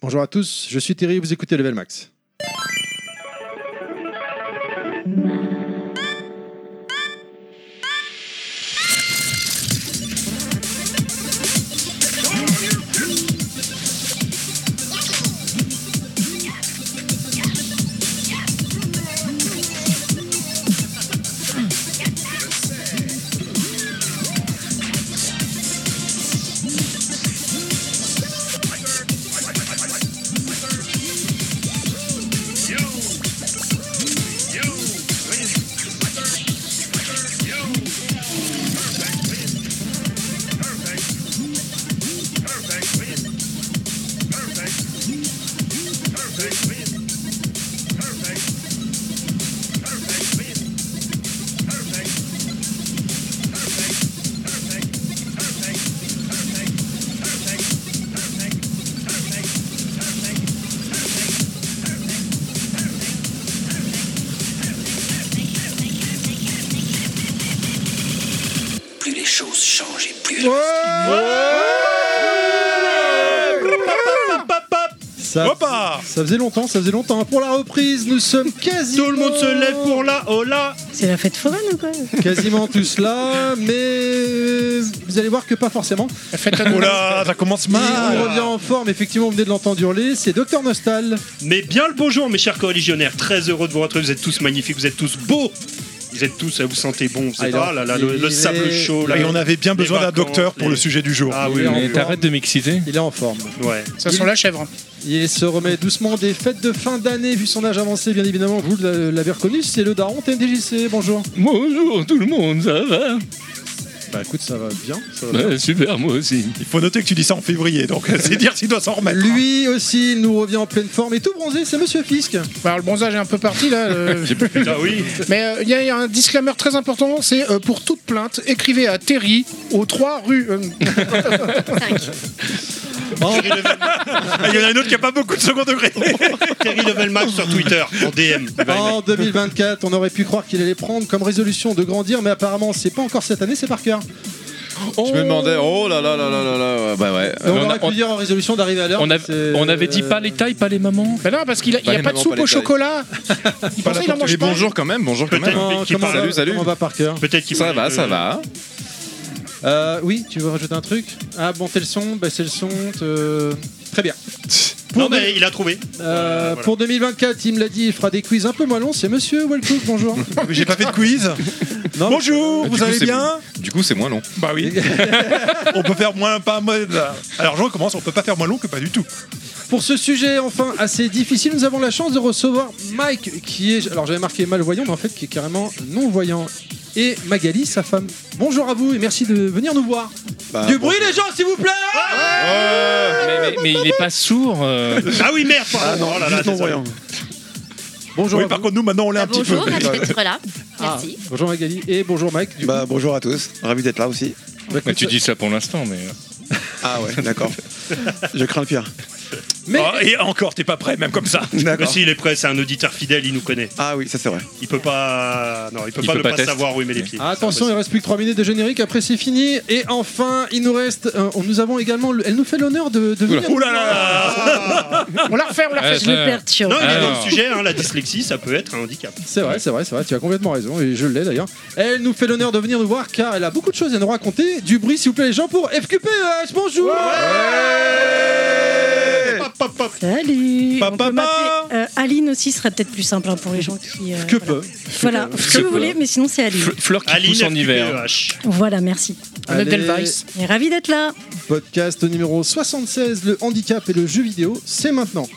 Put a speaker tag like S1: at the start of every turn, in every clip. S1: Bonjour à tous, je suis Thierry et vous écoutez Level Max.
S2: Plus les choses changent et plus.
S1: Ça,
S3: Hoppa
S1: ça faisait longtemps, ça faisait longtemps. hein, Pour la reprise, nous sommes quasiment.
S3: Tout le monde se lève pour la hola
S4: C'est la fête foraine ou quoi
S1: Quasiment tous là, mais vous allez voir que pas forcément.
S3: Oh là, ça commence
S1: Mais
S3: mal
S1: on revient en forme, effectivement, vous venez de l'entendre hurler, c'est Docteur Nostal.
S3: Mais bien le bonjour mes chers coreligionnaires, très heureux de vous retrouver, vous êtes tous magnifiques, vous êtes tous beaux Vous êtes tous, euh, vous sentez bon, vous
S1: Ah,
S3: êtes,
S1: il est-
S3: ah là là, le,
S1: il
S3: le
S1: est-
S3: sable chaud là.
S5: Et on avait bien
S3: Les
S5: besoin d'un
S3: vacances,
S5: docteur pour
S3: les-
S5: le sujet du jour.
S3: Ah oui,
S1: Il est en
S3: oui,
S6: Mais t'arrêtes de m'exciter.
S1: Il est en forme.
S3: ouais.
S7: Ça sent la chèvre.
S1: Il se remet doucement des fêtes de fin d'année, vu son âge avancé, bien évidemment, vous l'avez reconnu, c'est le daron TMDJC, bonjour.
S6: Bonjour tout le monde, ça va
S1: Bah écoute, ça va bien, ça va bien.
S6: Ouais, Super, moi aussi.
S5: euh, Il faut noter que tu dis ça en février, donc euh, c'est dire s'il doit s'en remettre.
S1: Lui
S7: hein
S1: aussi, il nous revient en pleine forme et tout bronzé, c'est Monsieur Fisk.
S7: Alors, Bah, le bronzage est un peu parti là. euh,
S3: Ah oui,
S7: mais euh, il y a un disclaimer très important c'est euh, pour toute plainte, écrivez à Terry aux 3 rues. euh,
S5: Hein
S1: En,
S5: Ah, Il y en a une autre qui a pas beaucoup de second degré.
S3: Terry Levelmax sur Twitter, en DM. Il va y mettre-
S1: en 2024, on aurait pu croire qu'il allait prendre comme résolution de grandir, mais apparemment, c'est pas encore cette année, c'est par cœur.
S6: Oh.
S8: Je me demandais, oh là là là là là là, ouais, bah ouais.
S1: Donc,
S6: on
S1: on
S6: a-
S1: aurait pu
S6: on-
S1: dire en résolution d'arriver à l'heure.
S6: On, a-
S1: c'est-
S6: on avait dit pas les tailles, pas les mamans.
S7: bah non, parce qu'il n'y
S8: Pas
S7: a,
S8: les
S7: pas de
S8: mamans,
S7: soupe
S8: pas les
S7: au chocolat. Il pensait qu'il en mange
S8: Mais
S7: pas.
S8: bonjour quand même, bonjour quand même.
S3: Peut-être.
S1: Comment,
S3: Qui
S1: comment
S3: parle.
S1: va-
S8: Salut, salut.
S1: comment va par cœur
S3: Peut-être qu'il
S8: Ça
S3: parlait
S8: va,
S3: de-
S8: ça va.
S1: Euh, oui, tu veux rajouter un truc Ah bon, t'es le son, bah c'est le son. te- Très bien.
S3: Non mais il a trouvé.
S1: Euh,
S3: voilà.
S1: Pour 2024, il me l'a dit, il fera des quiz un peu moins longs. C'est Monsieur Walcook, bonjour.
S5: Mais J'ai pas fait de quiz.
S1: Non.
S5: Bonjour,
S8: Ah, Du
S5: vous
S8: coup,
S5: allez
S8: c'est
S5: bien
S8: Du coup, c'est moins long.
S5: Bah oui. on peut faire moins pas moins. Alors je recommence, on peut pas faire moins long que pas du tout.
S1: pour ce sujet enfin assez difficile, nous avons la chance de recevoir Mike, qui est, alors j'avais marqué malvoyant, mais en fait qui est carrément non-voyant, et Magali, sa femme. Bonjour à vous et merci de venir nous voir.
S8: Bah,
S1: du bruit les gens, s'il vous plaît
S6: Mais, mais- mais il est pas sourd. euh.
S3: Ah oui merde pardon. Oh là là, désolé.
S1: Bonjour.
S5: Oui,
S1: à
S5: par
S1: vous.
S5: contre nous
S1: Bah,
S5: maintenant on l'est un petit peu.
S9: Bah, bonjour, ravi d'être là. Merci.
S1: Ah, bonjour Magali et bonjour Mike. du
S10: Bah bonjour à tous, ravi d'être là aussi.
S1: coup. Bah,
S6: Mais
S1: écoute,
S6: tu dis ça pour l'instant, mais. euh.
S10: Ah ouais, d'accord. Je crains le pire.
S1: Mais
S3: Ah, et encore, t'es pas prêt, même comme ça. Mais
S10: D'accord.
S3: si, il est prêt, c'est un auditeur fidèle, il nous connaît.
S10: Ah oui, ça c'est vrai.
S3: Il peut pas, non, il peut
S6: Il
S3: pas
S6: peut
S3: ne
S6: pas Ah.
S3: pas,
S6: test.
S3: savoir où il met les pieds.
S1: Ah, Attention, il reste plus que 3 minutes de générique, après c'est fini. Et enfin, il nous reste. euh, nous avons également. le- Elle nous fait l'honneur de, de venir.
S3: Ouh là là
S1: Ah,
S7: On la refait, on la refait.
S6: Ouais,
S4: Je me
S6: ça-
S4: perturbe.
S3: Non, il est dans
S6: Alors.
S3: le sujet, hein, la dyslexie, ça peut être un handicap.
S1: C'est vrai, c'est vrai, c'est vrai, tu as complètement raison, et je l'ai d'ailleurs. Elle nous fait l'honneur de venir nous voir car elle a beaucoup de choses à nous raconter. Du bruit, s'il vous plaît, les gens, pour FQPEH, E bonjour
S3: Hop, hop, hop.
S4: Salut
S5: Pa,
S4: On
S5: pa,
S4: peut
S5: pa.
S4: m'appeler, euh, Aline aussi serait peut-être plus simple hein, pour les gens qui. euh,
S1: Que
S4: voilà.
S1: peu
S4: Voilà, ce que vous voulez, mais sinon c'est Aline.
S6: Fle- Fleur qui
S3: Aline
S6: pousse
S5: E
S6: en hiver.
S3: FQPEH.
S4: Voilà, merci.
S1: Allez, Ah.
S4: Et ravi d'être là.
S1: Podcast numéro 76, le handicap et le jeu vidéo, c'est maintenant.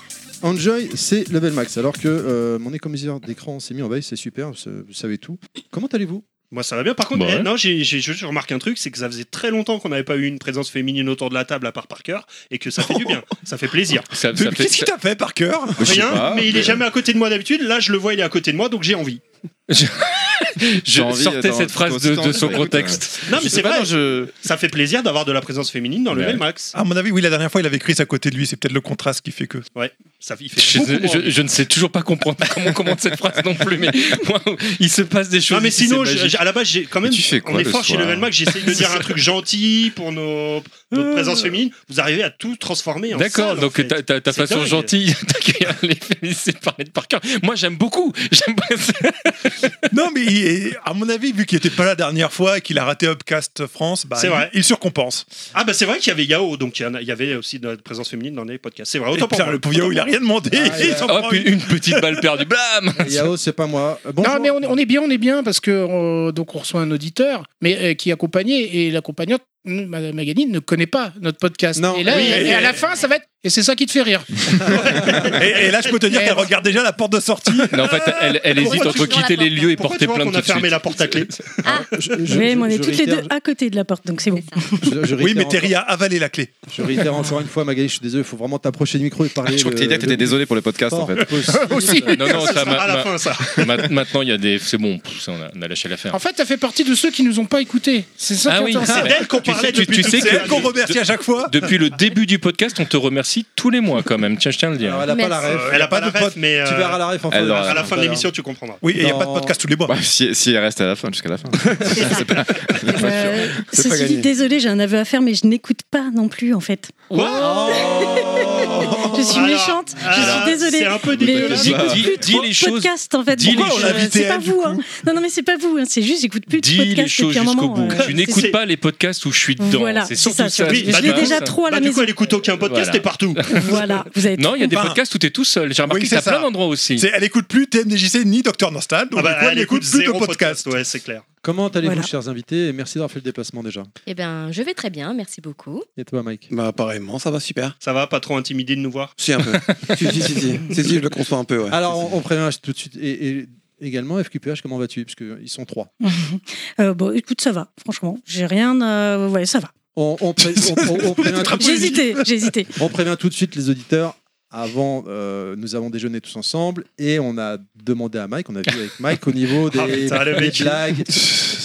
S1: Enjoy, c'est level max. Alors que euh, mon économiseur d'écran s'est mis en veille, c'est super, vous sa- vous savez tout. Comment allez-vous
S3: Moi, ça va bien. Par contre,
S6: Bah
S3: eh,
S6: ouais.
S3: non, j'ai, j'ai- je remarque un truc, c'est que ça faisait très longtemps qu'on n'avait pas eu une présence féminine autour de la table à part Parker, et que ça fait du bien. Ça fait plaisir.
S6: Ça, ça fait-
S5: Qu'est-ce qu'il t'a fait par cœur
S8: Je sais
S3: Rien,
S8: pas,
S3: mais il est jamais à côté de moi d'habitude. Là, je le vois, il est à côté de moi, donc j'ai envie.
S6: Je
S8: envie,
S6: sortais
S8: attends,
S6: cette phrase
S8: toi
S6: de,
S8: aussi, t'as
S6: de son
S8: envie, écoute,
S6: contexte.
S3: Non, mais
S8: Je sais
S3: c'est
S8: pas,
S3: vrai.
S8: non, je-
S3: Ça fait plaisir d'avoir de la présence féminin dans le
S6: Ouais.
S3: Mail Max.
S5: À mon avis, oui, la dernière fois il avait Chris à côté de lui, c'est peut-être le contraste qui fait que.
S3: Ça, il fait
S6: Je,
S3: beaucoup moins
S6: je-
S3: envie.
S6: je ne sais toujours pas comprendre comment commence cette phrase non plus, mais waouh, il se passe des choses.
S3: Non mais
S6: ici,
S3: sinon,
S6: c'est
S3: je-
S6: magique.
S3: je- à la base, j'ai quand même
S8: tu fais quoi
S3: on est
S8: le
S3: fort chez
S8: soir
S3: Level Mac. J'essaye de dire un truc gentil pour nos, notre présence féminine. Vous arrivez à tout transformer. en
S6: D'accord,
S3: salle, en
S6: donc
S3: fait.
S6: ta, ta- ta
S3: C'est
S6: façon
S3: dingue.
S6: gentille d'accueillir les féminicides par Ned Parker. Moi, j'aime beaucoup. J'aime pas-
S5: Non, mais il est- à mon avis, vu qu'il était pas la dernière fois et qu'il a raté Upcast France, bah,
S3: C'est
S5: il-
S3: vrai.
S5: il surcompense.
S3: Ah bah c'est vrai qu'il y avait Yao, donc il y en a- il y avait aussi de la présence féminine dans les podcasts. C'est vrai.
S5: Et
S3: Autant pour
S5: putain,
S3: moi.
S5: le Pouillao, il a rien demandé.
S1: Ah,
S5: il
S1: ouais.
S5: s'en
S6: Hop,
S5: prend une.
S6: une petite balle perdue. Blam
S1: Yao, c'est pas moi. Euh, Bonjour.
S7: Non, mais on est, on est bien, on est bien, parce que euh, donc on reçoit un auditeur, mais euh, qui est accompagné, et l'accompagnante, n- Madame Magali, ne connaît pas notre podcast.
S1: Non.
S7: et là,
S1: Oui,
S7: et,
S1: et-
S7: et à la fin, ça va être. Et c'est ça qui te fait rire.
S5: Et, et là, je peux te dire qu'elle regarde déjà la porte de sortie.
S6: Non, en fait, elle, elle
S9: Pourquoi
S6: hésite
S9: tu
S6: entre
S9: ouvres la
S6: quitter les
S9: porte
S6: lieux et
S3: Pourquoi
S6: porter
S3: tu vois
S6: plainte
S3: qu'on
S6: tout
S3: a
S6: de suite.
S3: fermé la porte à clé
S6: Ah.
S1: Je- je-
S4: Oui, mais on
S1: je- je
S4: est toutes les
S1: réitère-
S4: deux à côté de la porte, donc c'est bon.
S1: je- je
S5: Oui, mais
S1: réitère
S5: Terry
S1: encore-
S5: a avalé la clé.
S1: Je réitère encore une fois, Magali, je suis désolé, il faut vraiment t'approcher du micro et parler.
S8: Je crois que t'allais dire que t'étais désolé pour les podcasts en fait.
S1: Aussi.
S6: Non, non, ça, ma-
S3: à la
S6: ma-
S3: fin ça.
S6: ma- maintenant, il y a des. C'est bon, pff, ça, on, a, on a lâché l'affaire.
S7: En fait, t'as fait partie de ceux qui nous ont pas écoutés. C'est ça
S6: Ah
S7: qui est
S6: oui,
S7: intéressant.
S6: c'est
S3: C'est
S6: vrai.
S3: d'elle qu'on
S6: Tu sais-
S3: parlait
S6: tu-
S3: depuis
S6: tu
S3: toutes
S6: sais
S3: ces
S6: que-
S3: années.
S5: Qu'on remercie à chaque fois.
S6: Depuis le début du podcast, on te remercie tous les mois quand même. Tiens, je tiens à le dire.
S1: Alors, elle a pas la
S3: Euh,
S1: ref.
S3: Elle a pas
S5: pas
S3: de
S5: de
S3: ref,
S5: pote.
S3: mais euh,
S1: Tu verras la ref en fin
S8: elle
S1: de-
S8: aura-
S3: à la fin de l'émission tu comprendras.
S5: Oui, et il n'y a
S1: Non.
S5: pas de podcast tous les mois.
S8: Bah, si, si elle reste à la fin jusqu'à la fin.
S4: Euh,
S8: C'est pas
S4: ceci dit,
S8: gagné.
S4: désolé, j'ai un aveu à faire, mais je n'écoute pas non plus, en fait. Je suis
S3: Alors,
S4: méchante,
S3: alors,
S4: je suis
S3: C'est
S4: désolée.
S3: un peu
S4: Mais
S3: dégueulasse.
S6: Dis,
S8: bah,
S6: dis- dis les choses.
S4: podcast en fait.
S6: dis
S4: Donc,
S6: les
S4: euh,
S5: choses. On l'a invité,
S4: C'est pas
S5: elle, du
S4: vous.
S5: coup.
S4: hein. Non, non, mais c'est pas vous. hein. C'est juste, j'écoute plus de
S6: Dis
S4: podcast
S6: les choses
S4: depuis un
S6: jusqu'au
S4: moment.
S6: bout.
S4: euh,
S6: Tu
S4: c'est-
S6: n'écoutes pas les podcasts où je suis dedans.
S4: Voilà,
S6: c'est
S4: c'est
S6: surtout ça.
S4: ça, tu vois.
S3: Oui, bah,
S4: je l'ai
S3: du
S4: déjà
S6: coup,
S4: trop à la
S3: Bah, du coup,
S4: maison.
S3: elle écoute aucun podcast,
S6: Voilà.
S3: t'es partout.
S4: Voilà, vous avez
S6: Non, il y a des
S5: Enfin,
S6: podcasts où t'es tout seul. J'ai remarqué
S5: oui,
S6: que t'as
S5: c'est ça.
S6: plein d'endroits aussi.
S5: C'est- Elle écoute plus TMDJC ni Docteur Nostal, donc
S3: Ah bah,
S5: du coup, elle n'écoute plus de
S3: zéro
S5: podcast.
S3: Ouais, c'est clair.
S1: Comment allez-vous,
S4: Voilà.
S1: chers invités Et merci d'avoir fait le déplacement déjà.
S9: Eh bien, je vais très bien, merci beaucoup.
S1: Et toi, Mike
S10: Bah, apparemment, ça va super.
S3: Ça va, pas trop intimidé de nous voir.
S10: Si, un peu. si, si, si, si. Si, si, je le conçois un peu, ouais.
S1: Alors, on, on prévient tout de suite. Et, et également, FQPH, comment vas-tu Parce qu'ils sont trois.
S4: Euh, bon, écoute, ça va, franchement. J'ai rien. euh, ouais, ça va.
S1: On, on pré- on- on- on prévient tout de
S4: J'ai
S1: suite-
S4: hésité, j'ai hésité.
S1: on prévient tout de suite les auditeurs. Avant, euh, nous avons déjeuné tous ensemble et on a demandé à Mike, on a vu avec Mike au niveau des,
S3: Ah, putain, le
S1: des
S3: mec.
S1: blagues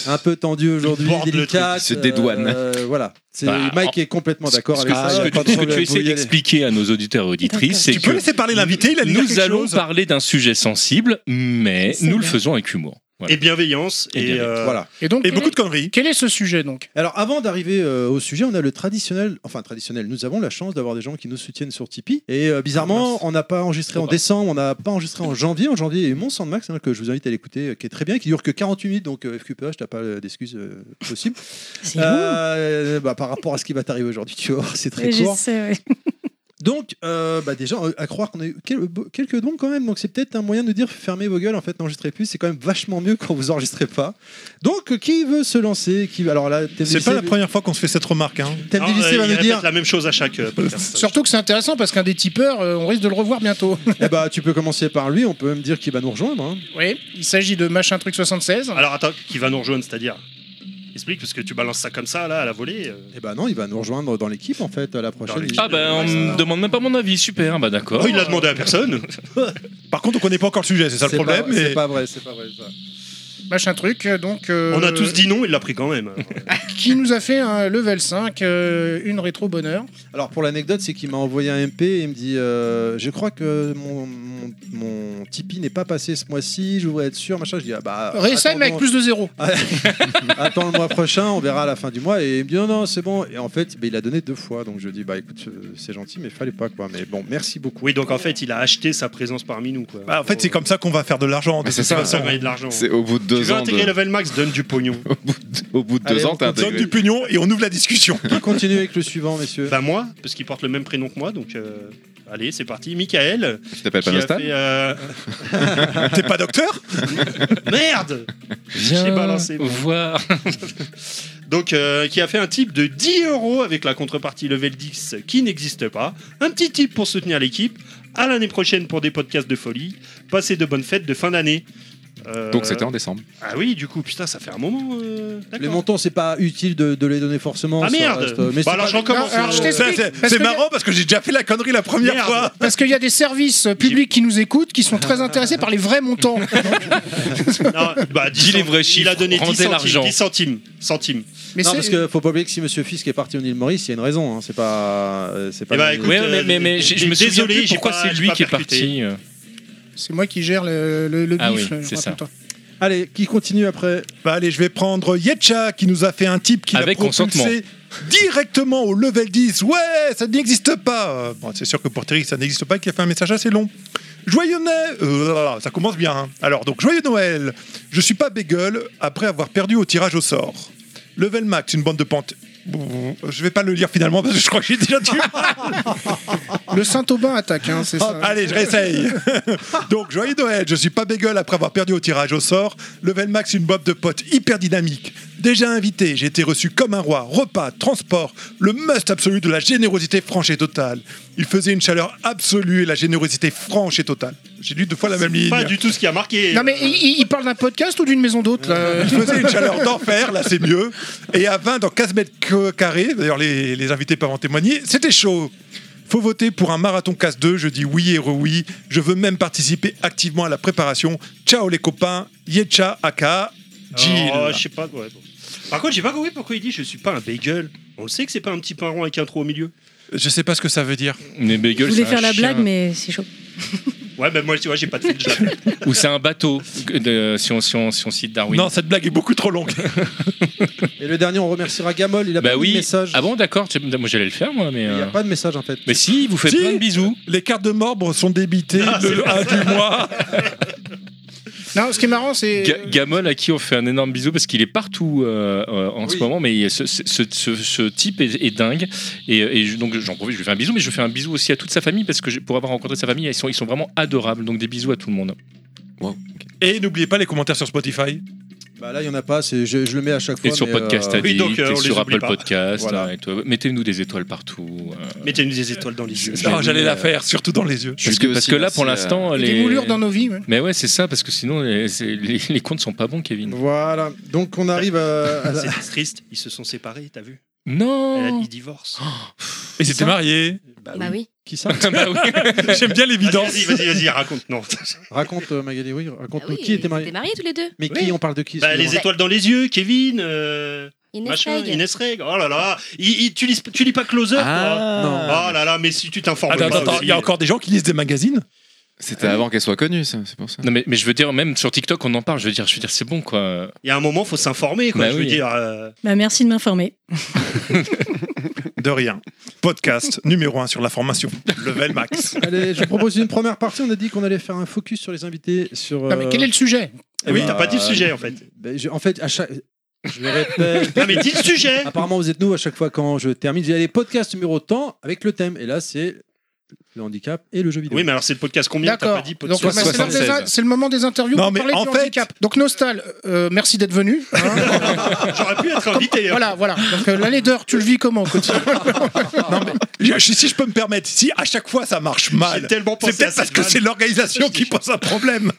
S1: un peu tendues aujourd'hui,
S3: borde le
S1: délicates.
S8: truc. C'est des douanes.
S1: euh, voilà. C'est-
S6: Bah,
S1: Mike est complètement d'accord avec
S10: que-
S1: ça.
S10: ce
S6: Ce
S10: Ah,
S6: que,
S10: pas
S6: tu-
S10: de
S6: ce que tu
S10: problème, vous
S6: essaies
S10: y allez.
S6: d'expliquer à nos auditeurs et
S4: D'accord.
S6: auditrices, c'est
S5: Tu peux
S6: que
S5: laisser parler l'invité, il a dit
S6: nous
S5: quelque
S6: allons
S5: chose.
S6: parler d'un sujet sensible, mais
S4: C'est
S6: nous le
S4: bien.
S6: faisons avec humour. Voilà.
S3: Et bienveillance.
S6: Et
S3: Et,
S6: bienveillance.
S3: euh,
S1: Voilà.
S7: Et donc,
S5: Et
S7: quel,
S5: beaucoup
S7: est,
S5: de conneries.
S7: quel est ce sujet donc
S1: Alors avant d'arriver euh, au sujet, on a le traditionnel, enfin traditionnel, nous avons la chance d'avoir des gens qui nous soutiennent sur Tipeee. Et euh, bizarrement, on n'a pas enregistré en décembre, on n'a pas enregistré en janvier. En janvier, il y a eu mon Sandmax hein, que je vous invite à l'écouter, euh, qui est très bien, qui dure que 48 minutes, donc euh, FQPH, t'as pas euh, d'excuses euh, possibles.
S4: C'est
S1: Euh, bah, par rapport à ce qui va t'arriver aujourd'hui, tu vois, c'est
S4: bon.
S1: très
S4: Je
S1: court.
S4: sais, euh, ouais.
S1: Donc, euh, bah, déjà, euh, à croire qu'on a eu quel- bo- quelques dons quand même, donc c'est peut-être un moyen de nous dire fermez vos gueules, en fait, n'enregistrez plus, c'est quand même vachement mieux quand vous enregistrez pas. Donc, euh, qui veut se lancer qui... Alors là,
S5: C'est pas la première fois qu'on se fait cette remarque. hein.
S1: Thème
S3: non,
S1: du lycée
S3: euh,
S1: va
S3: il
S1: nous
S3: répète
S1: dire
S3: la même chose à chaque euh, podcast.
S7: Surtout que c'est intéressant parce qu'un des tipeurs, euh, on risque de le revoir bientôt.
S1: eh bah, Tu peux commencer par lui, on peut même dire qu'il va nous rejoindre. hein.
S7: oui, il s'agit de Machin Truc 76.
S3: Alors attends, qui va nous rejoindre, c'est-à-dire Explique, parce que tu balances ça comme ça, là, à la volée. euh.
S1: Eh bah non, il va nous rejoindre dans l'équipe en fait à la prochaine.
S3: l'équipe. bah,
S6: Ah ben, on me demande même pas mon avis. Super, bah d'accord.
S3: Oh, il l'a demandé à personne.
S5: Par contre, on connaît pas encore le sujet, c'est ça le
S1: C'est pas-
S5: problème.
S1: C'est
S5: et-
S1: pas vrai, c'est pas vrai. ça.
S7: Machin Truc, euh, donc. euh,
S3: On a tous dit non, il l'a pris quand même.
S7: Qui nous a fait un level 5, euh, une rétro bonheur.
S1: Alors pour l'anecdote, c'est qu'il m'a envoyé un MP et il me dit euh, Je crois que mon, mon, mon Tipeee n'est pas passé ce mois-ci, je voudrais être sûr, machin. Je dis ah bah.
S7: Réessaye, mais avec
S1: attendons-
S7: plus de zéro.
S1: Attends le mois prochain, on verra à la fin du mois. Et il me dit non, non, c'est bon. Et en fait, bah, il a donné deux fois. Donc je dis bah écoute, euh, c'est gentil, mais fallait pas quoi. Mais bon, merci beaucoup.
S3: Oui, donc en fait, il a acheté sa présence parmi nous. Quoi.
S5: Bah, en fait, c'est comme ça qu'on va faire de l'argent. de
S8: Mais c'est
S5: toute
S8: ça.
S3: ça
S5: façon.
S3: Oh. gagner de l'argent.
S8: C'est au bout de
S3: Tu
S8: deux
S3: veux
S8: ans. de-
S3: intégrer Level Max, donne du pognon.
S8: Au bout de- au bout de
S1: Allez,
S8: deux
S1: on
S8: ans, t'as
S5: On donne
S8: intégré.
S5: du pignon et on ouvre la discussion.
S1: Qui continue avec le suivant, messieurs
S3: Bah moi, parce qu'il porte le même prénom que moi, donc euh, allez, c'est parti. Michael,
S8: Tu t'appelles
S3: qui
S8: pas
S3: a
S8: Nostal
S3: fait... euh,
S5: T'es pas docteur
S3: Merde J'ai balancé, moi.
S6: voir.
S3: Donc, euh, qui a fait un type de 10 euros avec la contrepartie level 10 qui n'existe pas. Un petit type pour soutenir l'équipe. À l'année prochaine pour des podcasts de folie. Passez de bonnes fêtes de fin d'année. Euh,
S8: Donc c'était en décembre.
S3: Ah oui, du coup, putain, ça fait un moment. euh,
S1: Les
S3: d'accord.
S1: montants, c'est pas utile de, de les donner forcément.
S3: Ah,
S1: ça
S3: merde
S1: reste-
S3: Bah,
S1: mais c'est
S3: alors,
S1: pas-
S3: j'en commence.
S1: Non, alors, je t'ai-
S5: Ça, euh, C'est
S7: Parce
S5: c'est
S7: que y a-
S5: marrant parce que j'ai déjà fait la connerie la première
S3: Merde.
S5: fois.
S7: Parce qu'il y a des services publics qui nous écoutent qui sont très intéressés par les vrais montants.
S3: Non, bah, 10
S6: Dis les
S3: centimes.
S6: vrais
S3: Il
S6: chiffres,
S3: a donné 10
S6: rendez
S3: centimes.
S6: l'argent.
S3: 10 centimes. centimes.
S7: Mais
S1: non,
S7: c'est-
S1: parce que faut pas oublier que si Monsieur Fisk est parti en île Maurice, il y a une raison. hein, C'est pas. euh, C'est pas.
S3: Eh ben,
S1: le-
S3: écoute,
S6: Ouais,
S3: euh,
S6: mais, mais, mais je je me souviens
S3: désolé,
S6: plus
S3: j'ai
S6: pourquoi
S3: pas-
S6: c'est
S3: j'ai
S6: lui
S3: pas
S6: qui est
S3: percuté.
S6: parti. euh.
S7: c'est moi qui gère le, le, le
S6: Ah
S7: bif,
S6: oui,
S7: je
S6: c'est
S7: me
S6: ça.
S7: rappelle pas.
S1: Allez, qui continue après
S5: Bah, allez, je vais prendre Yetcha qui nous a fait un type qui l'a
S6: Avec consentement.
S5: propulsé directement au level 10. Ouais, ça n'existe pas. Euh, Bon, c'est sûr que pour Terry, ça n'existe pas, qui a fait un message assez long. Joyeux Noël Euh, là, là, là, Ça commence bien. hein. Alors, donc, joyeux Noël Je suis pas bégueule après avoir perdu au tirage au sort. Level max, une bande de pente. Je vais pas le lire finalement parce que je crois que j'ai déjà tué. Ah,
S7: Le Saint-Aubin attaque, hein, c'est ça.
S5: Allez, je réessaye. Donc, joyeux Noël, je suis pas bégueule après avoir perdu au tirage au sort. Level max, une bob de potes hyper dynamique. Déjà invité, j'ai été reçu comme un roi. Repas, transport, le must absolu de la générosité franche et totale. Il faisait une chaleur absolue et la générosité franche et totale. J'ai lu deux fois la même ligne.
S3: Pas du tout ce qui a marqué.
S7: Non mais il- il, il parle d'un podcast ou d'une maison d'hôte là
S5: Il faisait une chaleur d'enfer, là c'est mieux. Et à 20 dans 15 mètres que- carrés, d'ailleurs les, les invités peuvent en témoigner, c'était chaud. Faut voter pour un marathon casse 2, je dis oui et re-oui. Je veux même participer activement à la préparation. Ciao les copains, Yetcha Aka, Jill.
S3: Oh, je sais pas. ouais, bon. Par contre, j'ai pas compris pourquoi il dit je suis pas un bagel. On le sait que c'est pas un petit pain rond avec un trou au milieu.
S5: je sais pas ce que ça veut dire.
S6: Mais
S4: Je
S6: Bagel,
S4: voulais
S6: c'est un
S4: faire la
S6: chien.
S4: blague, mais c'est chaud.
S3: Ouais, ben moi, tu vois, j'ai pas de filtre.
S6: Ou c'est un bateau, que- de- si, on, si, on, si on cite
S3: Ah
S6: Darwin.
S5: Non, cette blague est beaucoup trop longue.
S1: Et le dernier, on remerciera Gamol. Il a
S6: bah
S1: pas
S6: oui.
S1: de message.
S6: Ah bon, d'accord. j'ai- Moi, j'allais le faire, moi, mais.
S1: Il n'y a
S6: euh,
S1: pas de message en fait.
S6: Mais si, vous faites
S5: Si.
S6: plein de bisous.
S5: les cartes de membre sont débitées
S3: Ah,
S5: le 1 du mois.
S7: Non, ce qui est marrant c'est
S6: Ga- Gamol, à qui on fait un énorme bisou parce qu'il est partout euh, euh, en ce
S1: Oui.
S6: moment, mais ce, ce- ce- ce type est, est dingue. Et, et je- donc j'en profite, je lui fais un bisou, mais je fais un bisou aussi à toute sa famille parce que j'ai- pour avoir rencontré sa famille, ils sont, ils sont vraiment adorables. Donc des bisous à tout le monde.
S5: Et n'oubliez pas les commentaires sur Spotify.
S1: Bah là, il n'y en a pas. c'est- Je, je le mets à chaque fois.
S6: Et sur
S1: mais,
S6: Podcast
S1: euh,
S6: Addict,
S3: oui, donc, euh,
S6: et
S3: on les
S6: sur
S3: oublie
S6: Apple
S3: pas.
S6: Podcast.
S1: Voilà.
S6: hein, et tout. Mettez-nous des étoiles partout. euh,
S3: Mettez-nous des étoiles dans les yeux.
S6: Je
S5: Ah,
S6: l'ai
S5: J'allais
S6: mis,
S5: la
S6: euh,
S5: faire, surtout dans les yeux.
S6: parce que, parce que là,
S8: euh,
S6: pour l'instant,
S7: des
S6: les.
S7: moulures dans nos vies. ouais.
S6: Mais ouais, c'est ça, parce que sinon, les, c'est- les, les comptes sont pas bons, Kevin.
S1: Voilà. Donc on arrive à. à la-
S3: C'est triste, ils se sont séparés, t'as vu
S6: Non
S3: Ils divorcent.
S5: Oh, Et c'était marié.
S9: Bah oui.
S1: Qui ça
S6: Bah oui.
S5: J'aime bien l'évidence.
S3: Vas-y, vas-y, vas-y, raconte. Non.
S1: Raconte euh, Magali. Oui, raconte
S9: Bah oui,
S1: qui était
S9: ils
S1: marié.
S9: étaient mariés tous les deux.
S1: Mais
S3: Oui.
S1: qui On parle de qui
S3: Bah, les
S1: excusez-moi.
S3: étoiles dans les yeux, Kevin, euh,
S9: Inès
S3: machin,
S9: Reg.
S3: Inès Reg. Oh là là. Il- il- tu, lis, tu lis pas Closer, toi
S1: Non.
S3: Oh là là, mais si tu t'informes
S5: Ah, Attends,
S3: pas
S5: attends, attends,
S3: aussi.
S5: il y a encore des gens qui lisent des magazines
S8: C'était avant qu'elle soit connue, ça, c'est pour ça.
S6: Non, mais, mais je veux dire, même sur TikTok, on en parle. Je veux dire, je veux dire, c'est bon, quoi.
S3: Il y a un moment, faut s'informer, quoi.
S6: Bah
S3: je
S6: oui.
S3: veux dire. euh,
S4: Bah, merci de m'informer.
S5: De rien. Podcast numéro 1 sur la formation. Level max.
S1: Allez, je vous propose une première partie. On a dit qu'on allait faire un focus sur les invités. Sur.
S7: Non, mais quel est le sujet
S5: Eh
S1: euh,
S3: Eh Oui,
S1: bah,
S3: t'as pas dit le sujet, en fait.
S1: bah, je- En fait, à chaque. Je le répète.
S3: Non, mais dis le sujet
S1: Apparemment, vous êtes nous à chaque fois quand je termine. J'ai les podcasts numéro temps avec le thème. Et là, c'est le handicap et le jeu vidéo.
S3: Oui, mais alors c'est le podcast combien T'as
S7: D'accord.
S3: pas dit
S7: Donc,
S3: podcast
S7: bah, C'est l'heure
S6: 76.
S7: des in- c'est le moment des interviews
S5: Non,
S7: pour
S5: mais
S7: parler
S5: en
S7: du
S5: fait-
S7: handicap. Donc Nostal, euh, merci d'être venu. hein.
S3: J'aurais pu être invité. hein.
S7: voilà, voilà. Donc euh, la laideur, tu le vis comment au quotidien
S5: Je- je- si je peux me permettre, si à chaque fois Ah, ça marche
S3: J'ai
S5: mal,
S3: tellement pensé
S5: c'est peut-être
S3: à
S5: parce
S3: cette
S5: que
S3: vanne.
S5: c'est l'organisation qui pose un problème.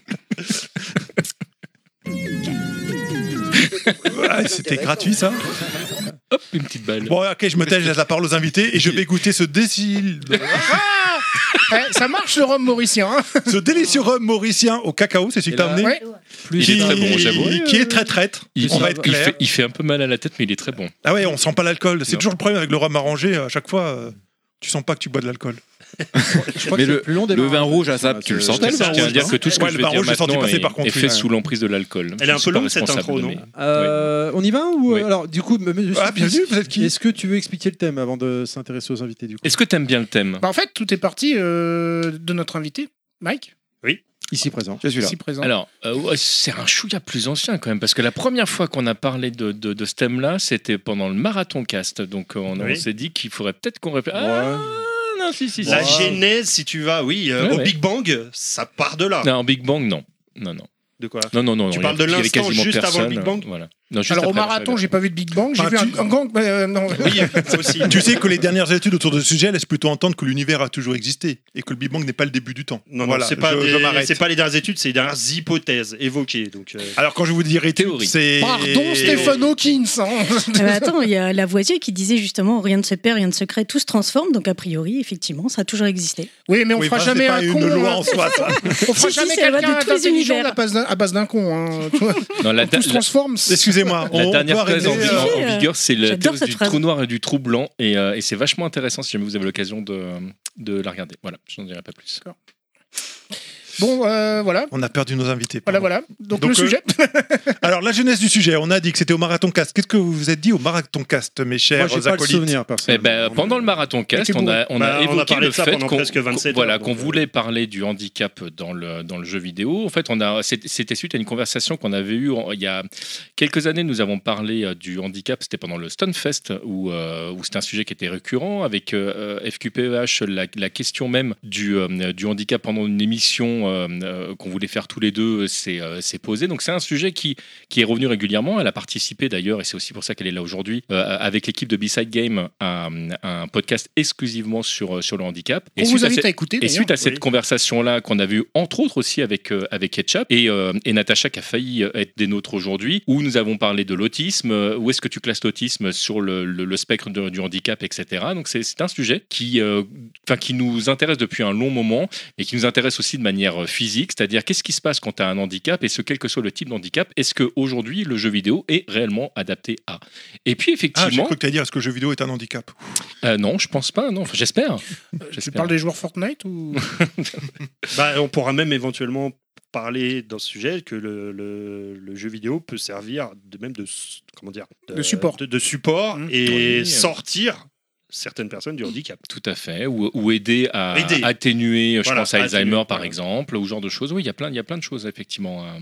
S5: Ouais, C'était gratuit ça.
S6: Hop, une petite balle.
S5: Bon, ok, je me tais, je laisse la parole aux invités et je vais goûter ce, décil...
S7: Eh, Ça marche le rhum mauricien. hein.
S5: ce délicieux rhum mauricien au cacao, c'est celui
S1: Et
S5: que t'as
S1: là-
S5: amené,
S7: Ouais.
S1: Plus
S6: Il est très bon, j'avoue.
S5: qui est très traître.
S6: Il,
S5: on va
S6: il-
S5: être
S6: il
S5: clair.
S6: fait, il fait un peu mal à la tête, mais il est très bon.
S5: Ah ouais, on sent pas l'alcool. C'est
S6: Non.
S5: toujours le problème avec le rhum arrangé. À chaque fois, euh, tu sens pas que tu bois de l'alcool.
S1: Je crois
S8: Mais
S1: que c'est
S8: le-
S1: plus long des
S8: le
S1: marins.
S8: vin rouge à
S1: Ah,
S8: sable, tu le
S1: c'est-
S8: sentais
S5: c'est
S8: le
S6: Je
S5: ça,
S8: vin
S5: ouais,
S6: tiens à
S5: le
S6: dire
S5: baron-
S6: que tout ce que
S5: ouais,
S6: je
S5: le
S6: vais
S5: baron,
S6: dire
S5: je l'ai senti
S6: maintenant
S5: passer
S6: est,
S5: par contre,
S6: est
S5: ouais.
S6: fait sous l'emprise de l'alcool.
S3: Elle est
S6: Je
S3: un
S6: suis
S3: peu
S6: pas
S3: longue, cette
S6: responsable
S3: intro,
S6: de
S3: non
S6: mes-
S1: Euh, On y va ou
S6: Oui.
S1: alors du coup m- monsieur
S5: Ah, bienvenue,
S1: Fisk,
S5: vous êtes qui
S1: Est-ce que tu veux expliquer le thème avant de s'intéresser aux invités du coup
S6: Est-ce que t'aimes bien le thème
S7: Bah, en fait, tout est parti euh, de notre invité, Mike,
S1: Ici présent.
S10: Je suis là.
S7: ici présent.
S6: Alors, euh, ouais, c'est un chouïa plus ancien quand même, parce que la première fois qu'on a parlé de, de- de ce thème-là, c'était pendant le marathon cast. Donc, euh, on, on
S3: Oui.
S6: s'est dit qu'il faudrait peut-être qu'on réfléchisse. Ah, non, si, si, si.
S3: La genèse, si tu vas, oui, euh,
S6: Ouais,
S3: au
S6: ouais.
S3: Big Bang, ça part de là.
S6: Ah Non, Big Bang, non. Non, non.
S3: De quoi
S6: Non, non, non.
S3: Tu
S6: non,
S3: parles
S6: il y a-
S3: de
S6: il y avait
S3: l'instant
S6: quasiment
S3: juste avant le
S6: personne.
S3: Big Bang
S6: Voilà. Non, juste
S7: Alors au
S6: après,
S7: marathon, j'ai pas vu de Big Bang, j'ai
S5: Enfin,
S7: vu un,
S5: tu-
S7: un gang. mais, euh, non.
S3: Oui, ça aussi.
S5: Tu sais que les dernières études autour de ce sujet laissent plutôt entendre que l'univers a toujours existé et que le Big Bang n'est pas le début du temps.
S3: Non, non,
S5: voilà,
S3: c'est pas,
S5: je,
S3: des-
S5: je m'arrête.
S3: c'est pas les dernières études, c'est les dernières hypothèses évoquées. Donc, euh,
S5: Alors quand je vous dirai
S6: Théorie.
S5: c'est
S7: Pardon, Stéphane Hawkins.
S4: Ah bah
S7: hein.
S4: attends, il y a Lavoisier qui disait justement rien ne se perd, rien ne se crée, tout se transforme. Donc a priori, effectivement, ça a toujours existé.
S7: oui, mais on
S5: Oui,
S7: fera
S5: enfin,
S7: jamais
S5: c'est pas
S7: un
S5: une
S7: con.
S5: loi
S7: hein.
S5: en soi. ça.
S7: On fera
S4: Si, si,
S7: jamais
S4: c'est la loi de
S7: quelqu'un
S4: tous les
S7: d'intelligent
S4: univers.
S7: à base d'un- à base d'un con. hein. Tu vois,
S6: ouais. Non, la,
S7: Tout se
S6: la-
S7: transforme. c'est-
S5: Excusez-moi,
S6: la
S5: on peut
S6: dernière thèse
S5: arrêter.
S6: en,
S5: euh,
S6: en- en
S4: euh,
S6: vigueur, c'est la
S4: j'adore
S6: thèse
S4: cette
S6: du
S4: phrase.
S6: trou noir et du trou blanc, et, euh, et c'est vachement intéressant si jamais vous avez l'occasion de, de la regarder. Voilà, je n'en dirai pas plus.
S7: Bon, euh, voilà.
S5: On a perdu nos invités.
S7: Voilà,
S5: pardon.
S7: voilà. Donc,
S5: Donc,
S7: le
S5: euh,
S7: sujet.
S5: Alors la jeunesse du sujet, on a dit que c'était au Marathon Cast. Qu'est-ce que vous vous êtes dit au Marathon Cast, mes
S1: Moi,
S5: chers
S1: j'ai pas le
S5: acolytes
S1: souvenir,
S6: Eh
S1: personne.
S6: ben, pendant le marathon cast,
S7: Était
S6: on a, on a
S3: Bah, on a
S6: évoqué
S3: parlé
S6: le
S3: de ça
S6: fait
S3: pendant
S6: qu'on
S3: presque 27
S6: qu'on- voilà,
S3: heures,
S6: qu'on
S3: donc, euh.
S6: voulait parler du handicap dans le, dans le jeu vidéo. En fait, on a c'était c'était suite à une conversation qu'on avait eue en- il y a quelques années. Nous avons parlé euh, du handicap. C'était pendant le Stunfest où, euh, où c'était un sujet qui était récurrent avec euh, euh, FQPEH. La, la question même du, euh, du handicap pendant une émission euh, euh, qu'on voulait faire tous les deux euh, s'est euh, s'est posée. Donc c'est un sujet qui qui est revenue régulièrement. Elle a participé d'ailleurs, et c'est aussi pour ça qu'elle est là aujourd'hui, euh, avec l'équipe de B-Side Game, à, à un podcast exclusivement sur, euh, sur le handicap. Et
S7: On
S6: suite
S7: vous
S6: à
S7: invite
S6: cette-
S7: à écouter.
S6: et
S7: d'ailleurs.
S6: suite à cette
S3: oui.
S6: conversation-là qu'on avait eue, entre autres aussi avec, euh, avec Ketchup et, euh, et Natacha qui a failli euh, être des nôtres aujourd'hui, où nous avons parlé de l'autisme, euh, où est-ce que tu classes l'autisme sur le, le- le spectre de- du handicap, etc. Donc c'est c'est un sujet qui, euh, enfin, qui nous intéresse depuis un long moment et qui nous intéresse aussi de manière euh, physique, c'est-à-dire qu'est-ce qui se passe quand tu as un handicap et ce quel que soit le type d'handicap, est-ce qu'aujourd'hui le jeu vidéo est réellement adapté à Et puis
S5: Ah, j'ai
S6: effectivement,
S5: cru que t'allais dire est-ce que le jeu vidéo est un handicap
S6: euh, non, je pense pas, non, Enfin, j'espère.
S7: Tu
S6: J'espère.
S7: parles des joueurs Fortnite ou
S3: bah, on pourra même éventuellement parler dans ce sujet que le, le- le jeu vidéo peut servir de même de s- comment dire
S7: De support.
S3: de, de support
S7: Mhm.
S3: et
S6: Mmh. Oui.
S3: sortir certaines personnes
S7: Mmh.
S3: du handicap.
S6: Tout à fait, ou, ou aider à
S3: Aider.
S6: atténuer, je
S3: Voilà,
S6: pense à Alzheimer
S3: atténuer,
S6: par
S3: voilà.
S6: exemple, ou ce genre de choses. Oui, il y a plein, il y a plein de choses effectivement à,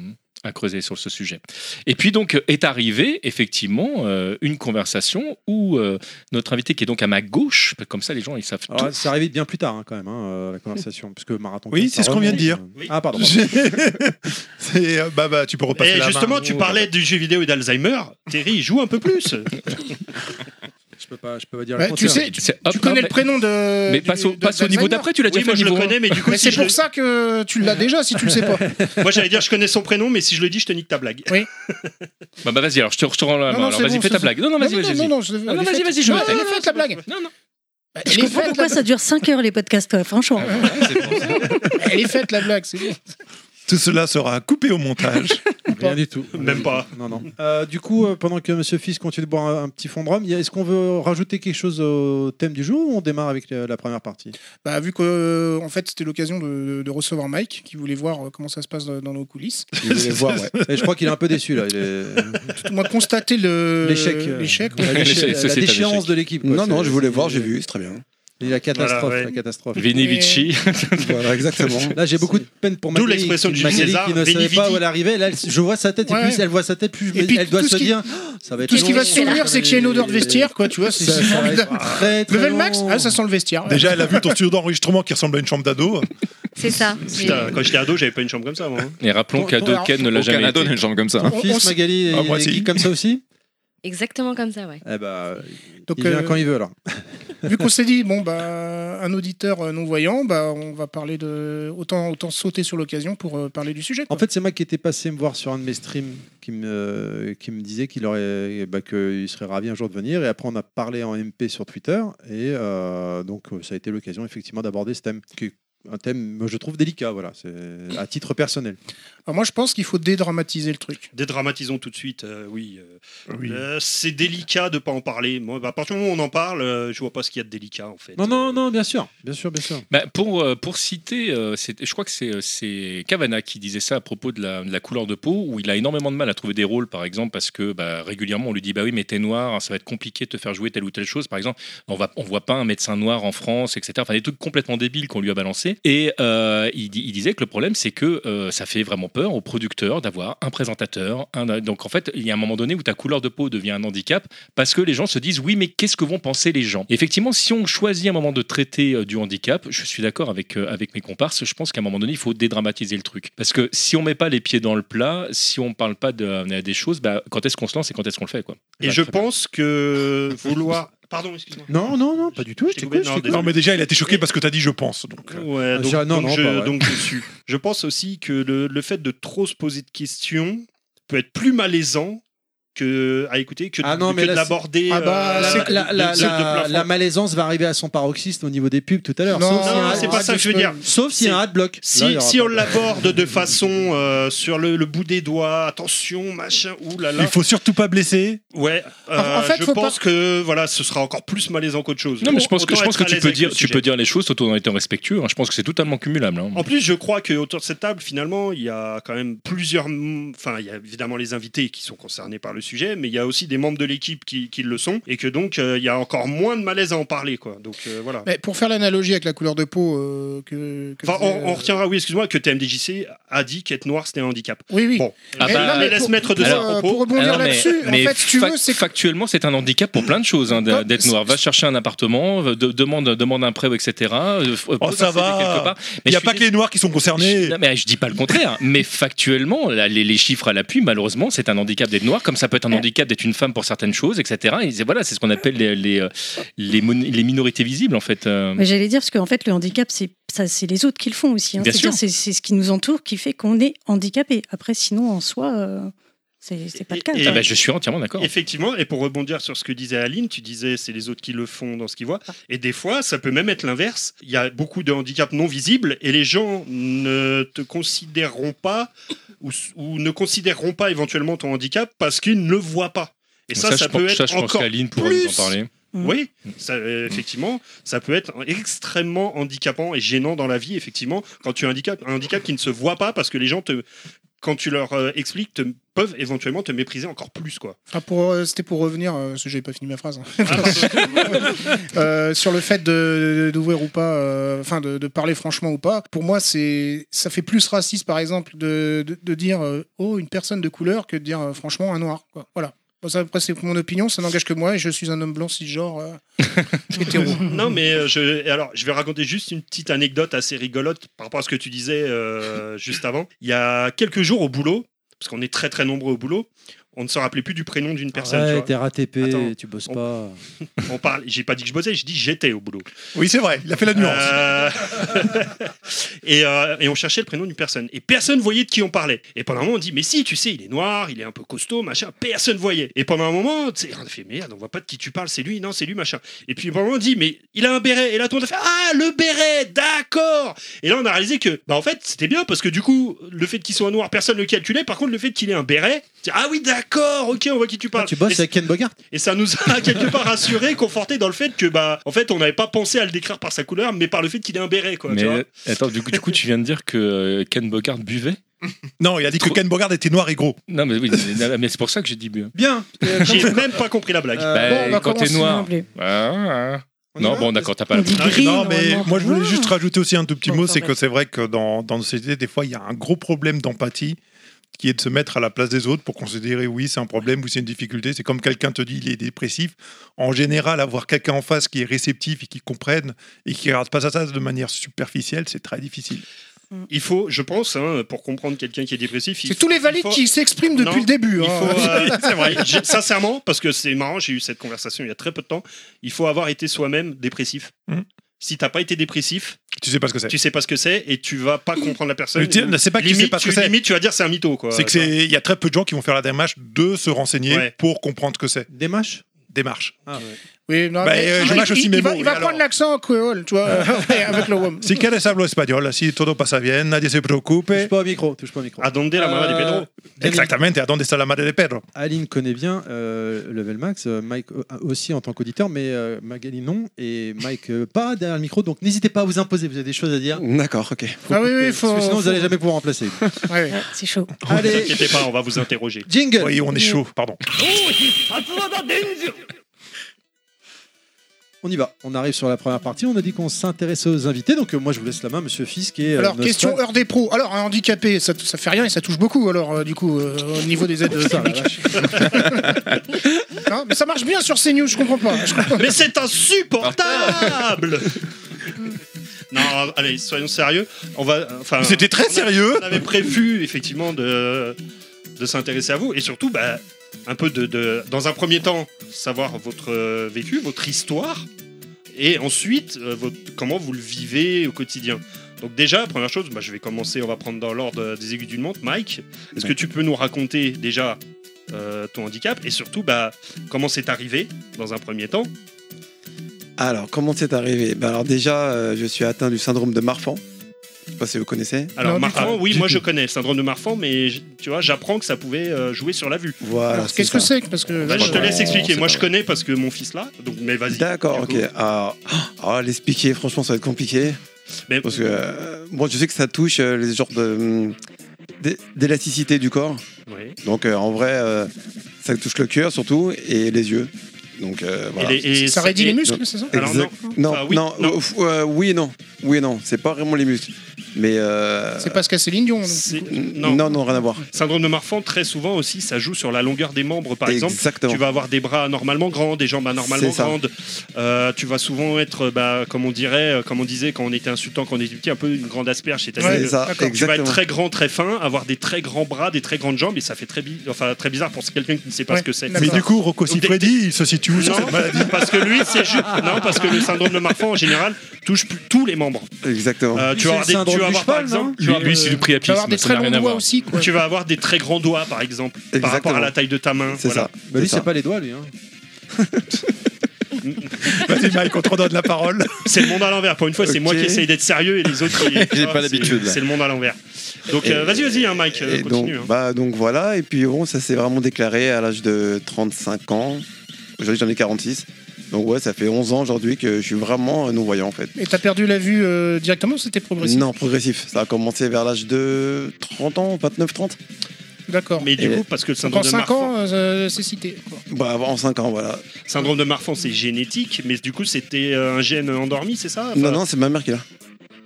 S6: à creuser sur ce sujet. Et puis donc est arrivée effectivement euh, une conversation où euh, notre invité qui est donc à ma gauche, comme ça les gens ils savent
S7: Ah
S6: tout.
S1: Alors, Ah, ça arrivait bien plus tard hein, quand même, hein, euh, la conversation, parce que marathon.
S5: Oui,
S1: Cast,
S5: c'est
S1: ça
S5: ce qu'on vient de
S1: remonte,
S5: dire.
S1: euh,
S3: Oui.
S1: Ah pardon.
S5: J'ai- C'est, euh, bah, bah, tu peux repasser
S3: Et
S5: la main.
S3: justement, Ah, tu
S5: Oh,
S3: parlais du jeu vidéo et d'Alzheimer. Terry, il joue un peu plus.
S1: Je peux pas, je peux pas dire.
S7: Ouais,
S1: le
S7: Tu
S1: contraire.
S7: sais, tu,
S6: C'est
S7: tu
S6: hop,
S7: connais
S6: hop,
S7: le prénom de.
S6: mais
S7: du-
S6: passe au,
S7: de-
S6: passe au niveau
S7: d'Alzheimer.
S6: d'après, tu l'as
S3: oui,
S6: déjà fait
S3: moi
S6: le
S3: je le
S6: niveau hein.
S3: connais, mais du coup,
S7: Mais
S3: si
S7: c'est
S3: je
S7: pour
S3: le-
S7: ça que tu l'as déjà si tu le sais pas.
S3: moi j'allais dire, je connais son prénom, mais si je le dis, je te nique ta blague.
S6: un. Bah, bah, vas-y, alors je te, je te rends la main.
S7: non,
S6: alors
S7: c'est
S6: vas-y,
S7: bon,
S6: fais ta
S7: c'est-
S6: blague. Non, non, vas-y, vas-y.
S7: non,
S6: vas-y.
S7: Ah, non, je-
S6: non, vas-y,
S7: faites-
S6: vas-y, je
S7: Non,
S6: m'attaque.
S7: non, faites la blague.
S6: Non, non.
S7: Elle
S4: Je
S7: est
S4: comprends
S7: faite,
S4: pourquoi
S7: la
S4: ça dure 5 heures les podcasts, toi, franchement.
S6: Ah
S7: blague. Elle est faite la blague, c'est bon.
S5: Tout cela sera coupé au montage.
S1: Rien du tout.
S3: Même pas.
S1: Non, non. Euh, du coup, euh, pendant que Monsieur Fils continue de boire un, un petit fond de rhum, y a- est-ce qu'on veut rajouter quelque chose au thème du jour ou on démarre avec euh, la première partie
S7: Bah, vu que euh, en fait c'était l'occasion de, de recevoir Mike qui voulait voir euh, comment ça se passe dans, dans nos coulisses,
S1: Il voulait voir, ouais. Et je crois qu'il est un peu déçu là. il est-
S7: tout au moins constater le
S1: L'échec. euh,
S7: l'échec,
S1: La,
S6: L'échec,
S1: déche-
S6: ça,
S1: la
S6: c'est un
S1: déchéance
S6: échec.
S1: de l'équipe. quoi.
S10: Non, non,
S1: C'est-
S10: je voulais voir, j'ai vu, c'est très bien.
S1: La catastrophe,
S3: Voilà, ouais.
S1: la catastrophe.
S6: Vini
S7: Et-
S6: Vici.
S10: Voilà, exactement.
S1: Là, j'ai beaucoup de peine pour
S3: D'où
S1: Magali.
S3: l'expression de Jules
S1: Magali
S3: César,
S1: qui ne savait
S3: Bénividi.
S1: pas où elle arrivait. Là, elle- je vois sa tête et
S7: Ouais.
S1: puis elle voit sa tête, plus je me-
S7: Et puis,
S1: elle doit
S7: tout
S1: se
S7: ce qui-
S1: dire Ah, ça va être
S7: tout ce qui
S1: long,
S7: va se souvenir c'est qu'il y a une odeur de vestiaire quoi, tu vois, c'est
S1: Ça, ça
S7: c'est
S1: va être
S7: formidable.
S1: très, très
S7: Level Max,
S1: long.
S7: ah ça sent le vestiaire.
S5: Déjà, elle a vu ton studio d'enregistrement qui ressemble à une chambre d'ado.
S9: C'est ça.
S3: Putain, quand j'étais ado, j'avais pas une chambre comme ça, moi. hein.
S6: Et rappelons
S7: Ton- ton-
S6: qu'Adoken ne l'a
S8: Au
S6: jamais
S8: Canada,
S6: été.
S8: on a une jambe comme ça. hein.
S1: Ton
S7: On- on
S1: fils,
S7: s-
S1: Magali,
S5: Ah,
S1: il
S5: moi
S1: est
S5: aussi.
S1: geek comme ça aussi
S9: Exactement comme ça, ouais.
S1: Eh bah,
S7: Donc,
S1: il vient
S7: euh,
S1: quand il veut alors.
S7: Vu qu'on s'est dit, bon, bah, un auditeur euh, non-voyant, bah, on va parler de. Autant, autant sauter sur l'occasion pour euh, parler du sujet. quoi.
S1: En fait, c'est Mac qui était passé me voir sur un de mes streams qui me, qui me disait qu'il aurait, bah, qu'il serait ravi un jour de venir. Et après, on a parlé en MP sur Twitter. Et euh, donc, euh, ça a été l'occasion effectivement d'aborder ce thème, qui est un thème, je trouve, délicat, voilà, c'est à titre personnel.
S7: Alors, moi, je pense qu'il faut dédramatiser le truc.
S3: Dédramatisons tout de suite, euh, oui. euh, euh, c'est délicat de pas en parler. Moi, bah, à partir du moment où on en parle, euh, je vois pas ce qu'il y a de délicat, en fait.
S1: Non, non, non, bien sûr, bien sûr, bien sûr.
S6: Bah, pour, euh, pour citer, euh, c'est- je crois que c'est, euh, c'est Cavana qui disait ça à propos de la, de la couleur de peau, où il a énormément de mal à trouver des rôles, par exemple, parce que bah, régulièrement on lui dit Bah oui, mais t'es noir, hein, ça va être compliqué de te faire jouer telle ou telle chose. Par exemple, on va on voit pas un médecin noir en France, etc. Enfin, des trucs complètement débiles qu'on lui a balancés. passé. Et euh, il, dit- il disait que le problème, c'est que euh, ça fait vraiment peur aux producteurs d'avoir un présentateur. un- donc en fait, il y a un moment donné où ta couleur de peau devient un handicap parce que les gens se disent oui, mais qu'est-ce que vont penser les gens Et Effectivement, si on choisit un moment de traiter euh, du handicap, je suis d'accord avec, euh, avec mes comparses, je pense qu'à un moment donné, il faut dédramatiser le truc. Parce que si on met pas les pieds dans le plat, si on parle pas de, euh, des choses, bah, quand est-ce qu'on se lance et quand est-ce qu'on le fait quoi
S3: Et
S6: Bah,
S3: je
S6: très bien.
S3: pense que vouloir. Ah, Pardon, excuse-moi.
S1: Non, non, non, pas du tout.
S3: J'ai
S1: Je
S3: coupé,
S1: t'écoute. je
S3: non,
S1: t'écoute.
S5: Non, mais déjà, il a été choqué parce que t'as dit je pense. Donc, euh,
S3: Ouais, donc,
S1: dirais Ah, non,
S3: donc
S1: non,
S3: je,
S1: pas vrai.
S3: donc je suis. Je pense aussi que le, le fait de trop se poser de questions peut être plus malaisant que à écouter que de-
S1: Ah non,
S3: que
S1: mais
S3: de
S1: là,
S3: l'aborder.
S7: Ah bah,
S3: euh,
S1: La,
S7: c'est-
S1: la-
S3: de-
S1: la-
S3: de- de
S1: la-
S3: plein
S1: la
S3: fouet.
S1: malaisance va arriver à son paroxysme au niveau des pubs tout à l'heure.
S7: Non,
S1: Sauf s'il y a un-
S3: Non, c'est pas ça que je veux dire.
S1: Sauf s'il y a un adblock. Là, il y
S3: Si,
S1: aura
S3: si
S1: pas-
S3: on l'aborde de façon euh, sur le, le bout des doigts, attention, machin, oulala.
S5: il faut surtout pas blesser.
S3: Ouais, euh,
S7: En- en fait,
S3: je
S7: faut pas-
S3: pense que voilà, ce sera encore plus malaisant qu'autre chose.
S6: Non, mais je pense que,
S3: Autant
S6: je pense
S3: être
S6: que
S3: à
S6: tu,
S3: l'aise
S6: peux
S3: avec
S6: dire,
S3: le
S6: tu
S3: sujet.
S6: peux dire les choses tout en étant respectueux. hein. Je pense que c'est totalement cumulable. hein.
S3: En plus, je crois que autour de cette table, finalement, il y a quand même plusieurs. Enfin, il y a évidemment les invités qui sont concernés par le sujet, mais il y a aussi des membres de l'équipe qui, qui le sont, et que donc euh, il y a encore moins de malaise à en parler, quoi. Donc euh, voilà.
S7: Mais pour faire l'analogie avec la couleur de peau euh, que, que
S3: Enfin,
S7: faisait,
S3: on, on
S7: euh,
S3: retiendra, oui, excuse-moi, que TMDJC a dit qu'être noir c'était un handicap.
S7: Oui, oui.
S3: Bon.
S6: Ah
S7: Mais
S6: bah,
S7: Eh, non, mais
S3: laisse
S7: pour-
S3: mettre de
S7: pour,
S3: son
S7: euh,
S3: propos.
S7: Pour rebondir
S6: Alors, mais-
S7: là-dessus, en
S6: mais
S7: fait, si tu
S6: fac-
S7: veux, c'est que
S6: factuellement, c'est un handicap pour plein de choses hein, de-
S7: Comme-
S6: d'être noir. Va chercher un appartement, euh, de- demande, demande un prêt, ou etc. euh,
S7: Oh,
S6: f- pose un
S5: ça
S6: CV
S5: va.
S6: quelque part. Mais
S5: Il n'y a
S6: je
S5: pas
S6: suis
S5: que les noirs qui sont concernés.
S6: Je- non, mais je dis pas le contraire, mais factuellement, là, les, les chiffres à l'appui, malheureusement, c'est un handicap d'être noir, comme ça peut
S7: Eh.
S6: être un handicap d'être une femme pour certaines choses, etc. Et c'est- voilà, c'est ce qu'on appelle les, les, euh, les, mon- les minorités visibles, en fait. euh.
S4: Mais J'allais dire, parce qu'en fait, le handicap, c'est ça, c'est les autres qui le font aussi. hein.
S6: Bien
S4: C'est-à-dire,
S6: sûr.
S4: C'est c'est ce qui nous entoure qui fait qu'on est handicapé. Après, sinon, en soi, euh, c'est c'est pas le cas.
S3: Et-
S6: Ah
S4: quoi.
S6: bah, je suis entièrement d'accord.
S3: Effectivement, et pour rebondir sur ce que disait Aline, tu disais c'est les autres qui le font dans ce qu'ils
S7: Ah.
S3: voient, et des fois ça peut même être l'inverse. Il y a beaucoup de handicaps non visibles et les gens ne te considéreront pas ou, s- ou ne considéreront pas éventuellement ton handicap parce qu'ils ne le voient pas. Et ça, ça,
S6: je
S3: peut
S6: pense- ça,
S3: être
S6: je pense
S3: encore.
S6: qu'Aline pourrait nous en
S3: plus. Mm.
S6: parler.
S3: Oui, ça, euh, effectivement, ça peut être extrêmement handicapant et gênant dans la vie, effectivement, quand tu as un handicap, un handicap qui ne se voit pas parce que les gens te. Quand tu leur euh, expliques, te- peuvent éventuellement te mépriser encore plus, quoi.
S7: Ah, pour, euh, c'était pour revenir, euh, parce que j'avais pas fini ma phrase, hein.
S3: Ah, pardon.
S7: Euh, sur le fait de- d'ouvrir ou pas, euh, enfin de, de parler franchement ou pas. Pour moi, c'est ça fait plus raciste, par exemple, de, de- de dire euh, oh une personne de couleur que de dire euh, franchement un noir. quoi. Voilà. Bon, ça, après, c'est mon opinion, ça n'engage que moi et je suis un homme blanc cisgenre euh, hétéro.
S3: Non, mais euh, je, alors, je vais raconter juste une petite anecdote assez rigolote par rapport à ce que tu disais euh, juste avant. Il y a quelques jours au boulot, parce qu'on est très très nombreux au boulot, on ne se rappelait plus du prénom d'une personne.
S1: Ouais,
S3: tu
S1: t'es RATP,
S3: Attends.
S1: tu bosses
S3: On-
S1: pas.
S3: vois. On parle, j'ai pas dit que je bossais, j'ai dit j'étais au boulot.
S5: Oui, c'est vrai, il a fait la nuance.
S3: Euh, et, euh, et on cherchait le prénom d'une personne. Et personne voyait de qui on parlait. Et pendant un moment, on dit Mais si, tu sais, il est noir, il est un peu costaud, machin. Personne voyait. Et pendant un moment, tu sais, on a fait Merde, on voit pas de qui tu parles, c'est lui, non, c'est lui, machin. Et puis pendant un moment, on dit Mais il a un béret. Et là, tout le monde a fait Ah, le béret, d'accord. Et là, on a réalisé que, bah en fait, c'était bien parce que du coup, le fait qu'il soit noir, personne ne le calculait. Par contre, le fait qu'il ait un béret, c'est, Ah oui, d'accord, ok, on voit qui tu parles.
S1: Ah, Tu bosses
S3: Et
S1: avec Ken Bogart
S3: et ça nous a quelque part rassuré, conforté dans le fait que bah en fait on n'avait pas pensé à le décrire par sa couleur, mais par le fait qu'il ait un béret quoi. tu vois.
S6: Mais euh, attends, du coup, du coup, tu viens de dire que euh, Ken Bogart buvait
S5: Non, il a dit que
S6: Trop-
S5: Ken Bogard était noir et gros.
S6: Non, mais oui, mais- mais c'est pour ça que j'ai dit bu. hein.
S1: Bien. Euh, comme-
S3: J'ai même pas compris la Ah, blague.
S1: Euh,
S6: Bah,
S7: bon, on va
S6: quand t'es
S7: commencer
S6: noir.
S4: Simple.
S6: Ah, ah.
S1: on y
S6: Non,
S1: va
S6: bon, d'accord, t'as pas
S4: On
S6: la
S4: dit
S3: Non,
S4: gris,
S5: non, mais
S4: normalement.
S5: moi je voulais juste
S4: Ah.
S5: rajouter aussi un tout petit
S4: Bon,
S5: mot,
S4: ça
S5: c'est
S4: va.
S5: que c'est vrai que dans, dans nos sociétés, des fois, il y a un gros problème d'empathie qui est de se mettre à la place des autres pour considérer oui, c'est un problème ou c'est une difficulté. C'est comme quelqu'un te dit il est dépressif. En général, avoir quelqu'un en face qui est réceptif et qui comprenne et qui regarde pas ça de manière superficielle, c'est très difficile.
S3: Il faut, je pense, hein, pour comprendre quelqu'un qui est dépressif, il
S7: Mm. C'est
S3: faut-
S7: tous les valides
S3: il faut-
S7: qui s'expriment
S3: Non,
S7: depuis le début.
S3: Il
S7: hein.
S3: faut, euh, c'est vrai, j'ai- sincèrement, parce que c'est marrant, j'ai eu cette conversation il y a très peu de temps. Il faut avoir été soi-même dépressif.
S7: Mmh.
S5: Mhm.
S3: Si t'as pas été dépressif,
S5: Tu sais pas ce que c'est.
S3: tu sais pas ce que c'est et tu vas pas comprendre la personne.
S5: Mais tu sais,
S3: Ou-
S5: c'est pas que tu sais
S3: limite,
S5: pas ce que c'est.
S3: limite, tu vas dire c'est un mytho quoi.
S5: C'est que c'est il y a très peu de gens qui vont faire la démarche de se renseigner
S3: Ouais.
S5: pour comprendre ce que c'est.
S1: Des mâches
S5: Démarche.
S7: Oui, non,
S5: Bah,
S7: mais-
S5: euh, je
S7: il-
S5: mâche aussi
S7: il,
S5: mes
S7: il va,
S5: mots,
S7: il va
S5: oui, alors.
S7: prendre l'accent créole, tu vois, Euh, avec le WOM.
S5: Si quieres hablo espagnol, así todo pasa bien, nadie se preocupe.
S1: Touche pas au micro, touche pas au micro.
S3: Adonde la mama de Pedro.
S5: Euh, Exactement, à dónde está la madre de Pedro
S1: Aline connaît bien euh, Level Max, euh, Mike euh, aussi en tant qu'auditeur, mais euh, Magali non, et Mike euh, pas derrière le micro, donc n'hésitez pas à vous imposer, vous avez des choses à dire.
S10: D'accord, ok.
S7: Ah oui, oui,
S1: Parce que
S7: faut.
S1: sinon vous
S7: faut-
S1: n'allez jamais pouvoir remplacer.
S7: Ouais.
S4: Ouais, c'est chaud.
S9: Oh,
S3: Ne vous
S1: Allez,
S3: inquiétez pas, on va vous interroger.
S1: jingle
S5: Oui, on est chaud, pardon.
S1: On y va. On arrive sur la première partie. On a dit qu'on s'intéressait aux invités. Donc, euh, moi, je vous laisse la main, monsieur Fisk. Et, euh,
S7: Alors,
S1: Nostra.
S7: question heure des pros. Alors, un handicapé, ça, ça fait rien et ça touche beaucoup, alors, euh, du coup, euh, au niveau des aides. euh,
S1: Putain, la
S7: publiques. Non, mais ça marche bien sur CNews, je comprends pas. Je comprends-
S3: Mais c'est insupportable Non, allez, soyons sérieux. On va, enfin,
S5: C'était très
S3: on a-
S5: sérieux.
S3: On avait prévu effectivement de, de s'intéresser à vous et surtout, bah, un peu de, de- dans un premier temps, savoir votre euh, vécu, votre histoire, et ensuite euh, votre- comment vous le vivez au quotidien. Donc déjà, première chose, bah, je vais commencer. On va prendre dans l'ordre des aiguilles d'une montre. Mike, est-ce que tu peux nous raconter déjà euh, ton handicap et surtout, bah, comment c'est arrivé dans un premier temps
S10: Alors, comment c'est arrivé Bah, Alors, déjà, euh, je suis atteint du syndrome de Marfan. Je sais pas si vous connaissez.
S3: Alors
S7: Non, du
S3: Marfan,
S7: tout.
S3: oui,
S7: Du
S3: moi
S7: tout.
S3: je connais le syndrome de Marfan, mais je- tu vois, j'apprends que ça pouvait euh, jouer sur la vue.
S10: Voilà.
S7: Alors, qu'est-ce
S10: Ah, ça.
S7: que c'est Parce que.
S3: Bah, je te
S10: D'accord.
S3: laisse expliquer.
S10: C'est
S3: Moi
S10: pas
S3: je
S10: vrai.
S3: connais parce que mon fils là, donc mais vas-y.
S10: D'accord, ok.
S3: Du coup.
S10: Alors, alors, l'expliquer, franchement, ça va être compliqué.
S3: Mais-
S10: Parce que euh, moi, je sais que ça touche euh, les genres de. hum, d'é- d'élasticité du corps.
S3: Ouais.
S10: Donc, euh, en vrai, euh, ça touche le cœur surtout et les yeux. Donc, euh, voilà.
S3: Et les- et-
S7: Ça raidit
S3: et-
S7: les muscles, c'est ça
S3: Alors,
S10: Exact. Non,
S3: Enfin, oui,
S10: non,
S3: non.
S10: euh, f- euh, oui et non. Oui et non, c'est pas vraiment les muscles. Mais. euh,
S7: C'est pas ce qu'a Céline Dion. donc.
S3: c'est-
S10: Non.
S3: Non.
S10: non, rien à voir.
S3: Syndrome de Marfan, très souvent aussi, ça joue sur la longueur des membres, par exemple.
S10: Exactement.
S3: Tu vas avoir des bras anormalement grands, des jambes anormalement
S10: C'est ça.
S3: grandes. Euh, tu vas souvent être, bah, comme on dirait, euh, comme on disait quand on était insultant, quand on était petit, un peu une grande asperge. C'est-à-dire
S10: C'est
S3: que
S10: ça,
S7: d'accord.
S3: tu vas être
S10: exactement.
S3: très grand, très fin, avoir des très grands bras, des très grandes jambes, et ça fait très, bi- enfin, très bizarre pour quelqu'un qui ne sait pas
S7: Ouais,
S3: ce que c'est.
S7: d'accord.
S5: Mais du coup, Rocco
S3: Donc, des-
S5: Siffredi, il se situe où sur
S3: Non,
S5: cette maladie
S3: parce que lui, c'est juste. Non, parce que le syndrome de Marfan en général touche plus- tous les membres.
S10: Exactement.
S3: Euh,
S1: Lui,
S3: tu vas avoir,
S1: c'est
S3: des,
S1: le
S3: tu vas
S1: syndrome du
S3: avoir, par
S1: cheval, non
S3: exemple, tu
S6: Lui,
S3: vas,
S6: lui, c'est
S7: Tu
S6: du
S7: vas avoir
S6: priapisme,
S7: des
S6: ça
S7: très
S6: n'a rien
S7: longs
S6: à
S7: doigts
S6: voir.
S7: aussi, quoi.
S3: tu vas avoir des très grands doigts, par exemple, par rapport à
S10: Exactement.
S3: la taille de ta main.
S10: C'est
S3: voilà.
S10: ça.
S1: Bah, lui,
S10: c'est
S1: c'est
S10: ça.
S1: pas les doigts, lui. hein.
S5: Vas-y, Mike, on te redonne la parole.
S3: C'est le monde à l'envers. Pour une fois, c'est
S10: Ok.
S3: moi qui essaye d'être sérieux et les autres. qui- tu
S8: pas
S3: vois, c'est-
S8: l'habitude, là.
S3: C'est le monde à l'envers. Donc
S10: Et-
S3: euh, vas-y, vas-y, hein, Mike, euh,
S10: Et donc,
S3: continue. hein.
S10: bah, donc voilà, et puis bon, ça s'est vraiment déclaré à l'âge de 35 ans. Aujourd'hui, j'en ai 46. Donc ouais, ça fait 11 ans aujourd'hui que je suis vraiment euh, non-voyant en fait.
S7: Et t'as perdu la vue euh, directement ou c'était progressif
S10: Non, progressif. Ça a commencé vers l'âge de 30 ans, 29-30.
S7: D'accord.
S3: Mais du
S10: Et-
S3: coup, parce que le
S7: Donc en
S3: syndrome de Marfan,
S7: 5 ans, euh, c'est cité. quoi.
S10: Bah, en 5 ans, voilà.
S3: syndrome de Marfan, c'est génétique, mais du coup, c'était euh, un gène endormi, c'est ça Enfin,
S10: Non, non, c'est ma mère qui l'a.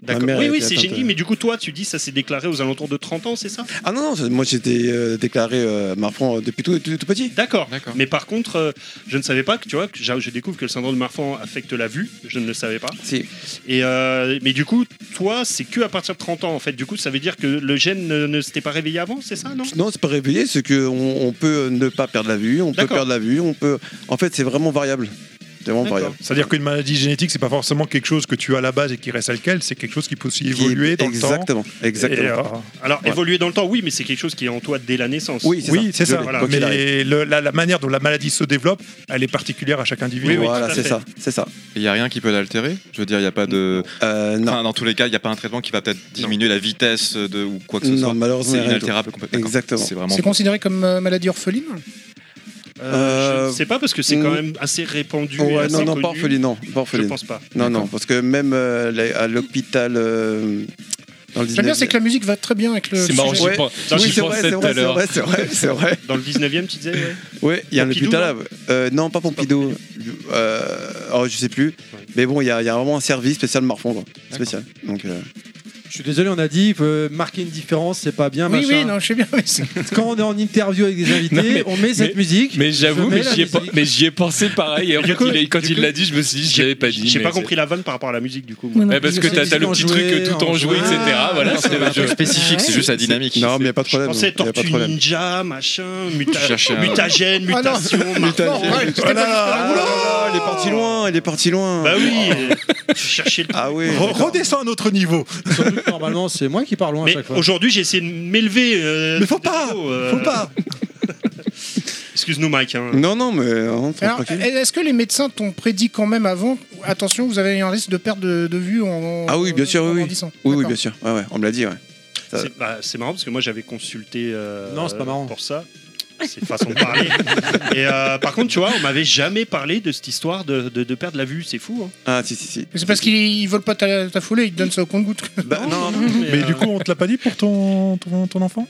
S3: D'accord.
S10: ma mère
S3: Oui, oui,
S10: était
S3: c'est
S10: atteinte,
S3: génial.
S10: euh.
S3: Mais du coup, toi, tu dis ça s'est déclaré aux alentours de 30 ans, c'est ça
S10: Ah non, non, c'est- moi j'étais euh, déclaré euh, marfan euh, depuis tout, tout- tout petit.
S3: D'accord.
S8: D'accord.
S3: Mais par contre, euh, je ne savais pas que tu vois, que j'a- je découvre que le syndrome de Marfan affecte la vue. Je ne le savais pas.
S10: Si.
S3: Et euh, mais du coup, toi, c'est que à partir de 30 ans en fait. Du coup, ça veut dire que le gène ne, ne s'était pas réveillé avant, c'est ça, non
S10: Non, c'est pas réveillé, c'est qu'on on peut euh, ne pas perdre la vue, on peut
S3: D'accord.
S10: perdre la vue, on peut. En fait, c'est vraiment variable. C'est vraiment
S3: D'accord.
S10: variable.
S5: C'est-à-dire qu'une maladie génétique, c'est pas forcément quelque chose que tu as à la base et qui reste à lequel, c'est quelque chose qui peut aussi évoluer dans le temps.
S10: Exactement, exactement.
S5: Et, euh,
S3: Alors
S10: Ouais.
S3: évoluer dans le temps, oui, mais c'est quelque chose qui est en toi dès la naissance.
S10: Oui, c'est
S5: oui, c'est
S10: ça.
S5: ça.
S10: Voilà.
S3: Quoi
S10: qu'il
S5: Mais euh, le- la, la manière dont la maladie se développe, elle est particulière à chaque individu.
S3: Oui, oui, tout
S10: voilà,
S3: à
S10: c'est
S3: fait.
S10: ça, c'est ça.
S8: Il n'y a rien qui peut l'altérer Je veux dire, il n'y a pas de.
S10: Euh, non,
S8: Enfin, dans tous les cas, il n'y a pas un traitement qui va peut-être diminuer la vitesse de ou quoi que ce
S10: non,
S8: soit.
S10: malheureusement, il
S8: C'est
S10: y a rien du tout.
S8: inaltérable complètement.
S10: Exactement.
S8: C'est vraiment.
S7: C'est considéré comme euh, maladie orpheline
S3: Euh,
S10: Euh,
S3: je sais pas parce que c'est quand
S10: mm.
S3: même assez répandu. et
S10: Ouais,
S3: assez
S10: non, non,
S3: connu.
S10: pas orpheline, non, pas
S3: Je
S10: orpheline.
S3: pense pas.
S10: Non, non, parce que même euh, les- à l'hôpital. euh, dans le
S7: J'aime bien,
S10: 19e
S7: c'est que la musique va très bien avec le.
S6: C'est marrant,
S7: sujet.
S6: j'y
S10: Ouais.
S6: pen-
S3: Non,
S10: Oui,
S6: j'y
S10: c'est vrai,
S6: pensais
S10: c'est
S6: tout
S10: vrai,
S6: à
S10: c'est
S6: l'heure.
S10: vrai, c'est vrai, c'est vrai.
S3: Dans le 19e, tu disais. ouais.
S10: Oui, il y a un
S3: Pompidou,
S10: hôpital. euh, non, pas Pompidou. Euh, oh, je sais plus. Mais bon, il y, a il y a vraiment un service spécial Marfond, quoi. Spécial. Donc, euh,
S1: Je suis désolé, on a dit euh, marquer une différence, c'est pas bien.
S7: Oui,
S1: machin.
S7: oui, non, je sais bien. Mais c'est-
S1: Quand on est en interview avec des invités,
S6: Non, mais-
S1: on met cette
S6: mais-
S1: musique.
S6: Mais
S1: je
S6: j'avoue,
S1: mets
S6: mais
S1: la
S6: j'y ai,
S1: musique.
S6: pas- mais j'y ai pensé pareil. Et en
S3: Du
S6: fait,
S3: coup,
S6: il est- quand
S3: du
S6: il
S3: coup,
S6: l'a dit, je me suis dit, je l'avais pas dit.
S3: J'ai
S6: mais
S3: pas
S6: c'est-
S3: compris la vanne par rapport à la musique du coup. moi.
S4: Moi non
S6: Ouais,
S4: plus,
S6: parce
S4: je
S6: que
S4: sais
S6: t'as
S4: pas.
S6: t'as le petit truc
S1: enjoué,
S6: tout
S1: enjoué.
S6: enjoué, etc. Voilà,
S1: Ah,
S6: c'est
S1: ouais.
S6: je-
S8: spécifique, c'est juste la dynamique.
S10: non, mais il n'y a pas de
S3: Je
S10: problème.
S3: pensais
S10: Il y a pas de
S3: tortue
S10: problème.
S3: ninja, machin, muta-
S8: Je cherchais un-
S3: mutagène,
S7: Ah, non.
S3: mutation, Marfan.
S7: Non, ouais, j'étais
S5: Voilà.
S7: pas
S10: Ah,
S7: jusque-là. Oula.
S10: là, là, il est parti loin, il est parti loin.
S3: Bah oui, euh, je cherchais le
S10: Ah oui.
S5: Re-
S10: d'accord.
S5: Redescends à notre niveau.
S1: Surtout que normalement, c'est moi qui parle loin à
S3: Mais
S1: chaque fois.
S3: aujourd'hui, j'ai essayé de m'élever. euh,
S5: Mais faut
S3: des
S5: pas,
S3: niveaux, euh,
S5: Faut pas.
S3: Excuse-nous, Mike. hein.
S10: Non, non, mais. euh, on se
S7: Alors,
S10: tranquille.
S7: est-ce que les médecins t'ont prédit quand même avant Attention, vous avez un risque de perte de, de vue en- en.
S10: Ah oui, bien sûr,
S7: en
S10: oui,
S7: grandissant.
S10: Oui, oui,
S7: D'accord.
S10: bien sûr. Ouais, ouais, on me l'a dit, ouais. Ça-
S3: C'est bah, c'est marrant parce que moi j'avais consulté. euh,
S1: Non, c'est pas marrant.
S3: Pour ça. C'est une façon de parler. Et euh, par contre, tu vois, on m'avait jamais parlé de cette histoire de, de, de perdre la vue. C'est fou. hein.
S10: Ah, si, si, si.
S7: Mais C'est parce qu'ils ils veulent pas t'a- t'affoler, ils te donnent ça au compte-goutte.
S10: Bah, non,
S5: Mais
S3: euh,
S5: du coup, on te l'a pas dit pour ton, ton, ton enfant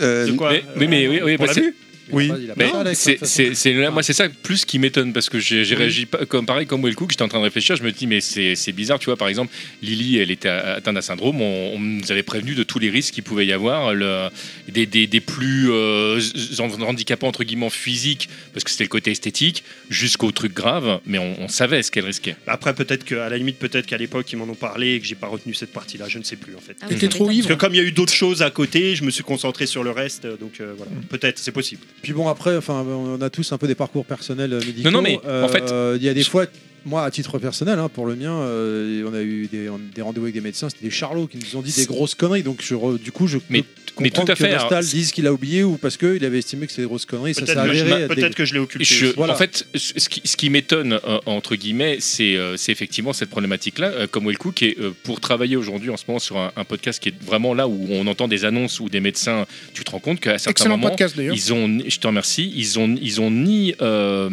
S10: euh,
S3: de quoi
S6: Mais- Oui, mais oui, oui,
S3: Pour
S6: bah,
S3: la
S6: c'est-
S5: Oui.
S1: Il a pas
S6: Mais
S1: ça, Alex,
S6: c'est-
S1: hein, de toute façon.
S6: c'est- c'est là- moi, c'est ça plus qui m'étonne parce que j'ai j'ai réagi pas- comme pareil comme Will Cook. J'étais en train de réfléchir. Je me dis, mais c'est c'est bizarre, tu vois. Par exemple, Lily, elle était a- atteinte d'un syndrome. On, on nous avait prévenu de tous les risques qu'il pouvait y avoir, le- des, des- des plus euh, z- handicapants entre guillemets physiques parce que c'était le côté esthétique, jusqu'au truc grave. Mais on, on savait ce qu'elle risquait.
S3: Après, peut-être que, à la limite, peut-être qu'à l'époque, ils m'en ont parlé et que j'ai pas retenu cette partie-là, je ne sais plus en fait.
S9: Ah oui,
S7: T'étais
S9: ça
S7: trop
S9: m'étonne.
S3: Parce que
S7: ivre.
S3: comme il y a eu d'autres choses à côté, je me suis concentré sur le reste, donc euh, voilà.
S7: Mm.
S3: Peut-être, c'est possible.
S1: Puis bon, après, enfin, on a tous un peu des parcours personnels euh, médicaux.
S6: Non, non, mais, en fait,
S1: euh, il y a des
S6: je-
S1: fois, moi, à titre personnel, hein, pour le mien, euh, on a eu des, des rendez-vous avec des médecins, c'était des charlots qui nous ont dit des grosses conneries. Donc, je re- du coup, je
S6: Mais-
S1: peux
S6: mais
S1: comprendre
S6: tout à fait,
S1: que
S6: alors,
S1: Nostal
S6: c'est-
S1: dise qu'il a oublié ou parce qu'il avait estimé que c'était des grosses conneries. Ça s'est
S3: Peut-être que, je
S1: avéré.
S3: m'a-
S1: à des-
S3: peut-être que je l'ai occulté.
S6: Je-
S3: aussi.
S1: Voilà.
S6: En fait, ce ce qui, ce qui m'étonne, euh, entre guillemets, c'est euh, c'est effectivement cette problématique-là, euh, comme Wellcook qui est euh, pour travailler aujourd'hui en ce moment sur un, un podcast qui est vraiment là où on entend des annonces ou des médecins, tu te rends compte qu'à certains
S7: Excellent
S6: moments,
S7: podcast d'ailleurs.
S6: ils ont, ni- je te remercie, ils ont, ils ont ni, euh,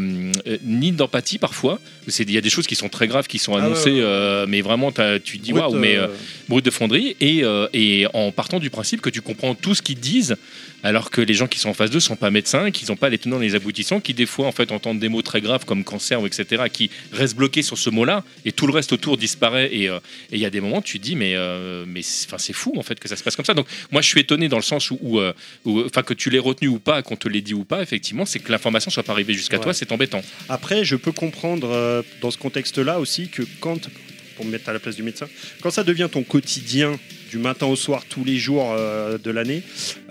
S6: euh, ni d'empathie parfois. C'est- Il y a des choses qui sont très graves qui sont
S1: Ah ouais,
S6: annoncées,
S1: ouais, ouais.
S6: euh, mais vraiment, t'as- tu te dis
S1: Brut,
S6: waouh, mais
S1: euh,
S6: euh, brut de fonderie. Et, euh, et en partant du principe que tu comprends tout ce qu'ils disent, alors que les gens qui sont en face d'eux sont pas médecins, qu'ils n'ont pas les tenants et les aboutissants, qui des fois en fait entendent des mots très graves comme cancer ou etc., qui restent bloqués sur ce mot-là et tout le reste autour disparaît. Et euh, et il y a des moments tu te dis mais euh, mais c'est- enfin c'est fou en fait que ça se passe comme ça. Donc moi je suis étonné dans le sens où- où euh, où, enfin que tu l'aies retenu ou pas, qu'on te l'ait dit ou pas, effectivement c'est que l'information soit pas arrivée jusqu'à
S3: Ouais.
S6: toi, c'est embêtant.
S3: Après, je peux comprendre euh, dans ce contexte-là aussi que quand, pour me mettre à la place du médecin, quand ça devient ton quotidien du matin au soir, tous les jours euh, de l'année,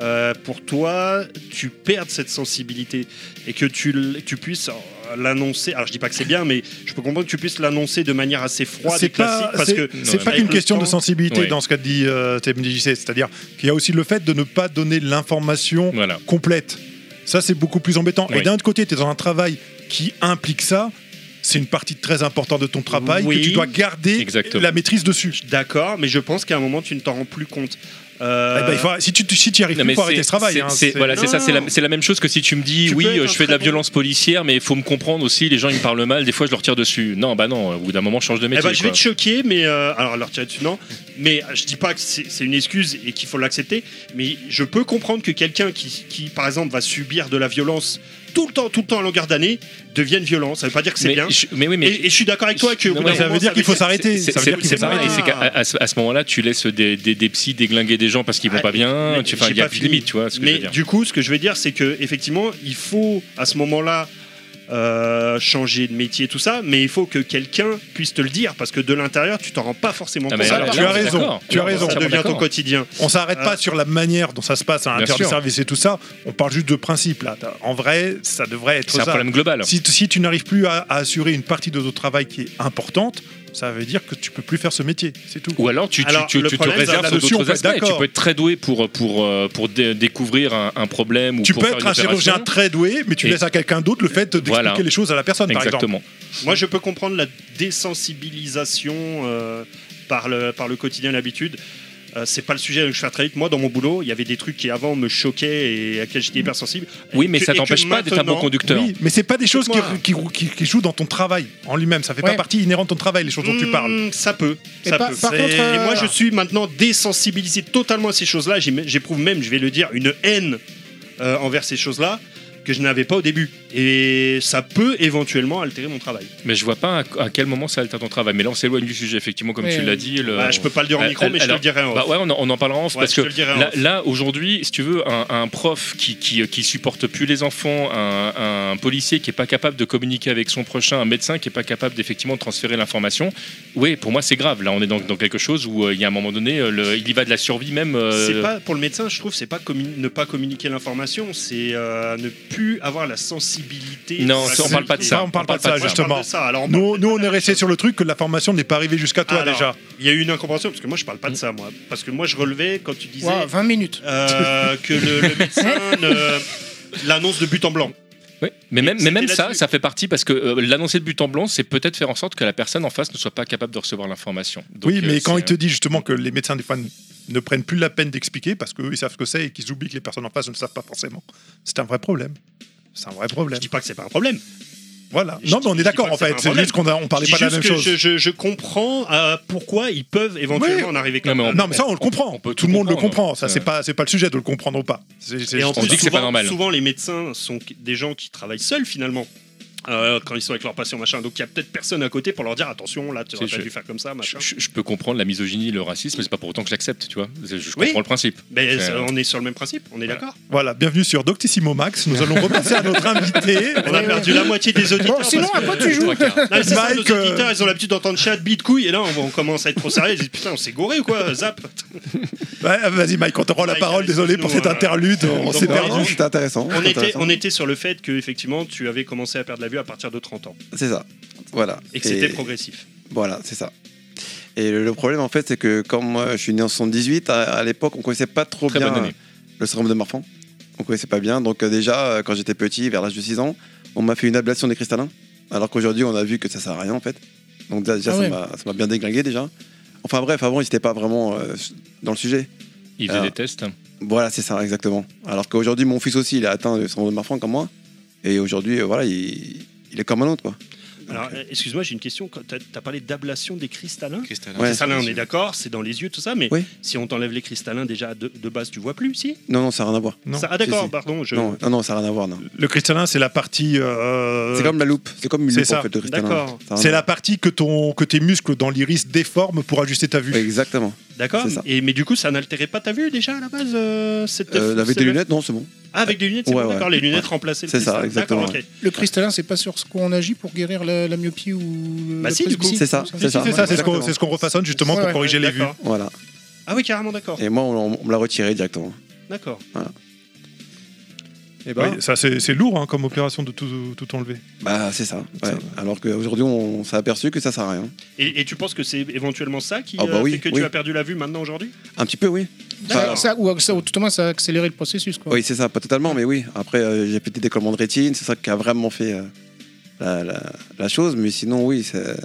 S3: euh, pour toi, tu perds cette sensibilité et que tu, l- tu puisses euh, l'annoncer. Alors, je dis pas que c'est bien, mais je peux comprendre que tu puisses l'annoncer de manière assez froide
S5: C'est
S3: et classique
S5: pas,
S3: parce
S5: c'est-
S3: que
S5: c'est
S6: Non,
S5: pas
S3: mais
S5: qu'une
S3: avec
S5: question
S3: le
S5: de
S3: temps-
S5: sensibilité
S6: Ouais.
S5: dans ce qu'a dit euh, TMDJC, c'est-à-dire qu'il y a aussi le fait de ne pas donner l'information
S6: Voilà.
S5: complète. Ça, c'est beaucoup plus embêtant. Et
S6: Oui.
S5: d'un autre côté, tu es dans un travail qui implique ça. C'est une partie très importante de ton travail
S3: Oui.
S5: que tu dois garder
S6: Exactement.
S5: la maîtrise dessus.
S3: D'accord, mais je pense qu'à un moment, tu ne t'en rends plus compte. Euh,
S5: Eh ben, il faut- si tu si tu y arrives,
S6: Non,
S5: plus,
S6: mais
S5: il faut arrêter
S6: c'est-
S5: ce travail.
S6: c'est-
S5: hein.
S6: c'est-
S5: C'est-
S6: Voilà, c'est ça.
S3: Non.
S6: C'est la, c'est la même chose que si tu me dis
S3: Tu
S6: oui,
S3: peux être
S6: euh,
S3: un
S6: je fais de la
S3: très bon-
S6: violence policière, mais il faut me comprendre aussi. Les gens ils me parlent mal. Des fois, je leur tire dessus. Non, bah non. Au bout d'un moment, change de
S3: Eh
S6: métier.
S3: ben, je
S6: quoi.
S3: vais te choquer, mais euh, alors leur tirer dessus non. Mais euh, je dis pas que c'est c'est une excuse et qu'il faut l'accepter. Mais je peux comprendre que quelqu'un qui, qui, par exemple, va subir de la violence tout le temps, tout le temps à longueur d'année, devienne violent. Ça veut pas dire que c'est
S6: mais,
S3: bien.
S6: je- mais oui, mais
S3: et, et je suis d'accord avec toi que au
S6: Non,
S3: bout
S6: mais
S3: d'un
S5: ça
S3: moment,
S5: veut dire qu'il faut s'arrêter.
S6: C'est-
S5: Ça veut
S6: c'est-
S5: dire qu'il
S6: c'est
S5: faut
S6: pareil,
S5: s'arrêter.
S6: c'est qu'à à ce, à ce moment-là, tu laisses des, des, des psys déglinguer des gens parce qu'ils vont
S3: Ah,
S6: pas
S3: mais-
S6: bien.
S3: mais
S6: Tu, enfin,
S3: j'ai
S6: il y a
S3: pas
S6: plus de
S3: fini.
S6: limite, tu vois ce que je veux
S3: Mais
S6: dire.
S3: du coup, ce que je veux dire, c'est que effectivement, il faut à ce moment-là euh, changer de métier, tout ça. Mais il faut que quelqu'un puisse te le dire parce que de l'intérieur, tu t'en rends pas forcément
S6: Ah,
S3: compte.
S6: mais
S5: ça,
S3: Ça,
S5: alors,
S6: là,
S5: tu
S6: là,
S5: as
S6: on est
S5: raison,
S6: d'accord.
S5: tu as
S6: Là, on est
S5: raison.
S3: ça
S5: on
S6: entièrement
S3: devient ton
S6: d'accord.
S3: quotidien. Euh,
S5: On s'arrête pas sur la manière dont ça se passe à
S6: Bien
S5: l'intérieur du
S6: sûr.
S5: service et tout ça. On parle juste de principe là. En vrai, ça devrait être
S6: C'est un
S5: ça.
S6: problème global.
S5: Si, si tu n'arrives plus à, à assurer une partie de ton travail qui est importante, ça veut dire que tu peux plus faire ce métier, c'est tout.
S6: Ou alors tu, tu-
S3: Alors,
S6: tu-
S3: le
S6: tu te
S3: problème, c'est
S6: réserves
S5: la
S6: sur
S5: notion, on
S6: d'autres
S5: peut être
S6: aspects. Tu
S5: d'accord.
S6: peux être très doué pour, pour, euh, pour dé- découvrir un, un problème ou
S5: tu
S6: pour
S5: peux
S6: faire
S5: être
S6: une
S5: un
S6: opération.
S5: chirurgien très doué, mais tu
S6: Et-
S5: laisses à quelqu'un d'autre le fait d'expliquer
S6: Voilà.
S5: les choses à la personne, par exemple.
S6: Exactement.
S3: Moi, je peux comprendre la désensibilisation euh, par, le, par le quotidien et l'habitude. Euh, c'est pas le sujet que je fais très vite. Moi, dans mon boulot, il y avait des trucs qui avant me choquaient et à quels j'étais hypersensible.
S6: Oui,
S3: Et
S6: mais
S3: que-
S6: ça
S3: et que
S6: t'empêche pas d'être un bon
S3: maintenant-
S6: conducteur.
S5: Oui, mais c'est pas des choses qui,
S3: Écoute-moi.
S5: qui, qui- qui jouent dans ton travail en lui-même. Ça fait
S7: Ouais.
S5: pas partie inhérente de ton travail, les choses dont tu parles.
S3: Hmm, Ça peut.
S7: Et
S3: ça
S7: par-
S3: peut.
S7: par
S3: C'est-
S7: contre, euh,
S3: Et moi, je suis maintenant désensibilisé totalement à ces choses-là. J'aime- J'éprouve même, je vais le dire, une haine euh, envers ces choses-là que je n'avais pas au début. Et ça peut éventuellement altérer mon travail.
S6: Mais je vois pas à, à quel moment ça altère ton travail. Mais là, on s'éloigne du sujet, effectivement, comme
S7: Mais,
S6: tu
S7: euh,
S6: l'as dit. Le...
S3: Bah, je peux pas le dire en
S6: Euh,
S3: micro, mais je te le
S6: alors-
S3: dirai en off.
S6: Bah ouais, on en, on en parlera en off
S3: Ouais,
S6: parce
S3: je
S6: que
S3: te le dirai en
S6: là,
S3: off.
S6: là, aujourd'hui, si tu veux, un, un prof qui, qui, qui supporte plus les enfants, un, un policier qui est pas capable de communiquer avec son prochain, un médecin qui est pas capable d'effectivement transférer l'information, oui, pour moi c'est grave. Là, on est dans, dans quelque chose où euh, il y a un moment donné, euh, le- il y va de la survie même. euh,
S3: C'est pas pour le médecin, je trouve, c'est pas communi- ne pas communiquer l'information, c'est euh, ne plus avoir la sensibilité.
S6: Non,
S3: Voilà,
S6: ça, on
S3: c'est-
S6: parle pas de ça.
S5: Ça, on parle pas de ça,
S3: Moi, je
S5: justement.
S3: parle de ça. Alors, on parle
S5: Nous,
S3: pas
S5: nous,
S3: de
S5: on
S3: la
S5: est
S3: même
S5: resté
S3: chose.
S5: sur le truc que la formation n'est pas arrivée jusqu'à toi
S3: Alors,
S5: déjà.
S3: Il y a eu une incompréhension parce que moi je parle pas de ça, moi, parce que moi je relevais quand tu disais
S7: Ouah, 20 minutes.
S3: euh, que le, le médecin ne- l'annonce de but en blanc.
S6: Oui. Mais même, mais même
S3: c'était
S6: ça,
S3: là-dessus.
S6: ça fait partie parce que euh, l'annoncer de but en blanc, c'est peut-être faire en sorte que la personne en face ne soit pas capable de recevoir l'information. Donc,
S5: oui,
S6: euh,
S5: mais quand
S6: c'est-
S5: il te dit justement que les médecins des fois ne- ne prennent plus la peine d'expliquer parce qu'eux ils savent ce que c'est et qu'ils oublient que les personnes en face ne le savent pas forcément, c'est un vrai problème. C'est un vrai
S3: Je
S5: problème.
S3: dis pas que c'est pas un problème.
S5: Voilà. Non, mais on est d'accord en fait. C'est juste qu'on a- on parlait
S3: Je
S5: pas
S3: dis
S5: de la même
S3: juste que
S5: chose.
S3: Je, je- je comprends euh, pourquoi ils peuvent éventuellement
S5: Oui.
S3: en arriver
S6: Non,
S3: comme
S6: mais on-
S5: Non, mais ça, on le comprend.
S6: peut
S5: Tout le monde le
S6: comprendre. Euh.
S5: comprend. Ça, c'est
S6: Ouais.
S5: pas, c'est pas le sujet de le comprendre ou pas. C'est- c'est-
S3: Et en
S5: on
S3: plus,
S6: dit que c'est pas
S3: souvent-
S6: normal.
S3: Souvent, les médecins sont des gens qui travaillent seuls finalement. euh, quand ils sont avec leurs patients, machin. Donc, il y a peut-être personne à côté pour leur dire attention, là, tu aurais
S6: Si,
S3: pas
S6: je-
S3: dû faire comme ça,
S6: Je,
S3: machin.
S6: je- je peux comprendre la misogynie, le racisme, mais c'est pas pour autant que je l'accepte, tu vois. Je, je
S3: Oui.
S6: comprends le principe.
S3: Mais
S6: C'est-
S3: euh, on est sur le même principe, on est d'accord
S5: Voilà, bienvenue sur Doctissimo Max. Nous allons repasser à notre invité.
S3: On a perdu la moitié des auditeurs.
S7: Bon, sinon,
S3: parce
S7: à
S3: que-
S7: quoi tu joues
S6: Trois quarts.
S3: Non, mais c'est ça,
S5: Mike,
S3: nos
S5: euh,
S3: auditeurs, ils ont l'habitude d'entendre chat, bite, couille, et là, on, on commence à être trop sérieux. Ils disent putain, on s'est gouré ou quoi Zap
S5: Ouais, Vas-y, Mike, on te rend la
S3: Mike,
S5: parole.
S3: avec
S5: Désolé pour
S3: nous,
S5: cette
S3: euh,
S5: interlude. On
S3: donc,
S5: s'est
S3: on
S5: perdu.
S10: Non, C'était intéressant.
S3: on
S10: c'était
S3: était,
S10: intéressant.
S3: on était sur le fait que, effectivement, tu avais commencé à perdre la vue à partir de 30 ans
S10: C'est ça. Voilà.
S3: et que c'était progressif.
S10: Voilà, c'est ça. Et le, le problème, en fait, c'est que comme moi, je suis né en 78, à, à l'époque, on connaissait pas trop
S6: Très
S10: bien
S6: bonne
S10: euh,
S6: année.
S10: le syndrome de Marfan. On connaissait pas bien. Donc, euh, déjà, euh, quand j'étais petit, vers l'âge de 6 ans, on m'a fait une ablation des cristallins. Alors qu'aujourd'hui, on a vu que ça sert à rien, en fait. Donc, déjà,
S7: Ah
S10: ça
S7: ouais.
S10: m'a- ça m'a bien déglingué, déjà. Enfin, bref, avant, ils n'étaient pas vraiment euh, dans le sujet.
S6: Il faisait
S10: Ah.
S6: des tests.
S10: Voilà, c'est ça, exactement. Alors qu'aujourd'hui, mon fils aussi, il a atteint le syndrome de Marfan comme moi. Et aujourd'hui, euh, voilà, il, il est comme un autre, quoi.
S3: Alors, euh, excuse-moi, j'ai une question. Quand T'as as parlé d'ablation des cristallins
S8: Cristallin.
S10: Ouais.
S3: cristallin, on est d'accord, c'est dans les yeux, tout ça, mais
S10: Oui.
S3: si on t'enlève les cristallins, déjà de, de base, tu vois plus, si
S10: Non, non, ça n'a rien à voir.
S5: Non.
S3: ça, Ah,
S10: Si,
S3: d'accord,
S10: si.
S3: pardon. Je...
S10: Non, non, non, ça n'a rien à voir, non.
S5: Le cristallin, c'est la partie. euh,
S10: C'est comme la loupe, c'est comme une
S5: c'est
S10: loupe
S5: ça.
S10: en fait le cristallin.
S3: D'accord.
S10: Ça a un-
S5: C'est la partie que, ton, que tes muscles dans l'iris déforment pour ajuster ta vue.
S10: Oui, Exactement.
S3: D'accord.
S10: C'est ça.
S3: Et mais du coup, ça n'altérait pas ta vue déjà à la base. euh, cette-
S10: Euh, avec
S3: cette-
S10: des lunettes, non, c'est bon.
S3: Ah, avec des lunettes, c'est
S10: Ouais,
S3: bon,
S10: ouais.
S3: d'accord. Les lunettes remplaçaient le
S10: C'est ça,
S3: cristal.
S10: exactement,
S3: D'accord, ok.
S7: Le cristallin, c'est pas sur ce qu'on agit pour guérir la, la myopie ou. le-
S3: Bah
S7: la
S3: si, du coup.
S7: presbytie,
S10: C'est ça,
S7: comme
S10: c'est
S5: C'est
S10: ça.
S5: ça, c'est ce qu'on
S10: Exactement.
S5: c'est ce qu'on refaçonne justement
S7: Ouais,
S5: pour
S7: ouais.
S5: corriger les vues.
S3: D'accord.
S10: Voilà.
S3: Ah oui, carrément, d'accord.
S10: Et moi, on, on me l'a retiré directement.
S3: D'accord.
S10: ben,
S1: Et bah,
S5: Oui, ça, c'est c'est lourd hein, comme opération de tout, tout enlever.
S10: Bah, c'est ça. ouais. Alors qu'aujourd'hui, on s'est aperçu que ça sert à rien.
S3: Et, et tu penses que c'est éventuellement ça qui
S10: Ah bah
S3: euh,
S10: oui,
S3: fait que
S10: oui. Bah,
S3: tu as perdu la vue maintenant aujourd'hui
S10: Un petit peu, oui.
S7: Ça,
S10: Enfin,
S7: ça- Ah, ou ça- ou tout au moins, ça a accéléré le processus. Quoi.
S10: oui, c'est ça, pas totalement, mais oui. Après, euh, j'ai pété des collements de rétine, c'est ça qui a vraiment fait euh, la, la- la chose. Mais sinon, oui, c'est-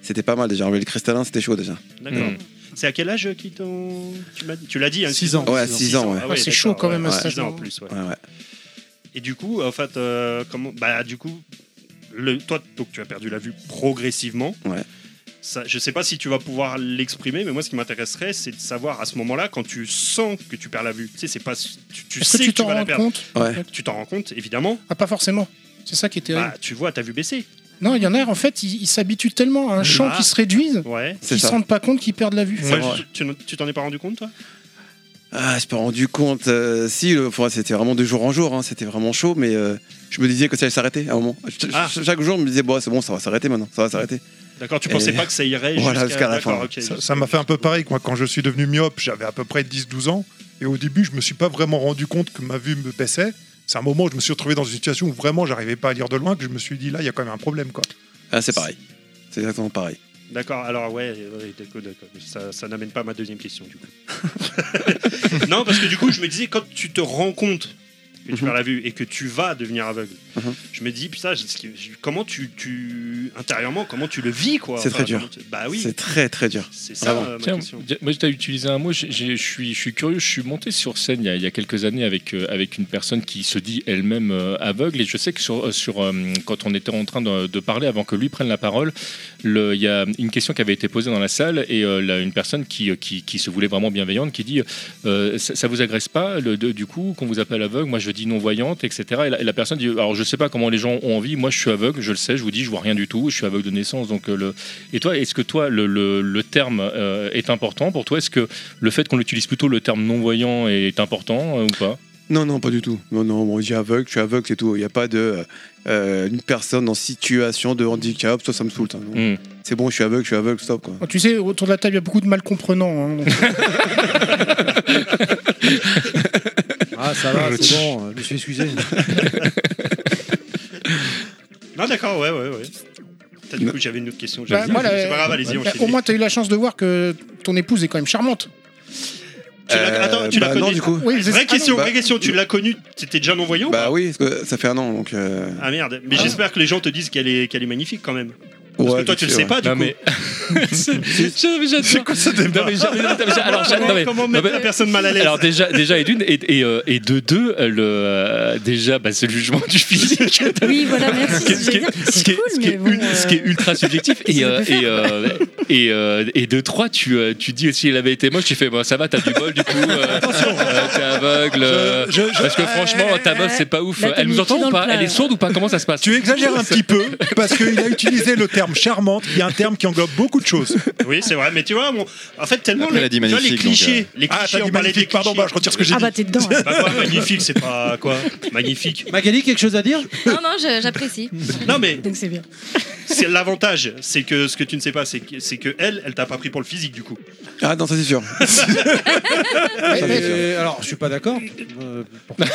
S10: c'était pas mal déjà. Mais le cristallin, c'était chaud déjà.
S3: D'accord.
S6: Mm.
S3: C'est à quel âge qui t'ont Tu m'as dit- tu l'as dit. hein,
S1: 6 ans.
S10: Ouais,
S1: six
S10: 6 ans, ouais.
S3: Ah
S7: Ouais, c'est
S3: d'accord,
S7: chaud quand même, à
S3: ouais,
S7: ce hein.
S3: six ans en
S7: stade-là.
S3: plus. ouais.
S10: Ouais, ouais.
S3: Et du coup, en fait, euh, comment Bah, du coup, le, toi, donc, tu as perdu la vue progressivement.
S10: Ouais.
S3: Ça, je sais pas si tu vas pouvoir l'exprimer, mais moi, ce qui m'intéresserait, c'est de savoir à ce moment-là, quand tu sens que tu perds la vue. Tu sais, c'est pas. Tu, tu
S7: Est-ce
S3: sais
S7: que
S3: que,
S7: tu t'en
S3: vas la
S7: rends
S3: perdre.
S7: compte
S10: Ouais.
S3: Tu t'en rends compte, évidemment.
S7: Ah, pas forcément. C'est ça qui est terrible.
S3: Bah, tu vois ta vue baisser.
S7: Non, il y en a, en fait, ils ils s'habituent tellement à un champ
S3: Ah.
S7: qui se réduisent
S3: Ouais.
S10: C'est
S7: qu'ils se
S10: ça.
S7: rendent pas compte qu'ils perdent la vue.
S5: Ouais,
S10: vrai.
S3: Tu- tu tu t'en es pas rendu compte, toi
S10: Ah, je me suis pas rendu compte. euh, si, le- enfin, c'était vraiment de jour en jour, hein, c'était vraiment chaud, mais euh, je me disais que ça allait s'arrêter à un moment. Je- je-
S3: Ah.
S10: Chaque jour, je me disais, bon, c'est bon, ça va s'arrêter maintenant, ça va s'arrêter.
S3: D'accord, tu pensais
S10: Et-
S3: pas que ça irait
S10: Voilà, jusqu'à la
S3: d'accord,
S10: fin.
S3: ok.
S5: Ça- Ça m'a fait un peu pareil. Quoi. Quand je suis devenu myope, j'avais à peu près 10-12 ans. Et au début, je me suis pas vraiment rendu compte que ma vue me baissait. C'est un moment où je me suis retrouvé dans une situation où vraiment j'arrivais pas à lire de loin, que je me suis dit là, il y a quand même un problème. Quoi.
S10: Ah, c'est pareil. C'est exactement pareil.
S3: D'accord, alors ouais, ouais, d'accord, d'accord. Ça, ça n'amène pas à ma deuxième question du coup. non, parce que du coup, je me disais, quand tu te rends compte que tu
S10: Mhm.
S3: perds la vue et que tu vas devenir aveugle,
S10: Mhm.
S3: je me dis, putain, je- je- comment tu, tu. intérieurement, comment tu le vis quoi
S10: C'est très dur.
S3: comment tu- Bah oui,
S10: C'est très, très dur.
S3: c'est ça
S10: vraiment.
S3: euh, ma
S6: Tiens,
S3: question.
S6: di- moi, tu as utilisé un mot, j'ai- j'ai- je suis, je suis curieux, je suis monté sur scène il y a, il y a quelques années avec, euh, avec une personne qui se dit elle-même euh, aveugle, et je sais que sur, euh, sur, euh, quand on était en train de, de parler, avant que lui prenne la parole, le- il y a une question qui avait été posée dans la salle, et euh, là, une personne qui, euh, qui, qui se voulait vraiment bienveillante, qui dit euh, ça, ça vous agresse pas, le- de- du coup, qu'on vous appelle aveugle, moi je dis non-voyante, etc. Et la, et la personne dit, alors je sais pas comment les gens ont envie, moi je suis aveugle, je le sais, je vous dis, je vois rien du tout, je suis aveugle de naissance, donc euh, le, et toi, est-ce que toi, le, le- le terme euh, est important pour toi Est-ce que le fait qu'on utilise plutôt le terme non-voyant est important euh, ou pas
S10: Non, non, pas du tout. Non, non, moi, je dis aveugle, je suis aveugle, c'est tout. Il n'y a pas de. euh, une personne en situation de handicap, ça, ça me saoule. ça, non.
S6: Hmm.
S10: hein. C'est bon, je suis aveugle, je suis aveugle, stop, quoi.
S7: Oh, Tu sais, autour de la table, il y a beaucoup de mal comprenants. hein, donc-
S1: Ah, ça va, c'est bon, je me suis excusé.
S3: Non, d'accord, ouais, ouais, ouais. Putain, Du coup, j'avais une autre question.
S7: Bah,
S3: j'avais-
S7: moi, la-
S3: C'est pas grave, allez-y, on
S7: Bah,
S3: finit.
S7: au moins, t'as eu la chance de voir que ton épouse est quand même charmante.
S3: Tu l'as- Attends, tu
S10: Euh,
S3: l'as
S10: bah, Non,
S3: connu
S10: du coup.
S7: Oui, c'est-
S3: Vraie
S7: ah non,
S3: question,
S10: bah-
S3: vraie question, tu l'as connue, t'étais déjà non-voyant ou
S10: Bah
S3: pas
S10: oui, parce que ça fait un an, donc. euh,
S3: Ah merde, mais
S7: Ah.
S3: j'espère que les gens te disent qu'elle est, qu'elle est magnifique quand même. Parce
S10: ouais,
S3: que toi,
S10: vite
S3: tu le
S10: fait,
S3: sais
S10: ouais.
S3: pas, du
S6: Non,
S3: coup.
S6: mais C'est quoi ce débat Alors, j'a- non, mais-
S3: Comment
S6: non,
S3: mettre
S6: mais-
S3: la personne mal à l'aise
S6: alors déjà, déjà et d'une et, et, euh, et de deux, euh, le euh, déjà bah, c'est le jugement du physique.
S4: Oui, voilà, merci.
S6: Ce qui est- ce qui est- ce qui est- ce qui est
S4: bon,
S6: une- ce qui est ultra subjectif et euh, et euh, et, euh, et de trois tu euh, tu dis aussi il avait été moche tu fais bah, ça va t'as du bol du coup euh, euh, t'es aveugle euh, parce que franchement ta meuf c'est pas ouf
S9: Bah,
S4: Là, t'as
S6: elle
S4: mis
S6: nous
S4: le
S6: entend
S4: pied
S6: ou
S4: dans
S6: pas
S4: le plat,
S6: elle est
S4: là.
S6: sourde ou pas comment ça se passe
S5: Tu exagères un petit peu parce qu'il a utilisé le terme charmante, qui est un terme qui englobe beaucoup de choses.
S3: Oui, c'est vrai, mais tu vois, bon, en fait, tellement
S8: Après,
S3: le-
S8: elle a dit
S3: tu vois, les
S8: magnifique, donc, euh.
S3: clichés, les
S5: Ah,
S3: clichés,
S5: t'as
S3: on parlait
S5: dit
S3: des
S5: magnifique, pardon, bah, je
S3: clichés.
S5: retire ce que j'ai
S4: Ah
S5: dit.
S4: bah t'es dedans. hein.
S3: Bah, quoi, magnifique, c'est pas quoi Magnifique.
S1: Magali, quelque chose à dire
S9: Non, non, je- j'apprécie.
S3: Non, mais
S4: Donc c'est bien.
S3: c'est l'avantage, c'est que ce que tu ne sais pas, c'est que, c'est que elle, elle t'a pas pris pour le physique du coup.
S10: Ah non, ça c'est sûr.
S1: Eh,
S10: mais-
S1: eh, Alors, je suis pas d'accord. euh, pourquoi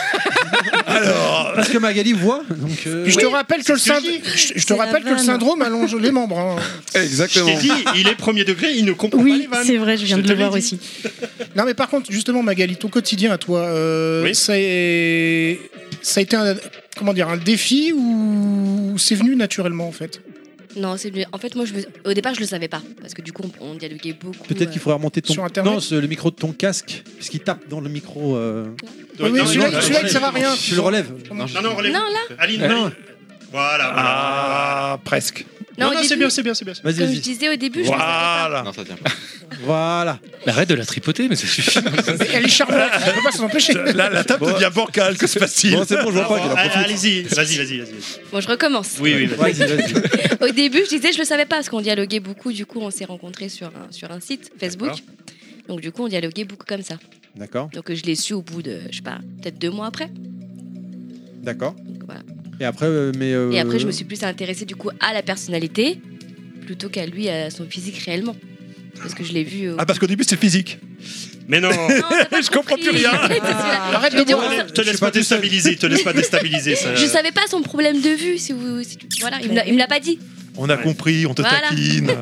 S1: alors, parce que Magali voit. Donc, euh,
S7: Puis je te rappelle que le,
S3: ce que
S7: synd-
S3: je dis.
S7: je- je te
S4: C'est la
S7: rappelle que le
S4: vanne.
S7: syndrome allonge les membres. hein.
S3: Je
S10: Exactement.
S3: t'ai dit, il est premier degré, il ne comprend pas les
S4: Oui,
S3: vannes.
S4: c'est vrai, je viens
S3: Je
S4: de
S3: te
S4: le
S3: l'ai
S4: voir
S3: dit.
S4: aussi.
S7: Non, mais par contre, justement, Magali, ton quotidien à toi, euh,
S3: Oui.
S7: ça, est- ça a été un, comment dire, un défi ou c'est venu naturellement en fait
S9: Non, c'est lui. En fait, moi, je me- au départ, je le savais pas. Parce que du coup, on, on dialoguait beaucoup.
S1: Peut-être qu'il faudrait remonter ton.
S7: Sur Internet
S1: non, c'est le micro de ton casque, parce qu'il tape dans le micro. euh,
S7: Oui,
S3: non,
S7: celui-là,
S3: non,
S7: celui-là, il
S3: non,
S7: sert à rien.
S1: Tu le relèves.
S3: Non, non, relève.
S9: Non, là.
S3: Aline,
S1: Non.
S3: Aline. Voilà.
S5: Ah, presque.
S3: Non,
S9: au
S3: non, c'est
S9: début,
S3: bien, c'est bien, c'est bien. c'est bien.
S1: Vas-y,
S9: Comme je
S1: vas-y.
S9: disais au début, je le savais pas.
S5: Voilà.
S8: Non, ça tient pas.
S1: Voilà.
S6: arrête de la tripoter mais ça suffit
S7: Mais Elle est charmante, on peut pas s'en empêcher.
S5: Là, la table devient bancale, que se passe-t-il
S1: Bon, c'est bon, je vois pas
S3: Ah,
S1: qu'elle en profite.
S3: Allez-y, vas-y, vas-y, vas-y. vas-y.
S9: Bon, je recommence.
S3: Oui, oui, vas-y.
S1: Vas-y, vas-y.
S9: Au début, je disais, je le savais pas parce qu'on dialoguait beaucoup. Du coup, on s'est rencontrés sur un, sur un site Facebook. Donc, du coup, on dialoguait beaucoup comme ça.
S1: D'accord,
S9: Donc, je l'ai su au bout de, je sais pas, peut-être deux mois après.
S1: d'accord.
S9: Donc, voilà.
S1: Et après, euh, mais. euh,
S9: Et après, je me suis plus intéressée du coup à la personnalité plutôt qu'à lui, à son physique réellement. Parce que je l'ai vu. au-
S5: Ah, parce qu'au début, c'est physique.
S3: Mais non,
S9: Non, t'as pas
S5: Je comprends plus
S9: compris.
S5: rien.
S6: Ah.
S9: Arrête
S7: de
S9: dire,
S3: te-
S9: on-
S3: te laisse pas
S1: tout seul.
S3: déstabiliser, te laisse pas déstabiliser. Ça...
S9: Je savais pas son problème de vue. Si vous, si tu- voilà, il me l'a- il me l'a pas dit.
S5: On a
S3: Ouais.
S5: compris, on te
S9: Voilà.
S5: taquine.
S1: Non,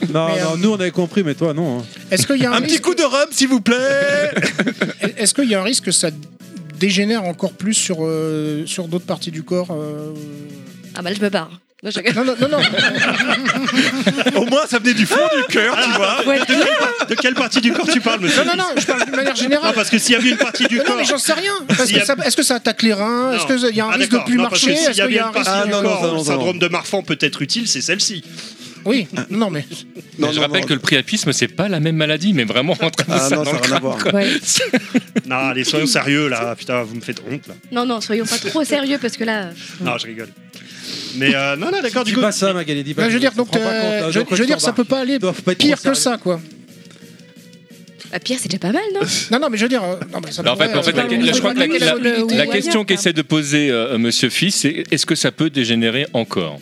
S7: Mais,
S1: non,
S7: euh,
S1: nous on avait compris, mais toi non. hein.
S7: Est-ce qu'il y a un,
S5: Un petit
S7: risque-
S5: coup de rhum, s'il vous plaît
S7: Est-ce qu'il y a un risque que ça dégénère encore plus sur, euh, sur d'autres parties du corps euh,
S9: Ah bah là, je me barre. Non, je rigole.
S7: Non, non, non, non.
S5: Au moins, ça venait du fond du cœur, tu vois.
S3: Ah, De quelle partie du corps tu parles, monsieur
S7: non, non, non, je parle d'une manière
S3: Non,
S7: générale.
S3: parce que s'il y avait une partie du
S7: Non, non,
S3: corps.
S7: mais j'en sais rien. Parce
S3: S'il y
S7: que
S3: a-
S7: ça- Est-ce que ça attaque les reins Est-ce qu'il y a un
S3: Ah,
S7: risque de
S3: d'accord.
S7: plus
S3: Non, parce que
S7: marcher
S3: s'il y
S7: Est-ce
S3: avait
S7: qu'il y a
S3: une
S7: un
S3: partie
S7: risque
S10: Ah,
S3: du
S10: non, non,
S3: corps
S10: ça,
S3: où
S10: non,
S3: le
S10: ça, non.
S3: syndrome de Marfan peut être utile, c'est celle-ci.
S7: Oui, non, mais.
S10: Non,
S6: je
S10: non,
S6: rappelle
S10: non.
S6: que le priapisme c'est pas la même maladie mais vraiment en train de
S10: Ah
S6: ça
S10: non,
S6: dans
S10: ça
S6: le
S10: n'a rien à voir.
S4: Ouais.
S3: Non, allez, soyons sérieux là. Putain, vous me faites honte là.
S9: Non, non, soyons pas trop sérieux parce que là.
S3: Non, je rigole. Mais euh, non, non, d'accord, du
S1: Dis
S3: coup.
S1: pas ça, Magali, dis pas
S7: Non, je veux
S1: ça,
S7: dire,
S1: ça
S7: donc,
S1: prend pas
S7: euh,
S1: compte, hein,
S7: je,
S1: donc,
S7: je veux dire, ça peut pas aller
S1: Ils doivent pas être
S7: pire
S1: trop
S7: que
S1: sérieux.
S7: ça, quoi.
S9: Bah, Pierre, c'est déjà pas mal, non
S7: Non, non, mais je veux dire. euh, non, mais ça
S6: Alors, en fait,
S7: devrait,
S6: en fait,
S7: euh,
S6: la-
S7: on
S6: la- je crois que la-
S7: devrait
S6: la-
S7: mobilité.
S6: La
S4: Ou
S6: question
S4: ailleurs,
S6: qu'essaie de poser euh, Monsieur Fils, c'est est-ce que ça peut dégénérer encore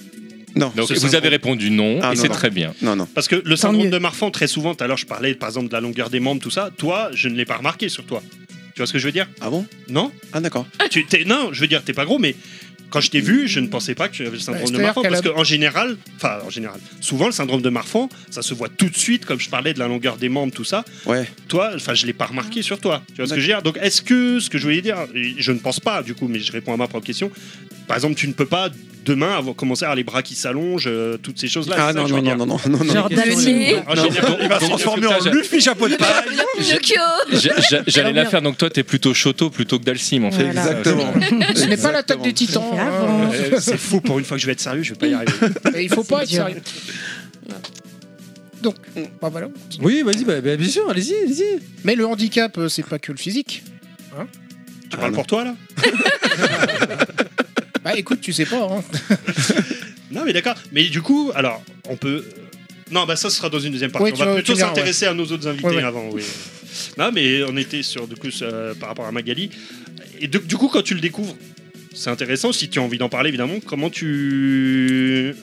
S10: Non,
S6: Donc
S3: Ce
S6: vous
S3: syndrome.
S6: avez répondu non,
S10: Ah,
S6: et
S10: non,
S6: c'est
S10: non.
S6: très bien.
S10: non, non.
S3: Parce que le syndrome
S4: mieux.
S3: de Marfan, très souvent, tout à l'heure, je parlais par exemple de la longueur des membres, tout ça. Toi, je ne l'ai pas remarqué sur toi. Tu vois ce que je veux dire
S10: Ah bon
S3: Non
S10: Ah d'accord.
S3: tu, t'es- Non, je veux dire, t'es pas gros, mais quand je t'ai vu, je ne pensais pas que tu avais le syndrome
S7: Ouais,
S3: de
S7: c'est-à-dire
S3: Marfan.
S7: Bah, qu'elle
S3: Parce
S7: a-
S3: qu'en général, enfin, en général, souvent, le syndrome de Marfan, ça se voit tout de suite, comme je parlais de la longueur des membres, tout ça.
S10: Ouais.
S3: toi, enfin, je l'ai pas remarqué sur toi. Tu vois ce que je veux dire Donc, est-ce que ce que je voulais dire, et je ne pense pas du coup, mais je réponds à ma propre question. Par exemple, tu ne peux pas demain avoir commencé à avoir les bras qui s'allongent, euh, toutes ces choses-là.
S10: Ah
S3: c'est ça
S10: non,
S3: que je
S10: non,
S3: veux
S10: non,
S3: dire.
S10: non, non, non, non.
S4: Genre
S1: Question,
S4: Dalvin.
S9: Dalvin.
S3: En général,
S5: Il va se
S6: Donc,
S5: transformer en
S6: donc, là,
S5: Luffy chapeau de
S3: Bah,
S5: paille.
S9: Pinocchio
S6: J'a- j'a- J'allais la
S4: Dormir.
S6: faire, donc toi t'es plutôt Choto plutôt que Dalsim en fait.
S4: Voilà.
S10: Exactement.
S7: Ce n'est pas l'attaque des titans.
S4: Fais
S7: hein.
S4: avant.
S3: Euh, c'est fou pour une fois que je vais être sérieux, je vais pas y arriver.
S7: Et il faut pas être
S4: dur.
S7: sérieux. Donc,
S9: Mm.
S7: bah voilà.
S1: Oui, vas-y, bah, bah, bien sûr, allez-y, allez-y.
S7: Mais le handicap, euh, c'est pas que le physique.
S3: tu parles pour toi là
S7: Bah écoute, tu sais pas. hein.
S3: Non, mais d'accord. Mais du coup, alors, on peut. Non, bah ça ce sera dans une deuxième partie.
S7: Oui,
S3: on
S7: tu
S3: va
S7: vas-
S3: plutôt
S7: tu viens,
S3: s'intéresser à nos autres invités
S7: Ouais, ouais.
S3: avant. Oui. Non, mais on était sur du coup euh, par rapport à Magali. Et du- du coup, quand tu le découvres, c'est intéressant. Si tu as envie d'en parler, évidemment, comment tu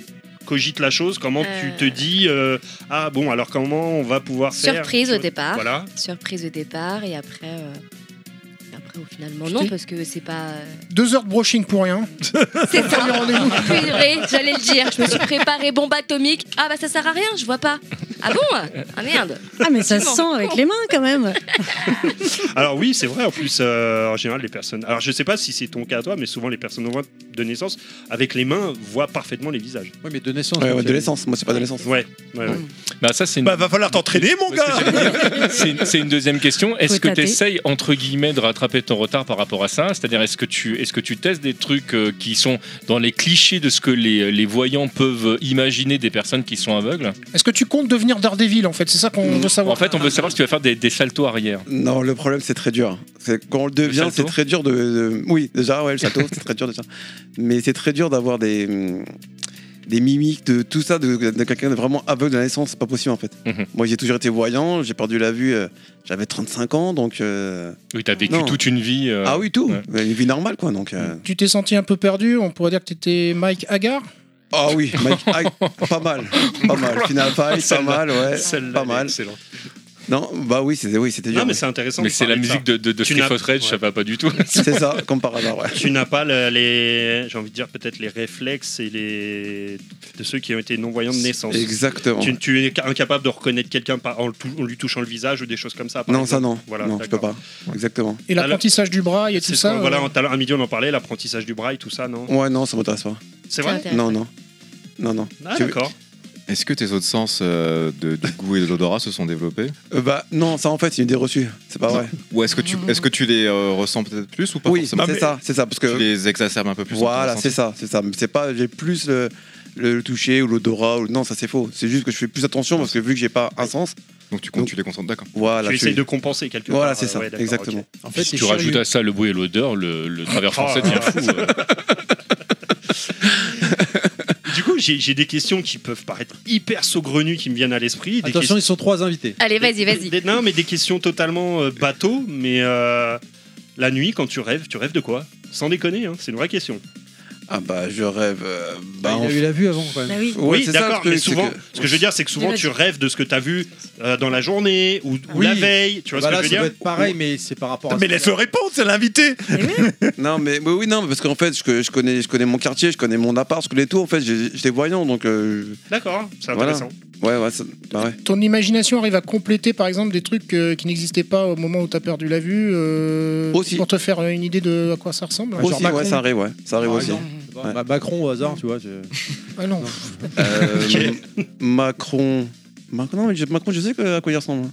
S3: cogites la chose Comment tu
S9: Euh.
S3: te dis euh, ah bon alors comment on va pouvoir faire
S9: Surprise au départ.
S3: Voilà.
S9: Surprise au départ et après. euh, Après, au finalement, non, parce que c'est pas. euh,
S7: Deux heures de brushing pour rien.
S9: C'est ça. Purée, j'allais le dire. Je me suis préparée bombe atomique. Ah, bah ça sert à rien, je vois pas. Ah bon Ah merde
S4: Ah, mais ça se sent avec les mains quand même.
S3: Alors oui, c'est vrai. En plus, euh, en général, les personnes. Alors je sais pas si c'est ton cas à toi, mais souvent les personnes au voit de naissance, avec les mains, voient parfaitement les visages.
S1: Ouais, mais de naissance.
S10: Ouais, ouais,
S1: donc,
S10: de l'essence, moi c'est pas de l'essence.
S3: Ouais. ouais, ouais.
S6: Bah, ça, c'est une...
S5: Bah, va falloir t'entraîner, mon gars
S6: c'est une- c'est une deuxième question. Est-ce
S4: Faut
S6: que tu
S4: taper.
S6: essayes, entre guillemets, de rattraper ton retard par rapport à ça C'est-à-dire, est-ce que, tu- est-ce que tu testes des trucs euh, qui sont dans les clichés de ce que les, les voyants peuvent imaginer des personnes qui sont aveugles
S7: Est-ce que tu comptes devenir Daredevil en fait C'est ça qu'on veut savoir.
S6: En fait, on veut savoir si tu vas faire des, des saltos arrière.
S10: Non, le problème c'est très dur. C'est- Quand on le devient,
S6: salto
S10: c'est très dur de, de- Oui, déjà, ouais, le château, c'est très dur déjà. Mais c'est très dur d'avoir des, hum, des mimiques, de tout ça, de, de quelqu'un de vraiment aveugle à la naissance, c'est pas possible en fait.
S6: Mhm.
S10: Moi j'ai toujours été voyant, j'ai perdu la vue, euh, j'avais 35 ans, donc. euh,
S6: Oui, tu as vécu
S10: Non.
S6: toute une vie. euh,
S10: ah oui, tout
S6: ouais. Mm.
S10: Une vie normale quoi, donc. euh,
S7: Tu t'es senti un peu perdu, on pourrait dire que t'étais Mike Hagar
S10: Ah oui, Mike Hyde, pas mal, pas mal. Final Fight, pas
S3: Celle-là.
S10: mal, ouais,
S3: Celle-là,
S10: pas
S3: elle est
S10: mal.
S3: excellente.
S10: Non, bah oui, c'était oui, c'était dur.
S3: Non, mais
S10: ouais.
S3: c'est intéressant.
S6: Mais
S3: de
S6: c'est la
S3: parler de ça.
S6: musique de, de, de
S3: Tu
S6: Street
S3: n'as-
S6: of Rage,
S3: ouais.
S6: ça va pas du tout.
S10: c'est ça, comme par hasard, ouais.
S3: Tu n'as pas le- les, j'ai envie de dire peut-être les réflexes et les de ceux qui ont été non voyants de naissance.
S10: Exactement.
S3: Tu, tu es incapable de reconnaître quelqu'un par- en, le tou- en lui touchant le visage ou des choses comme ça. Ah, par
S10: Non, ça
S3: exemple.
S10: non.
S3: Voilà,
S10: non, je peux
S3: d'accord.
S10: pas. Exactement.
S7: Et l'apprentissage du bras et
S3: C'est
S7: tout
S3: ce qu'on-
S7: ça.
S3: voilà,
S7: euh,
S3: en- tout à l'heure, un midi on en parlait, l'apprentissage du braille, tout ça, non
S10: Ouais, non, ça m'intéresse pas.
S3: C'est vrai
S9: Intéressant.
S10: Non, non. Non, non.
S3: Ah,
S10: Tu-
S3: d'accord.
S8: Est-ce que tes autres sens euh, de, du goût et de l'odorat se sont développés
S10: Euh, bah, non, ça en fait, c'est une idée reçue. C'est pas vrai.
S8: Ou est-ce que tu, est-ce que tu les euh, ressens peut-être plus ou pas
S10: oui,
S8: forcément
S10: c'est ça, c'est ça. Parce
S8: Tu
S10: que.
S8: les exacerbes un peu plus. hein,
S10: Voilà, c'est ça, c'est ça. Mais c'est pas, j'ai plus le, le toucher ou l'odorat. Ou... Non, ça c'est faux. C'est juste que je fais plus attention parce que vu que j'ai pas un sens,
S8: Donc tu, comptes- tu les concentres, d'accord.
S10: voilà.
S3: tu
S10: je
S3: essayes
S10: suis-
S3: de compenser quelque part.
S10: Voilà, c'est
S3: euh,
S10: ça,
S3: ouais, d'accord,
S10: exactement.
S3: ok.
S1: En fait,
S6: si
S1: les
S6: tu rajoutes
S1: chariots-
S6: à ça le bruit et l'odeur, le, le travers français
S3: Oh là
S6: devient fou. euh.
S3: Du coup, j'ai j'ai des questions qui peuvent paraître hyper saugrenues qui me viennent à l'esprit. des
S1: Attention, ils sont trois invités.
S9: Allez, vas-y,
S3: questions-
S9: vas-y.
S3: des- Non, mais des questions totalement euh, bateau, mais euh, la nuit, quand tu rêves, tu rêves de quoi Sans déconner, hein, c'est une vraie question.
S10: Ah bah, je rêve. euh, bah,
S1: il a eu la vue avant quand
S4: Bah
S1: même.
S4: oui.
S10: Ouais,
S3: oui,
S10: c'est ça,
S3: d'accord,
S10: le
S3: mais
S10: truc, c'est
S3: souvent,
S10: que-
S3: ce que je veux dire, c'est que souvent
S4: Mais
S3: tu rêves de ce que tu as vu euh, dans la journée ou, ou
S1: Oui.
S3: la veille, tu vois
S1: Bah
S3: ce
S1: là,
S3: que je
S1: ça doit
S3: veux dire
S1: être pareil, mais c'est par rapport à.
S5: Mais laisse-le répondre, c'est l'invité
S4: Mais oui,
S10: Non, mais oui, oui, non, parce qu'en fait, je, je connais, je connais mon quartier, je connais mon appart, je connais tout. En fait, j'ai- j'étais voyant, donc euh,
S3: D'accord, hein, c'est
S10: Voilà.
S3: intéressant.
S10: ouais, ouais, ça- bah ouais.
S7: Ton imagination arrive à compléter par exemple des trucs euh, qui n'existaient pas au moment où t'as perdu la vue euh,
S10: Aussi.
S7: pour te faire euh, une idée de à quoi ça ressemble. genre
S10: Aussi,
S7: Macron.
S10: ouais, ça arrive, ouais, ça arrive
S1: Par
S10: aussi.
S1: exemple, je sais pas,
S10: Ouais.
S1: bah, Macron au hasard, tu vois. c'est-
S7: Ah non.
S10: Euh,
S3: Ok.
S10: M- Macron. Macron, non, mais je- Macron, je sais que- à quoi il ressemble. hein.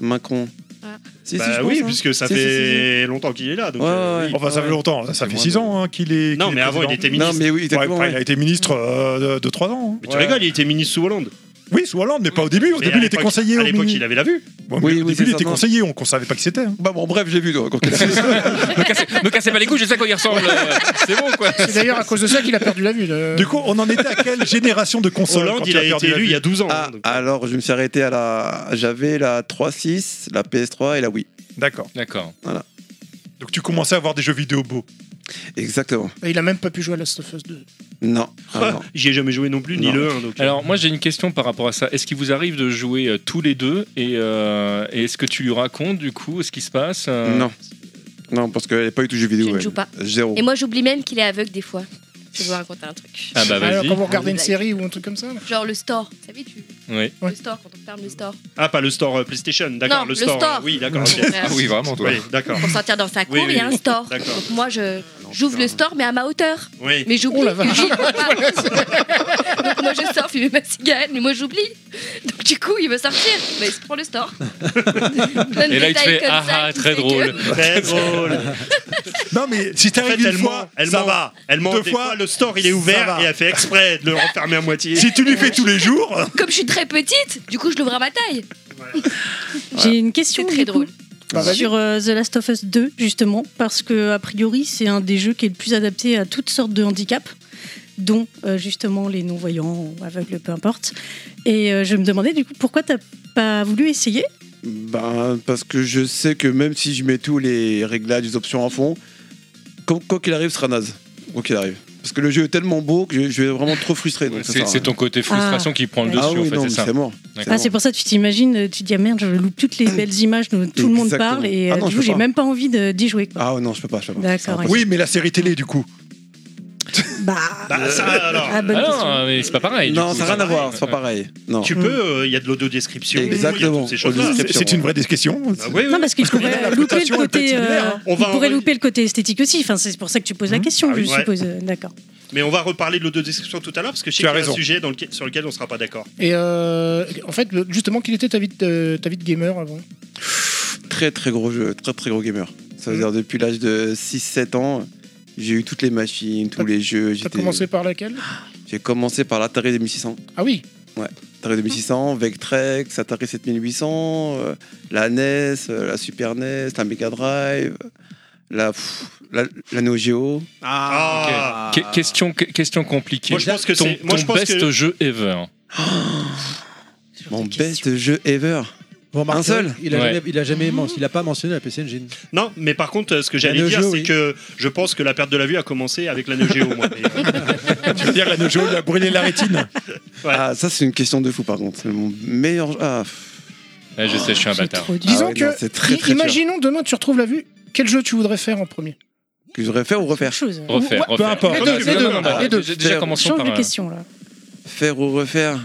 S10: Macron.
S9: Ah.
S10: Si, si,
S3: Bah
S10: je pense,
S3: oui,
S10: hein.
S3: puisque ça
S10: Si, si,
S3: fait longtemps qu'il est là. donc,
S10: Ouais,
S3: euh,
S10: ouais,
S3: oui.
S5: Enfin, ça
S10: Ouais.
S5: fait longtemps, ça fait
S10: Moi,
S5: 6 ans hein, qu'il est.
S3: Non,
S5: qu'il est
S3: mais avant, il
S5: président.
S3: était
S10: Non,
S3: ministre.
S10: mais oui,
S5: Ouais,
S10: exactement.
S5: après,
S10: ouais.
S5: il a été ministre euh, de 3 ans. hein.
S3: Mais tu
S1: Ouais.
S3: rigoles, il était ministre sous Hollande.
S5: Oui, sous Hollande, mais pas au début. Au
S3: Mais à
S5: début, il était
S3: l'époque-
S5: conseiller.
S3: À
S5: au
S3: l'époque,
S5: mini-
S3: il avait la vue.
S5: Bon, mais
S10: Oui,
S5: au
S10: oui,
S5: début,
S10: c'est
S5: il
S10: ça,
S5: était
S10: non.
S5: conseiller, on ne savait pas qui c'était. hein.
S10: Bah bon, bref, j'ai vu. donc, ok.
S6: me, cassez, me cassez pas les couilles, je sais à quoi il ressemble. euh, C'est bon, quoi.
S7: C'est d'ailleurs à cause de ça qu'il a perdu la vue. le-
S5: Du coup, on en était à quelle génération de consoles
S3: Hollande,
S5: quand
S3: il
S5: tu as
S3: a été
S5: perdu la
S3: élu il y
S5: vue
S3: a 12 ans. hein,
S10: Ah,
S3: donc, euh,
S10: alors, je me suis arrêté à la. J'avais la 3.6, la PS3 et la Wii.
S5: D'accord.
S6: D'accord.
S5: Donc tu commençais à avoir des jeux vidéo beaux.
S10: Exactement.
S7: Et Bah, Il a même pas pu jouer à Last of Us 2.
S10: Non.
S3: ah,
S10: Ah, non.
S3: J'y ai jamais joué non plus, ni
S10: Non.
S3: le 1. donc, euh,
S6: Alors, moi, j'ai une question par rapport à ça. Est-ce qu'il vous arrive de jouer euh, tous les deux Et euh, et est-ce que tu lui racontes, du coup, ce qui se passe euh,
S10: Non. Non, parce qu'elle n'a pas eu tout jeu vidéo.
S9: Je ne
S10: elle.
S9: joue pas.
S10: Zéro.
S9: Et moi, j'oublie même qu'il est aveugle des fois. Je dois raconter un truc.
S6: Ah bah
S7: Alors,
S6: vas-y.
S7: quand vous regardez
S9: Ah,
S7: une
S9: oui.
S7: série ou un truc comme ça
S9: Genre le store. Vous savez, tu...
S6: Oui.
S7: Ouais.
S9: le store, quand on ferme le store.
S3: Ah, pas le store euh, PlayStation, d'accord.
S9: Non,
S3: Le
S9: le
S3: store.
S9: store.
S3: euh, Oui, d'accord.
S9: Pour,
S3: ok.
S9: euh,
S8: Ah oui, vraiment, toi.
S3: Oui, d'accord.
S9: Pour sortir dans sa cour,
S3: Oui, oui,
S9: il y a
S3: oui.
S9: un store.
S3: D'accord.
S9: Donc moi, je
S10: Non,
S9: j'ouvre
S10: putain.
S9: le store, mais à ma hauteur.
S3: Oui.
S9: Mais j'oublie
S7: Oh la
S9: que j'y vais pas. Donc moi je sors fumer ma cigarette, mais moi j'oublie. Donc du coup il veut sortir, mais il se prend le store.
S6: Et là, il te fait Ah ah, très drôle.
S3: Très drôle.
S5: Non, mais si
S3: En fait,
S5: t'arrives
S3: elle
S5: une fois,
S3: ment. Elle
S5: ça
S3: ment.
S5: va.
S3: Elle ment.
S5: Deux
S3: Des
S5: fois,
S3: fois, le store, il est
S5: ça
S3: ouvert
S5: va.
S3: et elle fait exprès de le refermer à moitié.
S5: Si tu lui fais tous les jours,
S9: Comme je suis très petite, du coup je l'ouvre à ma taille.
S4: J'ai une question
S9: C'est très
S4: du coup,
S9: drôle.
S7: Bah, vas-y.
S4: sur euh, The Last of Us 2 justement parce que a priori c'est un des jeux qui est le plus adapté à toutes sortes de handicaps dont euh, justement les non-voyants, aveugles, peu importe. Et euh, je me demandais du coup pourquoi t'as pas voulu essayer
S10: Ben, parce que je sais que même si je mets tous les réglages, les options à fond, quand- quoi qu'il arrive, ce sera naze. Quoi qu'il arrive. Parce que le jeu est tellement beau que je, je vais vraiment trop frustré. donc ça
S6: C'est
S10: sert à
S6: c'est
S10: rien.
S6: ton côté frustration qui prend le dessus,
S10: Ah oui,
S6: en fait,
S10: non,
S6: c'est
S10: mais
S6: ça.
S10: c'est mort.
S6: D'accord.
S4: Ah, c'est pour ça que tu t'imagines, euh, tu te dis ah merde, je loupe toutes les belles images dont tout le monde
S10: Exactement.
S4: parle et
S10: Ah
S4: euh,
S10: non,
S4: du
S10: je
S4: coup
S10: peux
S4: j'ai
S10: pas.
S4: même pas envie de- d'y jouer. quoi.
S10: Ah non, je peux pas, je peux pas.
S4: D'accord,
S10: C'est impossible.
S5: oui, mais la série télé, du coup.
S4: Bah,
S3: Bah, ça, alors.
S4: ah, bonne
S6: Ah
S4: question.
S6: non, mais c'est pas pareil. du
S10: non,
S6: coup,
S10: ça n'a rien à voir, c'est pas
S6: Ouais.
S10: pareil. Non.
S3: Tu peux, euh, il y a de l'audio-description. il y a
S10: Exactement.
S3: toutes ces choses-là.
S10: Audio-description.
S5: C'est une vraie discussion.
S3: Bah oui, oui.
S4: Non, parce qu'il
S5: Parce qu'au final,
S4: pourrait euh,
S5: la
S4: louper
S5: cotation,
S4: le
S5: elle peut être
S4: côté,
S5: similaire,
S4: euh,
S5: hein.
S3: On
S4: il
S3: va en
S4: pourrait
S3: re-
S4: louper le côté esthétique aussi. Enfin, c'est pour ça que tu poses la question,
S3: Ah oui,
S4: je
S3: ouais.
S4: suppose. Euh, D'accord.
S3: Mais on va reparler de l'audio-description tout à l'heure parce que je sais
S5: Tu as
S3: qu'il y a un
S5: raison.
S3: sujet dans lequel- sur lequel on ne sera pas d'accord.
S7: Et euh, en fait, le- justement, quelle était ta vie de, euh, ta vie de gamer avant
S10: Très très gros jeu, très très gros gamer. Ça veut dire depuis l'âge de 6-7 ans, j'ai eu toutes les machines, tous
S7: T'as-
S10: les jeux.
S7: T'as
S10: j'étais-
S7: commencé par laquelle
S10: J'ai commencé par l'Atari 2600.
S7: Ah oui,
S10: Atari 2600, Vectrex, Atari 7800, euh, la NES, euh, la Super NES, la Mega Drive, la, pff, la, la Neo Geo.
S3: Ah,
S6: Que- question, que- question compliquée.
S3: Moi, je pense que
S6: ton,
S3: c'est- moi, je
S6: ton
S3: pense
S6: best
S3: que-
S6: jeu ever.
S10: Mon best jeu ever.
S1: Bon, Marc,
S10: Un seul
S1: Il a,
S6: Ouais.
S1: jamais, il a jamais men- il a pas mentionné la PC Engine.
S3: Non, mais par contre, euh, ce que j'allais
S1: Neo
S3: dire,
S1: Geo,
S3: c'est
S1: oui.
S3: que je pense que la perte de la vue a commencé avec la Neo Geo, moi. Mais, euh,
S5: Tu veux dire, la Nojo, il a brûlé la rétine.
S3: Ouais.
S10: Ah, ça c'est une question de fou par contre. C'est Mon meilleur. Ah, pff.
S6: Ouais, Eh, je sais, je suis un bâtard.
S4: Trop dur.
S7: disons
S10: Ah ouais,
S7: que.
S10: non, c'est très,
S7: i-
S10: très
S7: imaginons demain tu retrouves la vue. Quel jeu tu voudrais faire en premier
S10: que j'aurais fait ou refaire
S4: Chose.
S6: Refaire,
S7: Ouais,
S6: refaire.
S5: peu importe.
S6: Non,
S7: Les deux, les
S6: non, non,
S7: deux,
S6: non, non,
S7: les deux.
S6: déjà- Déjà, commençons
S4: Change
S6: par.
S4: de
S6: euh,
S4: question là.
S10: Faire ou refaire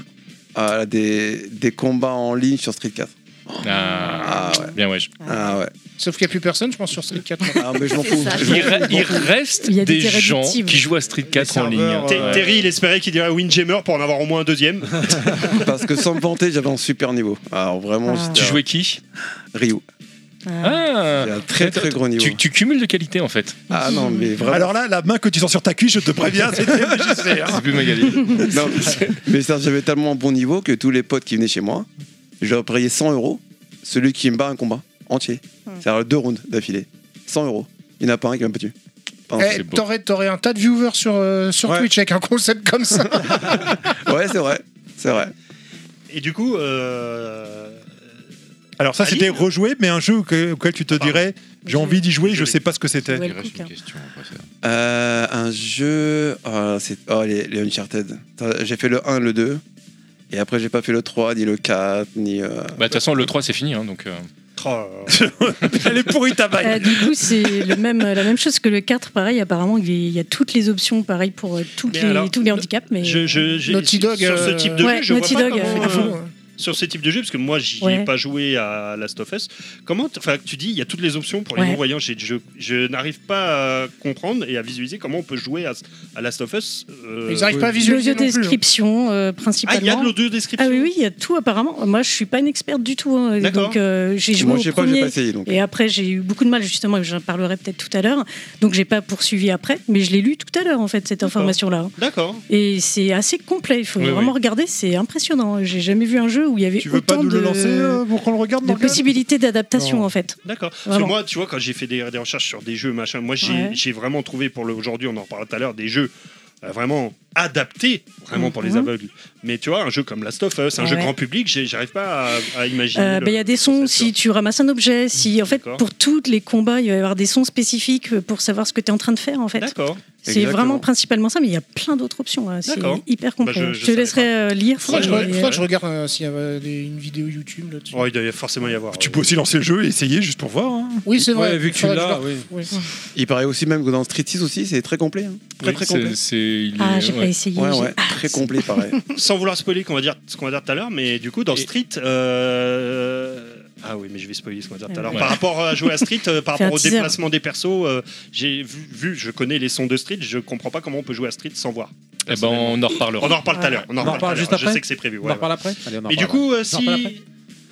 S10: Ah, des, des combats en ligne sur Street 4.
S6: Ah,
S10: Ah ouais.
S6: bien, ouais. je-
S10: Ah ouais.
S7: Sauf qu'il n'y a plus personne, je pense, sur Street 4.
S10: Ah, mais je m'en
S9: C'est
S10: fous.
S9: ça.
S10: Je m'en
S6: Il,
S10: fous,
S6: re-
S10: je m'en
S6: il
S10: fous.
S6: reste
S4: Il y a des
S6: des gens
S4: irréductibles.
S6: qui jouent à Street 4 en ligne.
S5: serveurs,
S3: Ter-
S10: euh,
S5: Ouais.
S3: Terry, il espérait qu'il dirait Windjammer pour en avoir au moins un deuxième.
S10: Parce que sans me vanter, j'avais un super niveau. Alors vraiment,
S4: Ah.
S10: j'étais
S6: Tu
S10: un
S6: jouais qui
S10: Ryu.
S4: Ah.
S6: Ah
S10: J'ai un très très gros niveau.
S6: tu, tu cumules de qualité en fait.
S10: Ah non, mais vraiment.
S5: Alors là, la main que tu sens sur ta cuisse, je te préviens, c'est MJC. hein.
S6: C'est plus Magali.
S10: Non, mais ça, j'avais tellement un bon niveau que tous les potes qui venaient chez moi, je leur payais 100 euros. Celui qui me bat un combat entier.
S4: Hmm.
S10: C'est-à-dire deux rounds d'affilée. 100 euros. Il n'y en a pas un qui m'a pas tué. Pardon.
S7: Eh,
S6: c'est beau.
S7: t'aurais, t'aurais un tas de viewers sur, euh, sur
S10: Ouais.
S7: Twitch avec un concept comme ça.
S10: Ouais, c'est vrai. C'est vrai.
S3: Et du coup, euh,
S5: Alors ça, c'était
S3: Aline
S5: rejoué, mais un jeu auquel auquel tu te
S3: Ah, pardon.
S5: dirais, j'ai envie d'y jouer, je sais pas ce que c'était.
S4: Ouais, le
S11: reste
S4: cook,
S11: une
S4: hein.
S11: question après ça.
S10: Euh, un jeu. Oh, c'est... oh, les, les Uncharted. Attends, J'ai fait le 1, le 2. Et après, j'ai pas fait le 3, ni le 4, ni. euh,
S6: Bah, de toute façon, le 3 c'est fini. hein, donc, euh, Eh
S3: oh,
S5: Elle est pourrie ta
S4: Euh, du coup, c'est le même, la même chose que le 4. Pareil, apparemment, il y a toutes les options pareil pour euh, toutes
S3: Mais
S4: les,
S3: alors,
S4: tous les handicaps. Mais
S3: je, je- j'ai-
S7: Naughty Dog,
S3: sur ce
S7: euh,
S3: type de
S4: ouais,
S3: jeu, je
S4: Naughty
S3: vois pas
S4: Dog,
S3: comment,
S4: euh,
S3: euh, sur ce type de jeu, parce que moi, j'y ai
S4: Ouais.
S3: pas joué à Last of Us. Comment, t- enfin, tu dis, il y a toutes les options pour les
S4: Ouais.
S3: non-voyants. J'ai- Je, je n'arrive pas à comprendre et à visualiser comment on peut jouer à, à Last of Us. euh,
S7: Ils arrivent pas à visualiser non plus. hein.
S4: L'audiodescription, euh,
S3: ah,
S4: principalement.
S3: il y a de l'audio-description.
S4: Ah oui, oui, il y a tout apparemment. Moi, je suis pas une experte du tout. hein.
S3: D'accord.
S4: Donc, euh, j'ai joué
S10: Moi,
S4: au
S10: je sais pas, j'ai
S4: premier.
S10: pas essayé. Donc.
S4: et après, j'ai eu beaucoup de mal, justement, et j'en parlerai peut-être tout à l'heure. Donc, j'ai pas poursuivi après, mais je l'ai lu tout à l'heure, en fait, cette
S3: D'accord.
S4: information-là. hein.
S3: D'accord.
S4: Et c'est assez complet. Il faut
S6: Oui,
S4: vraiment regarder. C'est impressionnant. J'ai jamais vu un jeu où il y avait
S5: Tu veux pas
S4: autant
S5: nous
S4: de,
S5: le lancer euh, pour qu'on le regarde
S4: de
S5: dans le
S4: possibilités d'adaptation,
S5: Non.
S4: en fait.
S3: D'accord. Parce que
S4: Vraiment.
S3: moi, tu vois, quand j'ai fait des, des recherches sur des jeux, machin, moi, j'ai
S4: Ouais.
S3: j'ai vraiment trouvé pour le aujourd'hui, on en reparlera tout à l'heure, des jeux euh, vraiment adaptés, vraiment pour les
S4: Mhm.
S3: aveugles. Mais tu vois, un jeu comme Last of Us, un
S4: Ouais.
S3: jeu grand public, j'ai- j'arrive pas à, à imaginer.
S4: Euh, bah, Il
S3: le-
S4: y a des
S3: le
S4: sons
S3: concept,
S4: si tu ramasses un objet. Si, en fait,
S3: D'accord.
S4: pour tous les combats, il va y avoir des sons spécifiques pour savoir ce que tu es en train de faire, en
S3: tu
S4: fait.
S3: vois. D'accord.
S4: C'est
S10: Exactement.
S4: vraiment principalement ça, mais il y a plein d'autres options. hein. C'est
S3: D'accord.
S4: hyper complet.
S3: Bah, je-
S4: je,
S3: je
S4: te
S3: savais
S4: laisserai euh, lire.
S7: Faudrait que je,
S4: Et,
S7: re-
S4: euh,
S7: faudrait que je regarde euh, s'il y a des- une vidéo YouTube là-dessus.
S3: Oh, il doit y- forcément y avoir.
S5: Tu
S3: ouais.
S5: peux aussi lancer le jeu et essayer juste pour voir. hein.
S7: Oui, c'est vrai.
S1: Ouais, vu que tu
S7: Faudrait je
S1: l'as,
S10: Ah
S7: le-
S1: oui.
S7: oui.
S10: Il paraît aussi même que dans Street 6 aussi, c'est très complet. hein. Très
S6: oui,
S10: très
S6: c'est-
S10: complet.
S6: c'est- il est-
S4: Ah, j'ai pas
S6: ouais.
S4: essayé.
S10: Ouais,
S4: j'ai-
S10: ouais, très complet pareil.
S3: Sans vouloir spoiler qu'on va dire, ce qu'on va dire tout à l'heure, mais du coup, dans
S6: Et-
S3: Street. euh, Ah oui, mais je vais spoiler ce qu'on va dire tout à l'heure.
S6: Ouais.
S3: Par rapport à jouer à Street, euh, par
S4: Fais
S3: rapport au
S4: un teaser.
S3: déplacement des persos, euh, j'ai vu, vu, je connais les sons de Street, je comprends pas comment on peut jouer à Street sans voir.
S6: Eh ben, on en reparlera.
S3: On en reparle tout à l'heure. On en
S1: reparle
S3: reparle tout à
S1: juste
S3: l'heure. Je
S1: après
S3: sais que c'est prévu.
S1: On
S3: ouais.
S1: en reparle après Allez, on en
S3: Mais du
S1: reparle.
S3: coup, euh,
S1: On en reparle
S3: si.
S1: après.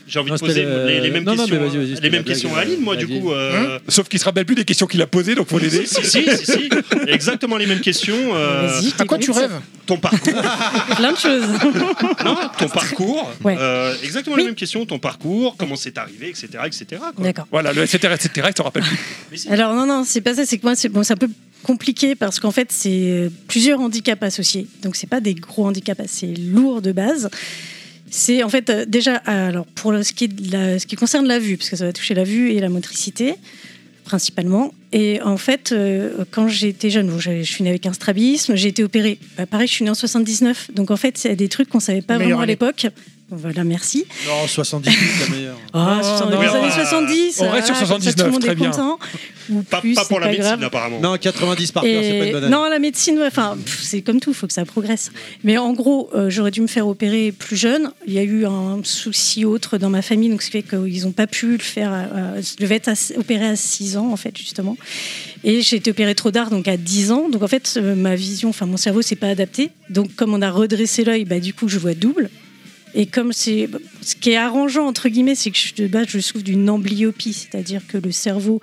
S3: J'ai envie
S1: Non,
S3: de poser
S1: c'était le-
S3: les, les mêmes
S1: non, non,
S3: questions,
S1: mais vas-y, vas-y,
S3: hein,
S1: c'était
S3: les mêmes
S1: la blague,
S3: questions à
S1: euh,
S3: Aline, moi,
S1: la
S3: du
S1: vieille.
S3: coup. euh,
S5: Sauf qu'il se rappelle plus des questions qu'il a posées, donc faut l'aider.
S3: si, si, si, si. Exactement les mêmes questions. euh,
S4: Vas-y,
S7: À quoi
S4: t'écoutes.
S7: tu rêves
S3: ton parcours.
S4: Plein de choses.
S3: non, ton parcours.
S4: Ouais.
S3: euh, exactement les
S4: Oui.
S3: mêmes questions. Ton parcours, comment c'est arrivé, etc. etc. quoi.
S4: D'accord.
S5: Voilà, le etc, etc, il te rappelle plus.
S3: Mais si.
S4: Alors non, non, c'est pas ça. C'est que moi, c'est bon, c'est un peu compliqué parce qu'en fait, c'est euh, plusieurs handicaps associés. Donc c'est pas des gros handicaps assez lourds de base. C'est en fait euh, déjà euh, alors pour le- ce qui, est de la- ce qui concerne la vue, parce que ça va toucher la vue et la motricité principalement. Et en fait, euh, quand j'étais jeune, bon, j'ai- je suis née avec un strabisme, j'ai été opérée. Bah, pareil, je suis née en 79, donc en fait, c'est des trucs qu'on savait pas
S7: Meilleure
S4: vraiment à
S7: année.
S4: l'époque. Voilà, merci.
S1: Non, 78, la meilleure.
S4: Ah,
S5: Oh,
S4: 70,
S5: non,
S4: les
S5: non,
S4: années
S5: ah,
S4: 70.
S10: euh,
S5: on reste sur
S4: ah, comme ça,
S5: 79,
S4: tout le monde
S5: très
S4: est
S5: bien.
S4: content. Ou
S3: Pas,
S4: plus,
S3: pas pour
S4: c'est
S3: la médecine,
S4: grave.
S3: apparemment.
S1: Non, 90 par cœur, c'est pas
S4: Et-
S1: une bonne année.
S4: non, la médecine, ouais, enfin, pff, c'est comme tout, il faut que ça progresse. Mais en gros, euh, j'aurais dû me faire opérer plus jeune. Il y a eu un souci autre dans ma famille, donc ce qui fait qu'ils n'ont pas pu le faire. euh, je devais être à- opérée à 6 ans, en fait, justement. Et j'ai été opérée trop tard, donc à 10 ans. Donc en fait, euh, ma vision, enfin, mon cerveau s'est pas adapté. Donc comme on a redressé l'œil, bah, du coup, je vois double. Et comme c'est. Ce qui est arrangeant, entre guillemets, c'est que je, de base, je souffre d'une amblyopie, c'est-à-dire que le cerveau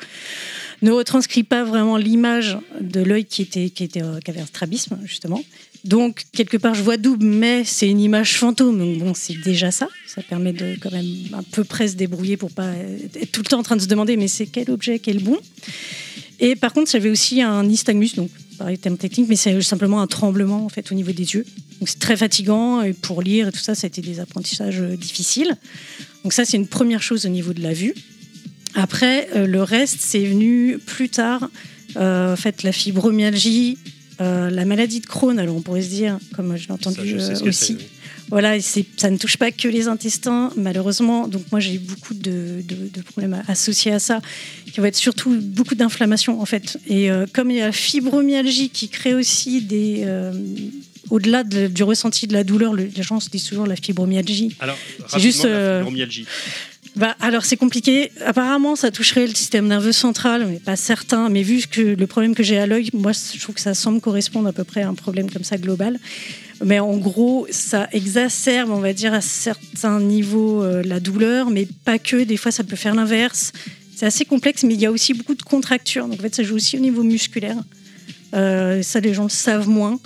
S4: ne retranscrit pas vraiment l'image de l'œil qui était qui était euh, qui avait un strabisme justement. Donc quelque part je vois double, mais c'est une image fantôme. Donc bon, c'est déjà ça. Ça permet de quand même à peu près se débrouiller pour pas être tout le temps en train de se demander mais c'est quel objet quel bon. Et par contre, j'avais aussi un nystagmus, donc pareil terme technique, mais c'est simplement un tremblement en fait au niveau des yeux. Donc c'est très fatigant et pour lire et tout ça, ça a été des apprentissages euh, difficiles. Donc ça, c'est une première chose au niveau de la vue. Après, euh, le reste, c'est venu plus tard. Euh, en fait, la fibromyalgie, euh, la maladie de Crohn, alors on pourrait se dire, comme je l'ai
S3: Ça,
S4: entendu
S3: je sais ce
S4: euh,
S3: que
S4: aussi,
S3: c'est.
S4: voilà, et c'est- ça ne touche pas que les intestins, malheureusement. Donc moi, j'ai eu beaucoup de, de- de problèmes associés à ça, qui vont être surtout beaucoup d'inflammation, en fait. Et euh, comme il y a la fibromyalgie qui crée aussi des... euh, au-delà de- du ressenti de la douleur, le- les gens se disent toujours la fibromyalgie.
S3: Alors,
S4: juste,
S3: juste
S4: euh,
S3: la fibromyalgie.
S4: Bah, alors c'est compliqué. Apparemment, ça toucherait le système nerveux central, mais pas certain. Mais vu que le problème que j'ai à l'œil, moi, je trouve que ça semble correspondre à peu près à un problème comme ça global. Mais en gros, ça exacerbe, on va dire, à certains niveaux euh, la douleur, mais pas que. Des fois, ça peut faire l'inverse. C'est assez complexe, mais il y a aussi beaucoup de contractures. Donc en fait, ça joue aussi au niveau musculaire. Euh, ça, les gens le savent moins.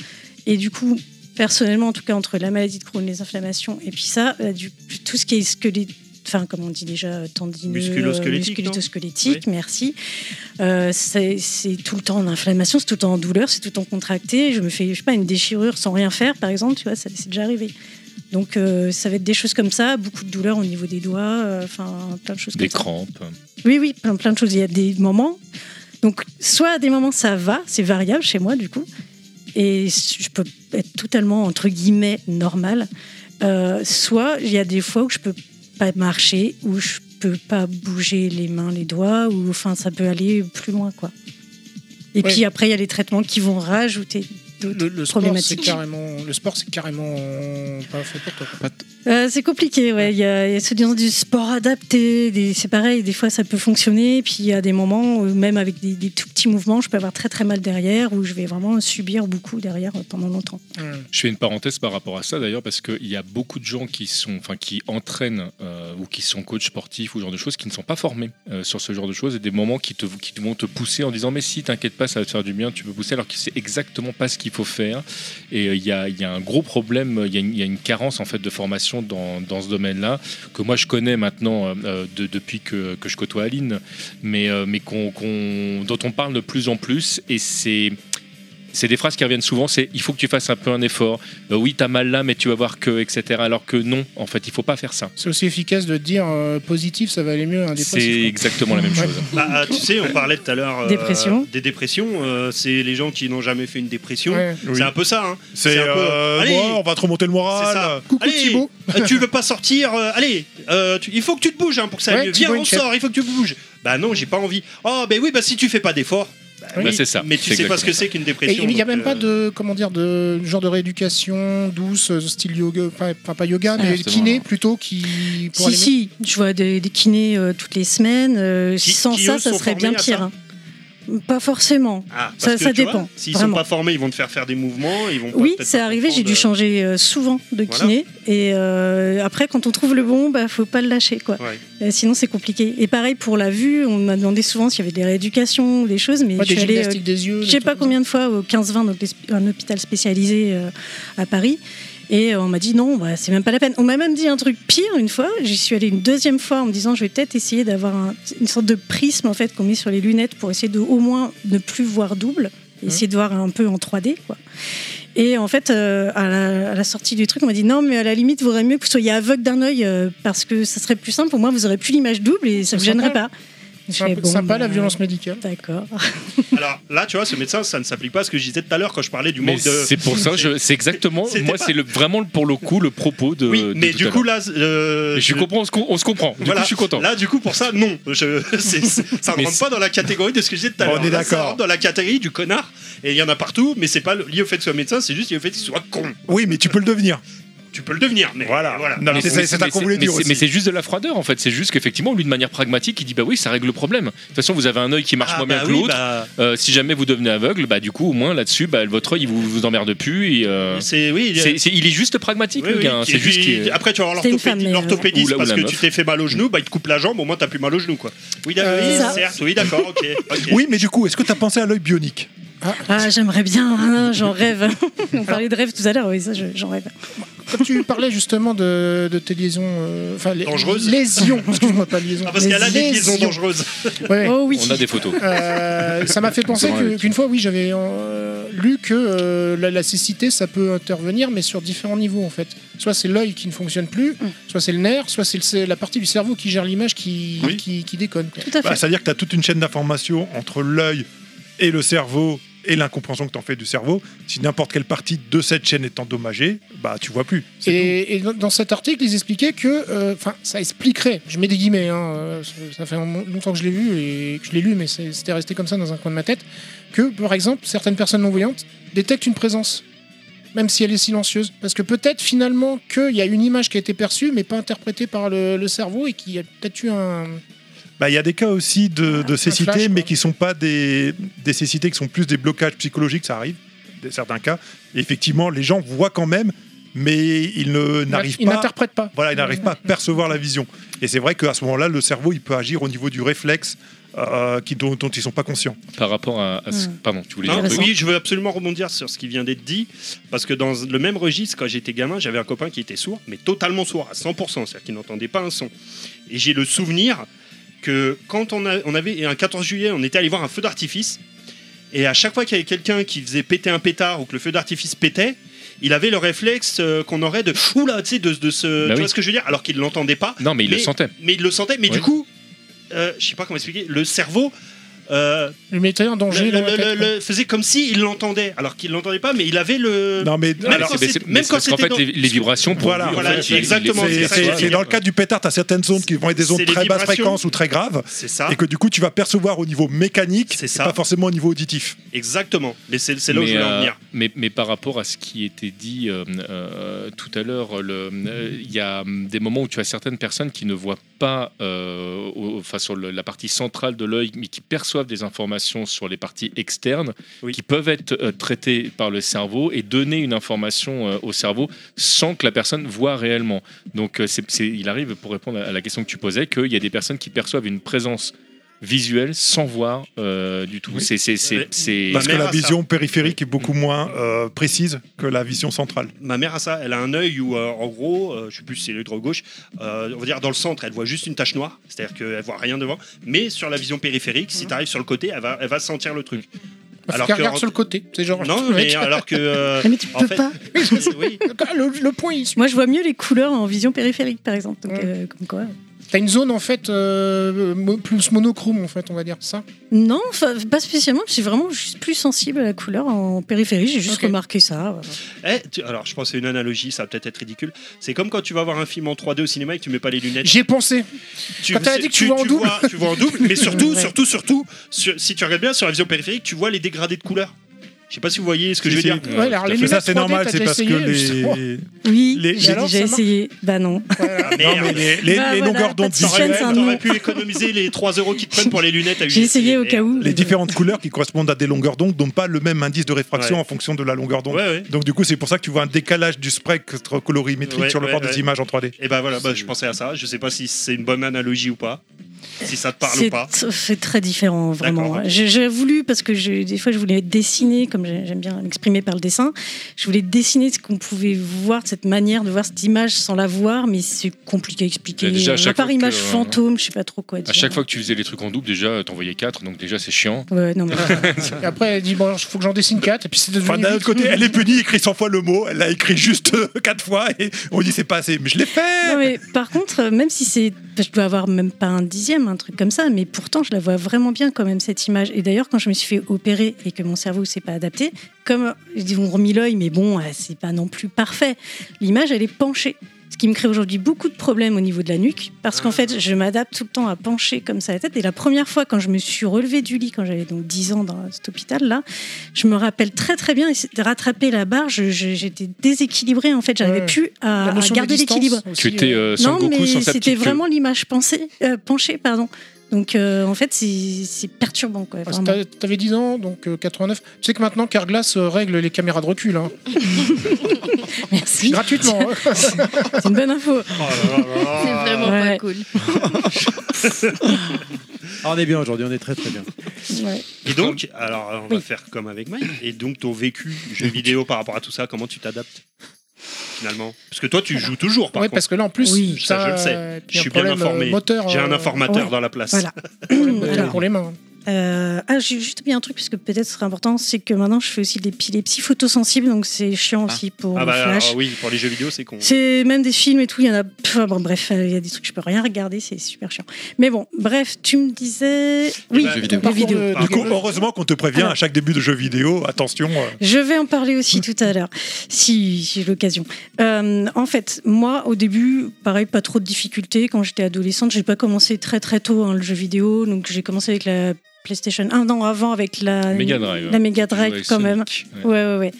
S4: Et du coup, personnellement, en tout cas, entre la maladie de Crohn, les inflammations, et puis ça, bah, du, tout ce qui est squelette, enfin, comme on dit déjà, euh, tendineux,
S3: Musculo-squelettique, non
S4: musculito-squelettique, merci. Euh, c'est c'est tout le temps en inflammation, c'est tout le temps en douleur, c'est tout le temps contracté. Je me fais, je sais pas, une déchirure sans rien faire, par exemple, tu vois, ça c'est déjà arrivé. Donc, euh, ça va être des choses comme ça, beaucoup de douleurs au niveau des doigts, euh, enfin, plein de choses
S6: Des
S4: comme ça.
S6: crampes.
S4: Oui, oui, plein, plein de choses. Il y a des moments. Donc, soit à des moments, ça va, c'est variable chez moi, du coup. Et je peux être totalement, entre guillemets, normal. Euh, soit il y a des fois où je peux pas marcher, où je peux pas bouger les mains, les doigts, ou enfin, ça peut aller plus loin, quoi. Et
S7: Ouais.
S4: puis après, il y a les traitements qui vont rajouter.
S7: Le, le sport, c'est
S4: Problématique.
S7: carrément, le sport, c'est carrément euh, pas fait pour toi. quoi.
S4: Euh, c'est compliqué, ouais. Il y a, il y a ceux qui ont du sport adapté, des- c'est pareil, des fois ça peut fonctionner, puis il y a des moments où même avec des, des tout petits mouvements, je peux avoir très très mal derrière, où je vais vraiment subir beaucoup derrière euh, pendant longtemps.
S7: Hum.
S6: Je fais une parenthèse par rapport à ça d'ailleurs parce qu'il y a beaucoup de gens qui sont, enfin qui entraînent euh, ou qui sont coachs sportifs ou ce genre de choses qui ne sont pas formés euh, sur ce genre de choses et des moments qui te qui vont te pousser en disant mais si t'inquiète pas ça va te faire du bien tu peux pousser alors que c'est exactement pas ce qu'il faut faire et euh, il y, a, il y a un gros problème euh, il y, a une- il y a une carence en fait de formation dans, dans ce domaine-là que moi je connais maintenant euh, euh, de- depuis que, que je côtoie Aline mais euh, mais qu'on qu'on- dont on parle de plus en plus et c'est c'est des phrases qui reviennent souvent, c'est il faut que tu fasses un peu un effort, Euh, oui t'as mal là mais tu vas voir que, etc. Alors que non, en fait il faut pas faire ça.
S7: C'est aussi efficace de dire euh, positif, ça va aller mieux. hein, un dépressif,
S6: C'est
S7: quoi.
S6: exactement la même
S7: Ouais.
S6: chose.
S3: Bah, ah, tu sais, on parlait tout à l'heure euh,
S4: Dépression.
S3: des dépressions. euh, c'est les gens qui n'ont jamais fait une dépression.
S7: Ouais.
S5: Oui.
S3: C'est un peu ça. Hein.
S5: C'est
S3: un peu,
S5: euh,
S3: allez,
S5: bon, on va te remonter le
S3: C'est ça.
S5: moral.
S7: Coucou
S3: allez,
S7: Thibaut.
S3: euh, tu veux pas sortir euh, Allez, euh, tu- il faut que tu te bouges hein, pour que ça aille
S7: Ouais,
S3: mieux.
S7: Thibaut,
S3: Viens, on
S7: une chaîne.
S3: sort, il faut que tu bouges. Bah non, j'ai pas envie. Oh, ben oui, bah si tu fais pas d'effort. Bah,
S6: Bah, c'est ça.
S3: Mais tu
S6: C'est
S3: sais pas ce que
S6: exactement
S3: c'est qu'une
S7: Et
S3: dépression.
S7: il n'y a
S3: donc,
S7: même pas
S3: euh,
S7: de comment dire de genre de rééducation douce, euh, style yoga, enfin enfin, pas yoga, mais
S10: justement,
S7: kiné
S10: non.
S7: plutôt qui pour
S4: Si,
S7: aller
S4: si, je vois des, des kinés euh, toutes les semaines, euh,
S3: Qui-
S4: sans
S3: qui,
S4: ça,
S3: eux,
S4: ça
S3: sont
S4: serait bien
S3: formés à
S4: pire.
S3: ça
S4: hein. Pas forcément.
S3: Ah, parce
S4: Ça-
S3: que,
S4: ça
S3: tu vois,
S4: dépend,
S3: S'ils sont
S4: vraiment.
S3: pas formés, ils vont te faire faire des mouvements. Ils vont pas-
S4: Oui,
S3: peut-être
S4: c'est
S3: pas
S4: arrivé, j'ai dû
S3: comprendre,
S4: changer euh, souvent de
S3: Voilà.
S4: kiné. Et euh, après, quand on trouve le bon, bah, faut pas le lâcher. quoi.
S3: Ouais.
S4: Euh, sinon, c'est compliqué. Et pareil, pour la vue, on m'a demandé souvent s'il y avait des rééducations ou des choses, mais
S7: Ouais,
S4: je
S7: des
S4: suis allée, euh,
S7: gymnastiques des yeux.
S4: je
S7: des
S4: sais pas
S7: trucs comme
S4: combien de fois, euh, au 15-20, donc les- un hôpital spécialisé euh, à Paris. Et euh, on m'a dit non, bah, c'est même pas la peine. On m'a même dit un truc pire une fois. J'y suis allée une deuxième fois en me disant je vais peut-être essayer d'avoir un- une sorte de prisme en fait qu'on met sur les lunettes pour essayer de au moins ne plus voir double,
S7: Mmh.
S4: et essayer de voir un peu en 3D quoi. Et en fait, euh, à, la, à la sortie du truc, on m'a dit non, mais à la limite, il vaudrait mieux que vous soyez aveugle d'un œil euh, parce que ça serait plus simple. Pour moi, vous aurez plus l'image double et ça
S7: Ça
S4: vous
S7: sera
S4: gênerait
S7: pas.
S4: pas. J'ai- bon,
S7: sympa la
S4: bah,
S7: violence médicale.
S4: D'accord.
S3: euh. Alors là, tu vois, ce médecin, ça ne s'applique pas à ce que je disais tout à l'heure quand je parlais du
S6: Mais
S3: manque de.
S6: c'est pour ça, je- c'est exactement.
S3: C'était
S6: Moi,
S3: pas-
S6: c'est le- vraiment le- pour le coup le propos de.
S3: Oui,
S6: de
S3: mais
S6: tout
S3: du
S6: à
S3: coup,
S6: l'heure.
S3: là. euh,
S6: Mais je
S3: je-
S6: comprends, on se com- on se comprend. Du
S3: Voilà.
S6: coup, je suis content.
S3: Là, du coup, pour ça, non. Je- c'est- c'est- ça
S6: Mais
S3: ne rentre
S6: c'est-
S3: pas dans la catégorie de ce que je disais tout à
S5: On
S3: l'heure.
S5: est
S3: Là, ça
S5: d'accord.
S3: rentre Dans la catégorie du connard. Et il y en a partout, mais c'est pas lié au fait que soit médecin, c'est juste lié au fait qu'il soit con.
S5: Oui, mais tu peux le devenir.
S3: Tu peux le devenir, mais
S5: Voilà.
S3: voilà.
S5: Non, mais
S6: Mais
S5: c'est ça- c'est ça qu'on voulait
S6: mais
S5: dire
S6: c'est- mais
S5: aussi.
S6: c'est juste de la froideur en fait. C'est juste qu'effectivement, lui de manière pragmatique, il dit bah oui, ça règle le problème. De toute façon, vous avez un œil qui marche
S3: Ah,
S6: moins bien
S3: bah
S6: que
S3: oui,
S6: l'autre.
S3: bah,
S6: Euh, si jamais vous devenez aveugle, bah du coup, au moins là-dessus, bah, votre œil, il vous, vous emmerde plus. Et, euh,
S3: C'est oui. il y a-
S6: c'est- c'est- il est juste pragmatique,
S3: oui,
S6: le
S3: oui,
S6: gars. hein.
S3: qui-
S6: C'est juste
S3: qui-
S6: qu'il est-
S3: Après, tu vas voir
S4: C'était une femme,
S3: l'orthopédiste
S4: mais, euh,
S6: Ou
S3: l'orthopédiste
S6: la- ou
S3: parce
S6: la
S3: que
S6: meuf.
S3: tu t'es fait mal au genou, bah il te coupe la jambe, au moins t'as plus mal au genou quoi. Oui, d'accord,
S5: Euh,
S3: oui,
S4: ça.
S3: certes, oui, d'accord, ok. ok.
S5: Oui, mais du coup, est-ce que t'as pensé à l'œil bionique
S4: Ah, j'aimerais bien, hein, j'en rêve. On parlait de rêve tout à l'heure, oui, ça, je- j'en rêve.
S7: Quand tu parlais justement de, de tes liaisons. euh, Enfin, les-
S3: Dangereuses.
S7: Lésions, excuse-moi, pas liaisons.
S3: Ah, parce qu'il y a là des liaisons
S7: Lésions.
S3: dangereuses.
S7: Ouais, ouais.
S4: Oh oui.
S6: On a des photos.
S7: Euh, ça m'a fait penser que- qu'une fois, oui, j'avais euh, lu que euh, la, la cécité, ça peut intervenir, mais sur différents niveaux en fait. Soit c'est l'œil qui ne fonctionne plus,
S4: Mm.
S7: soit c'est le nerf, soit c'est le- c'est la partie du cerveau qui gère l'image qui,
S5: Oui.
S7: qui, qui déconne. quoi.
S4: Tout à fait.
S5: Bah, C'est-à-dire que tu as toute une chaîne d'informations entre l'œil et le cerveau et l'incompréhension que tu en fais du cerveau. Si n'importe quelle partie de cette chaîne est endommagée, bah tu vois plus. C'est tout.
S7: Et, et dans- dans cet article, ils expliquaient que, euh, enfin, ça expliquerait. Je mets des guillemets. hein, euh, ça- ça fait mon- longtemps que je l'ai vu et que je l'ai lu, mais c'est- c'était resté comme ça dans un coin de ma tête. Que, par exemple, certaines personnes non voyantes détectent une présence, même si elle est silencieuse, parce que peut-être finalement qu'il y a une image qui a été perçue, mais pas interprétée par le, le cerveau et qui a peut-être eu un.
S5: Bah, Il y a des cas aussi de, de cécité,
S7: flash, quoi.
S5: mais qui sont pas des, des cécités, qui sont plus des blocages psychologiques, ça arrive, dans certains cas. Et effectivement, les gens voient quand même, mais ils ne- n'arrivent
S7: Ils
S5: pas.
S7: n'interprètent pas.
S5: Voilà, il n'arrive pas à percevoir la vision. Et c'est vrai qu'à ce moment-là, le cerveau, il peut agir au niveau du réflexe euh, qui, dont, dont ils ne sont pas conscients.
S6: Par rapport à, à ce-
S4: Hmm.
S6: Pardon, tu voulais
S3: Non,
S6: dire un
S4: Intéressant.
S3: oui,
S6: truc
S3: je veux absolument rebondir sur ce qui vient d'être dit, parce que dans le même registre, quand j'étais gamin, j'avais un copain qui était sourd, mais totalement sourd, à 100%, c'est-à-dire qu'il n'entendait pas un son. Et j'ai le souvenir que quand on, a- on avait, et un 14 juillet, on était allé voir un feu d'artifice, et à chaque fois qu'il y avait quelqu'un qui faisait péter un pétard ou que le feu d'artifice pétait, il avait le réflexe euh, qu'on aurait de oula, tu sais, de, de ce.
S6: Bah
S3: tu
S6: oui.
S3: vois ce que je veux dire Alors qu'il ne l'entendait pas,
S6: Non, mais il le
S3: Mais-
S6: sentait.
S3: mais il le sentait, mais
S6: Oui.
S3: du coup, euh, je sais pas comment expliquer, le cerveau. euh,
S7: Le mettait en danger.
S3: le,
S7: dans la
S3: le- le-
S7: tête, quoi.
S3: le- faisait comme s'il l'entendait, alors qu'il l'entendait pas, mais il avait le.
S5: Non, mais
S3: mais
S5: alors,
S3: quand
S6: c'est-
S3: c'est-
S6: mais
S3: même
S6: c'est
S3: quand
S6: parce qu'en
S3: c'était
S6: fait,
S3: dans-
S6: les, les vibrations pour
S5: Voilà,
S6: lui, en
S3: voilà,
S6: fait, il- il-
S3: exactement,
S6: il-
S5: c'est-
S3: c'est ça que
S5: c'est
S3: j'allais
S5: c'est dans le
S3: dire.
S5: cadre du pétard, tu as certaines ondes qui vont être des ondes
S3: C'est les
S5: très basse
S3: vibrations.
S5: fréquence ou très graves.
S3: C'est ça,
S5: Et que du coup, tu vas percevoir au niveau mécanique,
S3: C'est
S5: et
S3: ça.
S5: pas forcément au niveau auditif.
S3: exactement. Mais c'est c'est là où je voulais en
S6: euh,
S3: venir.
S6: mais- mais par rapport à ce qui était dit euh, euh, tout à l'heure, le- euh, il y a hum, des moments où tu as certaines personnes qui ne voient pas, euh, au- enfin sur le- la partie centrale de l'œil, mais qui perçoivent des informations sur les parties externes,
S3: Oui.
S6: qui peuvent être euh, traitées par le cerveau et donner une information euh, au cerveau sans que la personne voit réellement. Donc euh, c'est- c'est- il arrive, pour répondre à la question que tu posais, qu'il y a des personnes qui perçoivent une présence visuelle sans voir euh, du tout. C'est- c'est-
S3: Ouais.
S6: c'est- c'est-
S5: Parce que
S3: mère
S5: la
S3: a ça.
S5: vision périphérique est beaucoup moins euh, précise que la vision centrale.
S3: Ma mère a ça, elle a un œil où, euh, en gros, euh, je sais plus si c'est l'œil droit ou gauche, euh, on va dire dans le centre, elle voit juste une tache noire, c'est-à-dire qu'elle voit rien devant, mais sur la vision périphérique, si tu arrives sur le côté, elle va, elle va sentir le truc.
S7: Faut
S3: alors
S7: qu'elle
S3: que-
S7: regarde sur le côté. C'est genre.
S3: Non,
S7: le mec-
S3: mais alors que. euh,
S4: Ah, mais tu
S3: en
S4: peux
S3: fait-
S4: pas.
S3: oui,
S7: le, le point, il
S4: Moi, je vois mieux les couleurs en vision périphérique, par exemple. Donc,
S7: Ouais.
S4: euh, comme quoi.
S7: T'as une zone en fait euh, mo- plus monochrome en fait, on va dire c'est ça.
S4: Non, enfin, pas spécialement. Je suis vraiment juste plus sensible à la couleur en périphérie. J'ai juste
S7: Ok.
S4: remarqué ça. voilà.
S3: Eh, tu- alors je pense à une analogie, ça va peut-être être ridicule. C'est comme quand tu vas voir un film en 3D au cinéma et que tu mets pas les lunettes.
S7: J'ai pensé.
S3: tu,
S7: Quand t'as dit que tu vois en double.
S3: tu vois en double, mais surtout,
S4: Ouais.
S3: surtout, surtout, sur- si tu regardes bien sur la vision périphérique, tu vois les dégradés de couleurs. Je sais pas si vous voyez ce que je veux
S5: C'est-
S3: dire.
S5: c'est-
S7: Ouais, alors les
S5: Mais
S7: lunettes
S5: ça, c'est
S7: 3D,
S5: normal,
S7: t'as
S5: c'est
S7: déjà
S5: parce que
S7: essayé, justement.
S5: les.
S4: Oui,
S5: Les-
S4: j'ai
S7: Et alors,
S4: déjà
S7: ça marche
S4: essayé. Bah non.
S3: Ah, merde.
S5: Non, mais les, les-
S4: Bah,
S5: les
S4: voilà,
S5: longueurs d'onde
S4: pas de suspense,
S5: différentes,
S3: T'aurais,
S4: un
S3: t'aurais
S4: nom.
S3: pu économiser les 3 euros qu'ils te prennent pour les lunettes à
S4: J'ai
S3: UGC.
S4: essayé au cas où.
S5: les différentes couleurs qui correspondent à des longueurs d'onde n'ont pas le même indice de réfraction
S3: Ouais.
S5: en fonction de la longueur
S3: Ouais,
S5: d'onde.
S3: ouais.
S5: Donc du coup, c'est pour ça que tu vois un décalage du spread colorimétrique
S3: Ouais,
S5: sur le
S3: ouais,
S5: bord
S3: ouais.
S5: des images en 3D.
S3: Et ben voilà, bah, je pensais à ça. Je sais pas si c'est une bonne analogie ou pas. Si ça te parle ou
S4: C'est-
S3: pas.
S4: C'est très différent,
S3: D'accord,
S4: vraiment.
S7: hein.
S3: ok.
S4: J'ai j'ai voulu, parce que je- des fois je voulais dessiner, comme j'ai- j'aime bien m'exprimer par le dessin, je voulais dessiner ce qu'on pouvait voir, cette manière de voir cette image sans la voir, mais c'est compliqué à expliquer.
S6: Et déjà, à
S4: à
S6: chaque
S4: part
S6: fois que- euh,
S4: image fantôme, je sais pas trop quoi dire.
S6: À chaque fois que tu faisais les trucs en double, déjà, euh, t'envoyais 4, donc déjà, c'est chiant.
S4: Ouais, non, mais-
S7: Et après elle dit bon, faut que j'en dessine 4 et puis c'est devenu.
S5: Enfin, d'un
S7: huit.
S5: autre côté, elle est punie, écrit 100 fois le mot, elle l'a écrit juste 4 fois et on dit c'est pas assez, mais je l'ai fait
S4: Non, mais par contre, euh, même si c'est. Je dois avoir même pas un dixième, deuxième, un truc comme ça, mais pourtant je la vois vraiment bien quand même cette image. Et d'ailleurs, quand je me suis fait opérer et que mon cerveau s'est pas adapté, comme ils ont remis l'œil, mais bon, euh, c'est pas non plus parfait, l'image elle est penchée. Ce qui me crée aujourd'hui beaucoup de problèmes au niveau de la nuque, parce qu'en fait, je m'adapte tout le temps à pencher comme ça la tête. Et la première fois, quand je me suis relevée du lit, quand j'avais donc 10 ans dans cet hôpital-là, je me rappelle très très bien, de rattraper la barre, je- je- j'étais déséquilibrée en fait, j'arrivais
S7: Ouais.
S4: plus à,
S7: La
S4: à
S7: notion de
S4: garder
S7: distance
S4: l'équilibre.
S7: aussi,
S6: Tu étais
S7: euh,
S6: euh, Son
S4: Non,
S6: Goku
S4: mais
S6: sans sa petite
S4: c'était
S6: queue.
S4: vraiment l'image pensée, euh, penchée, pardon. Donc euh, en fait, c'est c'est perturbant quoi.
S7: ah,
S4: vraiment.
S7: t'as- T'avais 10 ans, donc euh, 89. Tu sais que maintenant, Carglass euh, règle les caméras de recul. hein.
S4: Merci.
S7: Gratuitement. hein.
S4: C'est une bonne info.
S3: Oh là là là.
S9: C'est vraiment
S4: Ouais.
S9: pas cool.
S1: Ah, on est bien aujourd'hui, on est très très bien.
S4: Ouais.
S3: Et donc, alors on va
S4: Oui.
S3: faire comme avec Mike. Et donc, ton vécu jeu vidéo par rapport à tout ça, comment tu t'adaptes finalement Parce que toi, tu joues toujours, par
S7: Ouais,
S3: contre.
S7: parce que là, en plus,
S4: Oui.
S3: Ça, je le sais. Je suis bien informé. J'ai un informateur
S4: ouais.
S3: dans la place.
S4: Voilà. Alors,
S7: pour les mains.
S4: Euh, ah, j'ai juste mis un truc, parce que peut-être ce serait important, c'est que maintenant je fais aussi de l'épilepsie photosensible, donc c'est chiant aussi pour
S3: Ah
S4: le
S3: bah alors,
S4: flash.
S3: oui, pour les jeux vidéo, c'est con. Ah,
S4: C'est même des films et tout, il y en a. Pff, bon, bref, euh, il y a des trucs que je peux rien regarder, c'est super chiant. Mais bon, bref, tu me disais. Oui,
S8: jeux vidéo.
S4: les vidéos.
S7: Eh ben, Parcours de-
S5: Du coup, heureusement qu'on te prévient
S4: Alors.
S5: à chaque début de jeu vidéo. Attention. euh,
S4: Je vais en parler aussi tout à l'heure, si j'ai l'occasion. Euh, en fait, moi, au début, pareil, pas trop de difficultés. Quand j'étais adolescente, j'ai pas commencé très très tôt hein, le jeu vidéo. Donc j'ai commencé avec la PlayStation 1, non, avant avec la
S6: Mega Drive.
S4: La Mega
S6: Tu jouais
S4: Drive
S6: avec
S4: quand même.
S6: Sonic. Ouais.
S4: Ouais, ouais, ouais.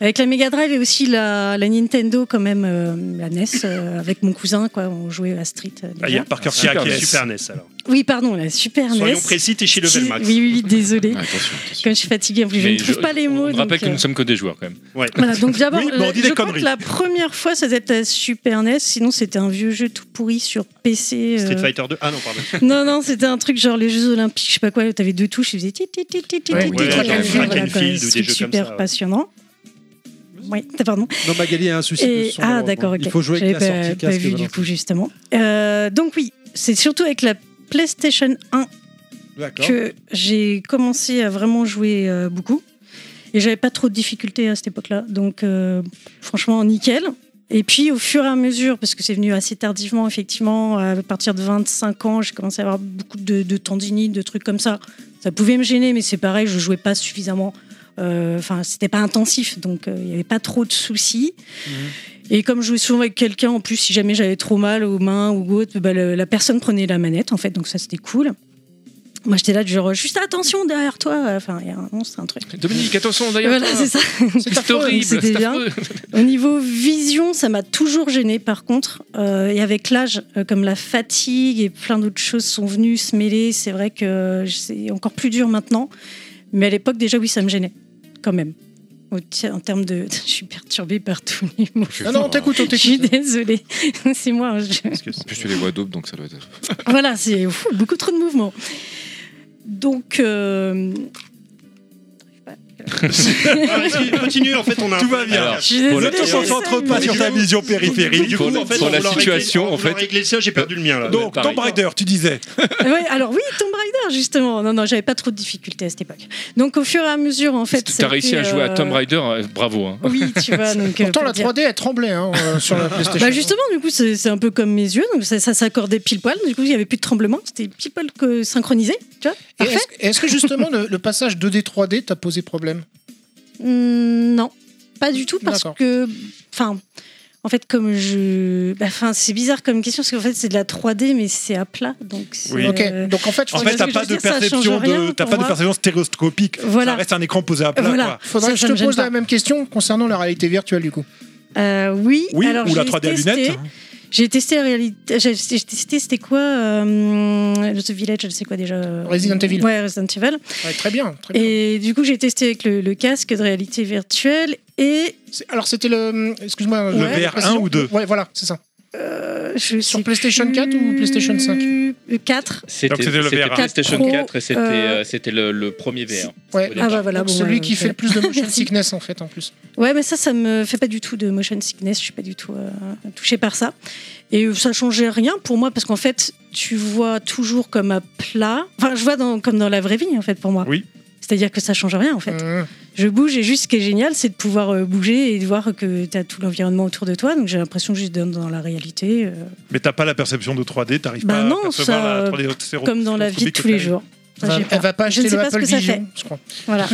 S4: Avec la Mega Drive et aussi la, la Nintendo quand même, euh, la NES, euh, avec mon cousin, quoi, on jouait à Street. euh,
S3: Ah, il
S4: déjà.
S3: y a Parker
S6: Super
S3: Super,
S6: NES.
S3: Super NES alors.
S4: Oui, pardon, la Super E NES.
S3: Soyons précis, t'es chez Level
S4: Qui-
S3: Max.
S4: Oui, oui, oui, désolé.
S6: Attention, attention.
S4: Comme je suis fatiguée, en plus, je
S6: Mais
S4: ne trouve pas les mots.
S6: On
S4: donc,
S6: rappelle que
S4: euh,
S6: nous sommes que des joueurs quand même.
S3: Ouais.
S4: Voilà, donc d'abord,
S5: Oui, mais on dit des
S4: je crois
S5: conneries.
S4: que la première fois, ça devait être la Super NES, sinon c'était un vieux jeu tout pourri sur PC. euh.
S3: Street Fighter 2. Ah non, pardon.
S4: Non, non, c'était un truc genre les Jeux Olympiques, je sais pas quoi, t'avais deux touches, ils faisaient tit, tit, tit, tit, tit,
S7: Ouais,
S4: tit,
S7: ouais,
S4: tit,
S7: Track and
S4: voilà,
S7: Field,
S4: voilà,
S3: Track and
S4: quoi,
S3: Field ou des
S4: c'était
S3: jeux comme ça,
S4: super
S3: ouais.
S4: passionnant. Oui, pardon.
S1: Non, Magali a un souci de
S4: Et,
S1: son.
S4: ah
S1: malheureusement.
S4: d'accord, ok.
S1: Il faut jouer avec la
S4: J'avais
S1: sortie
S4: pas, pas
S1: casque.
S4: vu du
S1: Valentin.
S4: coup justement. Euh, donc oui, c'est surtout avec la PlayStation 1
S1: D'accord.
S4: que j'ai commencé à vraiment jouer euh, beaucoup. Et j'avais pas trop de difficultés à cette époque-là. Donc, euh, franchement, nickel. Et puis, au fur et à mesure, parce que c'est venu assez tardivement, effectivement, à partir de 25 ans, j'ai commencé à avoir beaucoup de, de tendinites, de trucs comme ça. Ça pouvait me gêner, mais c'est pareil, je jouais pas suffisamment. euh, Enfin, c'était pas intensif, donc euh, il y n'y avait pas trop de soucis. Et comme je jouais souvent avec quelqu'un, en plus, si jamais j'avais trop mal aux mains ou autre, bah, le- la personne prenait la manette, en fait, donc ça c'était cool. Moi j'étais là, du genre, juste attention derrière toi, enfin, il y a un monstre, un truc.
S6: Dominique, attention
S4: Et
S6: d'ailleurs.
S4: voilà, c'est ça.
S6: C'est horrible.
S4: C'était
S6: c'est
S4: bien.
S6: affreux.
S4: Au niveau vision, ça m'a toujours gêné par contre. Euh, et avec l'âge, euh, comme la fatigue et plein d'autres choses sont venues se mêler, c'est vrai que euh, c'est encore plus dur maintenant. Mais à l'époque, déjà, oui, ça me gênait, quand même. Au ti- En termes de. Je suis perturbée par tous les mots.
S7: Ah non, on t'écoute, on
S4: Je suis
S7: t'écoute.
S4: désolée. c'est moi. hein, je-
S3: Parce que c'est-
S8: En plus, tu les vois double, donc ça doit être.
S4: voilà, c'est fou, beaucoup trop de mouvements. Donc. euh,
S3: Ah, vas-y, continue, en fait, on a.
S5: Tout va bien.
S4: Je suis
S6: Pour
S4: désolée.
S5: Ne te
S4: je
S5: concentre
S4: sais,
S5: pas
S4: mais-
S5: sur ta vision
S3: Et
S5: périphérique.
S3: du coup,
S6: Pour-
S3: en fait,
S6: pour
S3: on
S6: la
S3: leur a
S6: situation,
S3: réglé-
S6: en
S3: on leur a
S6: fait.
S3: réglé le sien, j'ai perdu le mien là.
S5: Donc,
S6: Pareil.
S5: Tomb Raider, tu disais.
S4: Ouais, alors oui, Tomb Raider justement. Non, non, j'avais pas trop de difficultés à cette époque. Donc au fur et à mesure, en fait,
S6: Si tu as réussi
S4: c'était,
S6: à jouer à
S4: euh,
S6: Tomb Raider, euh, bravo. hein.
S4: Oui, tu vois. Donc,
S7: Pourtant,
S4: euh,
S7: la
S4: pour dire-
S7: 3D, elle tremblait hein, euh, sur la PlayStation.
S4: Bah justement, du coup, c'est c'est un peu comme mes yeux, donc ça, ça s'accordait pile poil. Du coup, il y avait plus de tremblement, c'était pile poil que synchronisé, tu vois.
S7: Et
S4: Parfait.
S7: Est-ce est-ce que justement le, le passage 2D-3D t'a posé problème
S4: Hmm, non, pas du tout, parce
S7: D'accord.
S4: que, enfin, en fait, comme je, bah, enfin, c'est bizarre comme question, parce qu'en fait, c'est de la 3D, mais c'est à plat, donc. c'est,
S5: Oui.
S4: euh,
S7: Ok, donc en fait,
S5: En
S4: Ouais,
S5: fait,
S4: parce
S5: t'as
S4: que
S5: pas
S4: je
S5: de
S4: veux dire, ça change
S5: perception de,
S4: rien
S5: t'as
S4: pour
S5: pas de
S4: moi.
S5: perception stéréoscopique.
S4: Voilà.
S5: Ça reste un écran posé à plat.
S4: Voilà.
S5: Ah, quoi.
S7: faudrait
S4: Ça,
S7: que
S4: ça
S7: je
S4: me
S7: te
S4: gêne
S7: pose
S4: pas.
S7: la même question concernant la réalité virtuelle du coup.
S4: euh, oui.
S5: Oui,
S4: alors,
S5: ou
S4: je
S5: la
S4: l'ai
S5: 3D à
S4: testé.
S5: lunettes. hein.
S4: J'ai testé la réalité. J'ai j'ai testé, c'était quoi euh, The Village, je sais quoi déjà. euh,
S7: Resident Evil.
S4: Ouais, Resident Evil.
S7: Ouais, très bien. Très bien.
S4: Et du coup, j'ai testé avec le, le casque de réalité virtuelle et
S7: C'est- Alors c'était le, excuse-moi,
S4: Le
S7: je-
S5: VR1
S7: précision.
S5: ou 2?
S7: Ouais, voilà, c'est ça.
S4: euh, je
S7: Sur
S4: sais
S7: PlayStation
S4: plus-
S7: 4 ou PlayStation 5?
S4: Euh, 4.
S6: C'était
S5: Donc, c'était le hein.
S6: c'était
S5: VR.
S6: PlayStation
S4: 4
S6: 4 et c'était
S4: Pro,
S6: euh, c'était le, le premier VR.
S7: Ouais.
S4: Ah bah voilà.
S7: Donc,
S4: bon,
S7: celui
S4: ouais,
S7: qui
S4: ok.
S7: fait le plus de motion
S4: Merci.
S7: sickness en fait en plus.
S4: Ouais, mais ça, ça me fait pas du tout de motion sickness. Je suis pas du tout euh, touchée par ça. Et ça changeait rien pour moi parce qu'en fait, tu vois toujours comme à plat. Enfin, je vois dans- comme dans la vraie vie en fait pour moi.
S5: Oui.
S4: C'est-à-dire que ça change rien en fait.
S7: Mmh.
S4: Je bouge et juste ce qui est génial, c'est de pouvoir euh, bouger et de voir que tu as tout l'environnement autour de toi. Donc j'ai l'impression que je suis dans, dans la réalité, euh,
S5: Mais t'as pas la perception de 3D, t'arrives pas
S4: Bah non,
S5: à percevoir
S4: ça,
S5: la 3D zéro-
S4: comme dans la vie de
S5: phobique
S4: tous
S5: que
S4: les
S5: t'as.
S4: jours. Ça, j'ai
S7: Elle,
S4: peur.
S7: va pas
S4: Je
S7: acheter
S4: ne sais
S7: le
S4: pas ce
S7: Apple
S4: que ça
S7: Vision,
S4: fait.
S7: je crois.
S4: Voilà.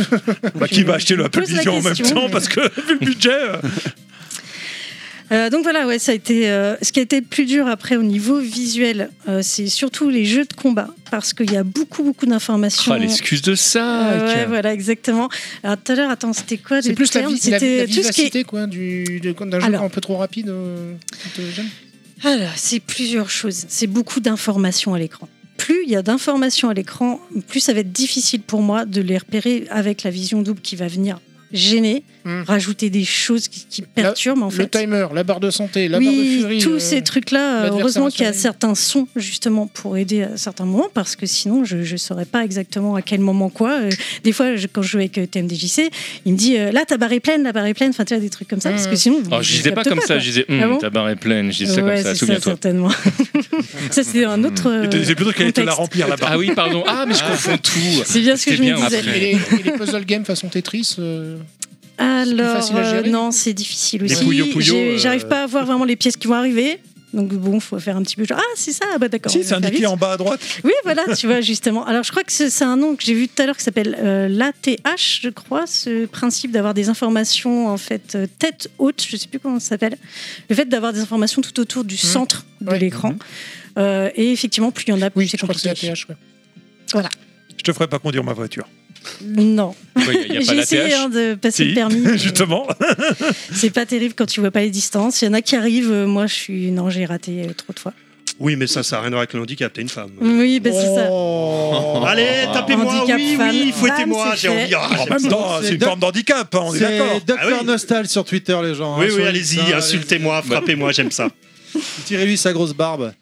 S5: Bah, qui va acheter le Apple
S4: pose la
S5: Vision en même
S4: question,
S5: temps
S4: mais-
S5: Parce que vu le budget. euh,
S4: Euh, donc voilà, ouais, ça a été, euh, ce qui a été le plus dur après au niveau visuel, euh, c'est surtout les jeux de combat, parce qu'il y a beaucoup, beaucoup d'informations.
S6: Ah, l'excuse de
S4: Euh,
S6: ça
S4: ouais, voilà, exactement. Alors tout à l'heure, attends, c'était quoi
S7: C'est
S4: le
S7: plus la,
S4: Ah, terme
S7: vie, la,
S4: C'était euh,
S7: la
S4: tout ce qui est-
S7: vivacité quoi, du, de- d'un jeu
S4: Alors.
S7: un peu trop rapide. euh, qui te gêne.
S4: Alors, Ah c'est plusieurs choses. C'est beaucoup d'informations à l'écran. Plus il y a d'informations à l'écran, plus ça va être difficile pour moi de les repérer avec la vision double qui va venir gêner,
S7: Mm.
S4: Hmm. rajouter des choses qui, qui perturbent en
S7: Le
S4: fait.
S7: timer, la barre de santé, la barre de
S4: oui,
S7: furie.
S4: tous
S7: euh,
S4: ces trucs-là,
S7: l'adversaire
S4: heureusement qu'il y a
S7: naturel.
S4: certains sons justement pour aider à certains moments, parce que sinon je ne saurais pas exactement à quel moment quoi. Euh, Des fois, je- quand je jouais avec euh, TMDJC, il me dit euh, là ta barre est pleine, la barre est pleine, enfin tu vois des trucs comme ça,
S7: Mm.
S4: parce que sinon.
S6: Alors, Oh, je disais pas
S4: capte
S6: comme ça,
S4: quoi.
S6: je disais, hum,
S4: Ah bon
S6: ta barre est pleine, je disais ça
S4: Ouais,
S6: comme ça,
S4: c'est
S6: souviens-toi.
S4: certainement. ça, c'est un autre.
S5: Mmh. Il te
S4: euh,
S5: disait plutôt qu'elle allait te la
S4: contexte.
S5: remplir là-bas.
S6: Ah oui, pardon, ah, mais je confonds tout
S4: C'est bien ce que
S6: C'est
S4: je me
S6: bien,
S4: disais.
S6: après.
S7: Et les, et les puzzle games façon Tetris. euh,
S4: Alors,
S7: facile à gérer.
S4: euh, non, c'est difficile
S5: Les
S4: aussi.
S5: pouillots, pouillots,
S4: J'ai-
S5: euh,
S4: J'arrive pas à voir vraiment les pièces qui vont arriver. Donc bon, faut faire un petit peu genre ah c'est ça ah bah d'accord. on
S5: Si,
S4: va
S5: c'est
S4: faire
S5: indiqué
S4: vite.
S5: en bas à droite.
S4: Oui voilà tu vois justement. Alors je crois que c'est c'est un nom que j'ai vu tout à l'heure qui s'appelle euh, l'ATH je crois ce principe d'avoir des informations en fait euh, tête haute je sais plus comment ça s'appelle le fait d'avoir des informations tout autour du centre de
S7: Mmh. Ouais. Mmh.
S4: l'écran Euh, et effectivement plus il y en a plus
S7: Oui, je
S4: c'est
S7: crois que
S4: compliqué.
S7: c'est ATH. ouais.
S5: Je te ferai pas conduire ma voiture.
S7: Mmh.
S4: Non.
S6: Il n'y a, pas
S4: J'ai
S6: la
S4: essayé
S6: TH
S4: hein, de passer
S5: Si.
S4: le permis. euh,
S5: Justement.
S4: C'est pas terrible quand tu vois pas les distances. Il y en a qui arrivent. euh, Moi, je suis non, j'ai raté euh, trop de fois.
S3: Oui, mais ça, ça n'a rien à voir avec le handicap, t'es une femme.
S4: Oui, bah,
S6: oh.
S4: c'est ça.
S3: Allez,
S6: Ah
S3: tapez-moi,
S4: Handicap
S3: oui,
S4: femme.
S3: oui, fouettez-moi,
S4: Femme,
S3: j'ai
S4: c'est
S3: envie. Ah,
S5: Oh. En
S3: j'aime
S5: même
S3: ça.
S5: temps,
S1: c'est
S5: c'est une
S1: de-
S5: forme handicap, hein, on est d'accord.
S1: C'est Docteur
S3: Ah oui.
S1: Nostal sur Twitter, les gens.
S3: Oui,
S1: hein,
S3: oui,
S1: sur
S3: allez-y,
S1: Insta,
S3: insultez-moi, frappez-moi, j'aime ça.
S1: allez-y. Tirez-lui sa grosse barbe.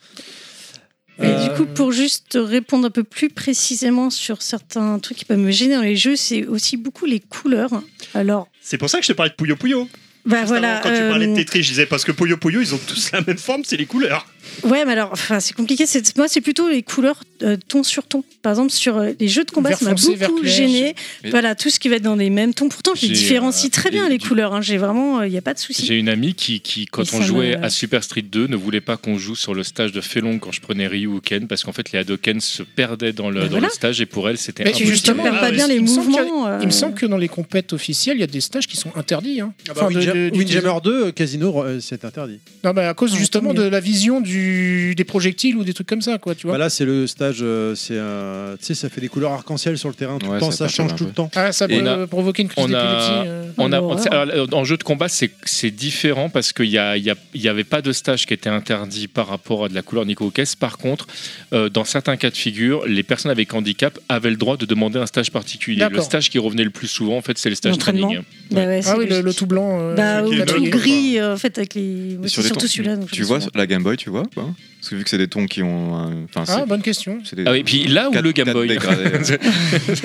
S4: Et du coup, pour juste répondre un peu plus précisément sur certains trucs qui peuvent me gêner dans les jeux, c'est aussi beaucoup les couleurs. Alors,
S3: C'est pour ça que je te parlais de Puyo Puyo.
S4: bah
S3: Juste
S4: voilà.
S3: avant, quand tu parlais de
S4: euh,
S3: Tetris, je disais parce que Puyo Puyo, ils ont tous la même forme, c'est les couleurs.
S4: Ouais, mais alors, enfin, c'est compliqué. C'est- Moi, c'est plutôt les couleurs euh, ton sur ton. Par exemple, sur euh, les jeux de combat,
S7: Vert
S4: ça m'a
S7: foncé, vert
S4: beaucoup
S7: clair,
S4: gêné.
S6: j'ai-
S4: Voilà, tout ce qui va être dans les mêmes tons. Pourtant, je les
S6: J'ai,
S4: différencie
S6: euh,
S4: très bien,
S6: j'ai-
S4: les
S6: j'ai-
S4: couleurs. hein. J'ai vraiment, il n'y a pas de souci.
S6: J'ai une amie qui, qui
S4: Et
S6: quand
S4: ça
S6: on jouait
S4: me-
S6: à Super Street 2, ne voulait pas qu'on joue sur le stage de Felon quand je prenais Ryu ou Ken, parce qu'en fait, les Hadoken se perdaient dans le,
S4: Ben
S6: dans
S4: voilà.
S6: le stage et pour elle, c'était
S7: Mais
S6: impossible.
S4: Tu
S7: justement,
S4: perds
S3: Ah
S4: pas
S3: ouais,
S4: bien les
S7: il me semble qu'il y a-
S4: mouvements. euh,
S7: Il me semble que dans les compètes officielles, il y a des stages qui sont interdits. hein.
S1: Ah bah,
S7: Enfin, de-
S1: Windja-
S7: de- du-
S1: Windjammer 2, euh, Casino, euh, c'est interdit.
S7: Non, bah, à cause
S4: Ah,
S7: justement
S4: tant mieux.
S7: de la vision du, des projectiles ou des trucs comme ça, Ah, quoi, tu vois.
S1: Bah là, c'est le stage, euh, c'est un- tu sais, ça fait des couleurs arc-en-ciel sur le terrain tout
S10: Ouais,
S1: le temps,
S10: ça
S1: ça
S10: fait
S1: change
S10: mal,
S1: tout
S10: ouais.
S1: le temps.
S7: Ah, ça peut
S6: On a-
S7: euh, provoquer une crise
S6: on a-
S7: d'épilepsie. euh.
S6: On Ah, a-
S4: L'horreur.
S6: alors, en jeu de combat, c'est c'est différent parce qu'il n'y a, il y a- il y avait pas de stage qui était interdit par rapport à de la couleur Nico Caisse. Par contre, euh, dans certains cas de figure, les personnes avec handicap avaient le droit de demander un stage particulier. Le
S7: D'accord.
S6: stage qui revenait le plus souvent, en fait, c'est le stage
S4: L'entraînement.
S6: training.
S4: bah ouais,
S7: Ah
S4: c'est
S7: oui, le,
S4: logique.
S7: le tout blanc. euh,
S4: Bah,
S7: avec
S4: ou
S7: les
S4: le
S8: le
S4: truc
S7: batteries.
S8: truc
S4: gris, euh, en fait, avec les.
S8: Et
S4: C'est
S8: sur des
S4: surtout
S8: tons-
S4: celui-là. donc je
S8: Tu
S4: me
S8: vois
S4: souviens.
S8: la Game Boy, tu vois ou pas Parce que vu que c'est des tons qui ont. un- Enfin,
S7: Ah,
S8: c'est-
S7: bonne question.
S8: c'est des.
S6: Ah oui, et puis là où
S8: quatre-
S6: le Game
S8: quatre
S6: Boy.
S8: dégradés.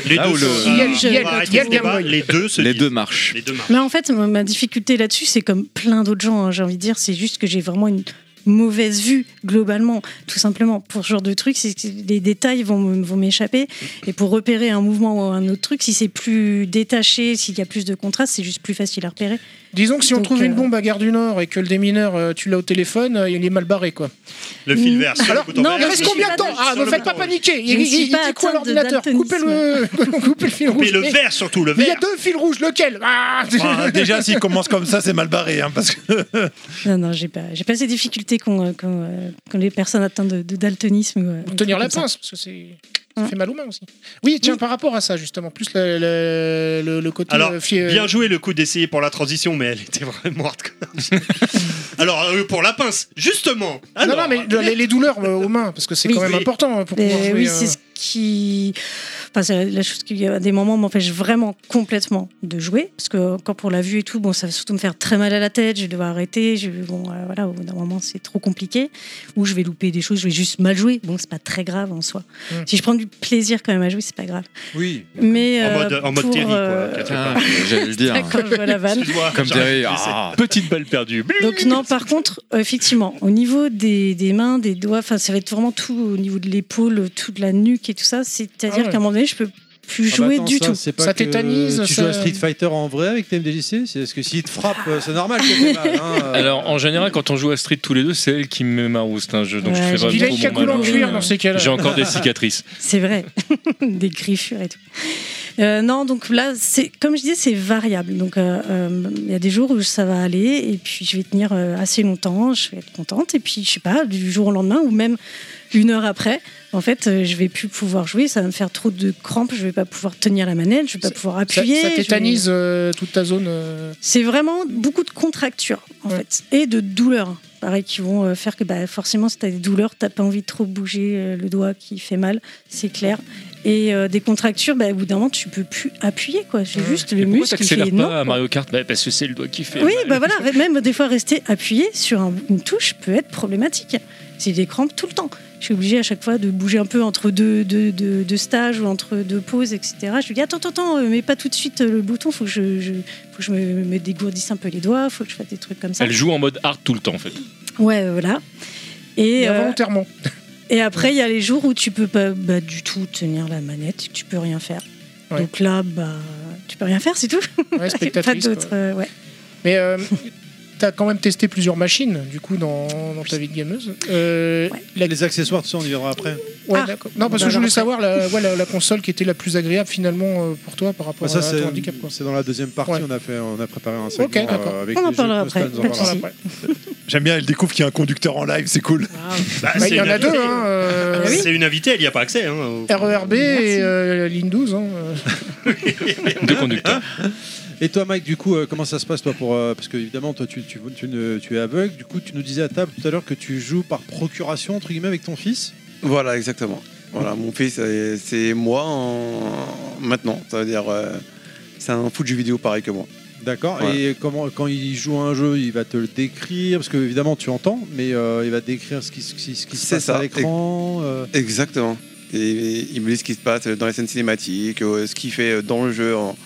S3: Les
S8: Là
S3: deux,
S8: où le-
S3: se-
S7: Il y a le-
S3: Ah,
S7: il y
S3: on va
S7: a le-
S3: arrêter
S7: il y a
S3: ce
S7: le Game
S3: débat,
S7: Boy.
S3: Les deux se
S8: Les
S3: disent.
S8: deux marchent.
S3: Les deux marchent.
S4: Mais en fait, moi, ma difficulté là-dessus, c'est comme plein d'autres gens, hein, j'ai envie de dire, c'est juste que j'ai vraiment une mauvaise vue globalement tout simplement pour ce genre de truc c'est que les détails vont, m- vont m'échapper et pour repérer un mouvement ou un autre truc si c'est plus détaché s'il y a plus de contraste c'est juste plus facile à repérer
S7: Disons que si on
S4: Donc,
S7: trouve une
S4: euh,
S7: bombe à Gare du Nord et que le démineur, euh, tu l'as au téléphone, euh, il est mal barré, quoi.
S3: Le fil vert, sur
S7: Alors,
S3: le bouton
S7: non,
S3: vert.
S7: mais
S4: je
S7: reste
S4: suis
S7: combien
S4: pas
S7: de temps
S4: daltoniste.
S7: Ah, ne
S3: Sur le
S7: faites pas
S3: bouton.
S7: paniquer
S4: Je
S7: Il
S4: ne suis
S7: il-
S4: pas
S7: il dit quoi
S4: atteinte de
S7: l'ordinateur Coupez le coupez le fil rouge.
S3: Mais le
S7: Mais-
S3: vert, surtout, le
S7: mais il y a
S3: vert.
S7: deux fils rouges, lequel Ah
S5: Enfin, Bah, déjà, s'il commence comme ça, c'est mal barré. hein, parce que...
S4: non non j'ai pas j'ai pas ces difficultés qu'ont euh, qu'ont, euh, qu'ont les personnes atteintes de, de daltonisme ou, euh,
S7: Pour tenir
S4: un
S7: la
S4: truc comme
S7: pince,
S4: ça.
S7: parce que c'est. Ça
S4: Ouais.
S7: fait mal aux mains aussi. Oui, tiens,
S4: Oui.
S7: par rapport à ça, justement, plus le, le, le- le côté.
S3: Alors,
S7: euh, fi- euh,
S3: bien joué le coup d'essayer pour la transition, mais elle était vraiment morte. Alors, euh, pour la pince, justement.
S7: non,
S3: Alors,
S7: non, mais le- les, les douleurs euh, aux mains, parce que c'est
S4: Oui.
S7: quand même
S3: Oui.
S7: important hein, pour pouvoir
S4: Euh,
S7: jouer,
S4: oui,
S7: euh,
S4: c'est ce qui. Enfin, c'est la chose qui, à des moments, m'empêche vraiment complètement de jouer. Parce que, encore pour la vue et tout, bon, ça va surtout me faire très mal à la tête. Je vais devoir arrêter. Je, bon, euh, voilà, au bout d'un moment, c'est trop compliqué. Ou je vais louper des choses, je vais juste mal jouer. Bon, c'est pas très grave en soi.
S7: Mm.
S4: Si je prends du plaisir quand même à jouer, c'est pas grave.
S1: Oui.
S4: Mais.
S3: En
S4: euh,
S3: mode- en mode
S4: pour,
S3: Terry, quoi,
S4: euh,
S3: quelque
S8: Ah, J'allais le dire.
S4: Quand je vois la vanne.
S3: Excuse-moi,
S8: Comme
S3: j'arrête
S8: Terry.
S3: de laisser.
S8: Ah,
S6: Petite balle perdue.
S4: Donc non, par contre, euh, effectivement, au niveau des, des mains, des doigts, enfin, ça va être vraiment tout au niveau de l'épaule, toute la nuque et tout ça. C'est-à-dire
S7: Ah ouais.
S4: qu'à un moment donné, je peux pu
S1: Ah bah
S4: jouer
S1: attends,
S4: du
S1: ça,
S4: tout.
S1: c'est pas
S7: Ça
S1: que
S7: tétanise,
S1: Tu
S7: ça-
S1: joues à Street Fighter en vrai avec TMDJC C'est- Parce que s'il te frappe, euh, c'est normal que t'aies mal. hein, euh.
S6: Alors, en général, quand on joue à Street tous les deux, c'est elle qui me met ma rousse, un jeu. Donc,
S4: Ouais,
S6: je fais
S4: j'ai
S7: Il
S6: pas
S7: a une
S6: trop mon
S7: cagoule en
S6: malin.
S7: cuir dans ces cas-là.
S6: J'ai encore des cicatrices.
S4: C'est vrai, des griffures et tout. Euh, non, donc là, c'est comme je disais, c'est variable. Donc euh, euh, il y a des jours où ça va aller et puis je vais tenir euh, assez longtemps, je vais être contente et puis je sais pas, du jour au lendemain ou même une heure après, en fait, euh, je vais plus pouvoir jouer, ça va me faire trop de crampes, je vais pas pouvoir tenir la manette, je vais pas
S7: Ça-
S4: pouvoir
S7: Ça,
S4: appuyer.
S7: ça
S4: je vais-
S7: tétanise euh, toute ta zone. euh,
S4: C'est vraiment beaucoup de contractures en
S7: Ouais.
S4: fait et de douleurs. Pareil, qui vont euh, faire que bah, forcément, si tu as des douleurs, tu pas envie de trop bouger euh, le doigt qui fait mal, c'est clair. Et euh, des contractures, bah, au bout d'un moment, tu peux plus appuyer. quoi. C'est juste
S6: Mais
S4: le
S6: pourquoi
S4: muscle qui
S6: t'accélères
S4: fait
S6: pas
S4: non.
S6: à
S4: quoi.
S6: Mario Kart Bah, Parce que c'est le doigt qui fait.
S4: Oui, bah voilà, même des fois rester appuyé sur un- une touche peut être problématique. C'est des crampes tout le temps. Je suis obligée à chaque fois de bouger un peu entre deux, deux, deux- deux stages ou entre deux pauses, etc. Je lui dis attends, attends, attends, euh, mais pas tout de suite euh, le bouton, faut que je, je- faut que je me, me dégourdisse un peu les doigts, faut que je fasse des trucs comme ça.
S6: Elle joue en mode hard tout le temps, en fait.
S4: Ouais, euh, voilà. Et,
S7: mais
S4: euh,
S7: Involontairement.
S4: et après, il y a les jours où tu peux pas bah, du tout tenir la manette, que tu peux rien faire.
S7: Ouais.
S4: Donc là, bah, tu peux rien faire, c'est tout.
S7: Ouais,
S4: pas
S7: spectatrice.
S4: d'autre.
S7: quoi.
S4: euh, ouais.
S7: Mais euh, t'as quand même testé plusieurs machines, du coup, dans, dans ta vie de gameuse. Euh,
S4: Ouais.
S7: la-
S1: Les accessoires, tout ça, on y verra après.
S7: ouais,
S4: Ah.
S7: d'accord. Non, parce
S4: On
S7: que je voulais
S4: verra
S7: savoir la, ouais, la, la console qui était la plus agréable finalement euh, pour toi par rapport
S1: Bah, ça,
S7: à
S1: c'est
S7: ton handicap. Quoi.
S1: c'est dans la deuxième partie.
S7: Ouais.
S1: On, a fait, on a préparé un segment euh,
S7: d'accord.
S1: avec
S4: On en
S1: les
S4: parlera
S1: jeux Constant,
S4: après,
S1: on en
S4: pas de
S1: parlera.
S4: souci.
S5: J'aime bien, elle découvre qu'il y a un conducteur en live, c'est cool.
S3: Bah,
S7: Bah,
S3: c'est
S7: il y en
S3: une
S7: a deux.
S3: invitée.
S7: Hein,
S4: Ah
S7: euh,
S3: C'est une invitée, elle n'y a pas accès. hein, au-
S7: RERB E et euh, Ligne 12. hein, euh.
S6: Deux conducteurs.
S3: Hein
S1: Et toi, Mike, du coup, euh, comment ça se passe toi pour euh, parce que évidemment, toi, tu, tu, tu ne- tu es aveugle. Du coup, tu nous disais à table tout à l'heure que tu joues par procuration entre guillemets avec ton fils.
S10: Voilà, exactement. Voilà, mon fils, euh, c'est moi en- maintenant. Ça veut dire, euh, c'est un foot jeu vidéo pareil que moi.
S1: D'accord.
S10: Ouais.
S1: Et comment quand il joue à un jeu, il va te le décrire parce que évidemment, tu entends, mais euh, il va décrire ce qui, ce qui- ce qui se
S10: C'est
S1: passe
S10: ça.
S1: à l'écran. euh,
S10: Exactement. Et il me dit ce qui se passe dans les scènes cinématiques, euh, ce qu'il fait dans le jeu en,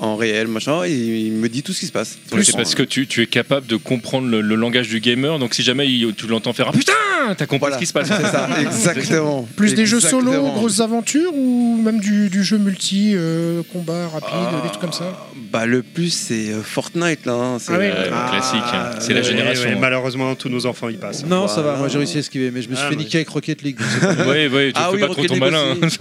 S10: en réel, machin. Et il me dit tout ce qui se passe. sur
S6: Plus
S10: l'écran.
S6: parce que tu, tu es capable de comprendre le, le langage du gamer, donc si jamais il- tu l'entends faire un putain, t'as compris
S10: Voilà.
S6: ce qui se
S10: C'est
S6: passe.
S10: ça, exactement.
S7: Plus des jeux
S10: Exactement.
S7: solo, grosses aventures ou même du, du jeu multi, euh, combat rapide,
S10: Ah,
S7: des trucs comme ça.
S10: Bah le plus c'est euh, Fortnite là. hein. C'est,
S7: Ah ouais.
S6: Euh, classique, hein. c'est
S3: Ouais,
S6: la génération.
S3: ouais,
S6: hein.
S3: malheureusement, tous nos enfants y passent.
S1: Non, ça
S10: Voilà.
S1: va. Moi, j'ai réussi à esquiver, mais je me suis
S3: Ah,
S1: fait
S3: mais-
S1: niquer avec Rocket League. donc c'est pas-
S6: Ouais, ouais, tu
S10: Ah
S6: fais
S10: oui,
S6: pas trop
S10: Rocket
S6: ton
S10: League
S6: malin. hein.
S10: aussi.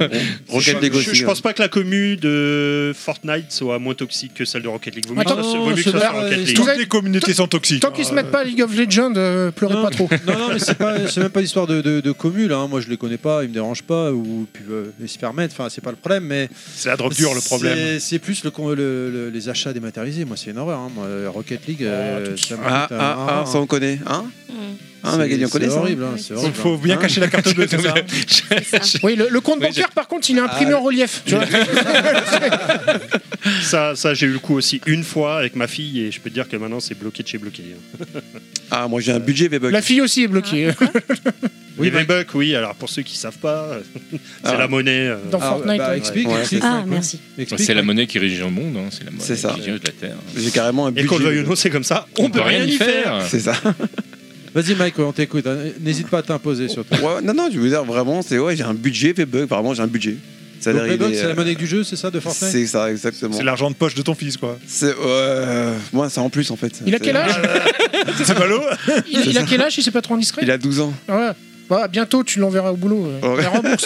S10: Rocket
S3: je,
S10: League
S3: je-
S10: aussi,
S3: je pense
S10: hein.
S3: pas que la commu de Fortnite soit moins toxique que celle de Rocket League. Vaut mieux,
S7: Attends,
S3: que ça-
S1: non,
S3: vaut mieux que
S1: c'est
S3: ça soit
S1: pas-
S3: Rocket League.
S7: Tout-
S5: Toutes euh, les communautés sont toxiques.
S7: Tant qu'ils se mettent pas à League of Legends, euh, pleurez
S1: Non.
S7: pas trop.
S1: Non, non, mais c'est pas, c'est même pas l'histoire de, de, de commu, là, hein. Moi, je les connais pas, ils me dérangent pas, ou puis euh, ils se permettent. Enfin, c'est pas le problème, mais
S5: C'est la drogue dure le problème.
S1: C'est- C'est plus le, con- le- le- les achats dématérialisés. Moi, c'est une horreur. hein. Moi, Rocket League, euh, ça me
S10: Ah,
S1: coûte un
S10: ah,
S1: rein,
S10: ah, ça
S1: hein.
S10: on connaît, hein
S7: Mm.
S10: Hein,
S1: C'est-
S10: Magali, on connaît
S1: C'est
S10: ça
S1: horrible, hein,
S9: Ouais.
S1: c'est
S5: Il
S1: horrible.
S5: faut bien
S10: Hein
S5: cacher la carte bleue, c'est ça
S7: Oui, le, le compte
S6: Oui,
S7: bancaire, par contre, il
S3: Ah,
S7: est imprimé en relief. Tu vois
S3: Ça, ça j'ai eu le coup aussi une fois avec ma fille et je peux te dire que maintenant c'est bloqué de chez bloqué.
S10: Ah moi j'ai un budget V-Bucks.
S7: La fille aussi est bloquée.
S4: Ah,
S3: les V-Bucks, oui, alors pour ceux qui savent pas, c'est
S10: Ah.
S3: la monnaie. euh,
S7: Dans
S1: Ah, ouais,
S7: Fortnite,
S1: bah,
S7: ouais.
S1: explique,
S10: Ouais,
S1: explique,
S4: Ah,
S1: ouais.
S4: merci.
S1: Explique.
S6: Bah, C'est la monnaie qui régit le monde, hein, c'est la monnaie
S10: C'est ça.
S6: qui dirige la Terre.
S10: J'ai carrément un
S3: Et
S10: budget.
S3: qu'on le veuille ou non, c'est comme ça, on, peut rien y faire.
S10: C'est ça.
S1: Vas-y, Mike, ouais, on t'écoute. hein. N'hésite pas à t'imposer sur toi.
S10: Ouais, non non, je veux dire vraiment c'est ouais j'ai un budget V-Bucks. Vraiment j'ai un budget. Ça
S1: Donc,
S10: veut dire, il
S1: Playbox,
S10: est,
S1: c'est la
S10: euh,
S1: monnaie du jeu, c'est ça, de Fortnite
S10: C'est ça exactement.
S5: C'est l'argent de poche de ton fils, quoi.
S10: C'est ouais, euh, moi c'est en plus en fait.
S7: Il a
S10: C'est-
S7: quel âge
S5: C'est pas l'eau
S7: il, il a quel âge Il s'est pas trop indiscret
S10: Il a 12 ans.
S7: Ouais. Bah, bientôt, tu l'enverras au boulot. euh.
S10: Ouais.
S7: La rembourse.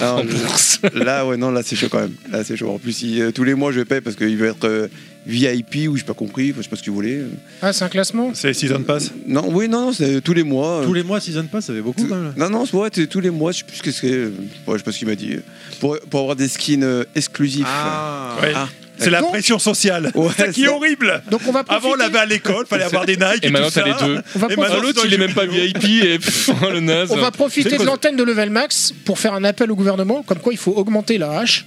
S10: Non, là ouais non là c'est chaud quand même. Là c'est chaud. En plus il- euh, tous les mois je paye parce qu'il veut être euh, VIP ou j'ai pas compris, je sais pas ce que vous voulez.
S7: Ah, c'est un classement
S5: C'est Season Pass.
S10: Non oui non non c'est tous les mois. euh,
S1: Tous les mois, Season Pass, ça fait beaucoup quand même. là.
S10: Non, non, ouais, t'es- tous les mois, je sais plus ce que c'est. euh, Ouais, je sais pas ce qu'il m'a dit. Pour, pour avoir des skins euh, exclusifs.
S1: Ah,
S5: Ouais.
S10: Ah.
S5: C'est la
S7: Donc-
S5: pression sociale.
S10: Ouais,
S5: c'est ça qui est
S10: c'est-
S5: horrible.
S7: Donc, on va
S5: Avant,
S7: profiter.
S5: on l'avait à l'école, fallait avoir des Nike.
S6: Et maintenant,
S5: tout
S6: t'as les
S5: ça.
S6: deux. Ah,
S7: On va
S5: Et
S7: profiter-
S5: maintenant,
S6: L'autre,
S5: dans
S6: il
S5: le
S6: est même
S5: jeu
S6: pas
S5: vidéo.
S6: VIP et pff, oh, le naze.
S7: On va profiter
S5: quoi
S7: de l'antenne de Level Max pour faire un appel au gouvernement, comme quoi il faut augmenter la hache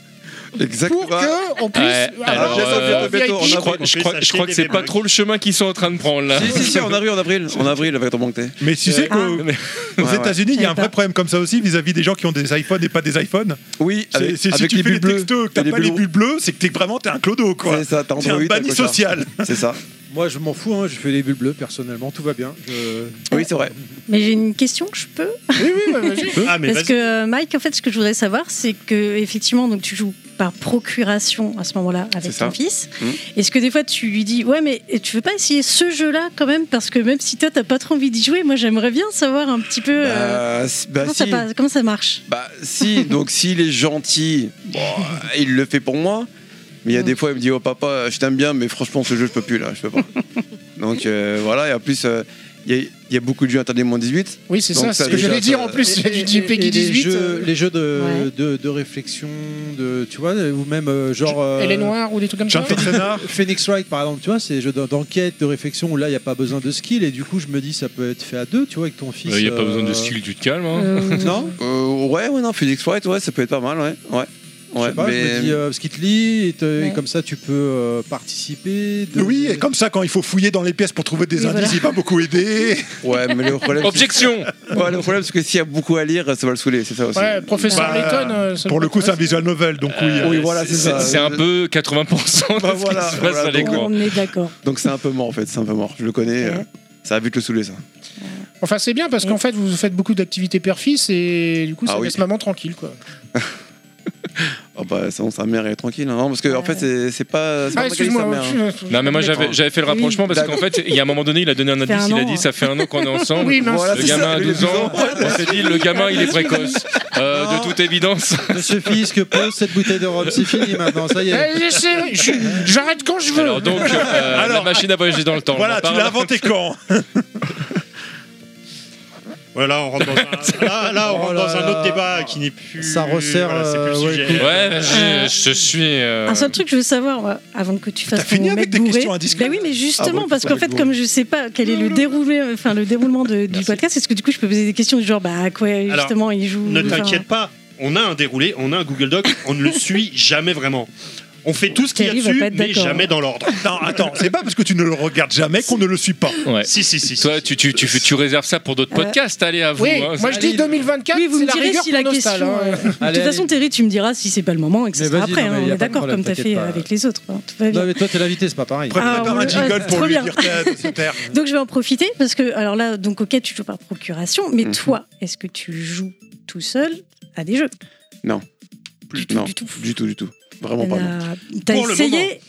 S10: Exactement.
S7: pour que ah, on puisse
S6: Ouais, alors,
S7: avoir des
S6: euh,
S7: enfants
S10: bientôt,
S7: VIP.
S10: on
S6: Je
S10: a-
S6: crois,
S3: on
S6: je
S3: peut
S6: crois-
S3: s'acheter
S6: je crois que
S3: des
S6: c'est pas
S3: V-Bucks.
S6: trop le chemin qu'ils sont en train de prendre là.
S10: Si, si, si, en avril, en avril. En avril, avec ton banquet.
S5: Mais tu sais qu'aux
S6: Mais-
S5: aux
S10: Euh, ah. Ouais,
S5: États-Unis, il y a un
S4: Euh, ah. J'avais
S5: vrai
S4: pas.
S5: problème comme ça aussi vis-à-vis des gens qui ont des iPhones et pas des iPhones.
S10: Oui,
S5: C'est-
S10: avec,
S5: c'est- Si
S10: avec
S5: tu
S10: les
S5: fais
S10: bulles
S5: les
S10: bleues.
S5: textos et que t'as
S10: les
S5: pas les
S10: bulles
S5: bulles bleues, c'est que t'es vraiment t'es un clodo, quoi.
S10: C'est ça, t'as
S5: T'es un
S10: Android, t'as
S5: banni
S10: quoi, ça.
S5: social.
S10: C'est ça.
S1: Moi, je m'en fous, hein, je fais des bulles bleues personnellement, tout va bien. Je-
S10: Oui, c'est vrai.
S4: Mais j'ai une question, je peux
S7: Oui, oui, bah, vas-y.
S3: Ah, mais
S4: Parce
S3: vas-y.
S4: que euh, Mike, en fait, ce que je voudrais savoir, c'est que effectivement, donc tu joues par procuration à ce moment-là avec
S10: C'est ça.
S4: ton fils.
S10: Mhm.
S4: Est-ce que des fois tu lui dis, ouais, mais tu veux pas essayer ce jeu-là quand même Parce que même si toi t'as pas trop envie d'y jouer, moi j'aimerais bien savoir un petit peu euh,
S10: Bah, c- bah,
S4: comment, ça,
S10: si.
S4: passe- comment ça marche.
S10: Bah si, donc s'il est gentil, bon, il le fait pour moi. Mais il y a des fois, il me dit, oh papa, je t'aime bien, mais franchement, ce jeu, je peux plus, là, je peux pas. donc euh, voilà, et en plus, euh, il y, a- il y a beaucoup de jeux interdits moins 18.
S7: Oui, c'est
S10: Donc ça,
S7: ça, c'est ce que
S10: déjà,
S7: j'allais dire
S10: ça-
S7: en plus.
S1: Et-
S7: J'ai
S1: et-
S7: dit
S1: et les
S7: Peggy 18.
S1: jeux,
S7: euh,
S1: les jeux de,
S4: Ouais.
S1: de, de réflexion, de, tu vois, ou même euh, genre.
S7: Elle est
S1: euh,
S7: noire ou des trucs comme ça
S5: Jean-Pierre Sénard.
S1: Phoenix Wright par exemple, tu vois, c'est des jeux d'en- d'enquête, de réflexion où là il n'y a pas besoin de skill et du coup je me dis ça peut être fait à deux, tu vois, avec ton
S6: Il
S1: fils.
S6: n'y a pas
S1: euh,
S6: besoin de style, tu te calmes. hein.
S1: Non
S10: Euh, ouais, ouais, non, Phoenix Wright, ouais, ça peut être pas mal, ouais. ouais.
S1: Je
S10: ouais
S1: sais pas, je me dis euh, parce qu'il te lit et, te- et
S4: Ouais.
S1: comme ça tu peux euh, participer. de-
S5: Oui, et comme ça, quand il faut fouiller dans les pièces pour trouver des
S4: Oui,
S5: indices,
S4: voilà.
S5: il va beaucoup
S10: euh,
S5: aider.
S10: Ouais, mais le problème, c'est-
S6: Objection
S10: ouais, le problème, c'est que s'il y a beaucoup à lire, ça va le saouler, c'est ça aussi.
S7: Ouais, professeur
S5: Bah,
S7: Layton. euh, ça
S5: Pour
S7: me
S5: le coup, c'est un
S7: paraît-
S5: visual novel, donc oui.
S6: Euh,
S5: euh,
S10: oui, voilà, c'est ça.
S6: C'est un peu 80% de
S10: Bah
S6: ce qui
S10: voilà,
S6: se passe
S10: voilà,
S6: à l'écran.
S4: On est d'accord.
S10: Donc c'est un peu mort, en fait, c'est un peu mort. Je le connais,
S4: Ok.
S10: euh, ça va vite le saouler, ça.
S7: Enfin, c'est bien
S4: Mm.
S7: parce qu'en fait, vous faites beaucoup d'activités père-fils et du coup, ça
S10: Ah oui.
S7: laisse maman tranquille. quoi.
S10: Oh bah, sinon, sa mère, elle est tranquille, hein, parce que, en fait, c'est- c'est pas. c'est pas Magali,
S7: Ah,
S10: sa
S7: excuse-moi.
S10: mère, hein.
S7: je- je-
S6: Non, Ah, mais moi j'avais j'avais fait le rapprochement parce qu'en fait, il y a un moment donné, il a donné un
S4: fait
S6: indice,
S4: un
S6: il a
S4: an,
S6: dit
S4: hein.
S6: ça fait un an qu'on est ensemble.
S7: Oui, mince.
S10: Voilà,
S6: Le
S10: c'est ça,
S6: gamin a
S10: il a
S6: 12 ans, on s'est dit le gamin il est précoce. Euh,
S1: Non.
S6: de toute évidence.
S1: Il suffit ce que pose cette bouteille de rhum, c'est fini maintenant, ça y est.
S7: Eh, je sais, je- J'arrête quand je veux.
S6: Alors donc, euh, la
S5: Alors,
S6: machine à voyager dans le temps. on en
S5: Voilà, tu
S6: parle.
S5: l'as inventé quand
S3: Voilà, on rentre dans un, là, là, on rentre
S1: Oh là
S3: dans un
S1: là.
S3: autre débat qui n'est plus.
S1: Ça resserre,
S3: Voilà, c'est plus le
S1: euh, ouais,
S3: sujet.
S1: écoute.
S6: Ouais,
S4: Euh,
S10: euh,
S6: vas-y, je suis. euh,
S4: Un seul truc que je veux savoir moi, avant que tu fasses
S5: fini
S4: ton
S5: avec
S4: mec
S5: des
S4: bourré.
S5: questions indiscrètes
S4: Bah oui, mais
S10: Ah
S4: justement
S10: bon,
S4: parce qu'en fait,
S10: avec
S4: comme je sais pas quel est le déroulé, euh, enfin le déroulement de- du
S6: Merci.
S4: podcast, est-ce que du coup je peux poser des questions du genre bah à quoi justement il joue
S3: Ne
S4: enfin,
S3: t'inquiète pas, on a un déroulé, on a un Google Doc, on ne le suit jamais vraiment. On fait tout ce qu'il y a
S4: Thierry va
S3: dessus,
S4: pas être
S3: mais
S4: d'accord.
S3: jamais dans l'ordre.
S5: Non, attends, c'est pas parce que tu ne le regardes jamais qu'on ne le suit pas.
S6: ouais.
S3: Si, si, si. si.
S6: Toi, tu, tu, tu, fais- tu réserves ça pour d'autres
S4: Ouais.
S6: podcasts, allez à vous.
S7: Oui,
S6: hein.
S7: moi je dis 2024.
S4: Oui, vous
S7: c'est
S4: me
S7: la
S4: direz
S7: rigueur
S4: si la
S7: pour
S4: question.
S7: Nostal, hein.
S4: euh, De toute façon, Terry, tu me diras si c'est pas le moment et que ce
S1: Mais
S4: sera
S1: vas-y,
S4: après.
S1: non,
S4: hein,
S1: mais y a
S4: on est
S1: pas de
S4: d'accord,
S1: problème,
S4: comme t'as
S1: t'inquiète
S4: fait
S1: pas.
S4: avec les autres. hein, tout va bien.
S1: Non mais toi t'es l'invité, c'est pas pareil.
S5: Prépare
S4: Ah,
S5: un
S4: ouais,
S5: jingle
S4: ouais,
S5: pour
S4: trop
S5: lui
S4: bien.
S5: dire t'es- c'est terre.
S4: Donc je vais en profiter parce que alors là, donc ok, tu joues par procuration, mais
S10: Mhm.
S4: toi, est-ce que tu joues tout seul à des jeux
S10: Plus-
S4: tout,
S10: non,
S4: du tout.
S10: du tout, du tout. Vraiment pas. non.
S4: T'as Euh, t'as
S3: Pour le moment.
S4: essayé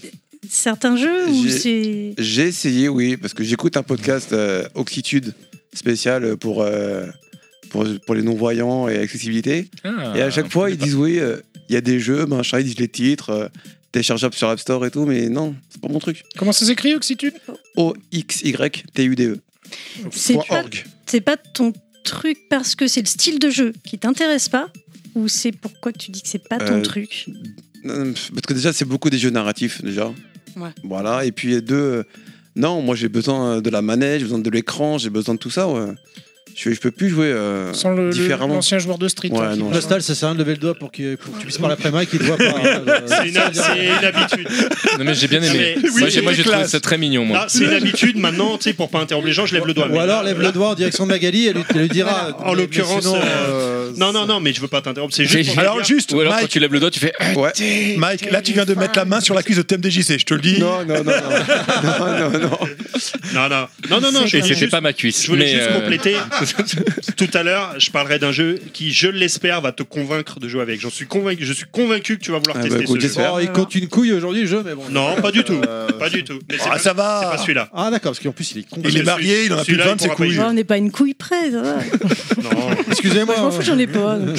S4: certains jeux ou
S10: J'ai-
S4: c'est
S10: J'ai essayé, oui, parce que j'écoute un podcast euh, Oxitude spécial pour, euh, pour, pour les non-voyants et accessibilité.
S6: Ah,
S10: et à chaque fois,
S6: on
S10: ils
S6: connaît
S10: disent oui, euh, il y a des jeux, machin, ils disent les titres, euh, téléchargeables sur App Store et tout, mais non, c'est pas mon truc.
S7: Comment ça s'écrit, Oxytude
S10: O-X-Y-T-U-D-E.
S4: c'est
S10: E. point
S4: pas
S10: org.
S4: c'est pas ton truc parce que c'est le style de jeu qui t'intéresse pas ou c'est pourquoi tu dis que c'est pas ton
S10: Euh,
S4: truc
S10: Euh, pff, Parce que déjà, c'est beaucoup des jeux narratifs, déjà.
S4: Ouais.
S10: Voilà, et puis euh, deux, euh, non, moi j'ai besoin euh, de la manette, j'ai besoin de l'écran, j'ai besoin de tout ça, ouais. Je, je peux plus jouer. euh,
S7: Sans le- le-
S10: différemment.
S7: l'ancien joueur de street.
S10: Ouais,
S7: hein, qui-
S10: non.
S1: Nostal, ça sert à rien de lever le doigt pour, qu'il- pour que tu puisses parler après Mike, il te voit pas. euh, ça
S3: C'est une,
S1: veut dire-
S3: c'est une habitude.
S6: pas. Non, mais j'ai bien aimé.
S3: Ah, mais-
S6: moi,
S3: oui,
S6: j'ai moi, j'ai
S5: c'était
S6: trouvé
S5: classe.
S6: ça très mignon, moi.
S3: Là, c'est une habitude maintenant, tu sais, pour pas interrompre les gens, je lève le doigt.
S1: Ou
S3: Mais
S1: alors
S3: là,
S1: lève
S3: là-
S1: le doigt en direction de Magali, elle lui, elle lui dira.
S3: Voilà, en
S1: mais- mais
S3: l'occurrence,
S1: sinon,
S3: euh,
S1: euh,
S3: Non, non, non, mais je veux pas t'interrompre, c'est juste. pour te
S5: Alors
S3: dire-
S5: juste,
S6: Ou alors, quand
S5: Mike,
S6: tu lèves le doigt, tu fais. Ah,
S10: Ouais.
S5: Mike, là tu viens de mettre la main sur la cuisse de TMDJC, je te le dis.
S10: Non, non, non, non. non, non, non.
S3: Non, non, non, non, non, je
S6: Et
S3: voulais
S6: c'était
S3: juste-
S6: pas ma cuisse.
S3: Je voulais
S6: mais,
S3: juste
S6: euh,
S3: compléter. Tout à l'heure, je parlerai d'un jeu qui, je l'espère, va te convaincre de jouer avec. J'en suis convaincu. Je suis convaincu que tu vas vouloir
S10: Ah bah,
S3: tester
S10: écoute,
S3: ce jeu.
S10: j'espère.
S1: Oh, il compte une couille aujourd'hui, le jeu, mais bon.
S3: Non, pas du tout.
S1: Euh,
S3: Pas du tout. Mais c'est
S5: Ah,
S3: pas,
S5: ça
S3: c'est
S5: va.
S3: pas celui-là.
S1: Ah, d'accord, parce qu'en plus, il est con.
S5: Il est marié, il en a plus de
S3: Celui-là,
S5: 20,
S3: il
S5: c'est
S3: pourra pas y
S5: cool.
S3: jouer.
S4: Ouais, on n'est pas une couille près. ça va.
S3: Non.
S1: Excusez-moi.
S4: Moi, je m'en fous,
S1: hein.
S4: j'en ai pas. donc.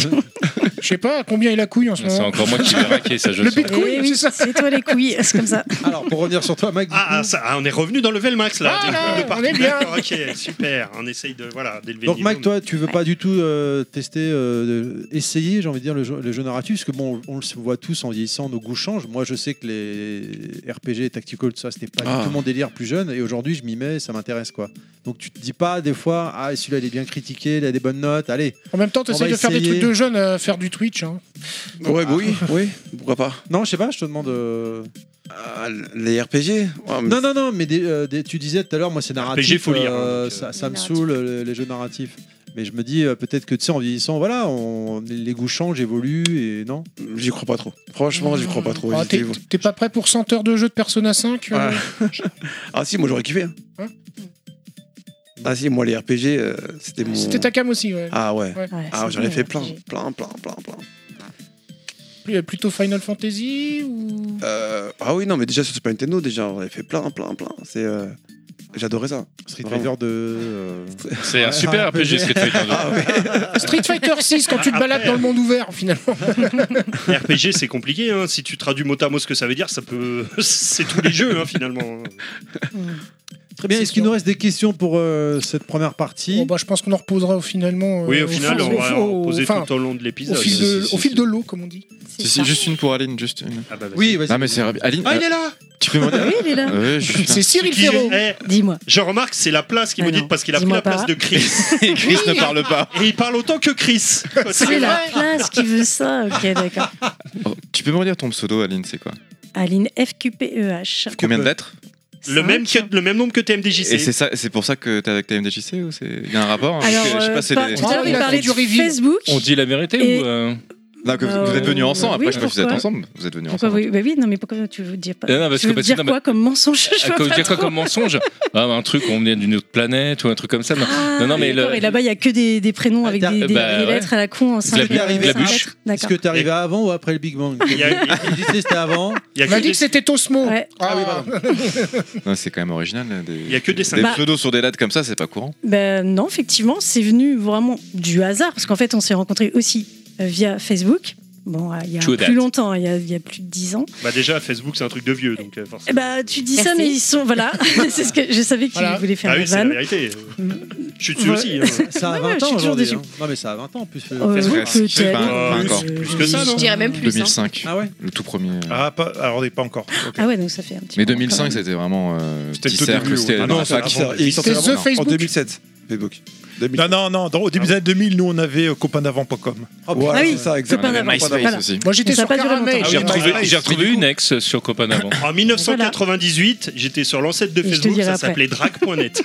S7: Je sais pas combien il a couille en ce
S6: C'est
S7: moment.
S6: encore moi qui vais raquer ça, je
S7: Le
S6: sens.
S7: bitcoin,
S4: Eh
S7: c'est
S4: oui,
S7: ça.
S4: c'est toi les couilles, c'est comme ça.
S1: Alors, pour revenir sur toi, Mike, du
S3: Ah,
S1: coup,
S3: ah, ça, ah, on est revenu dans le level max là.
S7: Ah,
S3: Des
S7: là,
S3: coups de
S7: on
S3: partout.
S7: est bien.
S3: D'accord, ok, super. On essaye de voilà d'élever.
S1: Donc
S3: le niveau,
S1: Mike, toi, tu veux pas du tout euh, tester, euh, de- essayer, j'ai envie de dire, le jeu, le jeu narratif, parce que bon, on le voit tous en vieillissant, nos goûts changent. Moi, je sais que les RPG, tactical, tout ça, c'était pas
S10: Ah.
S1: du tout mon délire plus jeune, et aujourd'hui, je m'y mets, ça m'intéresse quoi. Donc tu te dis pas des fois, ah celui-là il est bien critiqué, il a des bonnes notes, allez.
S7: En même temps,
S1: On
S7: t'essayes
S1: va
S7: de faire des
S1: essayer. Ah,
S7: trucs de jeunes, euh, faire du Twitch. hein.
S10: Ouais, bah oui, oui, pourquoi pas.
S1: Non, je sais pas, je te demande. euh,
S10: Ah, les RPG Ouais, mais-
S1: Non, non, non, mais des- euh, des- tu disais tout à l'heure, moi c'est narratif,
S3: faut lire, hein,
S1: euh,
S3: donc, euh,
S1: ça, ça me
S4: Narratif.
S1: saoule euh, les, jeux narratifs. Mais je me dis, euh, peut-être que tu sais, en vieillissant, voilà, on- les goûts changent, évoluent, et non
S10: J'y crois pas trop. Franchement, j'y crois pas trop.
S7: Ah, T'es
S10: J'étais-
S7: t'es pas prêt pour 100 heures de jeu de Persona 5 euh,
S10: Ah. ah si, moi j'aurais kiffé. hein.
S7: Hein
S10: ah si, moi les RPG, euh, c'était mon.
S7: C'était ta cam aussi, ouais.
S10: Ah ouais.
S4: Ouais,
S10: Ah,
S4: c'est
S10: j'en ai
S4: bien,
S10: fait
S4: ouais.
S10: plein, plein, plein, plein, plein.
S7: Plus- euh, Plutôt Final Fantasy ou.
S10: Euh, ah oui, non, mais déjà sur Super Nintendo, déjà, on avait fait plein, plein, plein. C'est, euh, J'adorais ça.
S1: Street
S10: Vraiment.
S1: Fighter de. euh,
S6: C'est un super RPG Street Fighter 2.
S1: Ah,
S10: Ah,
S3: Ah,
S7: Street Fighter 6 quand tu te balades dans le monde ouvert, finalement.
S3: RPG, c'est compliqué. hein. Si tu traduis mot à mot ce que ça veut dire, ça peut. c'est tous les jeux, hein, finalement.
S1: Très bien, est-ce qu'il nous reste des questions pour euh, cette première partie
S7: Bon, bah, je pense qu'on en reposera finalement. euh,
S3: Oui, au final,
S7: fond-
S3: on va
S7: fond-
S3: en poser
S7: enfin,
S3: tout au long de
S7: au
S3: l'épisode.
S7: fil de,
S8: Si, si,
S7: au fil
S8: si.
S7: de l'eau, comme on dit.
S4: C'est
S8: Si,
S4: ça.
S8: si, juste une pour Aline, juste une.
S3: Ah bah, vas-y.
S1: Oui, vas-y.
S8: Non, mais c'est ravi- Aline,
S1: Ah,
S8: euh,
S1: il est là
S8: tu peux me
S7: euh,
S8: dire
S4: Oui, il est là.
S8: Ouais, je suis.
S7: C'est Cyril
S3: Qui-
S7: Ferraud.
S3: eh,
S4: Dis-moi.
S3: je remarque, c'est la place qu'il
S4: Ah
S3: vous
S4: non.
S3: dites parce qu'il a pris
S4: Dis-moi
S3: la place
S4: pas.
S3: de Chris.
S8: Chris ne parle pas.
S3: Et il parle autant que Chris.
S4: C'est la place qui veut ça. Ok, d'accord.
S8: Oh, tu peux me redire ton pseudo, Aline, c'est quoi
S4: Aline FQPEH.
S8: E Combien de lettres
S3: Le même, que- le même nombre que
S8: Et c'est
S3: TMDJC.
S8: ça, c'est pour ça que t'es avec ta MDJC ou c'est il y a un rapport hein, parce
S4: Alors,
S8: que je sais
S4: euh,
S8: pas, c'est
S4: pas-
S8: des-
S4: tout à l'heure,
S7: Ah, il
S4: il
S7: a
S4: parlait
S7: fait
S4: de
S7: du review.
S4: Facebook.
S6: On dit la vérité
S4: Et-
S6: ou. euh,
S8: Non, Ah, que vous,
S4: Euh,
S8: vous êtes venus ensemble. Après,
S4: oui,
S8: je sais pas si vous êtes
S4: pourquoi
S8: ensemble. Vous êtes venus
S4: Pourquoi
S8: ensemble.
S4: oui, bah oui, non, mais pourquoi tu veux dire pas
S6: Non, non, parce
S4: Tu
S6: que-
S4: veux
S6: parce que-
S4: dire
S6: non,
S4: quoi comme mensonge Je
S6: à
S4: vois
S6: cause-
S4: pas
S6: dire quoi
S4: trop.
S6: comme mensonge Ah, Un truc, on venait d'une autre planète ou un truc comme ça. Non,
S4: Ah,
S6: non, non, mais
S4: d'accord,
S6: le-
S4: Et là-bas, il y a que des, des prénoms avec
S1: Ah,
S4: des, des-
S6: bah,
S4: des
S6: ouais.
S4: lettres à la con en cinq-
S6: bu-
S4: cinq
S6: glabuche.
S4: lettres.
S1: Est-ce
S4: D'accord.
S1: que t'es arrivé avant ou après le Big Bang
S3: Il y a-
S1: Il disait c'était avant.
S3: Il y a
S7: On m'a
S3: que
S7: dit
S3: des-
S7: que c'était Osmo.
S4: Ouais.
S1: Ah oui,
S7: pardon.
S8: Non, c'est quand même original. là, Des,
S3: Il y a que des
S8: des
S3: symboles.
S8: pseudos sur des dates comme ça, c'est pas courant.
S4: Ben non, effectivement, c'est venu vraiment du hasard parce qu'en fait, on s'est rencontrés aussi euh, via Facebook. Bon, euh, il y a
S6: True
S4: plus
S6: that.
S4: longtemps, il y a, il y a plus de dix ans.
S3: Bah déjà, Facebook, c'est un truc de vieux, donc euh, forcément.
S4: Eh ben, tu dis ça,
S9: Merci.
S4: mais ils sont. Voilà, c'est ce que je savais que
S7: Voilà.
S4: tu voulais faire
S3: Ah
S4: la
S3: oui, c'est la
S4: vanne.
S3: vérité. Je suis dessus
S4: Ouais.
S3: aussi. hein.
S1: Ça a
S4: Ouais, ouais,
S1: 20
S4: je suis
S1: ans
S4: toujours
S1: aujourd'hui.
S4: déçue.
S1: hein. Non, mais ça a 20 ans en plus. le-
S4: Euh,
S8: Facebook,
S4: oui,
S8: c'est- c'est
S4: peut-être.
S8: pas-
S4: Euh,
S8: pas encore.
S3: Plus que ça, non
S9: Je dirais même plus. hein.
S8: 2005,
S1: Ah ouais
S8: le tout premier.
S5: Ah, pas, alors, on n'est pas encore. ok.
S4: Ah ouais, donc ça fait un petit
S8: Mais
S4: moment,
S8: 2005,
S4: quand même.
S8: c'était vraiment. Euh,
S5: C'était le
S8: petit
S5: tout
S8: cercle,
S5: début,
S8: c'était
S5: ouais.
S8: dans
S5: Non,
S8: la
S5: c'est
S8: fac.
S5: avant.
S10: Il sortait
S7: C'est
S10: vraiment
S7: The Facebook.
S10: En 2007, Facebook. 2007.
S5: Non, non, non, dans- au
S8: Ah.
S5: début des années 2000, nous on avait euh, copaindavant.com.
S1: Oh,
S10: Ouais,
S1: putain,
S4: Ah oui,
S10: ça, exactement.
S4: copain d'avant.
S10: Copain d'avant.
S4: Voilà.
S8: aussi.
S7: Moi j'étais
S4: Ça a
S7: sur
S4: pas duré
S7: Caramel.
S4: longtemps.
S6: J'ai
S5: Ah oui,
S6: retrouvé,
S5: bah,
S6: j'ai
S5: mais
S6: retrouvé
S5: du
S6: une ex sur Copenhague.
S3: En 1998, j'étais sur l'ancêtre de
S4: Et je te
S3: Facebook,
S4: dirai
S3: ça
S4: après.
S3: s'appelait drag.net.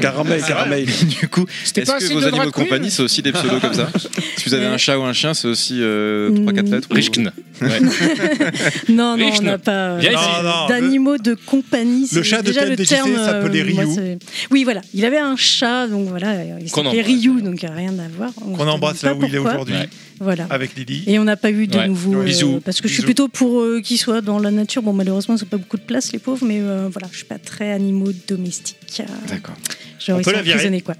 S10: Caramel, caramel.
S8: Ah, Du coup,
S7: C'était
S8: est-ce
S7: pas
S8: que
S7: assez
S8: vos
S7: de
S8: animaux de
S7: drag queen
S8: compagnie, c'est aussi des pseudos comme ça Si vous avez un chat ou un chien, c'est aussi euh,
S4: Hmm.
S8: 3-4 lettres ou-
S6: Richkn. Ouais.
S4: Non, non, on
S6: Richne.
S4: n'a pas. euh,
S6: Viens
S5: Non,
S6: ici.
S5: non,
S4: d'animaux de compagnie. c'est
S5: chat de
S4: déjà le
S5: TMDJC
S4: terme, euh,
S5: s'appelait
S4: moi,
S5: Ryu.
S4: c'est- oui, voilà. Il avait un chat, donc voilà. Il
S6: Qu'on
S4: s'appelait
S6: embrasse,
S4: Ryu, donc euh, rien à voir. On se
S5: Qu'on
S4: demande
S5: embrasse
S4: pas
S5: là où il est
S4: pourquoi.
S5: aujourd'hui,
S6: Ouais.
S4: Voilà.
S5: avec Lily.
S4: Et on n'a pas eu de
S6: Ouais.
S4: nouveau. euh,
S6: Bisous.
S4: parce que je suis
S5: Bisous.
S4: plutôt pour euh, qu'ils soient dans la nature. Bon, malheureusement, ils n'ont pas beaucoup de place, les pauvres, mais euh, voilà, je suis pas très animaux domestiques. Euh,
S8: D'accord.
S4: Genre,
S3: On
S4: ils
S3: peut
S4: sont
S3: la virer.
S4: emprisonnés, quoi.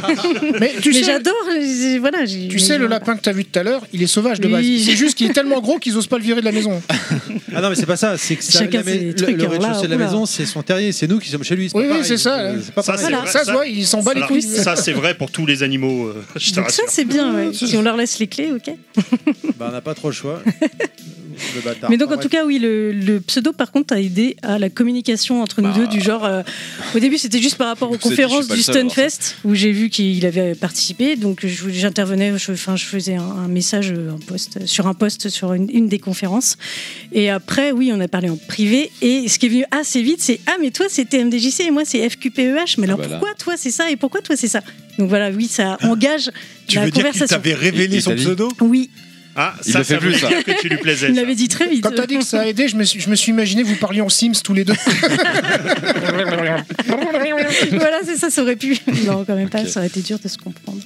S7: Mais tu
S4: mais
S7: sais,
S4: j'adore. euh, Voilà, j'ai-
S7: tu sais
S4: mais
S7: le
S4: voilà.
S7: lapin que t'as vu tout à l'heure, il est sauvage de
S4: Oui.
S7: base. C'est juste qu'il est tellement gros qu'ils osent pas le virer de la maison.
S1: Ah non, mais c'est pas ça. C'est que ça,
S4: Chacun
S1: la mais-
S4: ses
S1: le,
S4: trucs,
S1: le
S4: alors là,
S1: rez-de-chaussée de la
S4: oula.
S1: maison, c'est son terrier. C'est nous qui sommes chez lui.
S7: Oui, oui,
S1: pas pareil.
S7: c'est ça,
S1: Euh,
S7: ouais.
S1: C'est pas
S3: Ça,
S1: pareil.
S3: c'est
S4: Voilà.
S3: vrai.
S7: Ça se voit, ils s'en bat les
S3: Alors,
S7: couilles.
S3: ça, c'est vrai pour tous les animaux, euh, je te
S4: Donc ça,
S3: rassure. Ah,
S4: c'est bien, ouais. Si on leur laisse les clés, ok.
S1: Bah, on n'a pas trop le choix. le bâtard.
S4: Mais donc, en
S1: Enfin,
S4: tout cas, oui, le, le pseudo, par contre, a aidé à la communication entre nous
S8: Bah.
S4: deux, du genre. euh, au début, c'était juste par rapport aux
S8: Je vous ai dit,
S4: conférences
S8: je
S4: du
S8: suis pas le seul à avoir
S4: Stunfest, où j'ai vu qu'il avait participé. Donc, je- j'intervenais, je, enfin, je faisais un, un message euh, un post, sur un poste sur une, une des conférences. Et après, oui, on a parlé en privé. Et ce qui est venu assez vite, c'est Ah, mais toi, c'est TMDJC et moi, c'est FQPEH. E Mais alors,
S8: bah là.
S4: pourquoi toi, c'est ça et pourquoi toi, c'est ça Donc, voilà, oui, ça engage
S5: Tu
S4: la
S5: veux dire qu'il
S4: conversation.
S5: t'avait révélé
S8: Et- et
S5: son
S8: t'as dit-
S5: pseudo
S4: oui,
S3: Ah,
S8: Il
S3: ça,
S8: le fait
S3: ça
S8: plus,
S3: veut
S8: ça.
S3: dire que tu lui plaisais.
S4: il
S3: ça.
S4: l'avait dit très vite.
S7: Quand t'as dit que ça a aidé, je me suis, je me suis imaginé vous parliez en Sims tous les deux.
S4: voilà, c'est ça, ça aurait pu. Non, quand même pas,
S8: Ok.
S4: ça aurait été dur de se comprendre.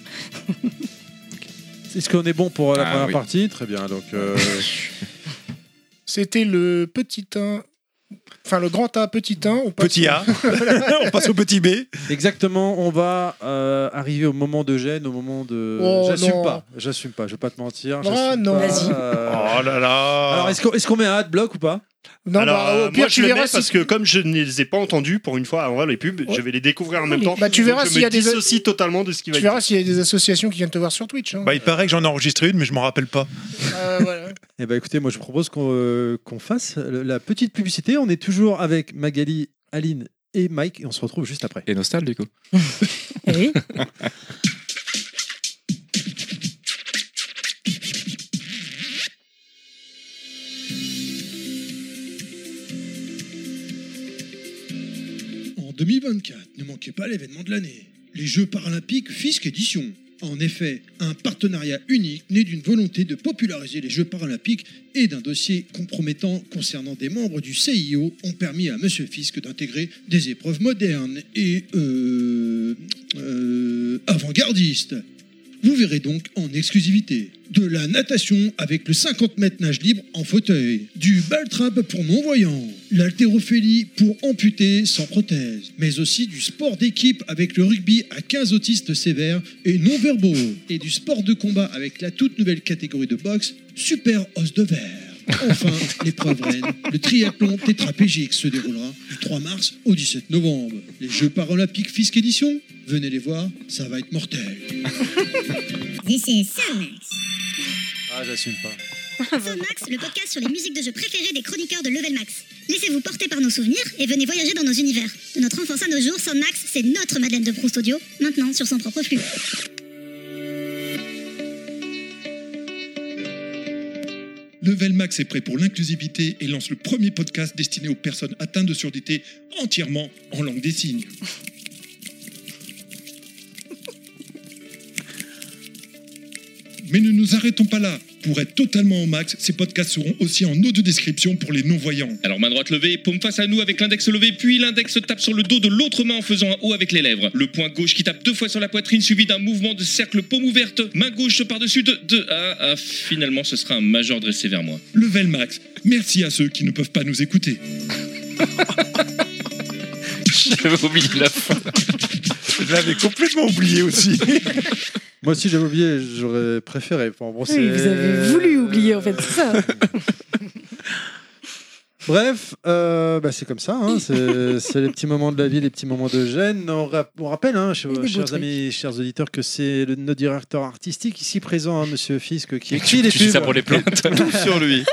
S1: Est-ce qu'on est bon pour la
S8: Ah,
S1: première
S8: oui.
S1: partie Très bien. Donc, euh,
S7: C'était le petit 1. Enfin, le grand A, petit 1. On passe-
S5: Petit A. on passe au petit B.
S1: exactement, on va euh, arriver au moment de gêne, au moment de.
S7: Oh,
S1: j'assume
S7: non.
S1: pas. J'assume pas. Je vais pas te mentir.
S7: Ah,
S1: j'assume
S7: non.
S1: pas,
S5: Oh
S4: Vas-y.
S1: euh,
S5: là là.
S1: Alors, est-ce qu'on est-ce qu'on met un adblock ou pas
S7: Non,
S3: Alors,
S7: bah,
S3: euh,
S7: au pire,
S3: moi, je
S7: tu
S3: le mets
S7: verras si-
S3: parce que comme je ne les ai pas entendus pour une fois avant les pubs, je vais les découvrir en même temps.
S7: Bah, tu
S3: Donc,
S7: verras
S3: je
S7: s'il y a
S3: me
S7: des-
S3: dissocie totalement de ce qui va
S7: Tu
S3: être
S7: verras
S3: dit.
S7: s'il y a des associations qui viennent te voir sur Twitch. hein.
S5: Bah, il paraît que j'en ai enregistré une, mais je m'en rappelle pas.
S7: Euh, voilà.
S1: Eh ben écoutez, moi je propose qu'on euh, qu'on fasse le- la petite publicité. On est toujours avec Magali, Aline et Mike et on se retrouve juste après.
S8: Et Nostal, du coup.
S4: Eh oui.
S11: En 2024, ne manquez pas l'événement de l'année. Les Jeux paralympiques Fisk Edition. En effet, un partenariat unique né d'une volonté de populariser les Jeux paralympiques et d'un dossier compromettant concernant des membres du CIO ont permis à Monsieur Fisk d'intégrer des épreuves modernes et euh, euh, avant-gardistes. Vous verrez donc en exclusivité de la natation avec le 50 mètres nage libre en fauteuil, du baltrap pour non-voyants, l'haltérophilie pour amputés sans prothèse, mais aussi du sport d'équipe avec le rugby à 15 autistes sévères et non-verbaux, et du sport de combat avec la toute nouvelle catégorie de boxe Super Os de Verre. Enfin, l'épreuve reine, le triathlon tétrapégique se déroulera du 3 mars au 17 novembre. Les Jeux paralympiques Fisk Edition, venez les voir, ça va être mortel.
S12: This is Soundmax.
S13: Ah, j'assume pas.
S12: Soundmax, le podcast sur les musiques de jeux préférées des chroniqueurs de Level Max. Laissez-vous porter par nos souvenirs et venez voyager dans nos univers. De notre enfance à nos jours, Soundmax, c'est notre Madeleine de Proust audio, maintenant sur son propre flux.
S14: Level Max est prêt pour l'inclusivité et lance le premier podcast destiné aux personnes atteintes de surdité entièrement en langue des signes. Mais ne nous arrêtons pas là. Pour être totalement au max, ces podcasts seront aussi en audio description pour les non-voyants.
S15: Ah, Alors main droite levée, paume face à nous avec l'index levé, puis l'index tape sur le dos de l'autre main en faisant un haut avec les lèvres. Le point gauche qui tape deux fois sur la poitrine suivi d'un mouvement de cercle paume ouverte, main gauche par-dessus de... de ah, ah, finalement ce sera un major dressé vers moi.
S14: Level Max, merci à ceux qui ne peuvent pas nous écouter.
S6: J'avais oublié la fin.
S5: Je l'avais complètement oublié aussi.
S1: Moi aussi, j'avais oublié, j'aurais préféré. Enfin, bon, c'est-
S4: Oui, vous avez voulu oublier en fait, c'est ça.
S1: Bref, euh, bah, c'est comme ça. hein, C'est c'est les petits moments de la vie, les petits moments de gêne. On, rap- on rappelle, hein, chers,
S4: des beaux
S1: chers
S4: trucs.
S1: amis, chers auditeurs, que c'est le- notre directeur artistique ici présent, hein, Monsieur Fisk, qui
S6: Tu,
S1: écrit les
S6: tu dis ça
S1: pubs.
S6: pour les plaintes.
S8: sur lui.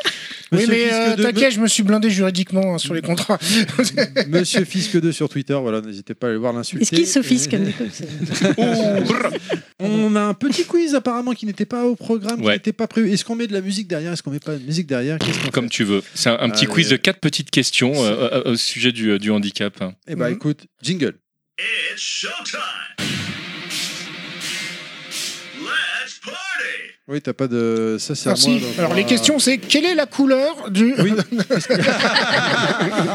S7: Oui,
S1: Monsieur
S7: mais
S1: Fisk
S7: euh,
S1: de-
S7: t'inquiète, je me suis blindé juridiquement hein, sur les contrats.
S1: Monsieur Fisk 2 sur Twitter, voilà, n'hésitez pas à aller voir l'insulter.
S4: Est-ce qu'il se fisque
S1: Oh, On a un petit quiz apparemment qui n'était pas au programme,
S6: Ouais.
S1: qui n'était pas prévu. Est-ce qu'on met de la musique derrière Est-ce qu'on met pas de musique derrière Qu'est-ce qu'on
S6: Comme tu veux. C'est un, un petit
S1: Allez.
S6: quiz de quatre petites questions euh, euh, euh, au sujet du, euh, du handicap. hein.
S1: Eh
S5: ben,
S7: Mhm.
S1: bah écoute, jingle. Oui, t'as pas de. Ça, c'est à
S7: Ah, si.
S1: moi. donc,
S7: Alors les
S1: voilà.
S7: questions c'est quelle est la couleur du...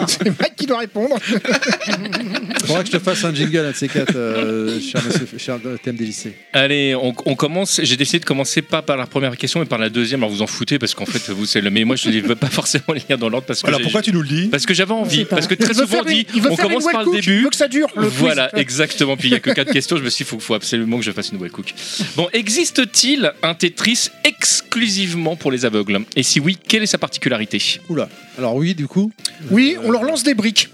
S7: c'est Mike qui doit répondre.
S1: Faudra que je te fasse un jingle, un de ces quatre, euh, cher, monsieur, cher thème des lycées.
S6: Allez, on, on commence. J'ai décidé de commencer pas par la première question, mais par la deuxième. Alors vous en foutez parce qu'en fait, vous c'est le. Mais moi, je ne veux pas forcément les lire dans l'ordre parce que.
S5: Alors
S6: j'ai-
S5: pourquoi tu nous le dis
S6: Parce que j'avais envie. Parce que
S7: Il
S6: très
S7: veut faire
S6: souvent on dit,
S7: une- il veut
S6: on
S7: faire une
S6: commence par le
S7: wellcook,
S6: début.
S7: Il veut que ça dure. Le quiz.
S6: Voilà, exactement. Puis il n'y a que quatre questions. Je me suis dit, faut, faut absolument que je fasse une web cook. Bon, existe-t-il un Tetris exclusivement pour les aveugles Et si oui, quelle est sa particularité
S1: Oula. Alors oui, du coup. euh,
S7: Oui, on leur lance des briques.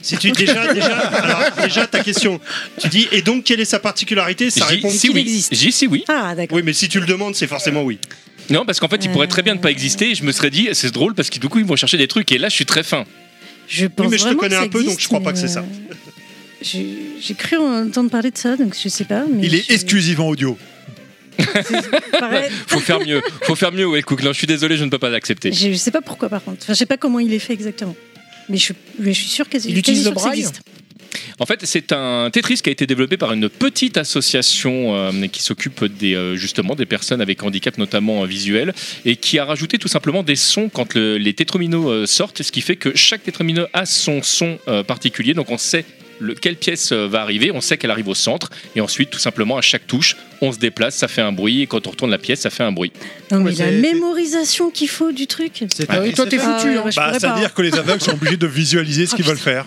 S3: Si tu déjà, déjà, alors, déjà ta question, tu dis et donc quelle est sa particularité Ça
S6: J'ai-
S3: répond
S6: si oui. J'ai si oui.
S4: Ah, d'accord.
S3: Oui, mais si tu le demandes, c'est forcément oui.
S6: Non, parce qu'en fait, il pourrait très bien ne pas exister. et Je me serais dit, c'est drôle parce que du coup, ils vont chercher des trucs. Et là, je suis très fin.
S4: Je pense
S3: Oui, mais je te
S4: vraiment
S3: connais
S4: que ça
S3: un peu, donc
S4: existe,
S3: je crois pas
S4: mais,
S3: que c'est ça.
S4: euh, J'ai j'ai cru entendre parler de ça, donc je sais pas. Mais
S5: Il est exclusif en audio.
S4: pareil,
S6: Faut faire mieux. Faut faire mieux, webcook. Non, je suis désolé, je ne peux pas l'accepter.
S4: je je sais pas pourquoi par contre. Enfin, je sais pas comment il est fait exactement. Mais je, mais je suis sûr que
S7: Il utilise le braille
S6: En fait, c'est un Tetris qui a été développé par une petite association euh, qui s'occupe des, euh, justement des personnes avec handicap, notamment euh, visuel, et qui a rajouté tout simplement des sons quand le- les tétromino euh, sortent, ce qui fait que chaque tétromino a son son euh, particulier, donc on sait le- quelle pièce euh, va arriver, on sait qu'elle arrive au centre, et ensuite tout simplement à chaque touche, on se déplace, ça fait un bruit, et quand on retourne la pièce, ça fait un bruit.
S4: Non,
S1: Ouais,
S4: mais la
S1: c'est-
S4: mémorisation qu'il faut du truc.
S1: C'est
S7: Ah oui, toi t'es
S4: Ah
S7: foutu.
S4: ouais,
S7: hein.
S4: moi, je
S5: Bah,
S4: pourrais pas.
S5: c'est-à-dire que les aveugles sont obligés de visualiser ce qu'ils veulent faire.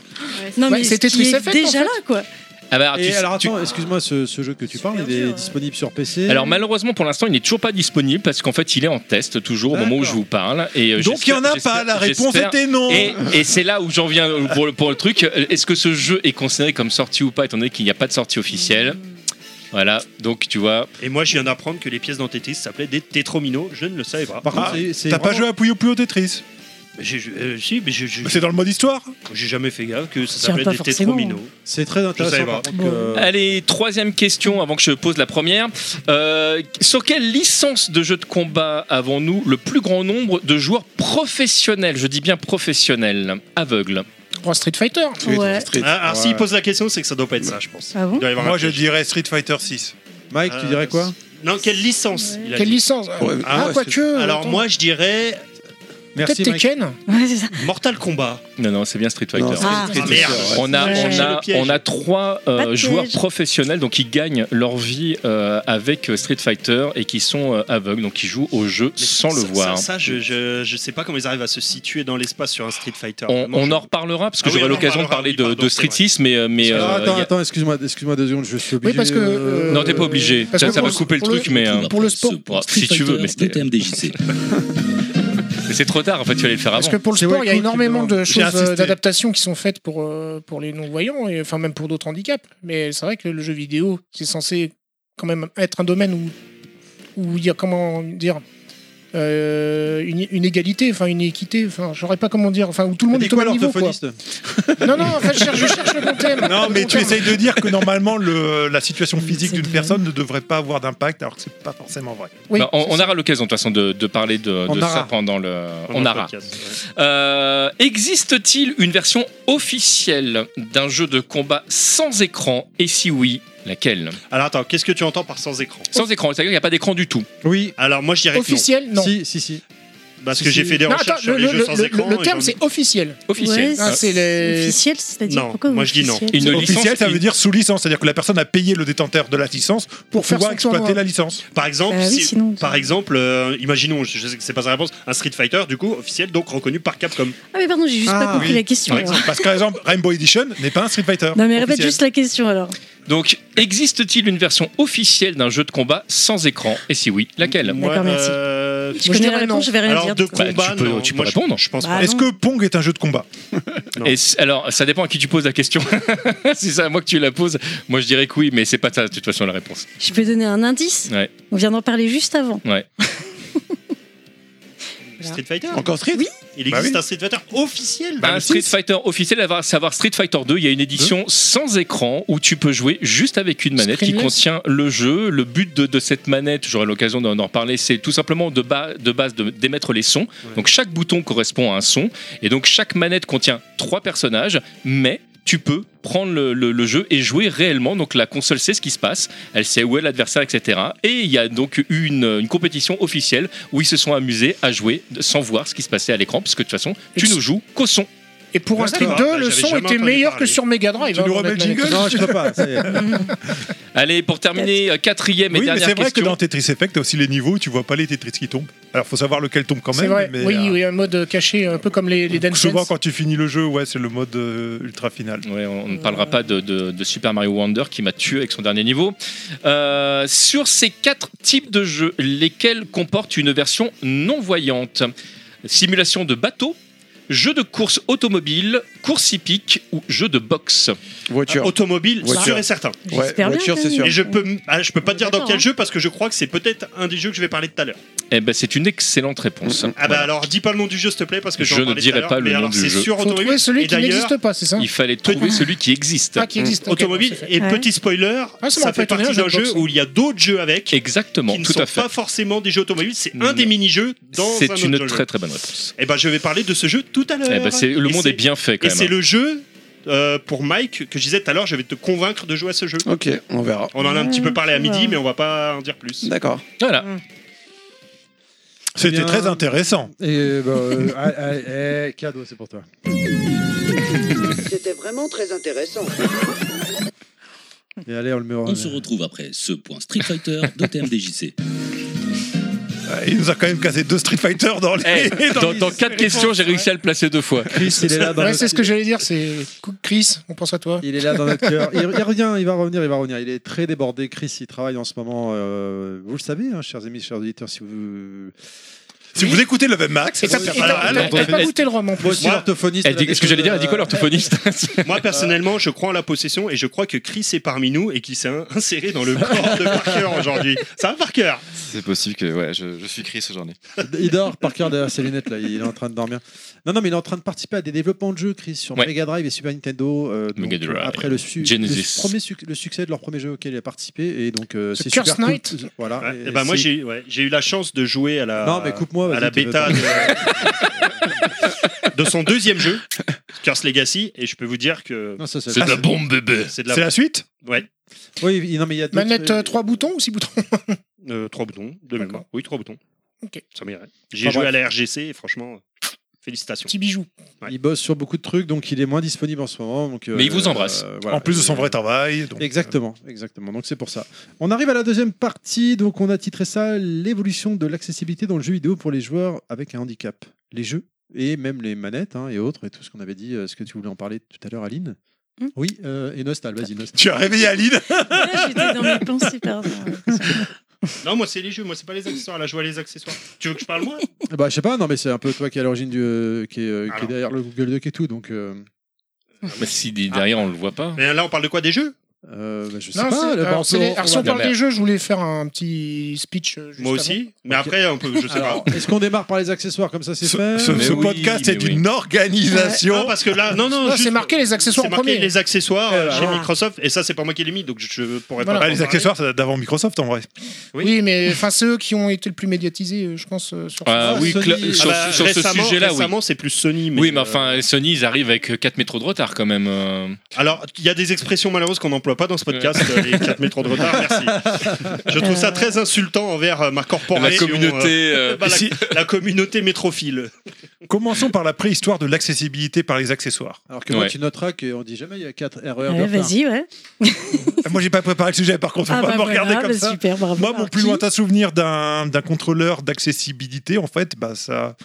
S4: Non,
S7: Ouais,
S4: mais
S7: c'était
S4: c'était qui
S7: Tetris
S4: est
S7: Effect, en
S4: déjà
S7: fait.
S4: là, quoi.
S6: Ah bah,
S1: Et
S6: tu-
S1: alors
S6: tu-
S1: attends, excuse-moi, ce, ce jeu que tu parles, il est disponible sur PC.
S6: Alors malheureusement pour l'instant il n'est toujours pas disponible parce qu'en fait il est en test toujours au moment où je vous parle. Et euh,
S5: Donc il n'y en
S6: j'espère-
S5: a pas, la
S6: j'espère-
S5: réponse
S6: j'espère-
S5: était non.
S6: Et, et c'est là où j'en viens pour le, pour le truc. Est-ce que ce jeu est considéré comme sorti ou pas étant donné qu'il n'y a pas de sortie officielle Voilà, donc tu vois.
S3: Et moi, je viens d'apprendre que les pièces dans Tetris s'appelaient des tétrominos. Je ne le savais pas.
S1: Par contre,
S5: Ah,
S1: c'est- c'est
S5: T'as pas
S1: vraiment-
S5: joué à Puyo Puyo Tetris
S3: Mais j'ai- je- euh, si, mais j'ai- j'ai
S5: C'est dans le mode histoire
S3: j'ai jamais fait gaffe que ça
S4: Tiens,
S3: s'appelait
S4: pas
S3: des
S4: forcément.
S3: tétrominos.
S1: C'est très
S3: Je
S1: intéressant.
S3: savais
S1: Par
S3: pas.
S1: contre, que-
S6: Allez, troisième question avant que je pose la première. Euh, sur quelle licence de jeu de combat avons-nous le plus grand nombre de joueurs professionnels Je dis bien professionnels, aveugles.
S7: Oh, Street Fighter.
S4: Ouais.
S3: Ah, alors, s'il
S1: Ouais.
S3: pose la question, c'est que ça doit pas être ça, je pense.
S4: Ah bon
S3: Il doit y avoir un
S5: Moi je
S3: piège.
S5: dirais Street Fighter 6.
S1: Mike, tu dirais
S3: Euh,
S1: quoi
S3: Non, quelle licence il a
S7: Quelle
S3: dit.
S7: licence Ah, Ouais, ah, ouais, quoique, c'est-
S3: Alors
S7: attends.
S3: moi, je dirais.
S7: Merci, Peut-être Mike. Tekken
S3: Mortal Kombat.
S6: Non, non, c'est bien Street Fighter.
S3: Non, c'est Ah. Street Fighter, ouais.
S6: On a,
S3: Ouais.
S6: on a,
S3: Le piège.
S6: on a trois euh,
S3: Pas de piège.
S6: joueurs professionnels donc qui gagnent leur vie euh, avec euh, Street Fighter et qui sont euh, aveugles, donc qui jouent au jeu sans le
S3: Ça-
S6: voir. hein.
S3: Ça, ça, je, je, je sais pas comment ils arrivent à se situer dans l'espace sur un Street Fighter.
S6: on,
S3: Vraiment,
S6: on
S3: je-
S6: en reparlera parce que
S3: Ah oui,
S6: j'aurai
S3: on en
S6: l'occasion de
S3: parlera,
S6: parler
S3: oui,
S6: de,
S3: pardon,
S6: de
S3: c'est vrai.
S6: streetisme, mais, euh, mais
S1: Ah,
S6: euh,
S1: Attends,
S6: y a-
S1: attends, excuse-moi, excuse-moi deux secondes, je suis obligé.
S7: parce que, euh,
S6: non, t'es pas obligé.
S7: parce
S6: Ça,
S7: que
S6: ça va
S7: pour le-
S6: couper le
S7: pour le-
S6: truc, mais euh,
S7: pour le sport,
S6: c'est- bon, si tu veux, mais c'était
S2: TMDJC.
S6: mais c'est trop tard. En fait, tu allais le faire avant.
S7: Parce que pour le sport, il y a énormément de
S6: J'ai
S7: choses
S6: insisté.
S7: euh, d'adaptation qui sont faites pour, euh, pour les non-voyants, et enfin même pour d'autres handicaps. Mais c'est vrai que le jeu vidéo, c'est censé quand même être un domaine où où il y a comment dire euh, une, une égalité, enfin une équité, enfin j'aurais pas comment dire, enfin où tout le monde est
S1: Dis
S7: au
S1: quoi
S7: même niveau. Quoi.
S1: l'orthophoniste
S7: Non, non, enfin, je cherche, je cherche le bon thème.
S5: Non,
S7: Le
S5: mais
S7: bon
S5: tu
S7: terme.
S5: essayes de dire que normalement le- la situation physique d'une personne ne devrait pas avoir d'impact, alors que c'est pas forcément vrai.
S6: Bah, on, on aura l'occasion de toute façon de, de parler de,
S5: On
S6: de
S5: aura.
S6: ça pendant le.
S5: Pendant
S6: On
S5: le
S6: aura.
S5: podcast,
S6: Euh, Existe-t-il une version officielle d'un jeu de combat sans écran Et si oui, laquelle
S3: Alors attends, qu'est-ce que tu entends par sans écran
S6: Sans écran, c'est-à-dire qu'il n'y a pas d'écran du tout.
S1: Oui.
S3: Alors moi, je dirais que non.
S7: Officiel, non.
S1: Si, si, si.
S3: Parce
S1: Si,
S3: que j'ai
S1: si.
S3: fait des
S1: Non,
S3: recherches
S1: attends,
S3: sur
S1: le-
S3: les
S1: le-
S3: jeux sans
S1: le-
S3: écran.
S7: Le terme
S3: et j'en ai-
S7: c'est officiel.
S6: Officiel.
S7: Ah, c'est les-
S4: Officiel, c'est-à-dire
S5: Non,
S4: pourquoi
S5: moi,
S4: vous
S5: je dis non.
S4: officiel
S6: Une licence
S5: Officiel, ça
S6: qui-
S5: veut dire sous licence, c'est-à-dire que la personne a payé le détenteur de la licence pour,
S7: faire
S5: pouvoir
S7: son
S5: exploiter
S7: tournoi.
S5: la licence.
S3: Par exemple,
S4: Bah oui,
S3: si-
S4: sinon,
S3: par exemple, euh, imaginons, je sais que c'est pas sa réponse, un Street Fighter du coup officiel donc reconnu par Capcom.
S4: Ah, mais pardon, j'ai juste pas compris la question.
S5: Par
S4: alors.
S5: exemple, parce que, par exemple, Rainbow Edition n'est pas un Street Fighter.
S4: Non, mais répète
S5: officiel.
S4: juste la question alors.
S6: Donc, existe-t-il une version officielle d'un jeu de combat sans écran Et si oui, laquelle
S3: Moi, euh,
S4: Je connais la réponse, je vais rien
S3: Alors,
S4: dire.
S3: de
S6: Bah,
S3: combat,
S6: tu peux,
S3: non,
S6: tu peux
S3: moi, je-
S6: répondre.
S3: Je pense
S4: Bah,
S3: pas.
S5: Est-ce que Pong est un jeu de combat
S6: Et c- alors, ça dépend à qui tu poses la question. si c'est à moi que tu la poses, moi je dirais que oui, mais c'est pas ça de toute façon la réponse.
S4: Je peux donner un indice
S6: Ouais,
S4: On vient d'en parler juste avant.
S6: ouais.
S3: Street Fighter
S10: Encore Street
S5: Bah
S3: Il
S10: Bah
S3: existe un Street Fighter officiel
S6: Un Bah, Street Fighter officiel, à savoir Street Fighter 2, il y a une édition sans écran où tu peux jouer juste avec une manette qui
S7: Screenless.
S6: contient le jeu. Le but de, de cette manette, j'aurai l'occasion d'en en reparler, c'est tout simplement de, ba- de base de- d'émettre les sons. Donc chaque bouton correspond à un son et donc chaque manette contient trois personnages, mais tu peux prendre le, le- le jeu et jouer réellement. Donc la console sait ce qui se passe, elle sait où est l'adversaire, etc. Et il y a donc une, une compétition officielle où ils se sont amusés à jouer sans voir ce qui se passait à l'écran, puisque de toute façon, tu ne joues qu'au son.
S7: Et pour un Street
S3: Ah,
S6: D'accord.
S7: 2,
S6: Bah,
S7: le
S6: j'avais
S7: son
S6: jamais
S7: était
S6: entendu
S7: meilleur
S6: parler.
S7: que sur Mega Drive.
S5: Tu
S7: hein,
S5: nous
S7: pour
S5: remets le
S7: mettre la
S5: jingle
S7: manette.
S1: Non, je peux pas. ça y est.
S6: Allez, pour terminer, euh, quatrième et
S5: Oui, mais
S6: dernière
S5: c'est vrai que
S6: question.
S5: dans Tetris Effect, t'as aussi les niveaux, où tu vois pas les Tetris qui tombent. Alors faut savoir lequel tombe quand même.
S7: C'est vrai,
S5: mais,
S7: oui,
S5: euh,
S7: oui, un mode caché, un peu comme les, les Dance
S5: Souvent
S7: Dance.
S5: quand tu finis le jeu, ouais, c'est le mode euh, ultra final.
S6: Ouais, on ne parlera pas de, de- de Super Mario Wonder qui m'a tué avec son dernier niveau. Euh, sur ces quatre types de jeux, lesquels comportent une version non voyante Simulation de bateau, jeu de course automobile, course hippique ou jeu de boxe
S10: Voiture.
S3: Euh, Automobile,
S10: Voiture.
S3: sûr et certain.
S10: Ouais,
S4: J'espère bien
S10: voiture,
S4: que-
S10: c'est sûr.
S3: Et je peux, ah, je peux pas te dire dans
S4: D'accord,
S3: quel
S4: hein.
S3: jeu parce que je crois que c'est peut-être un des jeux que je vais parler tout à l'heure.
S6: Eh ben, c'est une excellente réponse.
S3: Ah bah
S6: Voilà.
S3: alors dis pas le nom du jeu s'il te plaît parce que
S6: Je
S3: j'en
S6: ne
S3: parlais tout à
S6: dirai
S3: l'heure,
S6: pas le
S3: mais
S6: nom
S3: alors,
S6: du
S3: c'est
S6: jeu.
S3: sur
S7: Faut
S3: automobile,
S7: trouver celui
S3: et
S7: qui
S3: d'ailleurs,
S7: n'existe pas, c'est ça
S6: Il fallait trouver celui qui existe.
S7: Ah, qui existe. ok,
S3: Automobile
S7: bon, c'est fait.
S3: et
S4: Ouais.
S3: petit spoiler,
S7: Ah, ça
S3: ça
S7: m'aurait
S3: fait
S7: pas étonné,
S3: partie
S7: un
S3: d'un
S7: jeu de
S3: jeu
S7: boxe.
S3: où il y a d'autres jeux avec
S6: Exactement,
S3: qui ne
S6: tout
S3: sont
S6: à fait.
S3: pas forcément des jeux automobiles, c'est un
S6: Non.
S3: des mini-jeux dans un
S6: C'est
S3: autre
S6: une
S3: jeu.
S6: très très bonne réponse.
S3: Et ben je vais parler de ce jeu tout à l'heure.
S6: Eh ben, c'est- le
S3: Et
S6: monde
S3: c'est-
S6: est bien fait, quand
S3: Et
S6: même,
S3: c'est
S6: hein.
S3: le jeu euh, pour Mike que je disais tout à l'heure, je vais te convaincre de jouer à ce jeu.
S10: Ok, on verra.
S3: On en a un petit peu parlé à midi,
S4: Ouais.
S3: mais on va pas en dire plus.
S10: D'accord.
S6: Voilà.
S5: C'était
S1: Bien.
S5: très intéressant.
S1: Et bah, euh, ah, ah, eh, cadeau, c'est pour toi.
S16: C'était vraiment très intéressant.
S1: Et allez, on le met.
S2: On se retrouve après ce point Street Fighter de TMDJC.
S5: Ah, Il nous a quand même casé deux Street Fighter dans les.
S6: Eh,
S5: dans
S6: dans,
S5: les-
S6: dans quatre questions, j'ai réussi à le placer deux fois.
S1: Chris, il est là dans
S7: Ouais,
S1: notre-
S7: c'est ce que j'allais dire, c'est Chris, on pense à toi.
S1: Il est là dans notre cœur. Il, il revient, il va revenir, il va revenir. Il est très débordé. Chris, il travaille en ce moment. euh, vous le savez, hein, chers amis, chers auditeurs, si vous.
S5: Si vous écoutez le Max,
S7: Et t'as
S5: c'est
S7: et
S5: pas
S7: t'as-
S5: mal.
S7: et t'as pas goûté le rhum en
S1: Moi
S7: plus.
S1: aussi, l'orthophoniste.
S6: Elle dit-
S1: elle a
S6: ce que
S1: des
S6: j'allais dire, elle
S1: choses,
S6: dit quoi
S1: euh,
S6: l'orthophoniste
S3: Moi personnellement, je crois en la possession et je crois que Chris est parmi nous et qu'il s'est in- inséré dans le corps de Parker aujourd'hui. Ça va Parker
S8: C'est possible que ouais, je, je suis Chris aujourd'hui.
S1: Il dort par cœur derrière ses lunettes là, il est en train de dormir. Non, non, mais il est en train de participer à des développements de jeux, Chris, sur
S6: Ouais.
S1: Mega Drive et Super Nintendo. euh, donc,
S6: Mega Drive,
S1: Après le, su-
S6: Genesis.
S1: le su- premier suc- le succès de leur premier jeu auquel il a participé. Et donc, euh,
S7: The
S1: c'est
S7: Curse
S1: super cool.
S7: Knight.
S1: Voilà.
S3: Ouais,
S1: Et
S3: eh ben, moi
S1: c'est-
S3: j'ai ouais, j'ai eu la chance de jouer à la
S1: Non, mais coupe-moi, vas-y,
S3: à la
S1: tu veux
S3: bêta
S1: pas.
S3: de, de son deuxième jeu Curse Legacy, et je peux vous dire que.
S1: Non, ça, c'est- C'est de la bombe, bébé.
S3: C'est
S5: C'est la suite
S3: Ouais.
S1: Oui, il- non, mais il y a d'autres-
S7: Manette 3 boutons ou 6 boutons
S3: Euh, trois boutons, de mémoire. Oui, trois boutons.
S7: Ok.
S3: Ça m'irait. J'ai
S1: Enfin,
S3: joué
S1: bref.
S3: à la RGC, et franchement, euh. félicitations.
S7: Petit bijou.
S1: Il bosse sur beaucoup de trucs, donc il est moins disponible en ce moment. Donc,
S3: Mais il vous embrasse. En plus de son vrai
S1: travail. Euh,
S5: euh,
S1: exactement, exactement. Donc c'est pour ça. On arrive à la deuxième partie. Donc on a titré ça l'évolution de l'accessibilité dans le jeu vidéo pour les joueurs avec un handicap. Les jeux et même les manettes hein, et autres et tout ce qu'on avait dit. euh, Est-ce que tu voulais en parler tout à l'heure, Aline
S4: Hum.
S1: Oui, euh, et Nostal, vas-y, Nostal.
S5: Tu as réveillé Aline
S4: J'étais dans mes pensées, pardon.
S3: Non, moi, c'est les jeux, moi, c'est pas les accessoires. Là, je vois les accessoires. Tu veux que je parle, moi
S1: Bah, je sais pas, non, mais c'est un peu toi qui est à l'origine du. euh, qui, est, euh, qui est derrière le Google Doc et tout, donc. euh,
S6: Mais Ah, bah, si derrière, on le voit pas.
S3: Mais là, on parle de quoi Des jeux
S1: euh, bah, je sais
S7: Non,
S1: pas.
S7: c'est-
S1: là, bah,
S7: alors,
S1: on
S7: c'est
S1: peut-
S7: les-
S1: on
S7: alors, si
S1: va-
S7: on parle des jeux, je voulais faire un petit speech. euh, juste
S3: Moi aussi. Mais après, on peut, je sais pas.
S1: Est-ce qu'on démarre par les accessoires comme ça c'est fait
S5: ce- ce Mais oui, podcast est mais oui. une organisation.
S1: ah,
S3: Non, parce que là, non, non,
S7: Non,
S3: juste-
S7: c'est marqué les accessoires
S3: c'est
S7: en
S3: marqué
S7: premier.
S3: les accessoires euh,
S7: Eh ben,
S3: chez
S7: voilà.
S3: Microsoft, et ça, c'est pas moi qui l'ai mis, donc je- je pourrais
S7: Voilà.
S3: pas.
S7: Ah, les
S3: en parler.
S5: Accessoires, ça date d'avant Microsoft en vrai.
S7: Oui, mais enfin ceux qui ont été le plus médiatisés, euh, je pense, euh, sur.
S6: Ah
S7: ce-
S6: oui,
S7: Sony.
S6: cla- sur,
S3: bah,
S6: sur ce
S3: récemment-
S6: sujet-là, oui.
S3: récemment, c'est plus Sony.
S6: oui, mais euh, enfin, Sony, ils arrivent avec 4 métros de retard quand même. euh.
S3: Alors, il y a des expressions malheureuses qu'on n'emploie pas dans ce podcast, euh, les 4 métros de retard, merci. Je trouve ça très insultant envers euh, ma corporation.
S6: La communauté, euh,
S3: bah, la-
S6: si-
S3: la, communauté métrophile.
S5: Commençons par la préhistoire de l'accessibilité par les accessoires.
S1: ah. Alors que moi, tu noteras qu'on dit jamais il y a 4 erreurs.
S4: Ouais, Vas-y, ouais.
S5: Ah, Moi, j'ai pas préparé le sujet, par contre, on
S4: Ah
S5: va
S4: bah
S5: me regarder
S4: voilà,
S5: comme
S4: bah
S5: ça.
S4: super, bravo.
S5: Moi, mon plus lointain souvenir d'un d'un contrôleur d'accessibilité, en fait, bah, ça.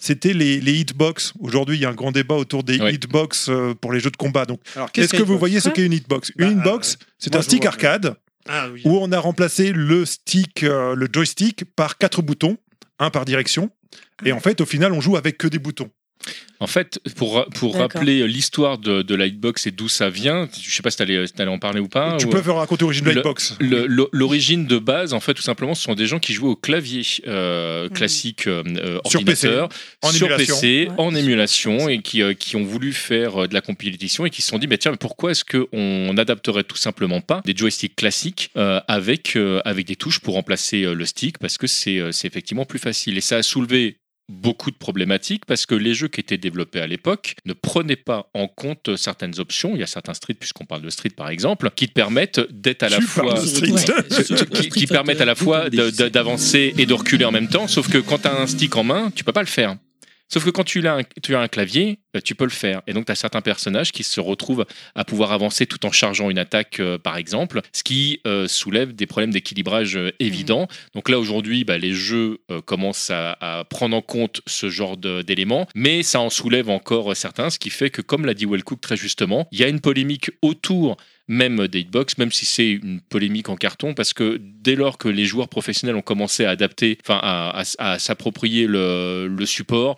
S5: C'était les, les hitbox. Aujourd'hui, il y a un grand débat autour des hitbox euh, pour les jeux de combat. Donc,
S1: Alors, qu'est-ce
S5: est-ce que
S1: qu'un
S5: vous
S1: hitbox
S4: Hein
S1: Bah, euh,
S5: voyez ce qu'est une hitbox Une hitbox, c'est
S1: moi,
S5: un
S1: je
S5: stick
S1: vois,
S5: arcade
S3: Ah oui.
S5: où on a remplacé le stick, euh, le joystick, par quatre boutons, un par direction.
S4: Ah.
S5: Et en fait, au final, on joue avec que des boutons.
S6: En fait, pour, ra- pour
S5: D'accord.
S6: rappeler euh, l'histoire de, de la hitbox et d'où ça vient, je sais pas si t'allais si t'allais en parler ou pas.
S5: Tu
S6: Ah, ou- euh,
S5: peux faire raconter l'origine de la
S6: Le-
S5: hitbox.
S6: le- l'o- L'origine de base, en fait, tout simplement, ce sont des gens qui jouaient au clavier euh, classique euh, euh,
S5: Sur PC,
S6: ordinateur,
S5: en
S6: sur
S5: émulation.
S6: PC, en émulation, et qui, euh, qui ont voulu faire euh, de la compilation et qui se sont dit, bah, tiens, mais pourquoi est-ce qu'on n'adapterait tout simplement pas des joysticks classiques euh, avec, euh, avec des touches pour remplacer euh, le stick parce que c'est euh, c'est effectivement plus facile. Et ça a soulevé beaucoup de problématiques parce que les jeux qui étaient développés à l'époque ne prenaient pas en compte certaines options. Il y a certains streets, puisqu'on parle de street par exemple, qui te permettent d'être à la
S5: Tu
S6: fois
S5: parles de street.
S6: Ouais. qui- qui, qui permettent à la fois de- de- d'avancer et de reculer en même temps. Sauf que quand tu as un stick en main, tu peux pas le faire. Sauf que quand tu as, un, tu as un clavier, euh, tu peux le faire. Et donc, tu as certains personnages qui se retrouvent à pouvoir avancer tout en chargeant une attaque, euh, par exemple, ce qui euh, soulève des problèmes d'équilibrage euh, évidents. Donc là, aujourd'hui, bah, les jeux euh, commencent à, à prendre en compte ce genre de- d'éléments, mais ça en soulève encore euh, certains, ce qui fait que, comme l'a dit Wellcook très justement, il y a une polémique autour même des hitbox, même si c'est une polémique en carton, parce que dès lors que les joueurs professionnels ont commencé à adapter, enfin à, à- à s'approprier le, le support,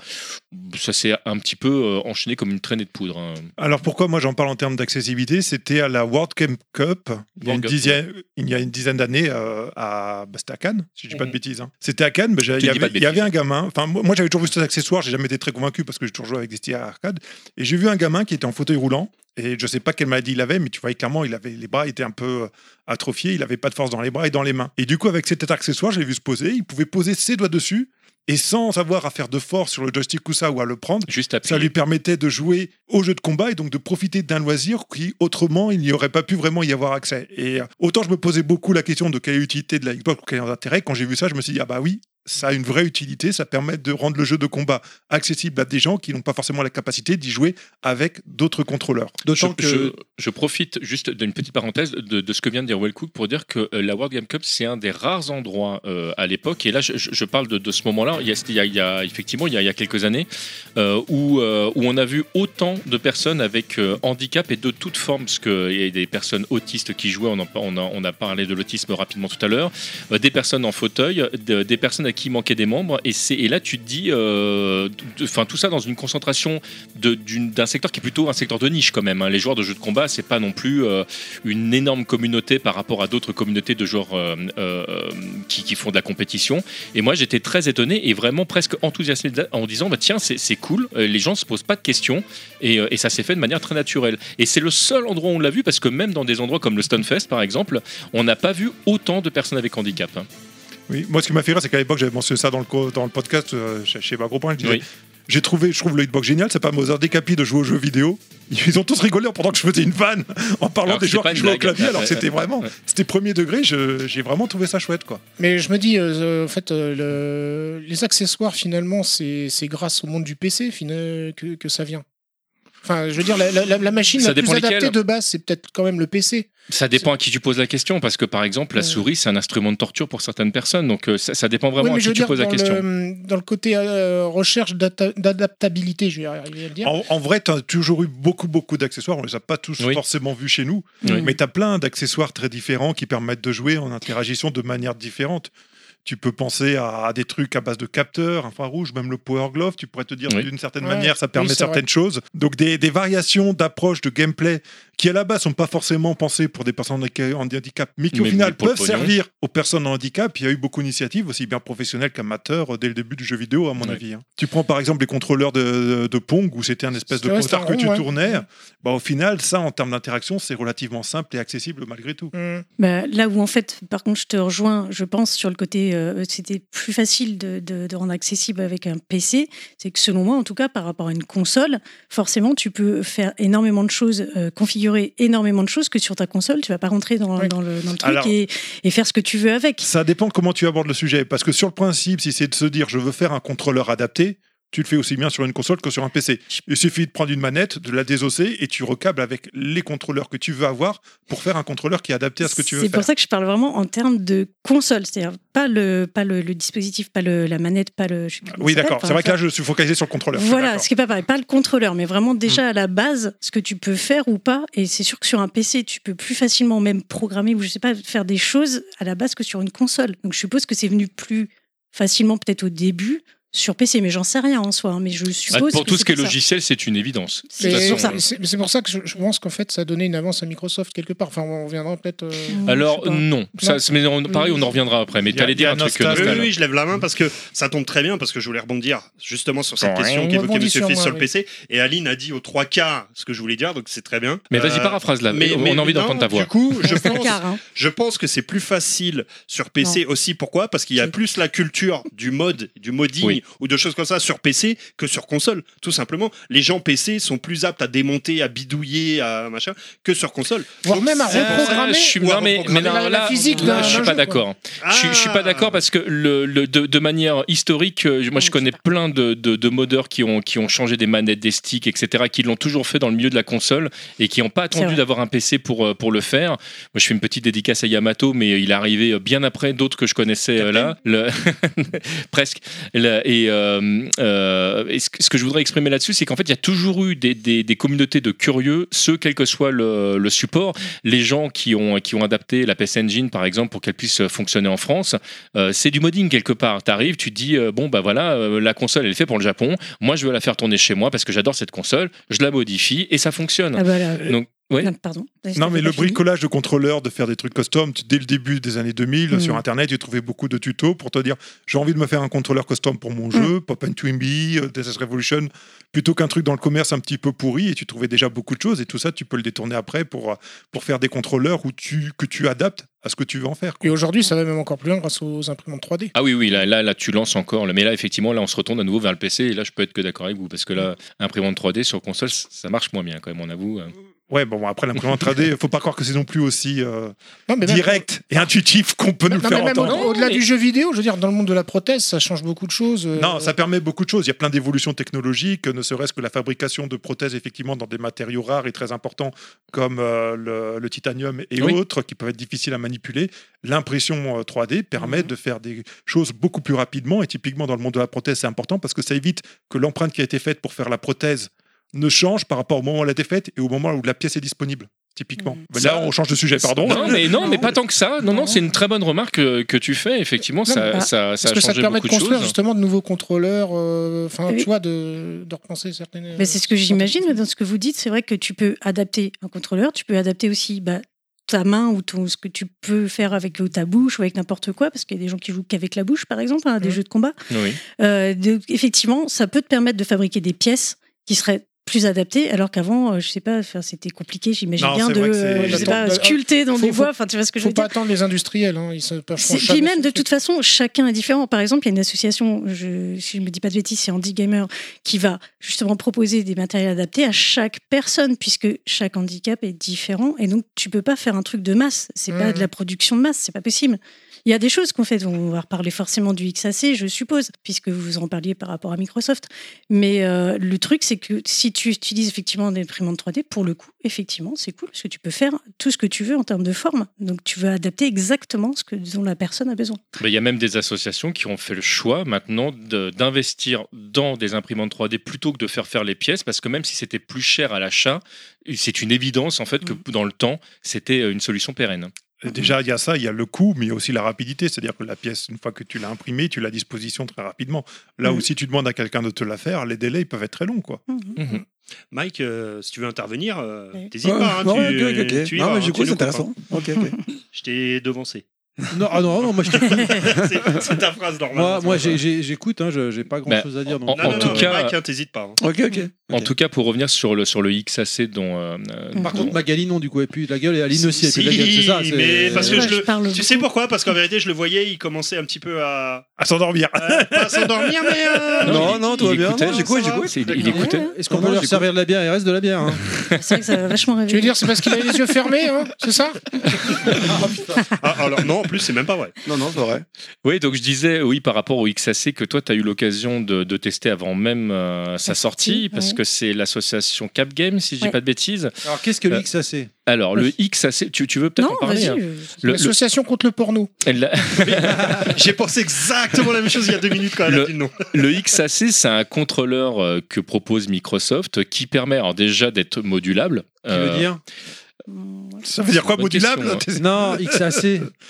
S6: ça s'est un petit peu euh, enchaîné comme une traînée de poudre. hein.
S5: Alors pourquoi moi j'en parle en termes d'accessibilité C'était à la World Game Cup il y a
S6: World
S5: une
S6: Cup,
S5: dizaine, il y a une dizaine d'années euh, à bah, c'était à Cannes si je dis pas de bêtises. hein. C'était à Cannes, mais j'ai-
S6: Tu
S5: il y
S6: dis pas
S5: avait-
S6: de
S5: il y avait un gamin. Enfin moi moi, j'avais toujours vu cet accessoire, j'ai jamais été très convaincu parce que j'ai toujours joué avec des styles à arcade et j'ai vu un gamin qui était en fauteuil roulant et je sais pas quelle maladie il avait mais tu voyais clairement il avait les bras étaient un peu euh, atrophiés, il avait pas de force dans les bras et dans les mains. Et du coup avec cet accessoire, je l'ai vu se poser, il pouvait poser ses doigts dessus et sans avoir à faire de force sur le joystick ou ça ou à le prendre,
S6: Juste
S5: ça lui permettait de jouer au jeu de combat et donc de profiter d'un loisir qui autrement il n'y aurait pas pu vraiment y avoir accès. Et euh, autant je me posais beaucoup la question de quelle est l'utilité de la Xbox, quel est l'intérêt, quand j'ai vu ça, je me suis dit ah bah oui, ça a une vraie utilité, ça permet de rendre le jeu de combat accessible à des gens qui n'ont pas forcément la capacité d'y jouer avec d'autres contrôleurs.
S6: je, je- je profite juste d'une petite parenthèse de, de ce que vient de dire Wellcook pour dire que euh, la World Game Cup, c'est un des rares endroits euh, à l'époque, et là je, je- je parle de, de ce moment-là, il y a, c'était il y a- il y a- effectivement il y a, il y a quelques années, euh, où, euh, où on a vu autant de personnes avec euh, handicap et de toutes formes, parce qu'il y a des personnes autistes qui jouaient, on, en- on a, on a parlé de l'autisme rapidement tout à l'heure, euh, des personnes en fauteuil, de- des personnes à qui il manquait des membres, et, c'est- et là tu te dis, euh, enfin tout ça dans une concentration de- d'une- d'un secteur qui est plutôt un secteur de niche quand même. hein. Les joueurs de jeux de combat, c'est pas non plus euh, une énorme communauté par rapport à d'autres communautés de joueurs euh, euh, qui, qui font de la compétition. Et moi, j'étais très étonné et vraiment presque enthousiasmé de- en disant bah, tiens, c'est c'est cool, euh, les gens se posent pas de questions et, euh, et ça s'est fait de manière très naturelle. Et c'est le seul endroit où on l'a vu parce que même dans des endroits comme le Stonefest par exemple, on n'a pas vu autant de personnes avec handicap. hein.
S5: Oui, moi ce qui m'a fait rire, c'est qu'à l'époque j'avais mentionné ça dans le, co- dans le podcast euh, chez, chez Bagro Point, je disais, J'ai trouvé, je trouve le hitbox génial, c'est pas Mother Décapi de jouer aux jeux vidéo. Ils ont tous rigolé pendant que je faisais une vanne en parlant
S6: Alors que
S5: des
S6: c'est
S5: joueurs
S6: pas
S5: qui
S6: une
S5: jouaient au
S6: blague.
S5: clavier, alors que
S6: Ouais,
S5: c'était
S6: ouais,
S5: vraiment, c'était premier degré, je- j'ai vraiment trouvé ça chouette quoi.
S7: Mais je me dis, euh, en fait, euh, le- les accessoires, finalement, c'est c'est grâce au monde du PC fina- que, que ça vient. Enfin, je veux dire, la, la- la- la machine
S6: Ça
S7: la plus
S6: dépend
S7: adaptée
S6: lesquels.
S7: de base, c'est peut-être quand même le PC.
S6: Ça dépend à qui tu poses la question, parce que par exemple, la
S7: Ouais.
S6: souris, c'est un instrument de torture pour certaines personnes, donc euh, ça, ça dépend vraiment
S7: Oui, mais je
S6: à qui
S7: veux
S6: tu
S7: dire,
S6: poses la
S7: dans
S6: question.
S7: le, dans le côté euh, recherche d'ata- d'adaptabilité, je vais arriver à le dire.
S5: En, en vrai, tu as toujours eu beaucoup, beaucoup d'accessoires. On les a pas tous forcément vus chez nous.
S7: Oui.
S5: Mais tu as plein d'accessoires très différents qui permettent de jouer en interagissant de manière différente. Tu peux penser à, à des trucs à base de capteurs, infrarouge, même le Power Glove. Tu pourrais te dire
S6: Oui.
S5: d'une certaine
S6: Ouais.
S5: manière, ça
S6: Oui,
S5: permet
S6: c'est
S5: certaines
S6: vrai.
S5: choses. Donc des, des variations d'approche, de gameplay qui à la base sont pas forcément pensées pour des personnes en en handicap, mais qui au
S6: Mais-
S5: final
S6: mais pour le
S5: peuvent
S6: pognon.
S5: servir aux personnes en handicap. Il y a eu beaucoup d'initiatives, aussi bien professionnelles qu'amateurs, euh, dès le début du jeu vidéo, à mon
S6: Ouais.
S5: avis. hein. Tu prends par exemple les contrôleurs de, de Pong, où c'était un espèce de
S7: Ouais, c'était
S5: potard
S7: un
S5: que
S7: rond,
S5: tu
S7: ouais.
S5: tournais.
S4: Mm.
S5: Bah, au final, ça, en termes d'interaction, c'est relativement simple et accessible malgré tout.
S4: Bah, là où en fait, par contre, je te rejoins, je pense sur le côté, euh, c'était plus facile de, de- de rendre accessible avec un PC, c'est que selon moi, en tout cas, par rapport à une console, forcément, tu peux faire énormément de choses, euh, configurer énormément de choses que sur ta console, tu vas pas rentrer dans, dans le, dans le truc
S5: Alors-
S4: et, et faire ce que tu veux avec.
S5: Ça dépend de comment tu abordes le sujet. Parce que sur le principe, si c'est de se dire je veux faire un contrôleur adapté, tu le fais aussi bien sur une console que sur un PC. Il suffit de prendre une manette, de la désosser et tu recables avec les contrôleurs que tu veux avoir pour faire un contrôleur qui est adapté à ce que tu veux
S4: C'est
S5: faire.
S4: pour ça que je parle vraiment en termes de console, c'est-à-dire pas le, pas le, le dispositif, pas le, la manette, pas le. je sais plus comment
S5: Ah, Oui,
S4: ça s'appelle,
S5: d'accord.
S4: enfin,
S5: C'est vrai que là,
S4: enfin,
S5: je suis focalisé sur le contrôleur. Je suis
S4: Voilà,
S5: d'accord. Mm.
S4: ce qui est pas pareil, pas le contrôleur, mais vraiment déjà à la base, ce que tu peux faire ou pas. Et c'est sûr que sur un PC, tu peux plus facilement même programmer ou je sais pas, faire des choses à la base que sur une console. Donc je suppose que c'est venu plus facilement peut-être au début sur PC, mais j'en sais rien en soi. hein, mais je
S6: Ah,
S4: suppose.
S6: pour
S4: que
S6: tout ce
S4: c'est
S6: qui est
S4: pour ça.
S6: logiciel, c'est une évidence. De toute
S4: C'est
S6: façon,
S4: pour ça.
S6: euh,
S7: C'est c'est pour ça que je, je pense qu'en fait, ça a donné une avance à Microsoft quelque part. Enfin, on reviendra peut-être. euh, je
S6: Alors
S7: sais pas.
S6: non, Ça, c'est- mais on- pareil,
S7: Non.
S6: on en reviendra après. Mais t'allais dire un truc. euh,
S3: Oui,
S6: nostal.
S3: oui, oui, je lève la main parce que ça tombe très bien parce que je voulais rebondir justement sur cette
S6: Ouais.
S3: question qu'évoquait
S6: Rebondis
S3: Monsieur
S6: sur
S3: Fils
S6: moi,
S3: sur le
S6: oui.
S3: PC. Et Aline a dit aux trois quarts ce que je voulais dire, donc c'est très bien. Euh,
S6: Mais vas-y, paraphrase-la. On a envie d'entendre ta voix.
S3: Du coup, je
S4: Reste un
S3: pense,
S4: quart, hein.
S3: je pense que c'est plus facile sur PC aussi. Pourquoi Parce qu'il y a plus la culture du mode, du modding
S6: Oui.
S3: ou de choses comme ça sur PC que sur console. Tout simplement, les gens PC sont plus aptes à démonter, à bidouiller, à machin que sur console.
S7: Voire même à reprogrammer.
S6: Euh, Je suis,
S7: Ou à
S6: non, mais, mais
S7: reprogrammer
S6: non,
S7: la- la
S6: là,
S7: physique
S6: là,
S7: d'un-
S6: je suis
S7: d'un
S6: pas
S7: jeu,
S6: d'accord. Je, suis- je suis pas d'accord parce que le, le- de, de manière historique, euh, moi je connais plein de, de, de modeurs qui ont, qui ont changé des manettes, des sticks, etc., qui l'ont toujours fait dans le milieu de la console et qui n'ont pas attendu
S15: vrai.
S6: d'avoir un PC pour, euh, pour le faire. Moi je fais une petite dédicace à Yamato, mais il est arrivé euh, bien après d'autres que je connaissais euh, là. Le- Presque. Là, et, euh, euh, et ce que ce que je voudrais exprimer là-dessus, c'est qu'en fait, il y a toujours eu des, des- des communautés de curieux, ceux, quel que soit le, le support. Les gens qui ont, qui ont adapté la PS Engine, par exemple, pour qu'elle puisse fonctionner en France, euh, c'est du modding quelque part. Tu arrives, tu te dis, euh, bon, bah voilà, euh, la console, elle est faite pour le Japon. Moi, je veux la faire tourner chez moi parce que j'adore cette console. Je la modifie et ça fonctionne.
S4: Ah bah là,
S6: Donc, ouais.
S4: Non, pardon.
S5: Non, mais le
S4: bricolage
S5: bricolage de contrôleurs, de faire des trucs custom, tu- dès le début des années 2000,
S4: Mm.
S5: sur Internet, j'ai trouvé beaucoup de tutos pour te dire j'ai envie de me faire un contrôleur custom pour mon
S4: Mm.
S5: jeu, Pop and Twimby, euh, Death Revolution, plutôt qu'un truc dans le commerce un petit peu pourri, et tu trouvais déjà beaucoup de choses, et tout ça, tu peux le détourner après pour, euh, pour faire des contrôleurs où tu, que tu adaptes à ce que tu veux en faire.
S7: Et aujourd'hui, ça va même encore plus loin grâce aux imprimantes 3D.
S6: Ah oui, oui, là, là, là, tu lances encore. là. Mais là, effectivement, là, on se retourne à nouveau vers le PC. Et là, je peux être que d'accord avec vous parce que là, imprimante 3D sur console, c- ça marche moins bien quand même, on avoue. hein.
S5: Euh, Ouais, bon, après, l'imprimante 3D, faut pas croire que c'est non plus aussi euh,
S7: Non, mais même-
S5: direct et intuitif qu'on peut nous le
S7: Non,
S5: faire
S7: mais même au-
S5: entendre.
S7: au-delà du jeu vidéo, je veux dire, dans le monde de la prothèse, ça change beaucoup de choses. euh,
S5: Non, ça permet beaucoup de choses. Il y a plein d'évolutions technologiques, ne serait-ce que la fabrication de prothèses effectivement dans des matériaux rares et très importants comme euh, le, le titanium et
S6: Oui.
S5: autres qui peuvent être difficiles à manipuler. L'impression euh, 3D
S7: Mhm.
S5: permet de faire des choses beaucoup plus rapidement et typiquement dans le monde de la prothèse c'est important parce que ça évite que l'empreinte qui a été faite pour faire la prothèse ne change par rapport au moment où elle a été faite et au moment où la pièce est disponible. Typiquement. Mais Là, on change de sujet, pardon.
S6: Non, mais, non, mais pas tant que ça. Non, non, c'est une très bonne remarque euh, que, que tu fais. Effectivement,
S7: non,
S6: ça,
S7: mais- bah,
S6: ça, ça
S7: parce
S6: a
S7: que ça
S6: changé
S7: te permet de
S6: beaucoup de
S7: construire
S6: choses.
S7: justement de nouveaux contrôleurs, euh, enfin,
S4: Oui.
S7: tu vois, de, de repenser certaines. euh,
S4: Mais c'est ce que j'imagine mais dans ce que vous dites. C'est vrai que tu peux adapter un contrôleur, tu peux adapter aussi bah, ta main ou ton, ce que tu peux faire avec ta bouche ou avec n'importe quoi, parce qu'il y a des gens qui jouent qu'avec la bouche, par exemple,
S5: Mm.
S4: hein, à des jeux de combat.
S6: Oui.
S4: Euh, de- effectivement, ça peut te permettre de fabriquer des pièces qui seraient plus adapté, alors qu'avant, euh, je sais pas, enfin, c'était compliqué, j'imagine
S7: Non,
S4: bien,
S7: c'est
S4: de
S7: vrai que c'est-
S4: euh, je sais
S7: Attends,
S4: pas,
S7: bah,
S4: sculpter dans
S7: faut-
S4: des
S7: faut-
S4: voies, enfin tu vois ce que je
S7: Faut
S4: veux dire.
S7: pas attendre les industriels, hein, ils se percheront
S4: C'est- Puis
S7: jamais
S4: même, de toute façon, chacun est différent. Par exemple, il y a une association, je, si je me dis pas de bêtises, c'est Handy Gamer, qui va justement proposer des matériels adaptés à chaque personne, puisque chaque handicap est différent. Et donc, tu peux pas faire un truc de masse. C'est pas
S7: Mhm.
S4: de la production de masse, c'est pas possible. Il y a des choses qu'on fait, on va reparler forcément du XAC, je suppose, puisque vous en parliez par rapport à Microsoft. Mais euh, le truc, c'est que si tu utilises effectivement des imprimantes 3D, pour le coup, effectivement, c'est cool, parce que tu peux faire tout ce que tu veux en termes de forme. Donc tu vas adapter exactement ce que, dont la personne a besoin.
S6: Mais Il y a même des associations qui ont fait le choix maintenant de- d'investir dans des imprimantes 3D plutôt que de faire faire les pièces, parce que même si c'était plus cher à l'achat, c'est une évidence en fait que
S7: Mm.
S6: dans le temps, c'était euh, une solution pérenne.
S5: Et Déjà, il y a ça, il y a le coût, mais il y a aussi la rapidité. C'est-à-dire que la pièce, une fois que tu l'as imprimée, tu l'as à disposition très rapidement. Là
S3: Mhm.
S5: où si tu demandes à quelqu'un de te la faire, les délais ils peuvent être très longs. Quoi.
S3: Mhm. Mike, euh, si tu veux intervenir, euh, t'hésites
S5: Ouais,
S3: pas. hein,
S5: ouais,
S3: tu,
S5: ok, ok.
S3: tu y
S5: Non,
S3: vas,
S5: mais
S3: hein,
S5: du
S3: tu
S5: coup,
S3: es
S5: c'est
S3: le copain.
S5: intéressant. Ok, ok.
S3: Je t'ai devancé.
S1: Non, ah non, non, moi je
S3: C'est- c'est ta phrase normale.
S1: Moi, moi j'ai- j'ai- j'écoute, hein, je- j'ai pas grand
S6: Bah,
S1: chose à dire.
S6: en-
S1: donc,
S6: en- en
S1: euh,
S6: tout cas-
S3: Mike, hein, t'hésites pas. hein.
S6: En tout cas, pour revenir sur le, sur le XAC dont. euh,
S3: Mm-hmm.
S1: Par
S6: dont-
S1: contre, Magali, non, du coup, et puis la gueule, et Aline aussi, et puis la gueule, c'est ça.
S3: Si,
S1: c'est-
S3: mais parce que je le- tu sais pourquoi Parce qu'en vérité, je le voyais, il commençait un petit peu à,
S5: À s'endormir.
S3: à- pas à s'endormir, mais euh,
S1: Non, non, tout va bien. Non,
S6: J'écoute,
S1: ça va.
S6: j'écoute. Il, il écoutait.
S1: Est-ce qu'on peut leur servir de la bière Il reste de la bière. hein.
S4: C'est vrai que ça va vachement réveiller.
S7: Tu veux dire, c'est parce qu'il a les yeux fermés, hein, c'est ça
S3: Ah, alors, non, en plus, c'est même pas vrai.
S10: Non, non, c'est vrai.
S6: Oui, donc je disais, oui, par rapport au XAC, que toi, tu as eu l'occasion de, de tester avant même euh, sa sortie, parce
S1: ouais.
S6: que c'est l'association Cap Game, si je dis
S1: Ouais.
S6: pas de bêtises.
S1: Alors, qu'est-ce que le
S6: Euh,
S1: XAC
S6: Alors, le XAC, tu, tu veux peut-être en parler hein Le- le-
S7: L'association contre le porno.
S6: La-
S3: J'ai pensé exactement la même chose il y a deux minutes quand elle a dit le nom.
S6: le XAC, c'est un contrôleur euh, que propose Microsoft qui permet alors déjà d'être modulable.
S1: Qui veut
S6: Euh,
S1: dire
S5: Ça veut dire quoi,
S6: bonne
S5: modulable
S6: question, hein.
S1: Non, XAC.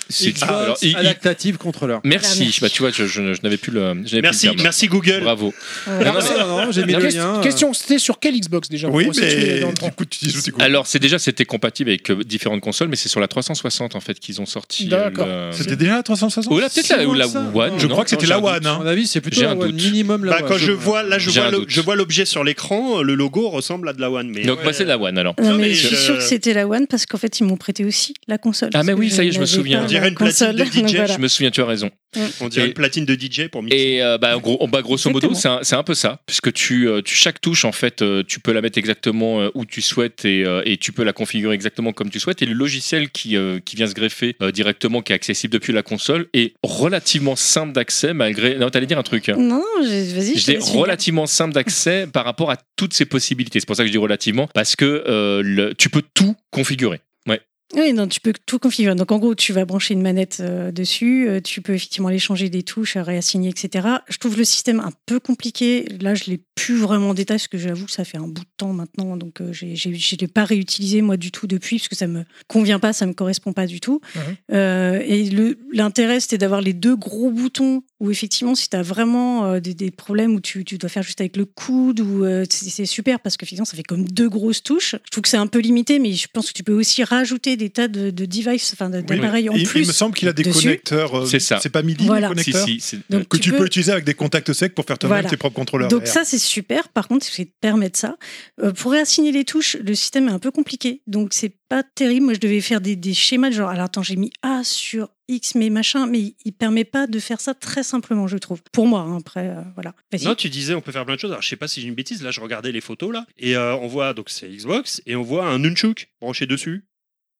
S6: C'est- ah,
S1: Xbox
S6: alors, il- il-
S1: Adaptative Controller.
S6: Merci. Bah, tu vois, je, je- je n'avais plus le. je n'avais
S3: Merci,
S6: plus le terme.
S3: merci Google.
S6: Bravo.
S4: Ah,
S1: Non, non, non, j'ai mis le
S7: Quest-
S1: lien.
S7: Question, c'était sur quelle Xbox déjà pour resituer dans le temps
S6: Alors, c'est déjà, c'était compatible avec euh, différentes consoles, mais c'est sur la 360 en fait qu'ils ont sorti. euh, le-
S5: C'était déjà la 360
S6: Ou la- peut-être la- ou la One,
S5: Je
S6: non,
S5: crois que c'était la
S6: j'ai un
S5: One.
S6: doute.
S5: hein.
S1: À mon avis, c'est plutôt
S6: J'ai
S1: la
S6: un
S1: One,
S6: doute.
S1: minimum la
S3: Bah,
S1: One.
S3: quand je vois, là, je
S6: J'ai
S3: vois,
S6: un
S3: le-
S6: doute.
S3: je vois l'objet sur l'écran, le logo ressemble à de la One. Mais
S6: Donc, bah, c'est la One alors.
S4: Non, mais je suis
S3: je-
S4: sûre que c'était la One parce qu'en fait ils m'ont prêté aussi la console.
S6: Ah, mais
S4: parce
S6: oui,
S4: que
S6: ça y est, je me
S4: n'avais
S6: souviens.
S4: pas
S6: On dirait
S4: la
S6: une platine
S4: console,
S6: de
S4: donc voilà.
S6: Je me souviens, tu as raison.
S3: On dirait
S6: Et-
S3: une platine de DJ pour mixer.
S6: Et euh, bah, en gros, en bas, grosso modo,
S3: Exactement.
S6: c'est un, c'est un peu ça, puisque tu, euh, tu- chaque touche, en fait, euh, tu peux la mettre exactement euh, où tu souhaites et, euh, et tu peux la configurer exactement comme tu souhaites. Et le logiciel qui, euh, qui vient se greffer euh, directement, qui est accessible depuis la console, est relativement simple d'accès, malgré. Non, t'allais dire un truc.
S4: Non, non, je- vas-y.
S6: Je dis
S4: te laisse
S6: relativement simple d'accès par rapport à toutes ces possibilités. C'est pour ça que je dis relativement, parce que euh, le- tu peux tout configurer. Ouais.
S4: Oui, non, tu peux tout configurer. Donc en gros, tu vas brancher une manette euh, dessus, euh, tu peux effectivement aller changer des touches, à réassigner, etc. Je trouve le système un peu compliqué. Là, je l'ai plus vraiment en détail parce que j'avoue que ça fait un bout de temps maintenant, donc euh, j'ai- j'ai- je ne l'ai pas réutilisé moi du tout depuis parce que ça me convient pas, ça me correspond pas du tout.
S7: Mhm.
S4: Euh, et le- l'intérêt, c'était d'avoir les deux gros boutons où effectivement, si tu as vraiment euh, des, des problèmes où tu, tu dois faire juste avec le coude, ou euh, c'est c'est super parce que finalement, ça fait comme deux grosses touches. Je trouve que c'est un peu limité, mais je pense que tu peux aussi rajouter des tas de, de devices, enfin de-
S5: Oui,
S4: d'appareils en
S5: il,
S4: plus.
S5: il me semble qu'il a des
S4: dessus.
S5: connecteurs. euh,
S6: C'est ça.
S5: C'est pas MIDI
S4: Voilà.
S5: les connecteurs
S6: Si, si, c'est-
S4: Donc,
S5: que
S4: tu
S5: tu
S4: peux-
S5: peux... utiliser avec des contacts secs pour faire toi-même
S4: Voilà.
S5: tes propres contrôleurs.
S4: Donc
S5: derrière.
S4: ça c'est super. Par contre, c'est de permettre ça. Euh, pour réassigner les touches, le système est un peu compliqué. Donc c'est pas terrible. Moi, je devais faire des, des schémas de genre. Alors attends, j'ai mis A sur X, mais machin. Mais il, il permet pas de faire ça très simplement, je trouve. Pour moi, hein, après, euh, voilà. Vas-y.
S3: Non, tu disais on peut faire plein de choses. Alors je sais pas si j'ai une bêtise. Là, je regardais les photos là et euh, on voit donc c'est Xbox et on voit un nunchuk branché dessus.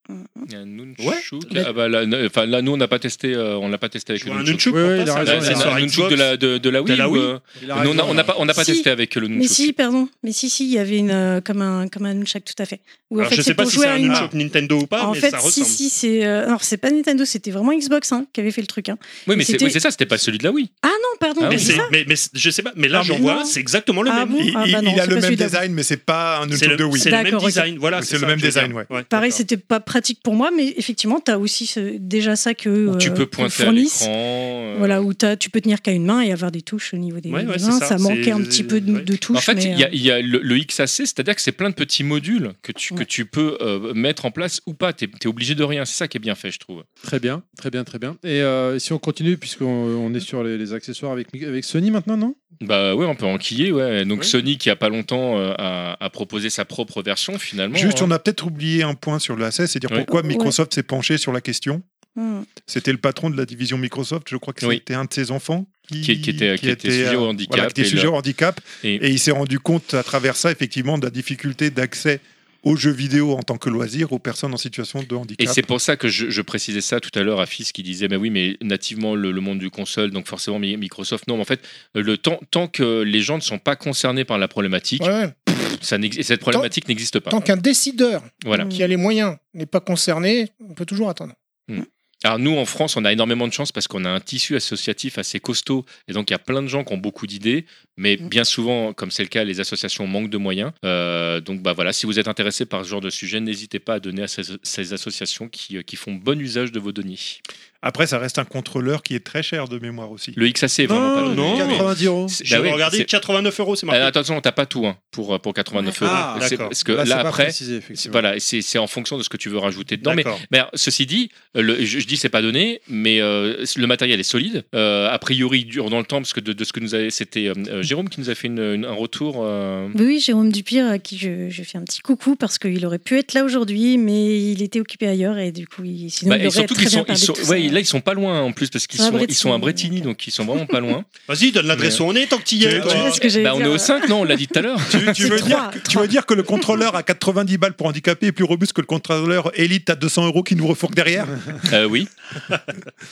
S4: Mm,
S6: Un nunchuk.
S3: Ouais.
S6: Ah bah, là, n- enfin, là, nous, on n'a pas testé, euh, on l'a pas testé avec le
S3: vois un nunchuk,
S6: nunchuk.
S3: Oui, oui, pourtant, il a c'est- raison, c'est il a sur
S6: un
S3: raison.
S6: nunchuk de la de, de la Wii.
S3: De la
S6: ou,
S3: Wii.
S6: euh,
S3: Il a
S6: non, on n'a-
S3: raison,
S6: on n'a pas on n'a pas
S4: Si.
S6: testé avec le
S4: Mais
S6: nunchuk.
S4: si, pardon. Mais si, si, il y avait une euh, comme un comme un nunchak tout à fait. Où, en
S3: Alors
S4: fait,
S3: je sais
S4: c'est
S3: pas
S4: pour
S3: si
S4: jouer
S3: c'est
S4: à
S3: un
S4: une-
S3: nunchuk Nintendo ou pas,
S4: en
S3: mais
S4: fait,
S3: ça
S4: si,
S3: ressemble.
S4: si, c'est. euh, alors, c'est pas Nintendo, c'était vraiment Xbox hein, qui avait fait le truc. hein.
S6: Oui, mais c'est
S4: c'était-
S6: oui, c'est ça, c'était pas celui de la Wii.
S4: Ah non, pardon,
S6: Ah
S4: mais
S6: oui.
S4: c'est
S3: C'est-
S4: ça.
S3: mais, mais c'est- je sais pas. Mais là,
S4: Ah,
S3: j'en
S4: mais
S3: vois,
S4: non.
S3: c'est exactement le
S4: Ah
S3: même.
S4: bon
S3: Il-
S4: Ah
S3: il-
S4: bah non,
S3: il a
S4: c'est
S3: le
S4: pas
S3: même
S4: celui-là.
S5: design, mais c'est pas un
S3: C'est
S5: nunchuk
S3: le-
S5: de Wii.
S3: c'est le même D'accord, ok. design, voilà,
S5: Oui,
S3: c'est
S5: C'est
S3: ça
S5: le
S3: que
S5: même
S3: je veux
S5: design,
S3: dire.
S5: ouais.
S4: Pareil, c'était pas pratique pour moi, mais effectivement, tu as aussi ce- déjà ça que.
S6: Où tu
S4: euh,
S6: peux
S4: que
S6: pointer à
S4: fournissent.
S6: l'écran. euh,
S4: Voilà, où t'as- tu peux tenir qu'à une main et avoir des touches au niveau des,
S6: Ouais, ouais,
S4: des
S6: c'est
S4: mains.
S6: ça,
S4: Ça,
S6: c'est-
S4: manquait un petit peu de, de touches.
S6: En fait,
S4: mais,
S6: il y
S4: euh,
S6: a, il y a le, le XAC, c'est-à-dire que c'est plein de petits modules que tu, que tu peux euh, mettre en place ou pas. Tu es obligé de rien. C'est ça qui est bien fait, je trouve.
S1: Très bien, très bien, très bien. Et euh, si on continue, puisqu'on on est sur les, les accessoires soir avec, avec Sony maintenant, non
S6: Bah ouais, on peut enquiller, ouais. Donc
S1: Oui.
S6: Sony qui a pas longtemps euh, a, a proposé sa propre version finalement.
S5: Juste,
S6: hein.
S5: on a peut-être oublié un point sur la CES, c'est-à-dire
S6: Oui.
S5: pourquoi
S6: Ouais.
S5: Microsoft s'est penché sur la question.
S4: Hmm.
S5: C'était le patron de la division Microsoft, je crois que
S6: Oui.
S5: c'était un de ses enfants
S6: Qui- qui était- qui était sujet au
S5: euh,
S6: handicap
S5: voilà, qui était
S6: et
S5: sujet
S6: le-
S5: au handicap.
S6: Et-
S5: Et, il s'est rendu compte à travers ça, effectivement, de la difficulté d'accès aux jeux vidéo en tant que loisir aux personnes en situation de handicap.
S6: Et c'est pour ça que je, je précisais ça tout à l'heure à Fils qui disait, mais oui, mais nativement le, le monde du console, donc forcément Mi- Microsoft, non, mais en fait, euh, le temps, tant que les gens ne sont pas concernés par la problématique, pff, ça n'exi- cette problématique n'existe pas.
S7: Tant qu'un décideur
S6: Voilà.
S7: qui a les moyens n'est pas concerné, on peut toujours attendre.
S6: Hmm. Alors nous, en France, on a énormément de chance parce qu'on a un tissu associatif assez costaud. Et donc, il y a plein de gens qui ont beaucoup d'idées. Mais bien souvent, comme c'est le cas, les associations manquent de moyens. Euh, donc bah voilà, si vous êtes intéressé par ce genre de sujet, n'hésitez pas à donner à ces, ces associations qui, euh, qui font bon usage de vos deniers.
S5: Après, ça reste un contrôleur qui est très cher de mémoire aussi.
S6: Le XAC est vraiment pas le
S5: non,
S6: dernier, mais-
S5: 90 euros.
S6: C'est- bah
S5: J'ai
S6: oui,
S5: regardé,
S6: c'est-
S3: 89 euros, c'est
S6: Ah,
S3: marqué.
S6: attention, t'as pas tout hein, pour, pour 89 euros.
S3: Ah,
S6: C'est-
S3: d'accord.
S6: Parce que
S3: Là,
S6: là,
S3: c'est pas
S6: après,
S3: précisé,
S6: c'est pas là, c'est c'est en fonction de ce que tu veux rajouter dedans. Mais,
S3: D'accord.
S6: mais alors, ceci dit, le- je, je dis c'est pas donné, mais euh, le matériel est solide. Euh, a priori, il dure dans le temps parce que de, de ce que nous avait, c'était euh, Jérôme qui nous a fait une- une- un retour. euh,
S4: Oui, oui, Jérôme Dupire, à qui je, je fais un petit coucou parce qu'il aurait pu être là aujourd'hui, mais il était occupé ailleurs et du coup, il, sinon
S6: bah,
S4: il
S6: et
S4: aurait
S6: surtout
S4: très
S6: qu'ils
S4: bien
S6: sont, ils
S4: parlé de
S6: sont-
S4: tout ça.
S6: ouais, là ils sont pas loin hein, en plus parce qu'ils
S4: Ah,
S6: sont, ils
S4: Bretigny,
S6: sont à Bretigny, donc ils sont vraiment pas loin.
S3: Vas-y, donne l'adresse
S6: Mais- euh,
S3: où on est tant que t'y es.
S6: Tu- tu- Bah, on est au 5, non On l'a dit tout à l'heure.
S5: tu, veux dire, que- tu veux dire que le contrôleur à 90 balles pour handicapé est plus robuste que le contrôleur élite à 200 euros qui nous refourque derrière
S6: Euh, oui.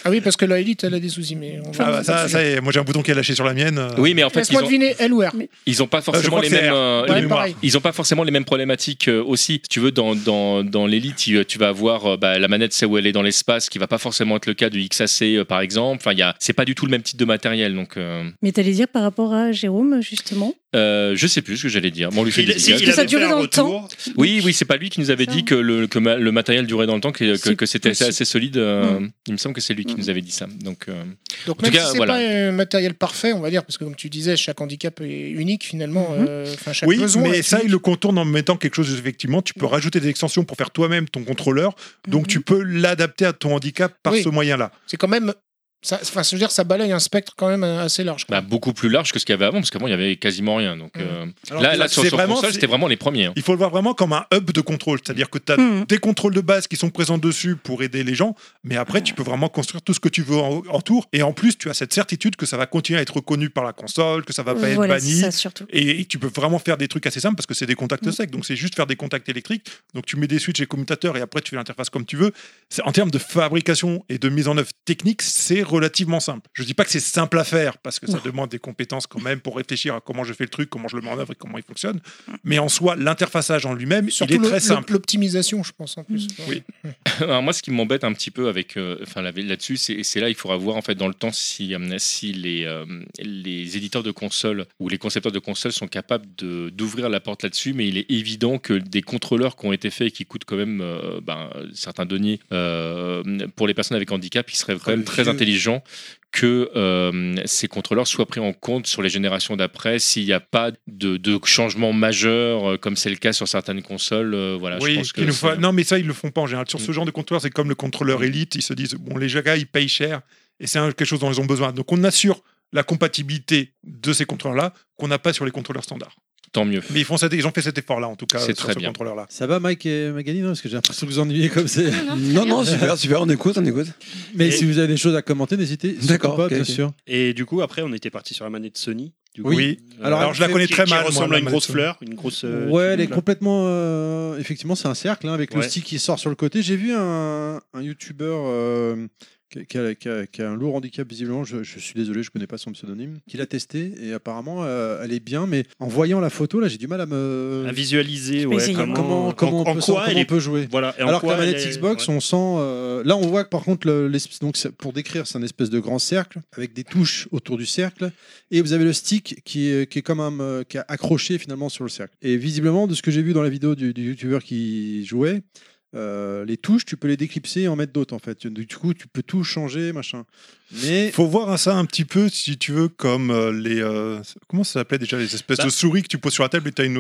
S7: Ah oui, parce que la Elite, elle a des soucis, mais on va.
S5: Ah bah, ça, ça y est, moi j'ai un bouton qui est lâché sur la mienne. euh.
S6: Oui, mais en fait, ils
S7: Laisse-moi
S6: ont-
S7: deviner, elle ou elle
S6: Ils n'ont pas
S5: je
S6: forcément
S5: crois
S6: les
S5: que c'est
S6: mêmes.
S5: R.
S6: euh,
S5: Ouais,
S6: les mêmes-
S5: pareil.
S6: ils ont pas forcément les mêmes problématiques euh, aussi. Si tu veux, dans dans, dans l'élite, tu, tu vas avoir euh, bah, la manette, c'est où elle est dans l'espace, qui va pas forcément être le cas du XAC euh, par exemple. Enfin, il y a, c'est pas du tout le même type de matériel, donc. Euh,
S4: Mais t'allais dire par rapport à Jérôme, justement
S6: euh, je sais plus ce que j'allais dire. Bon, on lui fait
S3: Il-
S6: des
S3: si,
S6: dédicaces.
S3: il avait
S4: Ça durait
S3: fait un
S4: dans le temps.
S3: retour.
S6: Oui, oui, c'est pas lui qui nous avait dit que le, que ma- le matériel durait dans le temps, que, que, que c'était assez, assez solide. euh, Il me semble que c'est lui qui nous avait dit ça. Donc, euh,
S7: Donc
S6: en tout
S7: même
S6: cas,
S7: si c'est
S6: voilà.
S7: pas un matériel parfait, on va dire, parce que comme tu disais, chaque handicap est unique finalement. euh, Enfin, chaque
S5: Mhm. Oui,
S7: besoin.
S5: mais
S7: est
S5: ça,
S7: unique.
S5: il le contourne en mettant quelque chose, effectivement. Tu peux rajouter des extensions pour faire toi-même ton contrôleur. Donc, tu peux l'adapter à ton handicap par
S7: Mhm. Oui.
S5: ce moyen-là.
S7: C'est quand même. Ça, enfin, je veux dire, ça balaye un spectre quand même euh, assez large.
S6: bah, beaucoup plus large que ce qu'il y avait avant, parce qu'avant il y avait quasiment rien. Donc euh,
S5: Alors,
S6: là,
S5: c'est-
S6: là, sur,
S5: c'est
S6: sur
S5: vraiment-
S6: console,
S5: c'est-
S6: c'était vraiment les premiers. hein.
S5: Il faut le voir vraiment comme un hub de contrôle. C'est-à-dire que tu as
S4: Mm.
S6: Mhm.
S5: des contrôles de base qui sont présents dessus pour aider les gens. Mais après, tu peux vraiment construire tout ce que tu veux en, entour. Et en plus, tu as cette certitude que ça va continuer à être reconnu par la console, que ça va pas
S4: Voilà,
S5: être
S4: c'est
S5: banni.
S4: ça, surtout.
S5: Et, et tu peux vraiment faire des trucs assez simples parce que c'est des contacts
S7: Mm.
S5: secs. Donc, c'est juste faire des contacts électriques. Donc, tu mets des switches et commutateurs et après, tu fais l'interface comme tu veux. C'est- En termes de fabrication et de mise en œuvre technique, c'est relativement simple. Je dis pas que c'est simple à faire parce que ça demande des compétences quand même pour réfléchir à comment je fais le truc, comment je le mets en œuvre et comment il fonctionne. Mais en soi, l'interfaçage en lui-même, il
S7: Mm. Surtout
S5: est
S7: le-
S5: très
S7: le-
S5: simple. Mhm.
S7: L'optimisation, je pense en plus.
S5: Oui.
S6: Alors moi, ce qui m'embête un petit peu avec, euh, enfin la- là-dessus, c'est et c'est là il faudra voir en fait dans le temps si, euh, si les, euh, les éditeurs de consoles ou les concepteurs de consoles sont capables de- d'ouvrir la porte là-dessus, mais il est évident que des contrôleurs qui ont été faits et qui coûtent quand même euh, ben, certains deniers euh, pour les personnes avec handicap, ils seraient quand même très
S2: vieux.
S6: intelligents que euh, ces contrôleurs soient pris en compte sur les générations d'après s'il n'y a pas de, de changement majeur euh, comme c'est le cas sur certaines consoles. euh, voilà, je
S5: Oui,
S6: pense que
S5: qu'il nous
S6: c'est- Mm.
S5: faut- Non, mais ça, ils le font pas en général. Sur ce genre de contrôleur, c'est comme le contrôleur élite. Ils se disent, bon, les gars, ils payent cher et c'est un- quelque chose dont ils ont besoin. Donc, on assure la compatibilité de ces contrôleurs-là qu'on n'a pas sur les contrôleurs standards.
S6: tant mieux.
S5: Mais ils, font cet- ils ont fait cet effort-là, en tout cas,
S6: C'est
S5: sur
S6: très
S5: ce
S6: bien.
S5: contrôleur-là.
S1: Ça va, Mike et Magali non Parce que j'ai l'impression que vous ennuyez comme c'est.
S10: Non, non, super, super, on écoute, on écoute.
S1: Mais si vous avez des choses à commenter, n'hésitez surtout
S10: D'accord,
S1: pas,
S10: ok,
S1: bien
S10: ok.
S1: sûr.
S3: Et du coup, après, on était parti sur la manette Sony. du coup.
S1: Oui.
S3: Euh,
S1: Alors, Alors, je la
S3: qui-
S1: connais très
S3: qui
S1: mal, moi,
S3: ressemble
S1: la
S3: à une grosse
S1: manette Sony.
S3: fleur, une grosse. euh,
S1: ouais, elle est
S3: là.
S1: complètement. euh, effectivement, c'est un cercle hein, avec le
S3: Ouais.
S1: stick qui sort sur le côté. J'ai vu un, un youtubeur euh, qui, qui a, qui a- qui a un lourd handicap visiblement. Je, je suis désolé, je connais pas son pseudonyme. Qui l'a testé et apparemment euh, elle est bien, mais en voyant la photo là, j'ai du mal à me
S3: À visualiser,
S1: Je vais
S3: ouais,
S1: essayer.
S3: comment-
S1: comment, comment
S3: en-
S1: on,
S3: en
S1: peut,
S3: quoi
S1: comment
S3: elle
S1: on
S3: est-
S1: peut jouer.
S3: voilà, et en
S1: Alors que
S3: quoi
S1: la manette
S3: elle est-
S1: Xbox, on sent. euh, là, on voit que par contre, le- l'espèce- donc, c'est- pour décrire, c'est un espèce de grand cercle avec des touches autour du cercle. Et vous avez le stick qui est, qui est comme un, euh, qui est accroché finalement sur le cercle. Et visiblement, de ce que j'ai vu dans la vidéo du, du youtubeur qui jouait, euh, les touches, tu peux les déclipser et en mettre d'autres en fait. Du coup, tu peux tout changer, machin. Mais
S5: faut voir hein, ça un petit peu, si tu veux, comme euh, les. euh, comment ça s'appelait déjà Les espèces
S6: Bah.
S5: de souris que tu poses sur la table et tu as une.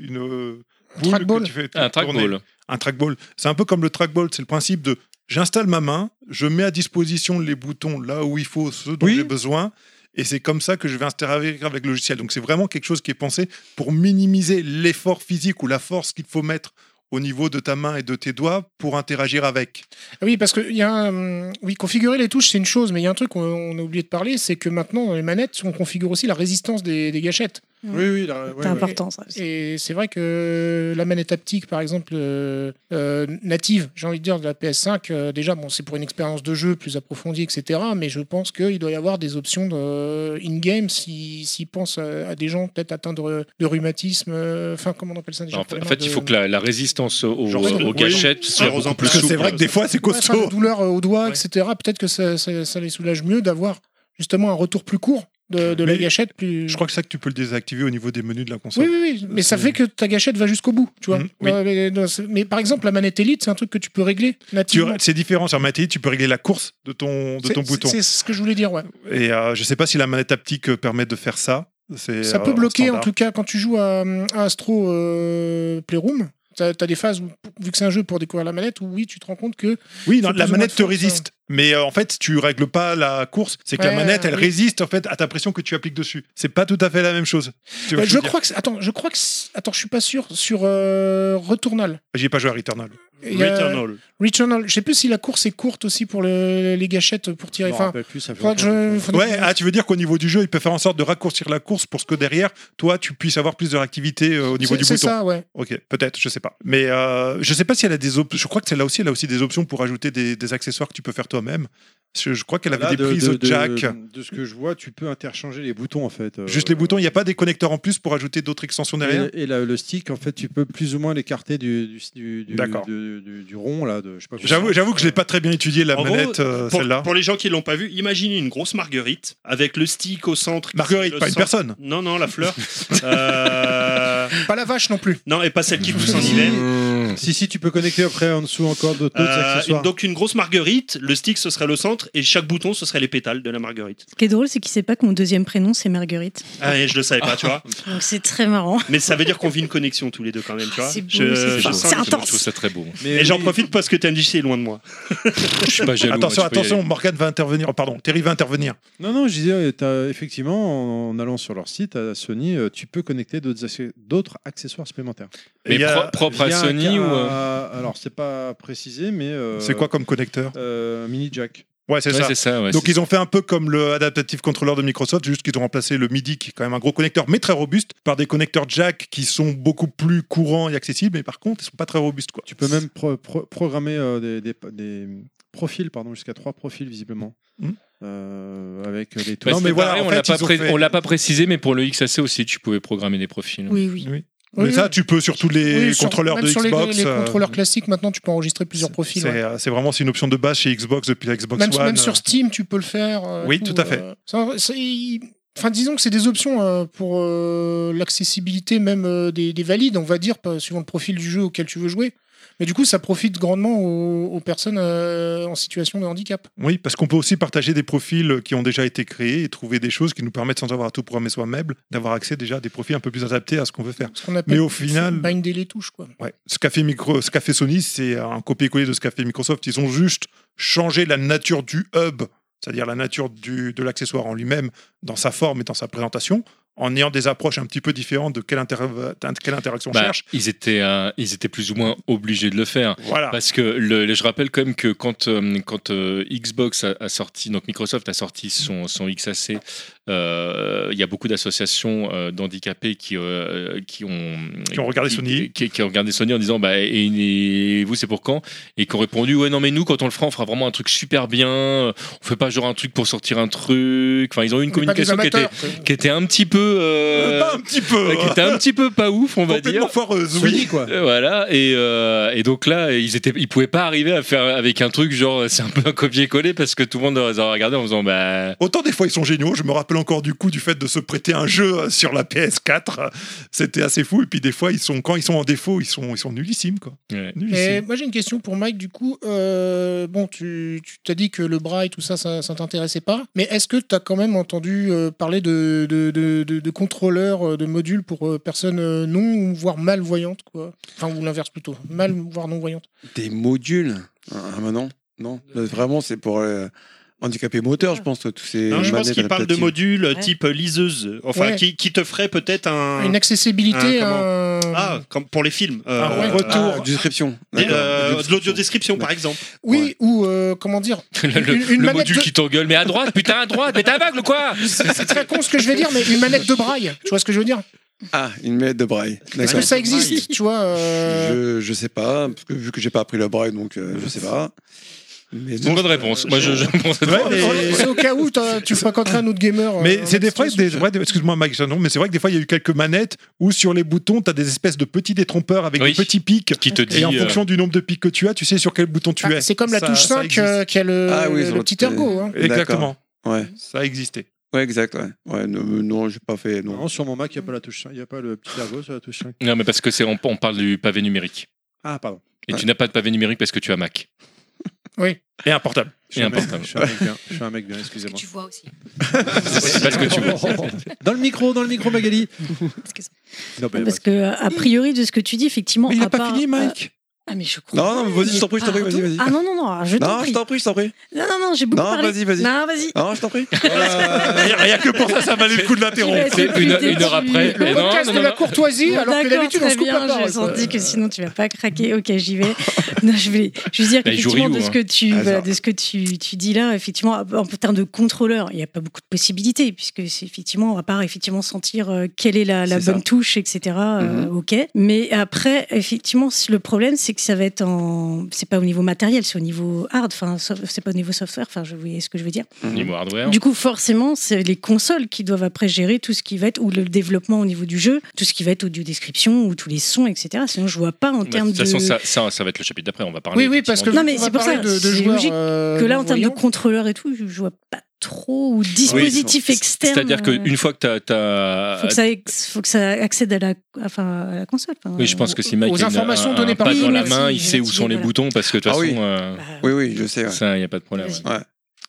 S5: une euh, boule
S6: trackball.
S5: que tu fais
S6: Un
S5: tourner.
S6: trackball.
S5: Un trackball. C'est un peu comme le trackball. C'est le principe de j'installe ma main, je mets à disposition les boutons là où il faut, ceux dont j'ai besoin. Et c'est comme ça que je vais interagir avec le logiciel. Donc c'est vraiment quelque chose qui est pensé pour minimiser l'effort physique ou la force qu'il faut mettre au niveau de ta main et de tes doigts pour interagir avec.
S7: Ah Oui, parce que il y a un- oui, configurer les touches, c'est une chose, mais il y a un truc qu'on on a oublié de parler, c'est que maintenant, dans les manettes, on configure aussi la résistance des, des gâchettes.
S5: Oui, oui, là, ouais,
S7: C'est
S5: ouais.
S7: important, ça. Et c'est vrai que euh, la manette haptique, par exemple, euh, euh, native, j'ai envie de dire, de la PS5, euh, déjà, bon, c'est pour une expérience de jeu plus approfondie, etc. Mais je pense qu'il doit y avoir des options de- euh, in-game si- s'ils pensent euh, à, à des gens peut-être atteints de, de rhumatisme, euh, enfin, comment on appelle ça déjà
S6: En fait, en
S7: vraiment
S6: fait,
S7: de-
S6: il faut que la, la résistance aux,
S7: Genre,
S6: aux
S7: oui.
S6: gâchettes soit
S7: Alors,
S6: beaucoup plus
S5: parce que
S6: souple.
S5: c'est vrai que des fois c'est
S7: Ouais, enfin,
S5: costaud.
S7: la douleur euh, au doigt, etc. Peut-être que ça, ça- ça les soulage mieux d'avoir justement un retour plus court de, de la
S5: Mais
S7: gâchette. Plus...
S5: Je crois que ça que tu peux le désactiver au niveau des menus de la console.
S7: Oui, oui, oui, mais ça fait que ta gâchette va jusqu'au bout, tu vois.
S5: Euh, Mhm, oui.
S7: Ouais, mais, non, c'est- mais par exemple, la manette Elite, c'est un truc que tu peux régler
S5: Tu-
S7: nativement.
S5: C'est différent sur Matéi, tu peux régler la course de ton, de
S7: C'est-
S5: ton bouton.
S7: C'est ce que je voulais dire, ouais.
S5: Et euh, je sais pas si la manette haptique euh, permet de faire ça. C'est,
S7: Ça
S5: euh,
S7: peut bloquer, en
S5: standard.
S7: tout cas, quand tu joues à, euh, à Astro euh, Playroom. T'as t'as des phases où, vu que c'est un jeu pour découvrir la manette, où oui, tu te rends compte que.
S5: Oui, non,
S7: faut plus hein.
S5: la
S7: ou moins
S5: manette
S7: de
S5: te
S7: force,
S5: résiste. Mais euh, en fait, tu règles pas la course. C'est que la
S7: Ouais,
S5: manette, elle
S7: oui.
S5: résiste en fait à ta pression que tu appliques dessus. C'est pas tout à fait la même chose. Tu vois
S7: Bah,
S5: ce que
S7: je
S5: veux
S7: crois que. c'est- Attends, je crois que. c'est- Attends, je suis pas sûr. Sur euh, Returnal.
S5: dire J'y ai pas joué à Returnal.
S7: Il y a- Returnal. Je sais plus si la course est courte aussi pour le- les gâchettes pour tirer.
S5: Je m'en
S7: Enfin,
S5: rappelle plus, ça fait
S7: faudrait
S5: longtemps
S7: que je- faudrait
S5: Ouais,
S7: que-
S5: ah, tu veux dire qu'au niveau du jeu, il peut faire en sorte de raccourcir la course pour ce que derrière, toi, tu puisses avoir plus de réactivité euh, au niveau
S7: C'est-
S5: du
S7: c'est
S5: bouton.
S7: ça, ouais.
S5: Ok, peut-être, je sais pas. Mais euh, je sais pas si elle a des options. Je crois que celle-là aussi, elle a aussi des options pour ajouter des, des accessoires que tu peux faire toi-même. Je, je crois qu'elle avait
S13: Là,
S5: des
S13: de-
S5: prises
S13: de- de-
S5: jack.
S1: euh,
S13: De, ce que je vois, tu peux interchanger les boutons en fait. euh,
S5: Juste les boutons, il n'y a pas des connecteurs en plus pour ajouter d'autres extensions derrière
S13: Et, et la- le stick, en fait, tu peux plus ou moins l'écarter du, du, du, du,
S5: D'accord.
S13: du- du- du rond là. De, je sais pas comment
S5: J'avoue,
S13: ça.
S5: j'avoue que je l'ai pas très bien étudié la
S3: En gros,
S5: manette euh,
S3: pour,
S5: celle-là.
S3: pour les gens qui l'ont pas vu, imaginez une grosse marguerite avec le stick au centre. qui-
S5: Marguerite,
S3: le
S5: pas une
S3: centre-
S5: personne.
S3: Non, non, la fleur. Euh,
S7: Pas la vache non plus.
S3: Non, et pas celle qui
S1: Mmh.
S3: pousse en hiver.
S13: Si si, tu peux connecter après en dessous encore d'autres d'autres
S3: Euh,
S13: accessoires.
S3: une- donc une grosse marguerite, le stick ce serait le centre et chaque bouton ce serait les pétales de la marguerite.
S4: Ce qui est drôle, c'est qu'il sait pas que mon deuxième prénom, c'est Marguerite.
S3: Ah, et je le savais pas, tu vois.
S4: Donc c'est très marrant.
S3: Mais ça veut dire qu'on vit une connexion tous les deux quand même,
S7: Ah,
S3: tu vois.
S4: C'est beau,
S3: Je-
S4: c'est
S3: je
S4: fort,
S3: sens
S4: c'est
S3: la-
S4: intense.
S6: Je trouve ça très beau.
S3: et j'en profite parce que TMDC est loin de moi.
S6: Je suis pas jaloux.
S5: attention,
S6: moi, tu peux y
S5: attention,
S6: aller.
S5: Morgane va intervenir. Oh, pardon, Terry va intervenir.
S13: Non, non, je disais, t'as- effectivement, en, en allant sur leur site, à Sony, euh, tu peux connecter d'autres acce- d'autres accessoires supplémentaires.
S6: Mais
S13: Il y a-
S6: pro- propre à
S13: via un
S6: Sony
S13: ca-
S6: ou, euh
S13: Alors, c'est pas précisé, mais. euh,
S5: C'est quoi comme connecteur
S13: euh, Mini jack.
S5: Ouais, c'est
S6: Ouais,
S5: ça.
S6: c'est ça, ouais,
S5: Donc
S6: c'est
S5: ils ont fait un peu comme le adaptative controller de Microsoft, juste qu'ils ont remplacé le MIDI, qui est quand même un gros connecteur, mais très robuste, par des connecteurs jack qui sont beaucoup plus courants et accessibles, mais par contre, ils sont pas très robustes. Quoi.
S13: Tu peux même pro- pro- programmer euh, des, des- des profils, pardon, jusqu'à trois profils visiblement.
S5: Mhm.
S13: Euh, avec les
S6: Bah,
S13: touches.
S6: c'est pareil, on l'a pas pré- on
S13: on
S6: l'a pas précisé, mais pour le XAC aussi, tu pouvais programmer des profils.
S7: oui.
S5: Mais
S7: Oui,
S5: ça,
S7: oui.
S5: tu peux sur tous les
S7: Oui, sur-
S5: contrôleurs
S7: même
S5: de
S7: sur les-
S5: Xbox.
S7: Les,
S5: euh,
S7: contrôleurs classiques, maintenant, tu peux enregistrer plusieurs profils.
S5: c'est
S7: ouais.
S5: euh, c'est vraiment c'est une option de base chez Xbox depuis la Xbox
S7: Même,
S5: One. euh,
S7: même sur Steam, tu peux le faire. euh,
S5: Oui, tout à fait.
S7: euh, ça- c'est- il- Enfin, disons que c'est des options euh, pour euh, l'accessibilité même euh, des, des valides, on va dire, pas- suivant le profil du jeu auquel tu veux jouer. Mais du coup, ça profite grandement aux, aux personnes euh, en situation de handicap.
S5: Oui, parce qu'on peut aussi partager des profils qui ont déjà été créés et trouver des choses qui nous permettent, sans avoir à tout programmer soi-même, d'avoir accès déjà à des profils un peu plus adaptés à ce qu'on veut faire.
S7: Ce qu'on appelle
S5: Mais au final,
S7: binder les touches, quoi.
S5: ouais, ce qu'a fait, Micro- ce qu'a fait Sony, c'est un copier-coller de ce qu'a fait Microsoft. Ils ont juste changé la nature du hub, c'est-à-dire la nature du, de l'accessoire en lui-même, dans sa forme et dans sa présentation, en ayant des approches un petit peu différentes de quelle, interv- quelle interaction on
S6: Bah,
S5: cherche.
S6: Ils étaient, euh, ils étaient plus ou moins obligés de le faire.
S5: Voilà.
S6: Parce que le, le- je rappelle quand même que quand, euh, quand euh, Xbox a, a sorti, donc Microsoft a sorti son, son XAC, euh, il y a beaucoup d'associations euh, d'handicapés qui, euh, qui ont
S5: Qui ont regardé Sony.
S6: qui, qui ont regardé Sony en disant bah et, et vous c'est pour quand et qui ont répondu ouais non mais nous quand on le fera on fera vraiment un truc super bien on fait pas genre un truc pour sortir un truc enfin ils ont eu une
S7: On est pas des
S6: communication qui était,
S7: amateurs, quoi.
S6: qui était un petit peu euh,
S5: Pas un petit peu hein.
S6: qui était un petit peu pas ouf on va
S5: Complètement
S6: dire
S5: foireuse, oui.
S13: quoi.
S6: euh, Voilà, et, euh, et donc là, ils étaient, ils pouvaient pas arriver à faire avec un truc genre c'est un peu un copier-coller parce que tout le monde les a regardé en faisant bah.
S5: Autant des fois ils sont géniaux, je me rappelle encore du coup du fait de se prêter un jeu euh, sur la PS4, euh, c'était assez fou. Et puis des fois ils sont quand ils sont en défaut, ils sont ils sont nullissimes quoi.
S6: ouais.
S7: Mais
S5: Nullissimes.
S7: moi j'ai une question pour Mike du coup. Euh, bon, tu tu t'as dit que le bras et tout ça, ça, ça t'intéressait pas. Mais est-ce que t'as quand même entendu euh, parler de, de, de, de- de contrôleurs, euh, de modules pour euh, personnes euh, non ou voire malvoyantes quoi Enfin, ou l'inverse plutôt. Mal voire non voyantes.
S10: Des modules Ah, ah, bah non, non. Là, Vraiment, c'est pour euh, Handicapé moteur, je pense que tous ces.
S3: Non, je pense
S10: manettes
S3: qu'il parle de
S10: adaptatives.
S3: modules euh,
S7: Ouais.
S3: type liseuse, enfin
S7: Ouais.
S3: qui, qui te ferait peut-être un.
S7: Une
S3: un-
S7: accessibilité,
S3: comment-
S7: euh,
S3: Ah, comme pour les films. euh,
S7: un
S3: euh,
S7: retour.
S3: euh,
S10: Description.
S3: des- euh,
S10: D'accord.
S3: de l'audiodescription, par exemple.
S7: Oui, ou euh, comment dire
S6: Le, le-
S7: Une- une
S6: le
S7: manette
S6: module
S7: de-
S6: qui t'engueule, mais à droite, putain, à droite, mais t'es aveugle ou quoi
S7: C'est c'est très con ce que je vais dire, mais une manette de braille. Tu vois ce que je veux dire
S10: Ah, une manette de braille.
S7: Est-ce
S10: D'accord.
S7: que ça existe Tu vois
S10: je,
S7: euh,
S10: je sais pas, parce que vu que j'ai pas appris le braille, donc euh, je sais pas. Mais
S6: C'est une bonne réponse. Moi, je, je pense à toi.
S7: C'est au cas où t'as- tu fréquenterais un autre gamer.
S5: Mais
S7: euh,
S5: c'est des fois,
S7: là-dessus.
S5: des, ouais, des- excuse-moi Mike, je t'interromps, mais c'est vrai que des fois il y a eu quelques manettes où sur les boutons t'as des espèces de petits détrompeurs avec des petits pics
S6: qui te
S5: et en
S6: dit, euh,
S5: fonction du nombre de pics que tu as, tu sais sur quel bouton tu
S7: Ah,
S5: es.
S7: c'est comme la
S5: Ça-
S7: touche
S5: ça
S7: 5
S5: existe.
S7: euh, qui a le,
S10: Ah oui,
S7: le-
S10: ils
S7: le
S10: ont-
S7: petit ergo. hein.
S10: D'accord.
S5: Exactement.
S10: Ouais.
S5: Ça existait.
S10: Ouais, exact, ouais. Ouais, non, euh, non j'ai pas fait. Non.
S13: Non, sur mon Mac, il n'y a pas la touche 5, il n'y a pas le petit ergo sur la touche 5.
S6: Non, mais parce que c'est on, on parle du pavé numérique.
S13: Ah, pardon.
S6: Et tu n'as pas de pavé numérique parce que tu as Mac.
S7: Oui.
S5: Et un portable.
S13: Je suis
S6: Et
S13: un
S6: un
S13: mec-
S6: portable.
S13: Je suis un mec bien, je suis un mec bien, excusez-moi.
S9: Tu vois aussi.
S6: C'est parce que tu veux.
S13: Dans le micro, dans le micro, Magali. Non, mais
S4: Parce que, euh, a priori, de ce que tu dis, effectivement.
S10: Mais il
S4: à
S10: a pas
S4: part,
S10: fini,
S4: euh,
S10: Mike
S4: Ah, mais je crois.
S10: Non, non, mais vas-y, je t'en prie, je t'en prie,
S4: Pardon
S10: vas-y, vas-y.
S4: Ah non, non, non, je t'en
S10: non,
S4: prie.
S10: je t'en prie, je t'en prie.
S4: Non, non, non, j'ai beaucoup
S10: Non,
S4: parlé.
S10: vas-y, vas-y.
S4: Non, vas-y.
S10: Non, Ah, je t'en prie.
S5: Ah, Rien que pour ça, ça valait le coup de l'interrompre.
S6: C'est une, une heure après.
S7: Le
S6: Et non,
S7: podcast
S6: non, non,
S7: de la
S6: non.
S7: courtoisie,
S4: Bon,
S7: alors que
S4: d'accord,
S7: d'habitude on
S4: très
S7: se coupe
S4: bien,
S7: la parole.
S4: J'ai
S7: quoi.
S4: senti que sinon tu vas pas craquer. Ok, j'y vais. non, je vais juste dire
S6: Bah, il joue
S4: qu'effectivement,
S6: Ryu,
S4: de ce
S6: hein.
S4: que, tu,
S7: Ah,
S6: Hasard.
S4: voilà, de ce que tu, tu dis là, effectivement, en termes de contrôleur, il n'y a pas beaucoup de possibilités, puisque c'est effectivement, à part effectivement sentir euh, quelle est la, la
S16: C'est ça.
S4: bonne touche, etc. euh,
S7: Mm-hmm.
S4: Ok. Mais après, effectivement, c- le problème, c'est que ça va être en. C'est pas au niveau matériel, c'est au niveau hard, enfin, so- c'est pas au niveau software, enfin, je vous voyez ce que je veux dire.
S6: Niveau hardware.
S4: Du coup, forcément, c'est les consoles qui doivent après gérer tout ce qui va être, ou le développement au niveau du jeu, tout ce qui va être audio-description, ou tous les sons, etc. Sinon, je vois pas en
S6: Bah,
S4: termes
S6: de toute façon,
S4: de.
S6: ça, ça, ça va être le chapitre d'après. On va parler.
S4: Oui, oui, parce que-
S6: effectivement
S4: Non, mais
S6: du-
S4: c'est pour ça,
S7: de, de
S4: c'est
S7: joueurs,
S4: logique
S7: euh,
S4: que là, en termes de
S7: non-voyants.
S4: contrôleur et tout, je vois pas trop, ou dispositif
S6: Oui.
S4: externe.
S6: C'est-à-dire
S4: euh,
S6: qu'une fois que t'as- t'as.
S4: Faut que, ça ex- faut que ça accède à la, enfin, à la console. enfin,
S6: Oui, je pense que si Mike
S4: aux
S6: a une-
S4: informations
S6: un- un
S4: données par-
S6: pas
S4: Oui,
S6: dans la
S4: merci,
S6: main, il
S4: j'ai
S6: sait où
S4: activé,
S6: sont les
S4: voilà. Bah,
S6: boutons parce que de toute
S10: Ah
S6: façon.
S10: oui.
S6: euh,
S10: Oui, oui, je sais. ouais.
S6: Ça, il n'y a pas de problème. ouais.
S10: Ouais.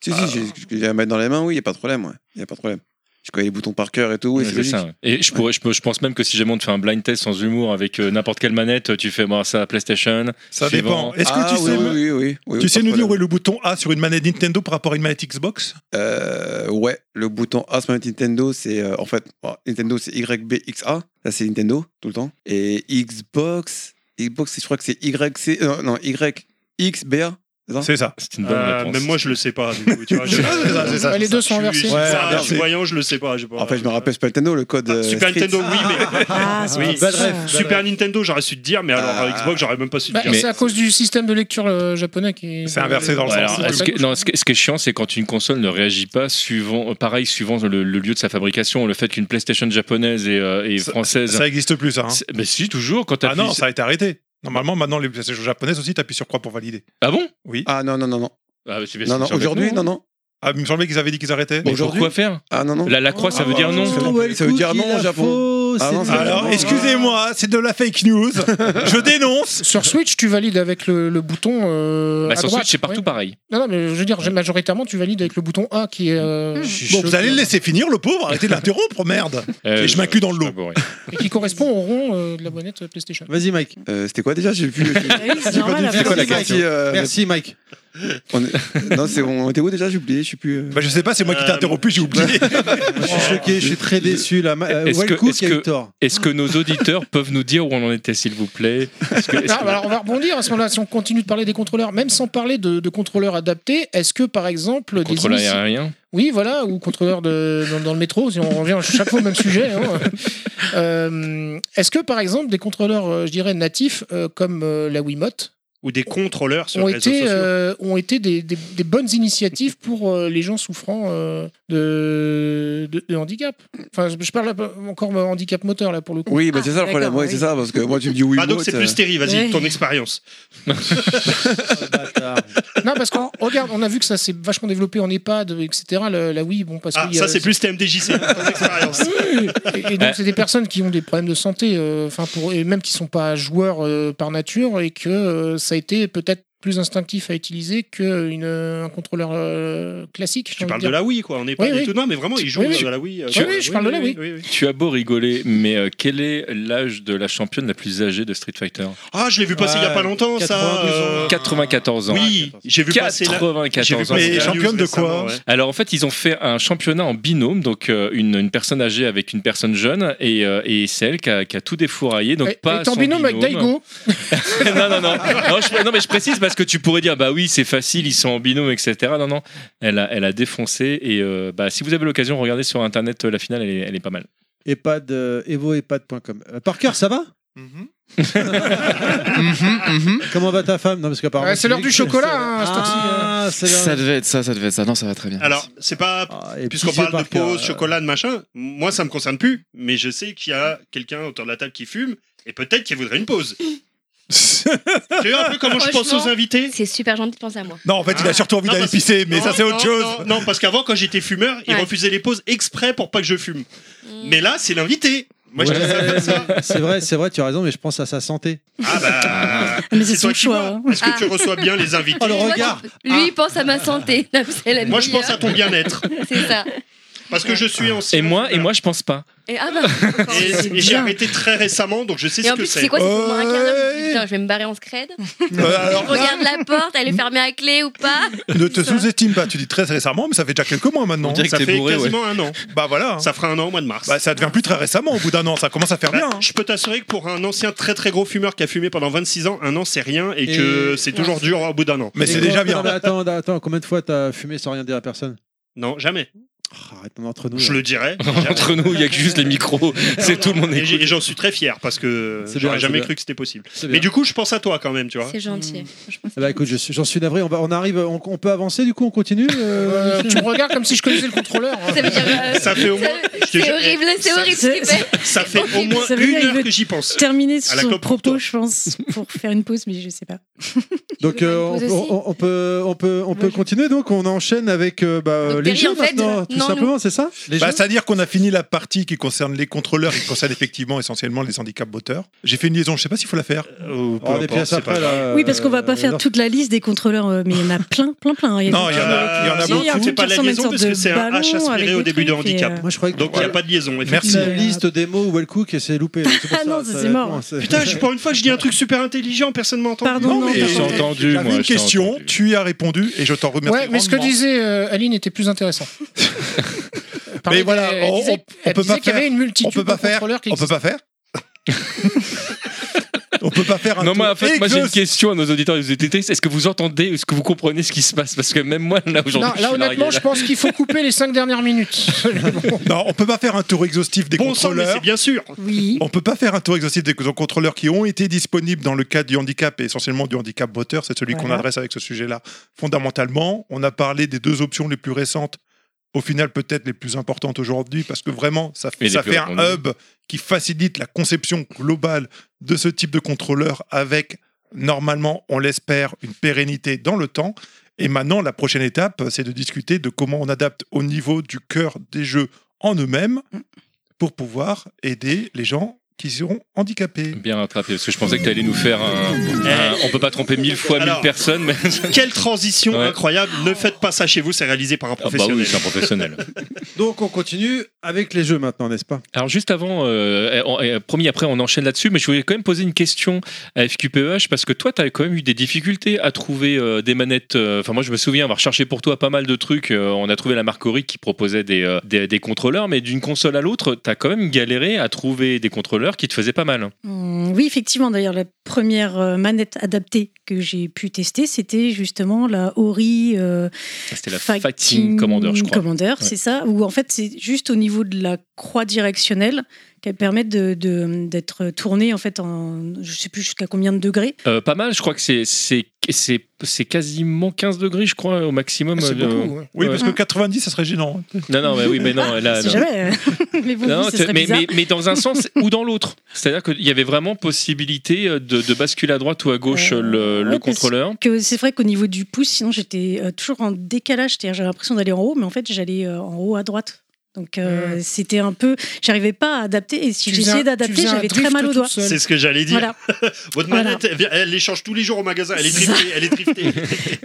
S10: Si, si, j'ai- j'ai à mettre dans les mains, oui, il n'y a pas de problème. ouais. Il y a pas de problème. Je connais les boutons par cœur et tout. Oui,
S6: Ouais,
S10: c'est
S6: c'est
S10: logique.
S6: ça. Et je, pourrais, je, peux- je pense même que si jamais on te fait un blind test sans humour avec euh, n'importe quelle manette, tu fais moi ça PlayStation.
S5: Ça dépend.
S6: suivant.
S5: Est-ce que
S10: Ah,
S5: tu
S10: oui,
S5: sais,
S10: oui,
S5: me-
S10: oui, oui, oui,
S5: tu
S10: oui,
S5: sais
S10: pas
S5: nous
S10: de
S5: dire où est
S10: problème.
S5: le bouton A sur une manette Nintendo par rapport à une manette Xbox
S10: Euh, ouais, le bouton A sur Nintendo, c'est euh, en fait bon, Nintendo, c'est YBXA. Ça c'est Nintendo tout le temps. Et Xbox, Xbox, je crois que c'est YC, euh, non YXBA.
S5: C'est ça.
S6: C'est
S10: une
S3: bonne Euh, réponse. même moi, je le sais pas. Du coup, tu vois, je-
S7: Ouais, les deux sont
S3: Je
S7: inversés.
S3: suis-
S10: Ouais,
S3: ça, je
S10: inversé.
S3: suis voyant, je le sais pas. j'ai pas-
S10: En fait, je me rappelle Super Nintendo, le code. euh,
S3: Super
S10: Street.
S3: Nintendo, oui, mais.
S4: Ah, c'est
S3: Oui,
S4: pas ça.
S3: Super Nintendo, j'aurais su te dire, mais alors euh, Xbox, j'aurais même pas su te
S7: Bah,
S3: dire.
S7: C'est à cause du système de lecture euh, japonais qui.
S6: Ouais, alors, est-ce que- non, ce, que- ce qui est chiant, c'est quand une console ne réagit pas suivant, euh, pareil, suivant le, le lieu de sa fabrication. Le fait qu'une PlayStation japonaise et, euh, et française.
S5: Ça existe plus, ça. hein.
S6: C'est- Mais si, toujours. Quand
S5: Ah
S6: t'appuies-
S5: non, ça a été arrêté. Normalement, maintenant, les PlayStation japonaises aussi, t'appuies sur croix pour valider.
S6: Ah bon
S5: Oui.
S10: Ah non, non, non, non.
S6: Ah, bah, c'est bien,
S10: Non,
S6: c'est
S10: non,
S6: sûr avec
S10: aujourd'hui,
S6: nous,
S10: non,
S6: hein.
S10: non.
S5: Ah, il me semblait qu'ils avaient dit qu'ils arrêtaient.
S6: Mais pourquoi faire
S10: Ah non, non.
S6: La, la croix, ça veut dire non.
S10: ça veut dire non au Japon. Ah, non, euh, ça veut dire
S5: Alors,
S10: non.
S5: excusez-moi, c'est de la fake news. Je dénonce.
S7: Sur Switch, tu valides avec le, le bouton. euh,
S6: Bah,
S7: à
S6: sur
S7: droite,
S6: Switch, c'est partout
S7: ouais.
S6: pareil.
S7: Non, non, mais je veux dire, majoritairement, tu valides avec le bouton A qui est. euh,
S5: Bon, vous allez le laisser finir, le pauvre. Arrêtez de l'interrompre, merde.
S6: Euh,
S5: Et je m'inclus dans le lot.
S7: Et qui correspond au rond euh, de la manette PlayStation.
S10: Vas-y, Mike. Euh, C'était quoi déjà J'ai plus.
S7: c'est normal,
S10: C'est quoi la
S7: après, c'est
S10: question
S7: Mike.
S10: euh,
S1: Merci, Mike.
S10: on est- Non, c'est on était où déjà J'ai oublié. Je suis plus. euh.
S5: Bah, je sais pas, c'est moi qui t'ai interrompu, j'ai oublié.
S1: Je suis choqué, je suis très déçu là. Ma- euh,
S6: Est-ce que,
S1: Walcook
S6: est-ce
S1: a eu
S6: que-
S1: tort.
S6: est-ce que nos auditeurs peuvent nous dire où on en était, s'il vous plaît Est-ce que- est-ce
S7: Ah,
S6: que-
S7: bah, alors on va rebondir à ce moment-là, si on continue de parler des contrôleurs, même sans parler de, de contrôleurs adaptés, est-ce que par exemple. des
S6: Contrôle
S7: émissions-
S6: aérien
S7: Oui, voilà, ou contrôleur de, dans, dans le métro, si on revient chaque fois au même sujet. hein. Euh, Est-ce que, par exemple, des contrôleurs, euh, je dirais, natifs, euh, comme euh, la Wiimote,
S3: Ou des contrôleurs sur
S7: ont
S3: les réseaux
S7: été,
S3: sociaux.
S7: euh, ont été des, des- des bonnes initiatives pour euh, les gens souffrant euh, de, de- de handicap Enfin, je je parle là, encore euh, handicap moteur, là, pour le coup. Ah,
S10: Oui, bah, c'est ça le problème. Ouais, c'est ça, parce que euh, moi, tu me dis oui.
S7: Bah, donc, c'est plus
S3: Terry, vas-y,
S7: Ouais.
S3: ton expérience.
S7: Non, parce qu'on regarde, on a vu que ça s'est vachement développé en EHPAD, etc. La, la Wii, bon, parce
S3: Ah,
S7: qu'il y a-
S3: ça, c'est plus TMDJC, ton expérience.
S7: Et, et donc, c'est des personnes qui ont des problèmes de santé, euh, enfin pour, et même qui sont pas joueurs euh, par nature, et que euh, ça a été peut-être plus instinctif à utiliser qu'un contrôleur euh, classique.
S3: Tu parles de la Wii, quoi. On n'est pas
S7: Oui,
S3: du
S7: oui.
S3: tout. Non, mais vraiment, ils jouent
S7: Oui, oui.
S3: à la Wii. euh,
S7: Oui, oui, je parle de la Wii.
S6: Tu as beau rigoler, mais euh, quel est l'âge de la championne la plus âgée de Street Fighter
S3: Ah, je l'ai vu passer il y a pas longtemps, ça.
S6: 92
S3: euh,
S6: ans. 94 ans.
S3: Oui, j'ai vu passer la-
S6: 94
S3: j'ai vu
S6: ans.
S3: passer la news récemment, ouais.
S6: Alors en fait, ils ont fait un championnat en binôme, donc euh, une, une personne âgée avec une personne jeune, et, euh, et celle qui a, qui a tout défouraillé. Donc
S7: Et-
S6: pas
S7: et en
S6: son
S7: binôme avec Daigo.
S6: non, non, non. Non je, non, mais je précise parce que tu pourrais dire, bah oui, c'est facile, ils sont en binôme, etc. Non, non. Elle a, elle a défoncé. Et euh, bah, si vous avez l'occasion, regardez sur Internet euh, la finale, elle est, elle est pas mal.
S1: EHPAD, euh, evoehpad.com. Euh, Parker, ça va
S7: Mm-hmm.
S1: Comment va ta femme Non, parce qu'apparemment,
S7: Ouais, c'est l'heure du chocolat, hein, à cette heure-ci,
S1: Ah, c'est l'heure-
S8: Ça devait être ça, ça devait être ça. Non, ça va très bien.
S3: Alors, c'est pas.
S5: Ah,
S1: et
S3: Puisqu'on
S1: puis,
S3: parle de
S1: Parker,
S3: pause,
S1: euh,
S3: chocolat, de machin, moi, ça me concerne plus. Mais je sais qu'il y a quelqu'un autour de la table qui fume et peut-être qu'il voudrait une pause. Tu vois un peu comment je pense aux
S9: Franchement,
S3: invités Ah.
S9: C'est super gentil de penser à moi.
S5: Non, en fait, il a surtout envie
S3: Non,
S5: d'aller
S3: parce-
S5: pisser, mais
S3: non,
S5: ça, c'est autre
S3: non,
S5: chose.
S3: Non, non, parce qu'avant, quand j'étais fumeur, ils
S9: Ouais. Mm.
S3: refusaient les pauses exprès pour pas que je fume. Mais là, c'est l'invité. Moi, je
S1: Ouais,
S3: dis ça comme ça.
S1: Ah, c'est vrai, c'est vrai, tu as raison, mais je pense à sa santé.
S3: Ah bah.
S1: Mais
S3: c'est son choix. Est-ce que tu
S9: Ah.
S3: reçois bien les invités
S1: Oh, le
S9: Moi,
S1: regard Ah.
S9: Lui, il pense à ma santé. Non, c'est la
S3: Moi, je
S9: meilleure.
S3: pense à ton bien-être.
S9: C'est ça.
S3: Parce que je suis en
S6: Et moi, et moi, je pense pas.
S9: Et, ah bah,
S3: Et,
S9: c'est
S3: et j'ai
S9: bien.
S3: arrêté très récemment, donc je sais
S9: Et
S3: ce
S9: en
S3: que
S9: plus,
S3: c'est. Euh,
S9: c'est quoi C'est
S5: Oh.
S1: Oh,
S9: pour moi un quart d'heure, je me dis, putain, je vais me barrer en scred. je regarde la porte, elle est fermée à clé ou pas.
S5: Euh, Ne te sous-estime pas, tu dis très récemment, mais ça fait déjà quelques mois maintenant.
S3: On dirait que Ça t'es fait bourré, quasiment ouais. un an.
S5: Bah voilà.
S3: Ça fera un an au mois de mars.
S5: Bah ça devient plus très récemment, au bout d'un an, ça commence à faire
S3: Bah,
S5: bien. hein.
S3: Je peux t'assurer que pour un ancien très très gros fumeur qui a fumé pendant 26 ans, un an c'est rien et, que
S1: Et-
S3: c'est toujours dur au bout d'un an.
S1: Et quoi, non, mais Attends, attends, attends, combien de fois t'as fumé sans rien dire à personne
S3: Non, jamais.
S6: Oh,
S1: Arrête, on est entre nous.
S3: Je
S1: là.
S3: le dirais.
S6: Entre nous, il y a que juste les micros. C'est tout le monde
S3: Et j'ai- et j'en suis très fier parce que
S1: C'est bien,
S3: j'aurais
S1: c'est
S3: jamais
S1: bien.
S3: cru que c'était possible.
S1: C'est
S3: Mais
S1: bien.
S3: du coup, je pense à toi quand même, tu vois.
S9: C'est gentil.
S1: Eh Bah écoute, je suis- j'en suis navré, on, va, on arrive, on, on peut avancer du coup, on continue euh,
S7: tu me regardes comme si je connaissais le contrôleur. hein.
S9: Ça veut dire. euh,
S3: Ça fait au moins- je te
S9: C'est
S3: jure,
S9: horrible, c'est horrible ce qu'il fait.
S3: Ça fait au
S9: horrible.
S3: moins
S9: Ça veut
S3: une
S9: dire, il
S3: heure
S9: veut
S3: que j'y pense.
S4: Terminer
S3: À la
S4: son
S3: clope pour
S4: propos, je pense, pour faire une pause, mais je sais pas.
S1: Donc euh, on,
S4: pause aussi.
S1: on- on peut, on peut, on peut continuer, donc on enchaîne avec euh, bah, les
S4: Terry,
S1: jeux
S4: en fait,
S1: maintenant, tout
S4: non,
S1: simplement, c'est ça Les
S5: Bah,
S1: jeux
S5: C'est-à-dire qu'on a fini la partie qui concerne les contrôleurs et qui concerne effectivement essentiellement les handicaps moteurs. J'ai fait une liaison, je sais pas s'il faut la faire.
S3: Oh,
S7: Ah,
S1: Oh, des pièces après, là,
S4: Oui, parce qu'on va
S1: euh,
S4: pas faire
S1: non.
S4: toute la liste des contrôleurs, euh, mais il y en a plein, plein, plein.
S5: Non, il y en a- il y en a
S4: Si,
S5: beaucoup.
S4: un
S3: C'est
S4: truc
S3: pas
S4: qui
S3: la
S4: ressemble à une
S3: liaison
S4: sorte
S3: parce que
S4: de
S3: c'est un H
S4: ballon
S3: aspiré
S4: avec
S3: au
S4: des
S3: début de
S4: trucs et,
S3: handicap.
S4: euh,
S1: Moi je croyais que
S3: Donc il n'y a pas de liaison.
S5: Merci.
S1: la liste des mots où elle cook et c'est loupé. donc c'est pour
S4: Ah
S1: ça,
S4: non, ça, c'est mort.
S1: c'est-
S3: Putain, je- pour une fois, je dis un truc super intelligent, personne ne m'entend.
S4: Pardon, non,
S6: J'ai
S4: pardon.
S6: entendu,
S5: J'avais
S6: moi,
S5: une
S6: je t'ai
S5: question,
S6: entendu.
S5: tu y as répondu et je t'en remercie.
S7: Ouais, mais ce que
S5: grandement.
S7: disait euh, Aline était plus intéressant. Parler
S5: Mais voilà,
S7: des-
S5: on-
S7: euh, elle disait-
S5: on- on
S7: elle
S5: peut
S7: disait
S5: pas
S7: qu'il y avait
S5: faire-
S7: une
S5: on
S7: multitude
S5: peut pas
S7: de
S5: faire,
S7: contrôleurs qui
S5: on peut pas faire. on peut pas faire un
S6: Non, moi, en
S5: tour
S6: fait, moi, j'ai une
S5: exhaustif.
S6: question à nos auditeurs et aux auditrices. Est-ce que vous entendez, est-ce que vous comprenez ce qui se passe Parce que même moi, là,
S7: existent.
S6: aujourd'hui,
S7: Non,
S6: je
S7: là
S6: suis
S7: honnêtement,
S6: largué,
S7: je
S6: là.
S7: pense qu'il faut couper les cinq dernières minutes.
S5: Non, on peut pas faire un tour exhaustif des
S3: Bon sang, mais
S5: contrôleurs.
S3: c'est bien sûr.
S4: Oui.
S5: On peut pas faire un tour exhaustif des contrôleurs qui ont été disponibles dans le cas du handicap et essentiellement du handicap moteur. C'est celui qu'on
S4: Voilà.
S5: adresse avec ce sujet-là. Fondamentalement, on a parlé des deux options les plus récentes, au final peut-être les plus importantes aujourd'hui, parce que vraiment, ça,
S6: Et les
S5: ça
S6: plus
S5: fait un
S6: répandues.
S5: hub qui facilite la conception globale de ce type de contrôleur avec, normalement, on l'espère, une pérennité dans le temps. Et maintenant, la prochaine étape, c'est de discuter de comment on adapte au niveau du cœur des jeux en eux-mêmes
S4: Mm.
S5: pour pouvoir aider les gens qui seront handicapés.
S6: Bien rattrapé, parce que je pensais que tu allais nous faire un,
S3: Eh.
S6: un- On peut pas tromper mille fois
S3: Alors.
S6: mille personnes, mais.
S3: Quelle transition
S6: Ouais.
S3: incroyable. Ne faites pas ça chez vous, c'est réalisé par un
S6: Ah bah oui,
S3: professionnel.
S6: c'est un professionnel.
S1: Donc on continue avec les jeux maintenant, n'est-ce pas
S6: Alors juste avant, euh, on- euh, promis après on enchaîne là-dessus, mais je voulais quand même poser une question à FQPEH E parce que toi tu as quand même eu des difficultés à trouver euh, des manettes. euh, Enfin moi je me souviens avoir cherché pour toi pas mal de trucs. euh, on a trouvé la marque Auric qui proposait des, euh, des, des contrôleurs, mais d'une console à l'autre, tu as quand même galéré à trouver des contrôleurs qui te faisaient pas mal.
S4: Hum, Oui, effectivement. D'ailleurs, la première euh, manette adaptée que j'ai pu tester, c'était justement la Ori euh,
S6: Ah, C'était la
S4: Fighting
S6: Fighting, Commander je crois.
S4: Commander,
S6: Ouais.
S4: c'est ça. Où en fait, c'est juste au niveau de la croix directionnelle qu'elle permet de- de- d'être tournée en fait en je sais plus jusqu'à combien de degrés.
S6: Euh, pas mal, je crois que c'est- c'est c'est- c'est quasiment 15 degrés je crois au maximum.
S7: Ah, C'est
S6: euh,
S7: beaucoup. ouais.
S5: Oui,
S6: Ouais.
S5: parce que 90, ça serait gênant. hein.
S6: Non non mais oui mais non là
S4: Si
S6: non.
S4: jamais. hein. mais bon,
S6: Non,
S4: oui, ce
S6: t'as-
S4: serait
S6: mais,
S4: bizarre.
S6: mais- mais dans un sens ou dans l'autre. C'est-à-dire qu'il y avait vraiment possibilité euh, de, de basculer à droite ou à gauche
S4: Euh,
S6: le, le
S4: ouais, parce
S6: contrôleur.
S4: que c'est vrai qu'au niveau du pouce, sinon j'étais euh, toujours en décalage, c'est-à-dire j'avais l'impression d'aller en haut, mais en fait j'allais euh, en haut à droite. Donc euh, c'était un peu, j'arrivais pas à adapter et si
S3: Tu faisais un-
S4: j'essayais
S3: tu
S4: d'adapter,
S3: faisais un
S4: j'avais très
S3: drift
S4: mal aux
S3: toute
S4: doigts.
S3: seule. C'est ce que j'allais dire.
S4: Voilà.
S3: Votre
S4: Voilà.
S3: manette, elle, vient- elle les change tous les jours au magasin. Elle est driftée, elle est driftée.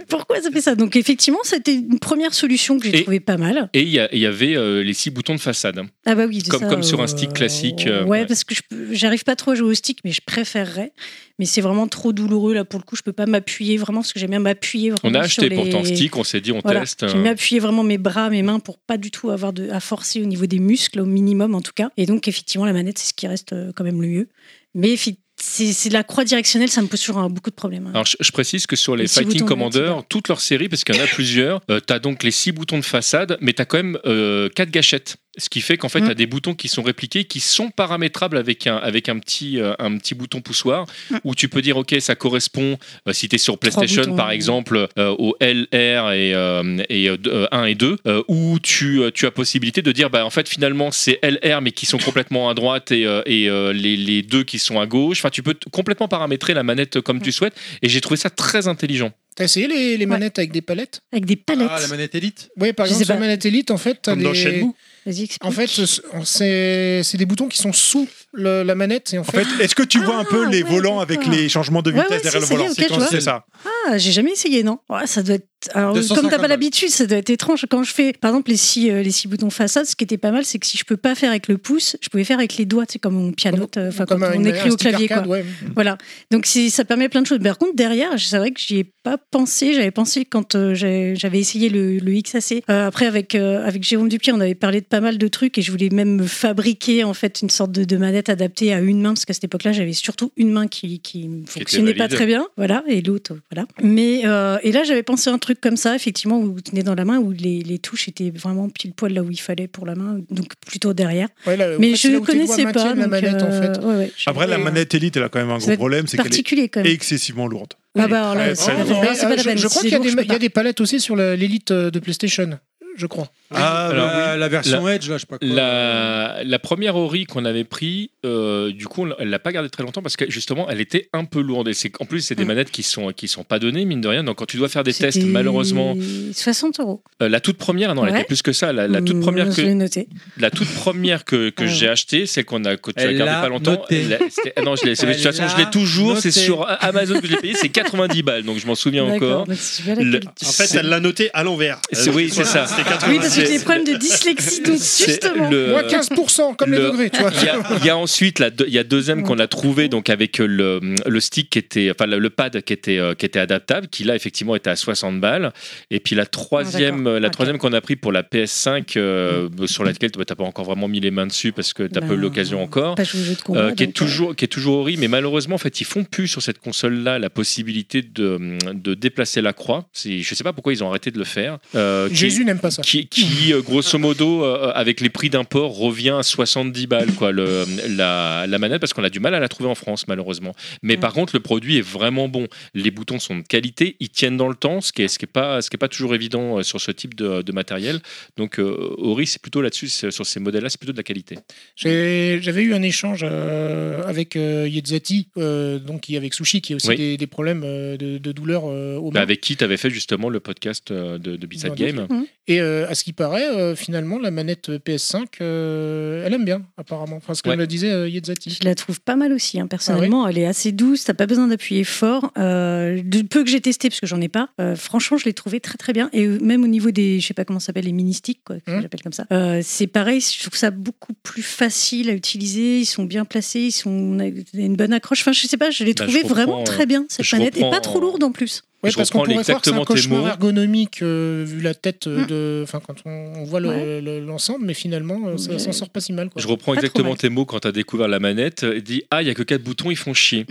S4: Pourquoi ça fait ça Donc effectivement, c'était une première solution que j'ai
S6: Et-
S4: trouvée pas mal.
S6: Et il y, a- il y avait euh, les six boutons de façade.
S4: Ah bah oui,
S6: Comme,
S4: ça,
S6: comme sur
S4: euh,
S6: un stick classique. euh,
S4: ouais, parce que je peux- j'arrive pas trop à jouer au stick, mais je préférerais. Mais c'est vraiment trop douloureux là pour le coup. Je peux pas m'appuyer vraiment parce que j'aime bien m'appuyer.
S6: On
S4: vraiment
S6: a acheté
S4: sur les-
S6: pourtant stick, on s'est dit on
S4: Voilà.
S6: teste.
S4: J'aime
S6: euh,
S4: bien appuyer vraiment mes bras, mes mains pour pas du tout avoir de, à forcer au niveau des muscles, au minimum en tout cas. Et donc, effectivement, la manette, c'est ce qui reste euh, quand même le mieux. Mais effi- c'est c'est la croix directionnelle, ça me pose toujours euh, beaucoup de problèmes. hein.
S6: Alors, je, je précise que sur les
S4: Les six
S6: Fighting
S4: boutons de
S6: Commander, toutes leurs séries, parce qu'il y en a plusieurs, euh, t'as donc les six boutons de façade, mais t'as quand même euh, quatre gâchettes. Ce qui fait qu'en fait,
S13: Mm.
S6: t'as des boutons qui sont répliqués, qui sont paramétrables avec un, avec un, petit, euh, un petit bouton poussoir,
S4: Mm.
S6: où tu peux dire, OK, ça correspond, euh, si t'es sur PlayStation
S13: boutons,
S6: par
S13: ouais.
S6: exemple, euh, au L, R et, euh, et 1 et 2, euh, où tu, euh, tu as possibilité de dire, bah, en fait, finalement, c'est L, R, mais qui sont complètement à droite et, euh, et, euh, les, les deux qui sont à gauche. Enfin, tu peux t- complètement paramétrer la manette comme tu souhaites, et j'ai trouvé ça très intelligent.
S7: T'as essayé les, les manettes avec des palettes
S4: Avec des palettes.
S7: Ah, la
S13: manette élite
S7: Oui, par
S4: Je
S7: exemple,
S4: sais
S7: sur la
S4: pas.
S7: manette Elite, en fait, t'as
S4: Comme dans
S7: des...
S4: Shenmue. Vas-y, explique.
S7: En fait, ce- c'est c'est des boutons qui sont sous le- la manette. Et en
S5: En
S7: fait,
S5: fait, est-ce que tu vois un peu les volants avec
S4: Ah, d'accord.
S5: les changements de
S4: Ouais,
S5: vitesse
S4: ouais,
S5: derrière le
S4: si, ça y est,
S5: volant
S4: ok, je vois.
S5: C'est ça.
S4: Ah, j'ai jamais essayé, non Ouais, Ça doit être. Alors,
S5: 250
S4: comme t'as pas
S5: balles.
S4: l'habitude, ça doit être étrange. Quand je fais, par exemple, les six, euh, les six boutons façade, ce qui était pas mal, c'est que si je peux pas faire avec le pouce, je pouvais faire avec les doigts, c'est comme on pianote, euh, enfin
S7: Comme
S4: quand
S7: un-
S4: on
S7: une-
S4: écrit
S7: un
S4: au
S7: stick
S4: clavier,
S7: arcade,
S4: quoi.
S7: ouais.
S4: Voilà. Donc c'est- ça permet plein de choses. Par contre, derrière, c'est vrai que j'y ai pas pensé. J'avais pensé quand euh, j'ai- j'avais essayé le, le XAC. Euh, après, avec euh, avec Jérôme Dupier, on avait parlé de pas mal de trucs et je voulais même me fabriquer en fait une sorte de, de manette adaptée à une main parce qu'à cette époque-là, j'avais surtout une main qui qui ne fonctionnait pas
S16: valide.
S4: très bien. Voilà. Et l'autre, euh, voilà. Mais euh, et là, j'avais pensé à un truc comme ça, effectivement, où vous tenez dans la main, où les, les touches étaient vraiment pile poil là où il fallait pour la main, donc plutôt derrière.
S7: Ouais, là, en
S4: Mais
S7: fait, c'est
S4: je
S7: là
S4: ne
S7: où tes doigts
S4: connaissais pas.
S7: maintiennent la
S4: donc,
S7: manette, en fait.
S4: euh, ouais, ouais, je-
S5: Après, la manette élite, elle a quand même un
S4: Ça
S5: gros
S4: doit être
S5: problème, c'est qu'elle
S4: particulier, quand même.
S5: est excessivement lourde.
S4: Ah bah, alors là,
S5: Très,
S4: c'est
S5: très
S4: pas la
S5: lourde.
S4: peine.
S7: Mais,
S4: c'est
S7: euh,
S4: pas la
S7: je, je
S4: peine,
S7: crois
S4: c'est
S7: qu'il y, a
S4: lourd,
S7: des-
S4: je peux
S7: il y a
S4: pas.
S7: des palettes aussi sur la- l'élite euh, de PlayStation, je crois.
S1: bah,
S5: Ah,
S6: Alors,
S5: la,
S6: oui.
S5: la version Edge, là, je sais pas quoi. euh.
S6: La, la première Ori qu'on avait pris, euh, du coup, on- elle l'a pas gardée très longtemps parce que justement, elle était un peu lourde. Et c'est en plus, c'est des manettes qui sont qui sont pas données mine de rien. Donc quand tu dois faire des tests,
S4: C'était
S6: malheureusement,
S4: 60 euros.
S6: euh, la toute première, non, elle
S4: Ouais.
S6: était plus que ça. La, la toute première
S4: Mmh, Je l'ai
S6: que
S4: noté.
S6: la toute première que, que j'ai achetée, celle qu'on a que tu as
S13: Elle
S6: gardée
S13: l'a
S6: pas longtemps.
S13: notée.
S6: elle l'a- c'était- ah non, je l'ai- de toute
S13: Elle
S6: façon, je l'ai
S13: l'a
S6: toujours. C'est
S13: notée.
S6: sur Amazon que je l'ai payé. C'est 90 balles, donc je m'en souviens
S4: D'accord,
S6: encore.
S4: donc si tu veux la
S6: Le-
S4: qualité.
S3: En fait, elle l'a noté à l'envers. Euh,
S6: C'est- oui, c'est ça.
S3: C'était
S4: Oui,
S5: Ah,
S4: parce que j'ai des
S6: c'est-
S4: problèmes de dyslexie, donc
S6: c'est
S4: justement.
S6: le- Moins
S7: 15%, comme les
S6: Le-
S7: degrés, tu vois.
S6: Il y a- il y, a ensuite la, deux- il y a deux M qu'on a trouvé donc avec le, le stick qui était enfin le, le pad qui était euh, qui était adaptable qui là effectivement était à 60 balles et puis la
S4: Ah,
S6: troisième la troisième qu'on a pris pour la PS5 euh, sur laquelle tu t'as pas encore vraiment mis les mains dessus parce que t'as pas eu l'occasion encore
S4: Bah, Pas joué au jeu de combat,
S6: euh, qui est
S4: donc,
S6: toujours qui est toujours horrible mais malheureusement en fait ils font plus sur cette console là la possibilité de, de déplacer la croix c'est je sais pas pourquoi ils ont arrêté de le faire Euh, qui-
S7: Jésus n'aime pas ça.
S6: qui, qui, euh, grosso modo, euh, avec les prix d'import, revient à 70 balles, quoi, le, la, la manette, parce qu'on a du mal à la trouver en France, malheureusement. Mais par contre, le produit est vraiment bon. Les boutons sont de qualité, ils tiennent dans le temps, ce qui est, ce qui est, pas, ce qui est pas toujours évident euh, sur ce type de, de matériel. Donc, euh, Ori, c'est plutôt là-dessus, c'est- sur ces modèles-là, c'est plutôt de la qualité.
S7: J'ai- J'avais eu un échange euh, avec euh, Yetzati, euh, donc qui avec Sushi, qui a aussi
S6: Oui.
S7: des, des problèmes euh, de, de douleur euh, aux
S6: Bah,
S7: mains.
S6: avec qui tu avais fait justement le podcast euh, de, de Bizarre Game
S4: Mhm.
S7: Et euh, à ce qui paraît, euh, finalement, la manette PS5, euh, elle aime bien, apparemment. Enfin, ce que
S4: Ouais.
S7: me disait euh, Yetzati.
S4: Je la trouve pas mal aussi, hein,
S6: Ah
S4: personnellement. Elle est assez douce, t'as pas besoin d'appuyer fort. Euh, du peu que j'ai testé, parce que j'en ai pas, euh, franchement, je l'ai trouvé très très bien. Et euh, même au niveau des, je sais pas comment ça s'appelle, les mini-sticks, quoi,
S6: Hum.
S4: que j'appelle comme ça. Euh, c'est pareil, je trouve ça beaucoup plus facile à utiliser. Ils sont bien placés, ils sont on a une bonne accroche. Enfin, je sais pas, je l'ai
S6: Bah, je
S4: trouvé
S6: reprends,
S4: vraiment
S6: euh,
S4: très bien, cette
S6: je
S4: manette. Et
S6: reprends
S4: pas trop
S6: en-
S4: lourde en plus.
S7: Ouais,
S6: Je
S7: parce qu'on
S6: reprends
S7: pourrait croire que c'est un
S6: exactement tes
S7: cauchemar
S6: mots.
S7: ergonomique euh, vu la tête euh,
S4: Mm.
S7: de. Enfin, quand on, on voit le-
S4: Ouais.
S7: le- l'ensemble, mais finalement, euh, ça
S4: Ouais.
S7: s'en sort pas si mal. Quoi.
S6: Je reprends
S7: Pas trop
S6: exactement
S7: mal.
S6: tes mots quand tu as découvert la manette. euh, Dit Ah, il y a que quatre boutons, ils font chier.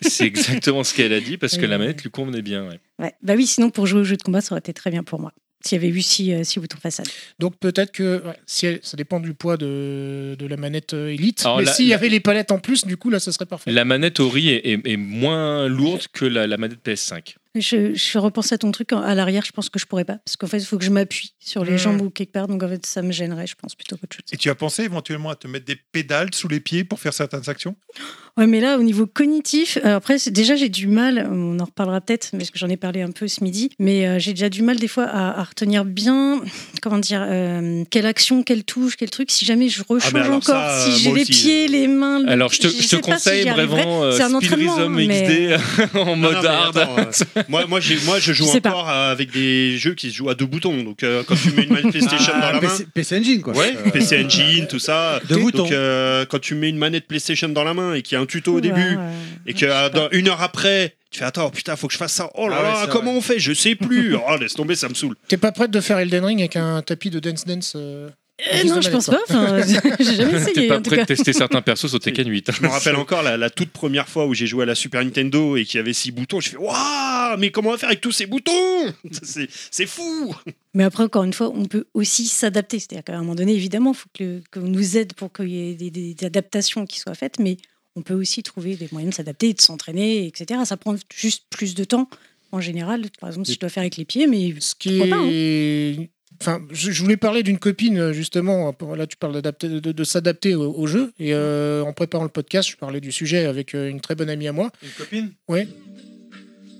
S6: C'est exactement ce qu'elle a dit parce que la manette lui convenait bien. ouais.
S4: Ouais. Bah oui, sinon pour jouer au jeu de combat, ça aurait été très bien pour moi. S'il y avait eu six, euh, six boutons façade.
S7: Donc peut-être que ouais, si elle- ça dépend du poids de, de la manette euh, Elite.
S6: Alors,
S7: mais
S6: la-
S7: s'il y
S6: la-
S7: avait les palettes en plus, du coup, là, ça serait parfait.
S6: La manette Ori est, est- est moins lourde que la, la manette PS5.
S4: Je, je repense à ton truc en- à l'arrière, je pense que je pourrais pas. Parce qu'en fait, il faut que je m'appuie sur
S6: Hmm.
S4: les
S5: Mm.
S4: jambes ou quelque part. Donc en fait, ça me gênerait, je pense, plutôt qu'autre chose.
S5: Et tu as pensé éventuellement à te mettre des pédales sous les pieds pour faire certaines actions
S4: Ouais, mais là, au niveau cognitif, euh, après, c'est- déjà, j'ai du mal, on en reparlera peut-être, parce que j'en ai parlé un peu ce midi, mais euh, j'ai déjà du mal des fois à, à retenir bien, comment dire, euh, quelle action, quelle touche, quel truc, si jamais je rechange
S6: Ah, alors
S4: encore,
S6: ça, euh,
S4: si j'ai
S6: moi
S4: les
S6: aussi,
S4: pieds, les mains. le-
S6: Alors, je te, je te
S4: sais pas si
S6: conseille
S4: j'y arriverai.
S6: vraiment euh,
S4: C'est un entraînement,
S6: Spiritism
S4: hein, mais-
S6: XD euh, en
S3: Non, non,
S6: mode
S3: mais
S6: hard.
S3: attends, euh, moi, moi, j'ai- moi, je joue
S4: Je sais pas.
S3: encore euh, avec des jeux qui se jouent à deux boutons. Donc, euh, quand tu mets une PlayStation
S6: Ah,
S3: dans la main.
S1: PC, PC Engine, quoi.
S3: Ouais,
S1: Euh,
S3: PC Engine, tout ça.
S1: Deux boutons.
S3: Donc, euh, quand tu mets une manette PlayStation dans la main et qu'il y a un tuto au
S1: Ouais,
S3: début,
S1: ouais.
S3: et que euh, dans une heure après, tu fais Attends, putain, faut que je fasse ça. Oh là
S7: Ah ouais,
S3: là,
S7: c'est
S3: comment on fait Je sais plus. Oh, laisse tomber, ça me saoule.
S7: T'es pas prête de faire Elden Ring avec un tapis de Dance Dance euh, en guise
S4: non,
S7: de
S4: je
S7: manette,
S4: pense
S7: quoi.
S4: pas, enfin, j'ai jamais
S6: T'es
S4: essayé.
S6: pas
S4: en tout
S6: prêt de
S4: cas.
S6: tester certains persos au Tekken 8.
S3: Je me rappelle encore la, la toute première fois où j'ai joué à la Super Nintendo et qu'il y avait six boutons. Je fais Waouh, mais comment on va faire avec tous ces boutons C'est- C'est fou
S4: Mais après, encore une fois, on peut aussi s'adapter. C'est-à-dire qu'à un moment donné, évidemment, il faut que le- qu'on nous aide pour qu'il y ait des, des- des adaptations qui soient faites, mais on peut aussi trouver des moyens de s'adapter, de s'entraîner, etc. Ça prend juste plus de temps. En général, par exemple, si je dois faire avec les pieds, mais hein. ce qui
S7: Et- Enfin, je je voulais parler d'une copine euh, justement. pour- Là, tu parles d'adapter- de, de s'adapter au, au jeu. Et euh, en préparant le podcast, je parlais du sujet avec euh, une très bonne amie à moi. Une
S13: copine
S7: Ouais.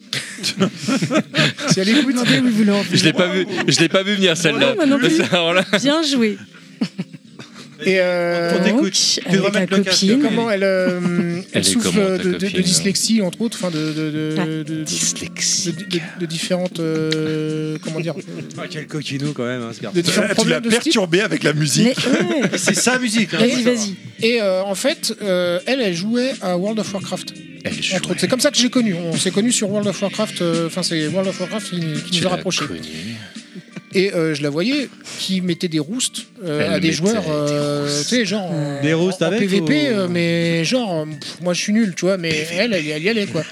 S7: si elle écoute, oui, vous leur-
S6: Je l'ai pas vu, je l'ai pas vu venir celle-là.
S7: Ouais, moi non plus.
S6: Alors là-
S4: Bien joué.
S7: Et euh,
S6: On t'écoute.
S7: donc,
S6: Tu
S7: avec
S6: devrais
S7: ta
S6: mettre le casque,
S7: copine,
S6: Camille.
S7: Comment elle, euh, elle
S6: Elle est
S7: souffre
S6: comment, ta
S7: de, de- de
S6: copine
S7: dyslexie entre autres, enfin de, de, de- de- de- de- de- de différentes euh, comment dire
S1: Ah, quel coquinou quand même, hein, ce garçon.
S7: Des différents Tu l'as problèmes de ce type. perturbé
S1: avec la
S7: musique. Mais ouais.
S1: C'est sa musique. hein, faut
S7: Et-
S1: savoir.
S7: Et euh, en fait, euh, elle, elle jouait à World of Warcraft. Entre autres. C'est comme ça que j'ai connu. On s'est connu sur World of Warcraft. euh, Enfin, c'est World of Warcraft qui, qui nous a rapprochés. Et euh, je la voyais qui mettait des roustes euh,
S1: Elle
S7: à des
S1: mettait
S7: joueurs, euh, tu sais, genre en-
S1: Des roustes
S7: Euh, en, en
S1: avec
S7: PVP,
S1: ou-
S7: euh, mais genre, euh, pff, moi je suis nul, tu vois, mais elle, elle, elle y allait quoi.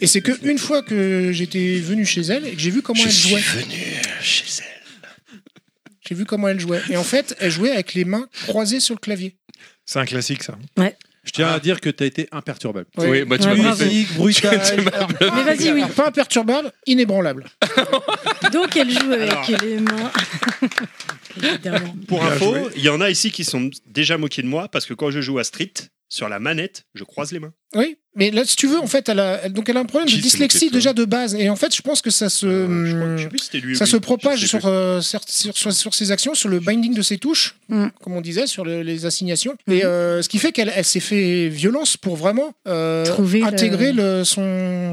S7: Et c'est que une fois que j'étais venu chez elle et que j'ai vu comment elle jouait.
S3: chez elle.
S7: J'ai vu comment elle jouait. Et en fait, elle jouait avec les mains croisées sur le clavier.
S5: C'est un classique, ça.
S4: Ouais.
S1: Je tiens à dire que t'as été imperturbable.
S7: Oui. Oui, bah, tu Ouais, m'as bravo. bluffé.
S1: Musique, bruitage.
S4: Ah,
S7: Mais
S4: vas-y, oui.
S7: Pas imperturbable, inébranlable.
S4: Donc, elle joue avec
S3: Alors.
S4: les mains. Évidemment.
S3: Pour
S7: Bien
S3: info,
S7: joué.
S3: il y en a ici qui sont déjà moqués de moi parce que quand je joue à Street, sur la manette, je croise les mains.
S7: Oui, mais là, si tu veux, en fait, elle a, elle- donc elle a un problème de
S3: Qui s'est moqué de
S7: dyslexie
S3: toi
S7: déjà de base. Et en fait, je pense que ça se,
S3: Euh, c'était lui,
S7: ça
S3: oui.
S7: se propage sur, euh, sur, sur- sur- sur ses actions, sur le binding de ses touches,
S4: Mm.
S7: comme on disait, sur le- les assignations. Et euh, ce qui fait qu'elle elle s'est fait violence pour vraiment euh,
S4: Trouver le-
S7: intégrer le, son.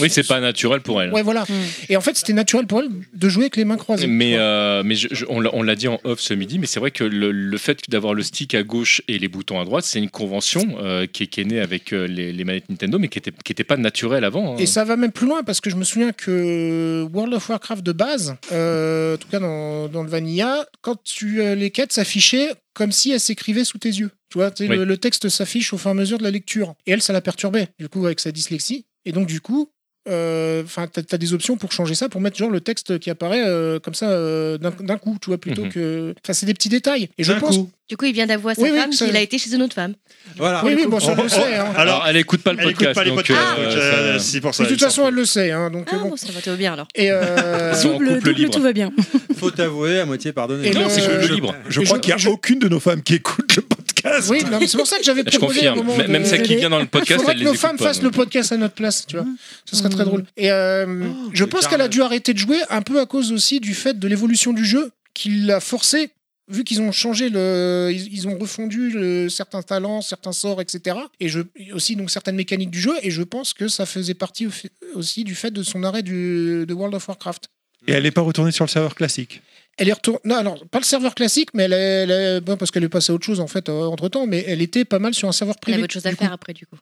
S6: Oui, c'est pas naturel pour elle.
S7: Ouais,
S4: Mm.
S7: voilà. Et en fait, c'était naturel pour elle de jouer avec les mains croisées.
S6: Mais, euh, mais je- je- on l'a- on l'a dit en off ce midi, mais c'est vrai que le, le fait d'avoir le stick à gauche et les boutons à droite, c'est une convention euh, qui, est, qui est née avec euh, les, les manettes Nintendo, mais qui n'était qui était pas naturelle avant. hein.
S7: Et ça va même plus loin parce que je me souviens que World of Warcraft de base, euh, en tout cas dans, dans le Vanilla, quand tu euh, les quêtes s'affichaient comme si elles s'écrivaient sous tes yeux. Tu vois, tu sais,
S6: Oui.
S7: le, le texte s'affiche au fur et à mesure de la lecture. Et elle, ça la perturbait, du coup, avec sa dyslexie. Et donc, du coup, euh, enfin, t'as as des options pour changer ça, pour mettre genre le texte qui apparaît euh, comme ça euh, d'un- d'un coup, tu vois, plutôt
S6: Mhm.
S7: que. Enfin, c'est des petits détails. Et je
S6: D'un
S7: pense.
S6: coup.
S9: Du coup, il vient d'avouer à sa
S7: Oui, oui,
S9: femme
S7: ça-
S9: qu'il a été chez une autre femme.
S1: Voilà.
S7: Oui, oui, bon, ça, on le sait. hein.
S6: Alors, elle écoute pas le
S3: elle écoute
S6: podcast.
S3: pas les
S6: donc,
S3: podcasts,
S6: euh,
S3: donc, euh,
S6: ça-
S3: c'est pour ça.
S7: Mais de toute façon, elle le sait. hein, donc,
S9: Ah
S7: bon.
S9: bon, ça va, tout va bien alors.
S7: Et euh,
S6: Ils sont en Double- couple double, libre. tout
S4: va bien.
S1: Faut t'avouer, à moitié pardonner.
S7: Et Non, le- c'est que je-
S6: libre.
S5: Je crois qu'il n'y a aucune de nos femmes qui écoute le podcast.
S7: Oui, non, mais c'est pour ça que j'avais
S6: Je
S7: proposé
S6: confirme.
S7: au moment
S6: M-
S7: de-
S6: Même celle qui vient dans le podcast,
S7: Faudrait que
S6: elle les
S7: nos
S6: écoute
S7: femmes
S6: pas.
S7: fassent le podcast à notre place, tu vois. Ce serait très drôle. Et euh, je pense qu'elle a dû arrêter de jouer un peu à cause aussi du fait de l'évolution du jeu qui l'a forcée. Vu qu'ils ont changé le, ils, ils ont refondu le- certains talents, certains sorts, etc. Et je et aussi donc certaines mécaniques du jeu. Et je pense que ça faisait partie au fait- aussi du fait de son arrêt du, de World of Warcraft.
S5: Et elle n'est pas retournée sur le serveur classique.
S7: Elle est retournée. Non, alors, pas le serveur classique, mais elle, est- elle est- bon, parce qu'elle est passée à autre chose, en fait, entre temps, mais elle était pas mal sur un serveur
S9: Elle
S7: privé.
S9: avait autre chose à faire après, du coup.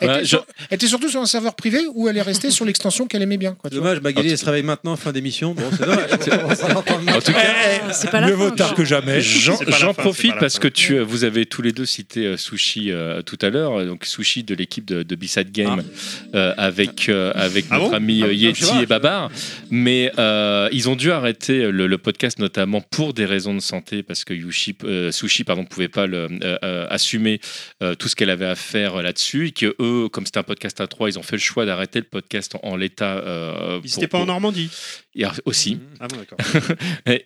S7: Elle,
S1: Ouais,
S7: était
S1: je-
S7: sur- elle était surtout sur un serveur privé où elle est restée sur l'extension qu'elle aimait bien. Quoi, tu
S1: Dommage, Magali, elle se réveille maintenant, fin d'émission. Bon, c'est dommage. en
S6: tout
S13: Euh,
S1: cas,
S7: c'est pas la mieux fin, vaut tard encore. que jamais.
S6: J'en
S1: C'est pas la
S6: j'en
S1: fin, c'est
S6: profite
S1: pas la
S6: parce
S1: fin.
S6: que tu, euh, vous avez tous les deux cité euh, Sushi euh, tout à l'heure, euh, donc Sushi de l'équipe de, de B-Side Game euh, avec, euh, avec
S1: Ah
S6: notre
S1: bon
S6: ami euh,
S1: Ah, je sais
S6: Yeti
S1: pas.
S6: et Babar. Mais euh, Euh, ils ont dû arrêter le, le podcast notamment pour des raisons de santé parce que Yushi, euh, Sushi pardon, pouvait pas le, euh, euh, assumer euh, tout ce qu'elle avait à faire euh, là-dessus et que eux, comme c'était un podcast à trois, ils ont fait le choix d'arrêter le podcast en, en l'état. euh,
S3: Ils
S6: pour-
S3: n'étaient pas en
S6: pour-
S3: Normandie.
S6: et alors- aussi.
S3: Ah bon, d'accord.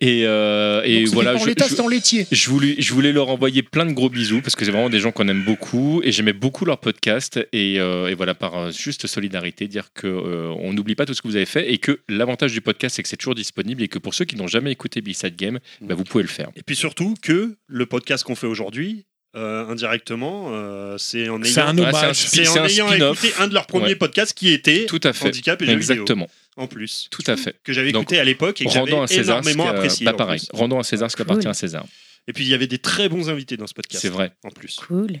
S6: et euh, et
S7: Donc, c'était
S6: voilà.
S7: pas en
S6: je-
S7: l'état,
S6: je-
S7: c'était en laitier.
S6: je voulais, je voulais leur envoyer plein de gros bisous parce que c'est vraiment des gens qu'on aime beaucoup et j'aimais beaucoup leur podcast et, euh, et voilà par euh, juste solidarité dire que euh, on n'oublie pas tout ce que vous avez fait et que l'avantage du podcast c'est que c'est toujours disponible et que pour ceux qui n'ont jamais écouté B-Side Game bah, vous pouvez le faire.
S3: Et puis surtout que le podcast qu'on fait aujourd'hui, euh, indirectement, euh, c'est en ayant,
S6: C'est un hommage.
S3: Ah,
S6: C'est
S3: c'est
S6: un
S3: en ayant
S6: spin-off.
S3: écouté un de leurs premiers
S6: Ouais.
S3: podcasts qui était
S6: Tout à fait.
S3: handicap et jeux vidéo.
S6: Exactement.
S3: En plus.
S6: Tout à fait.
S3: Que j'avais
S6: Donc,
S3: écouté à l'époque et que j'avais
S6: rendons à César ce
S3: énormément
S6: qu'a-
S3: apprécié.
S6: bah,
S3: en
S6: pareil.
S3: plus.
S6: Rendons à César
S7: Ah,
S6: ce qui
S3: Cool.
S6: appartient à César.
S3: Et puis il y avait des très bons invités dans ce podcast.
S6: C'est vrai.
S3: En plus.
S4: Cool.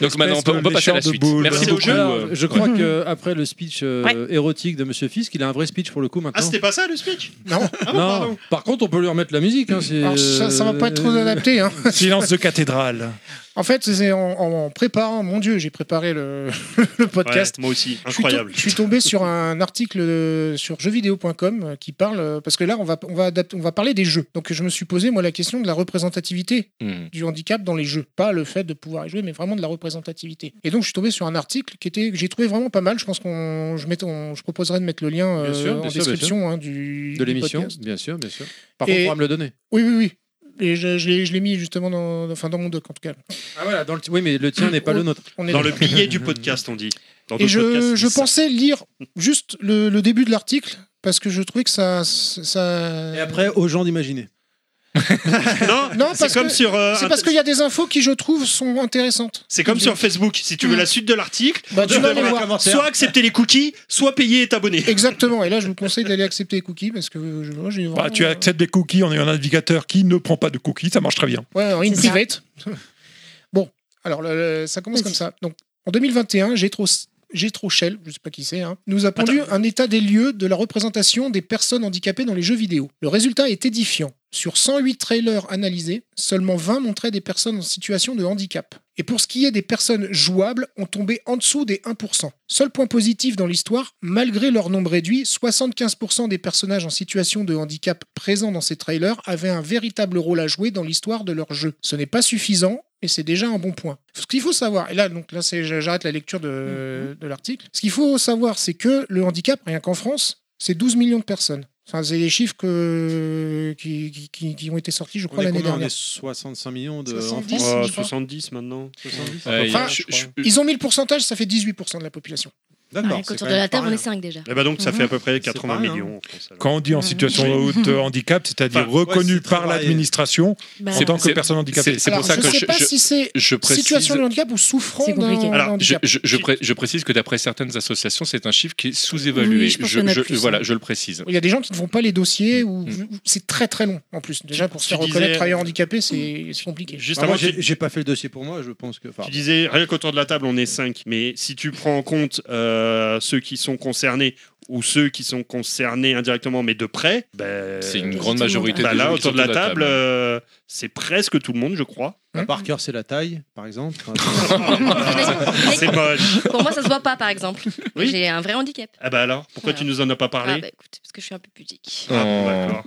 S6: Donc maintenant on peut, on peut passer à la suite. Merci beaucoup.
S13: Alors,
S6: euh,
S13: je crois
S6: ouais.
S13: que après le speech euh, érotique de Monsieur Fisk, il a un vrai speech pour le coup maintenant.
S3: Ah, c'était pas ça le speech
S7: Non.
S3: Ah, bon,
S13: non,
S3: pardon.
S13: par contre, on peut lui remettre la musique. Hein, c'est- euh,
S7: Alors, ça, ça va pas être trop adapté. hein.
S5: Silence de cathédrale.
S7: En fait, c'est en, en- en préparant, mon Dieu, j'ai préparé le, le podcast.
S3: Ouais, moi aussi,
S7: Je suis to-
S3: incroyable.
S7: Je suis tombé sur un article euh, sur jeuxvideo.com euh, qui parle euh, parce que là on va on va adapter- on va parler des jeux. Donc je me suis posé moi la question de la représentativité
S6: Hmm.
S7: du handicap dans les jeux, pas le fait de pouvoir y jouer, mais vraiment de la représentativité. Et donc je suis tombé sur un article qui était que j'ai trouvé vraiment pas mal. Je pense qu'on je mettais- on- je proposerai de mettre le lien euh,
S13: Bien sûr, bien sûr,
S7: en
S13: bien
S7: description
S13: sûr.
S7: hein, du
S13: de
S7: du
S13: l'émission,
S7: podcast.
S13: bien sûr, bien sûr. Par
S7: Et-
S13: contre, on va me le donner.
S7: Oui oui oui. Et je, je l'ai- je l'ai mis justement dans, enfin, dans mon doc en tout cas.
S13: Ah voilà, dans le oui, mais le tien n'est pas le nôtre.
S7: On est
S3: Dans le
S7: d'accord.
S3: billet du podcast, on dit. Dans
S7: Et
S3: d'autres podcasts,
S7: je,
S3: ils
S7: je
S3: disent ça.
S7: pensais lire juste le, le début de l'article parce que je trouvais que ça. ça...
S13: Et après, aux gens d'imaginer.
S3: Non,
S7: Non,
S3: c'est
S7: parce
S3: comme
S7: que-
S3: sur. euh,
S7: C'est
S3: un-
S7: parce qu'il y a des infos qui, je trouve, sont intéressantes.
S3: C'est comme sur Facebook. Si tu veux
S7: Mm.
S3: la suite de l'article,
S7: Bah,
S3: tu
S7: tu vas
S3: devras
S7: aller voir.
S3: soit accepter les cookies, soit payer et t'abonner.
S7: Exactement. Et là, je vous conseille d'aller accepter les cookies parce que euh, je, moi, j'ai
S5: Bah,
S7: vraiment-
S5: tu acceptes des cookies, on est un navigateur qui ne prend pas de cookies, ça marche très bien.
S7: Ouais, en in
S4: C'est ça.
S7: private. bon, alors le- le- ça commence comme ça. Donc, en 2021, Gétro Gétro Schell, je sais pas qui c'est, hein, nous a pondu un état des lieux de la représentation des personnes handicapées dans les jeux vidéo. Le résultat est édifiant. Sur 108 trailers analysés, seulement 20 montraient des personnes en situation de handicap. Et pour ce qui est des personnes jouables, on tombait en dessous des 1%. Seul point positif dans l'histoire, malgré leur nombre réduit, 75% des personnages en situation de handicap présents dans ces trailers avaient un véritable rôle à jouer dans l'histoire de leur jeu. Ce n'est pas suffisant, mais c'est déjà un bon point. Ce qu'il faut savoir, et là, donc là, c'est- j'arrête la lecture
S13: Mm-hmm.
S7: de, de l'article. Ce qu'il faut savoir, c'est que le handicap, rien qu'en France, c'est 12 millions de personnes. Enfin, c'est les chiffres que- qui, qui- qui- qui ont été sortis, je
S13: On
S7: crois,
S13: est
S7: l'année
S13: combien On
S7: dernière.
S13: est 65 millions de. en
S7: 70,
S13: France
S7: je crois.
S3: 70 Euh, maintenant. 70
S13: Ouais,
S7: Enfin,
S13: je- je-
S7: Ah, Ils ont mis le pourcentage, ça fait 18% de la population.
S13: D'accord.
S9: Ouais, autour de la table, on est 5 déjà.
S5: Eh ben,
S3: Et bah donc ça
S7: Mhm.
S3: fait à peu près 80
S13: pas mal, hein.
S3: millions.
S5: Quand on dit en situation
S6: Mhm.
S5: de haute euh, handicap, c'est-à-dire
S3: Enfin, ouais,
S5: reconnu
S13: c'est
S5: par
S13: travaillé.
S5: l'administration
S7: Bah,
S5: en tant que personne handicapée.
S6: Ben, c'est- c'est pour
S7: Alors,
S6: ça
S7: je
S6: que
S7: sais
S6: je-
S7: pas
S6: je-
S7: si c'est
S6: je précise-
S7: situation de handicap ou souffrant
S4: C'est compliqué.
S7: d'un
S6: Alors, je,
S7: handicap.
S6: je- je pré- je précise que d'après certaines associations, c'est un chiffre qui est sous-évalué.
S4: Oui, je pense qu'il y en a plus,
S6: voilà,
S4: hein.
S6: je le précise.
S7: Il y a des gens qui ne font pas les dossiers ou ou- c'est très très long en plus. Déjà pour se
S3: tu
S7: faire reconnaître
S3: disais-
S7: travailleur handicapé, c'est c'est compliqué.
S3: Juste
S13: Ah,
S3: avant,
S13: moi,
S3: tu,
S13: j'ai j'ai pas fait le dossier pour moi, je pense que. enfin,
S3: tu disais rien qu'autour de la table on est 5, mais si tu prends en compte euh, ceux qui sont concernés ou ceux qui sont concernés indirectement mais de près, bah,
S6: C'est une
S3: bah,
S6: grande majorité de gens
S3: là
S6: qui
S3: autour
S6: sont
S3: de la table, euh, c'est presque tout le monde je crois. Hein
S13: bah, par cœur, c'est la taille, par exemple.
S3: c'est moche.
S9: Pour moi, ça se voit pas, par exemple.
S3: Oui.
S9: J'ai un vrai handicap.
S3: Ah bah alors, pourquoi
S9: Voilà.
S3: tu nous en as pas
S9: Ah
S3: parlé
S9: bah écoute, parce que je suis un peu pudique.
S3: Ah, bon,
S6: Oh.
S3: d'accord.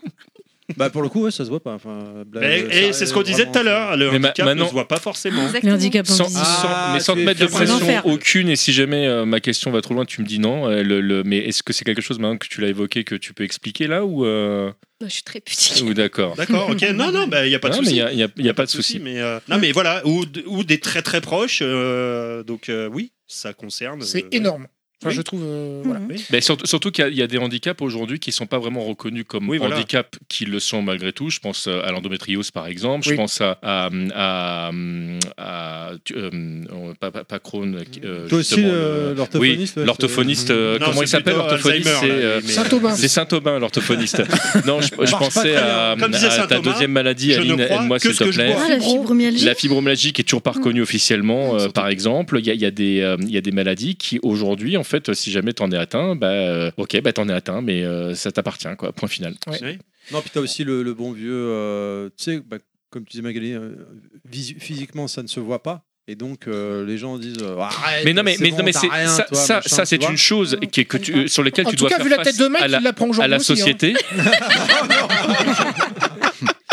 S13: bah, pour le coup, ouais, ça se voit pas. enfin, blague,
S3: Mais-
S13: euh,
S3: Et
S13: ça-
S3: c'est ce qu'on disait
S13: vraiment,
S3: tout à l'heure, le
S6: Mais ma-
S3: handicap ne
S6: maintenant-
S3: se voit pas forcément.
S9: Exactement.
S4: Le handicap
S6: Sans,
S4: invisible.
S13: Ah,
S6: sans- mais sans
S13: tu
S6: te
S13: es
S6: mettre de
S13: fait
S4: pression.
S6: pression
S4: L'enfer.
S6: aucune, et si jamais euh, ma question va trop loin, tu me dis non. euh, le- le- mais est-ce que c'est quelque chose maintenant que tu l'as évoqué que tu peux expliquer là ou, euh,
S9: Non, je suis très pudique.
S6: ou d'accord
S3: D'accord, ok. Non, non, il y n'y a pas de
S6: Non, mais
S3: souci.
S6: il y a- il y a- il y a pas de souci.
S3: Mais euh, non, mais voilà, ou, de- ou des très très proches. euh, donc euh, oui, ça concerne. euh,
S7: C'est énorme. Enfin,
S3: Oui.
S7: je trouve. euh, voilà.
S6: Mais surtout, surtout qu'il y, a- il y a des handicaps aujourd'hui qui ne sont pas vraiment reconnus comme
S3: Oui, voilà.
S6: handicaps qui le sont malgré tout. Je pense euh, à l'endométriose par exemple, je
S7: Oui.
S6: pense à. à, à, à- tu- euh, euh, pas, pas, pas Crohn. euh,
S13: Toi aussi,
S6: justement,
S13: euh,
S6: le-
S13: l'orthophoniste,
S6: Oui,
S13: ouais,
S6: l'orthophoniste. euh,
S3: Non,
S6: comment
S3: c'est
S6: il s'appelle
S3: plutôt
S6: l'orthophoniste
S3: Alzheimer, là,
S6: C'est, euh,
S3: mais, euh,
S7: Saint-Aubin.
S6: c'est Saint-Aubin, l'orthophoniste. non, je, je
S13: marche pas
S6: pensais
S13: très
S6: à,
S3: bien. Comme disait
S6: à
S3: Saint
S6: ta
S3: Thomas,
S6: deuxième maladie,
S3: je ne
S6: Aline,
S3: crois
S6: aide-moi
S3: que
S6: s'il
S3: ce que
S6: te
S3: je
S6: plaît.
S3: bois.
S4: Ah, la fibromyalgie.
S6: La fibromyalgie qui est toujours pas reconnue officiellement, euh, par exemple, il y, a- il y a des euh, il y a des maladies qui aujourd'hui en fait, euh, si jamais t'en es atteint, bah euh, ok, bah t'en es atteint, mais euh, ça t'appartient quoi. Point final.
S3: oui.
S13: Non, puis t'as aussi le, le bon vieux, euh, tu sais, bah, comme tu disais Magali, euh, visu- physiquement ça ne se voit pas, Et donc, euh, les gens disent euh, Arrête,
S6: mais non, mais,
S13: c'est
S6: mais,
S13: bon,
S6: non, mais
S13: t'as
S6: c'est-
S13: rien,
S6: ça,
S13: toi,
S6: ça,
S13: machin,
S6: ça,
S13: tu
S6: c'est
S13: vois.
S6: une chose qui est que tu, sur laquelle
S7: En
S6: tu
S7: tout
S6: dois
S7: cas,
S6: faire
S7: vu la
S6: face
S7: tête de mec,
S6: à la,
S7: il la prend au
S6: à la
S7: jambon aussi, hein.
S6: société.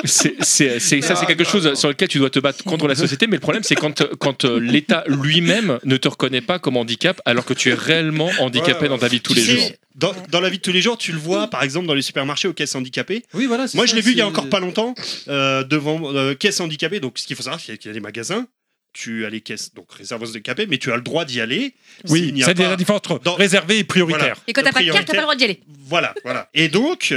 S6: C'est- c'est- c'est- ça, c'est quelque chose sur lequel tu dois te battre contre la société, mais le problème, c'est quand, euh, quand euh, l'État lui-même ne te reconnaît pas comme handicap, alors que tu es réellement handicapé dans ta vie de tous
S3: Tu
S6: les
S3: sais,
S6: jours.
S3: Dans, dans la vie de tous les jours, tu le vois, par exemple, dans les supermarchés aux caisses handicapées.
S1: Oui, voilà.
S3: Moi,
S1: ça,
S3: je l'ai vu il y a
S1: c'est-
S3: encore pas longtemps euh, devant euh, caisses handicapées. Donc, ce qu'il faut savoir, c'est qu'il y a les magasins. Tu as les caisses, donc réserves aux handicapés, mais tu as le droit d'y aller.
S5: Oui,
S3: s'il n'y a
S5: c'est
S3: pas-
S5: la différence entre réservé et prioritaire.
S9: Et quand t'as pas de carte, t'as pas le droit d'y aller.
S3: Voilà, voilà. Et donc, il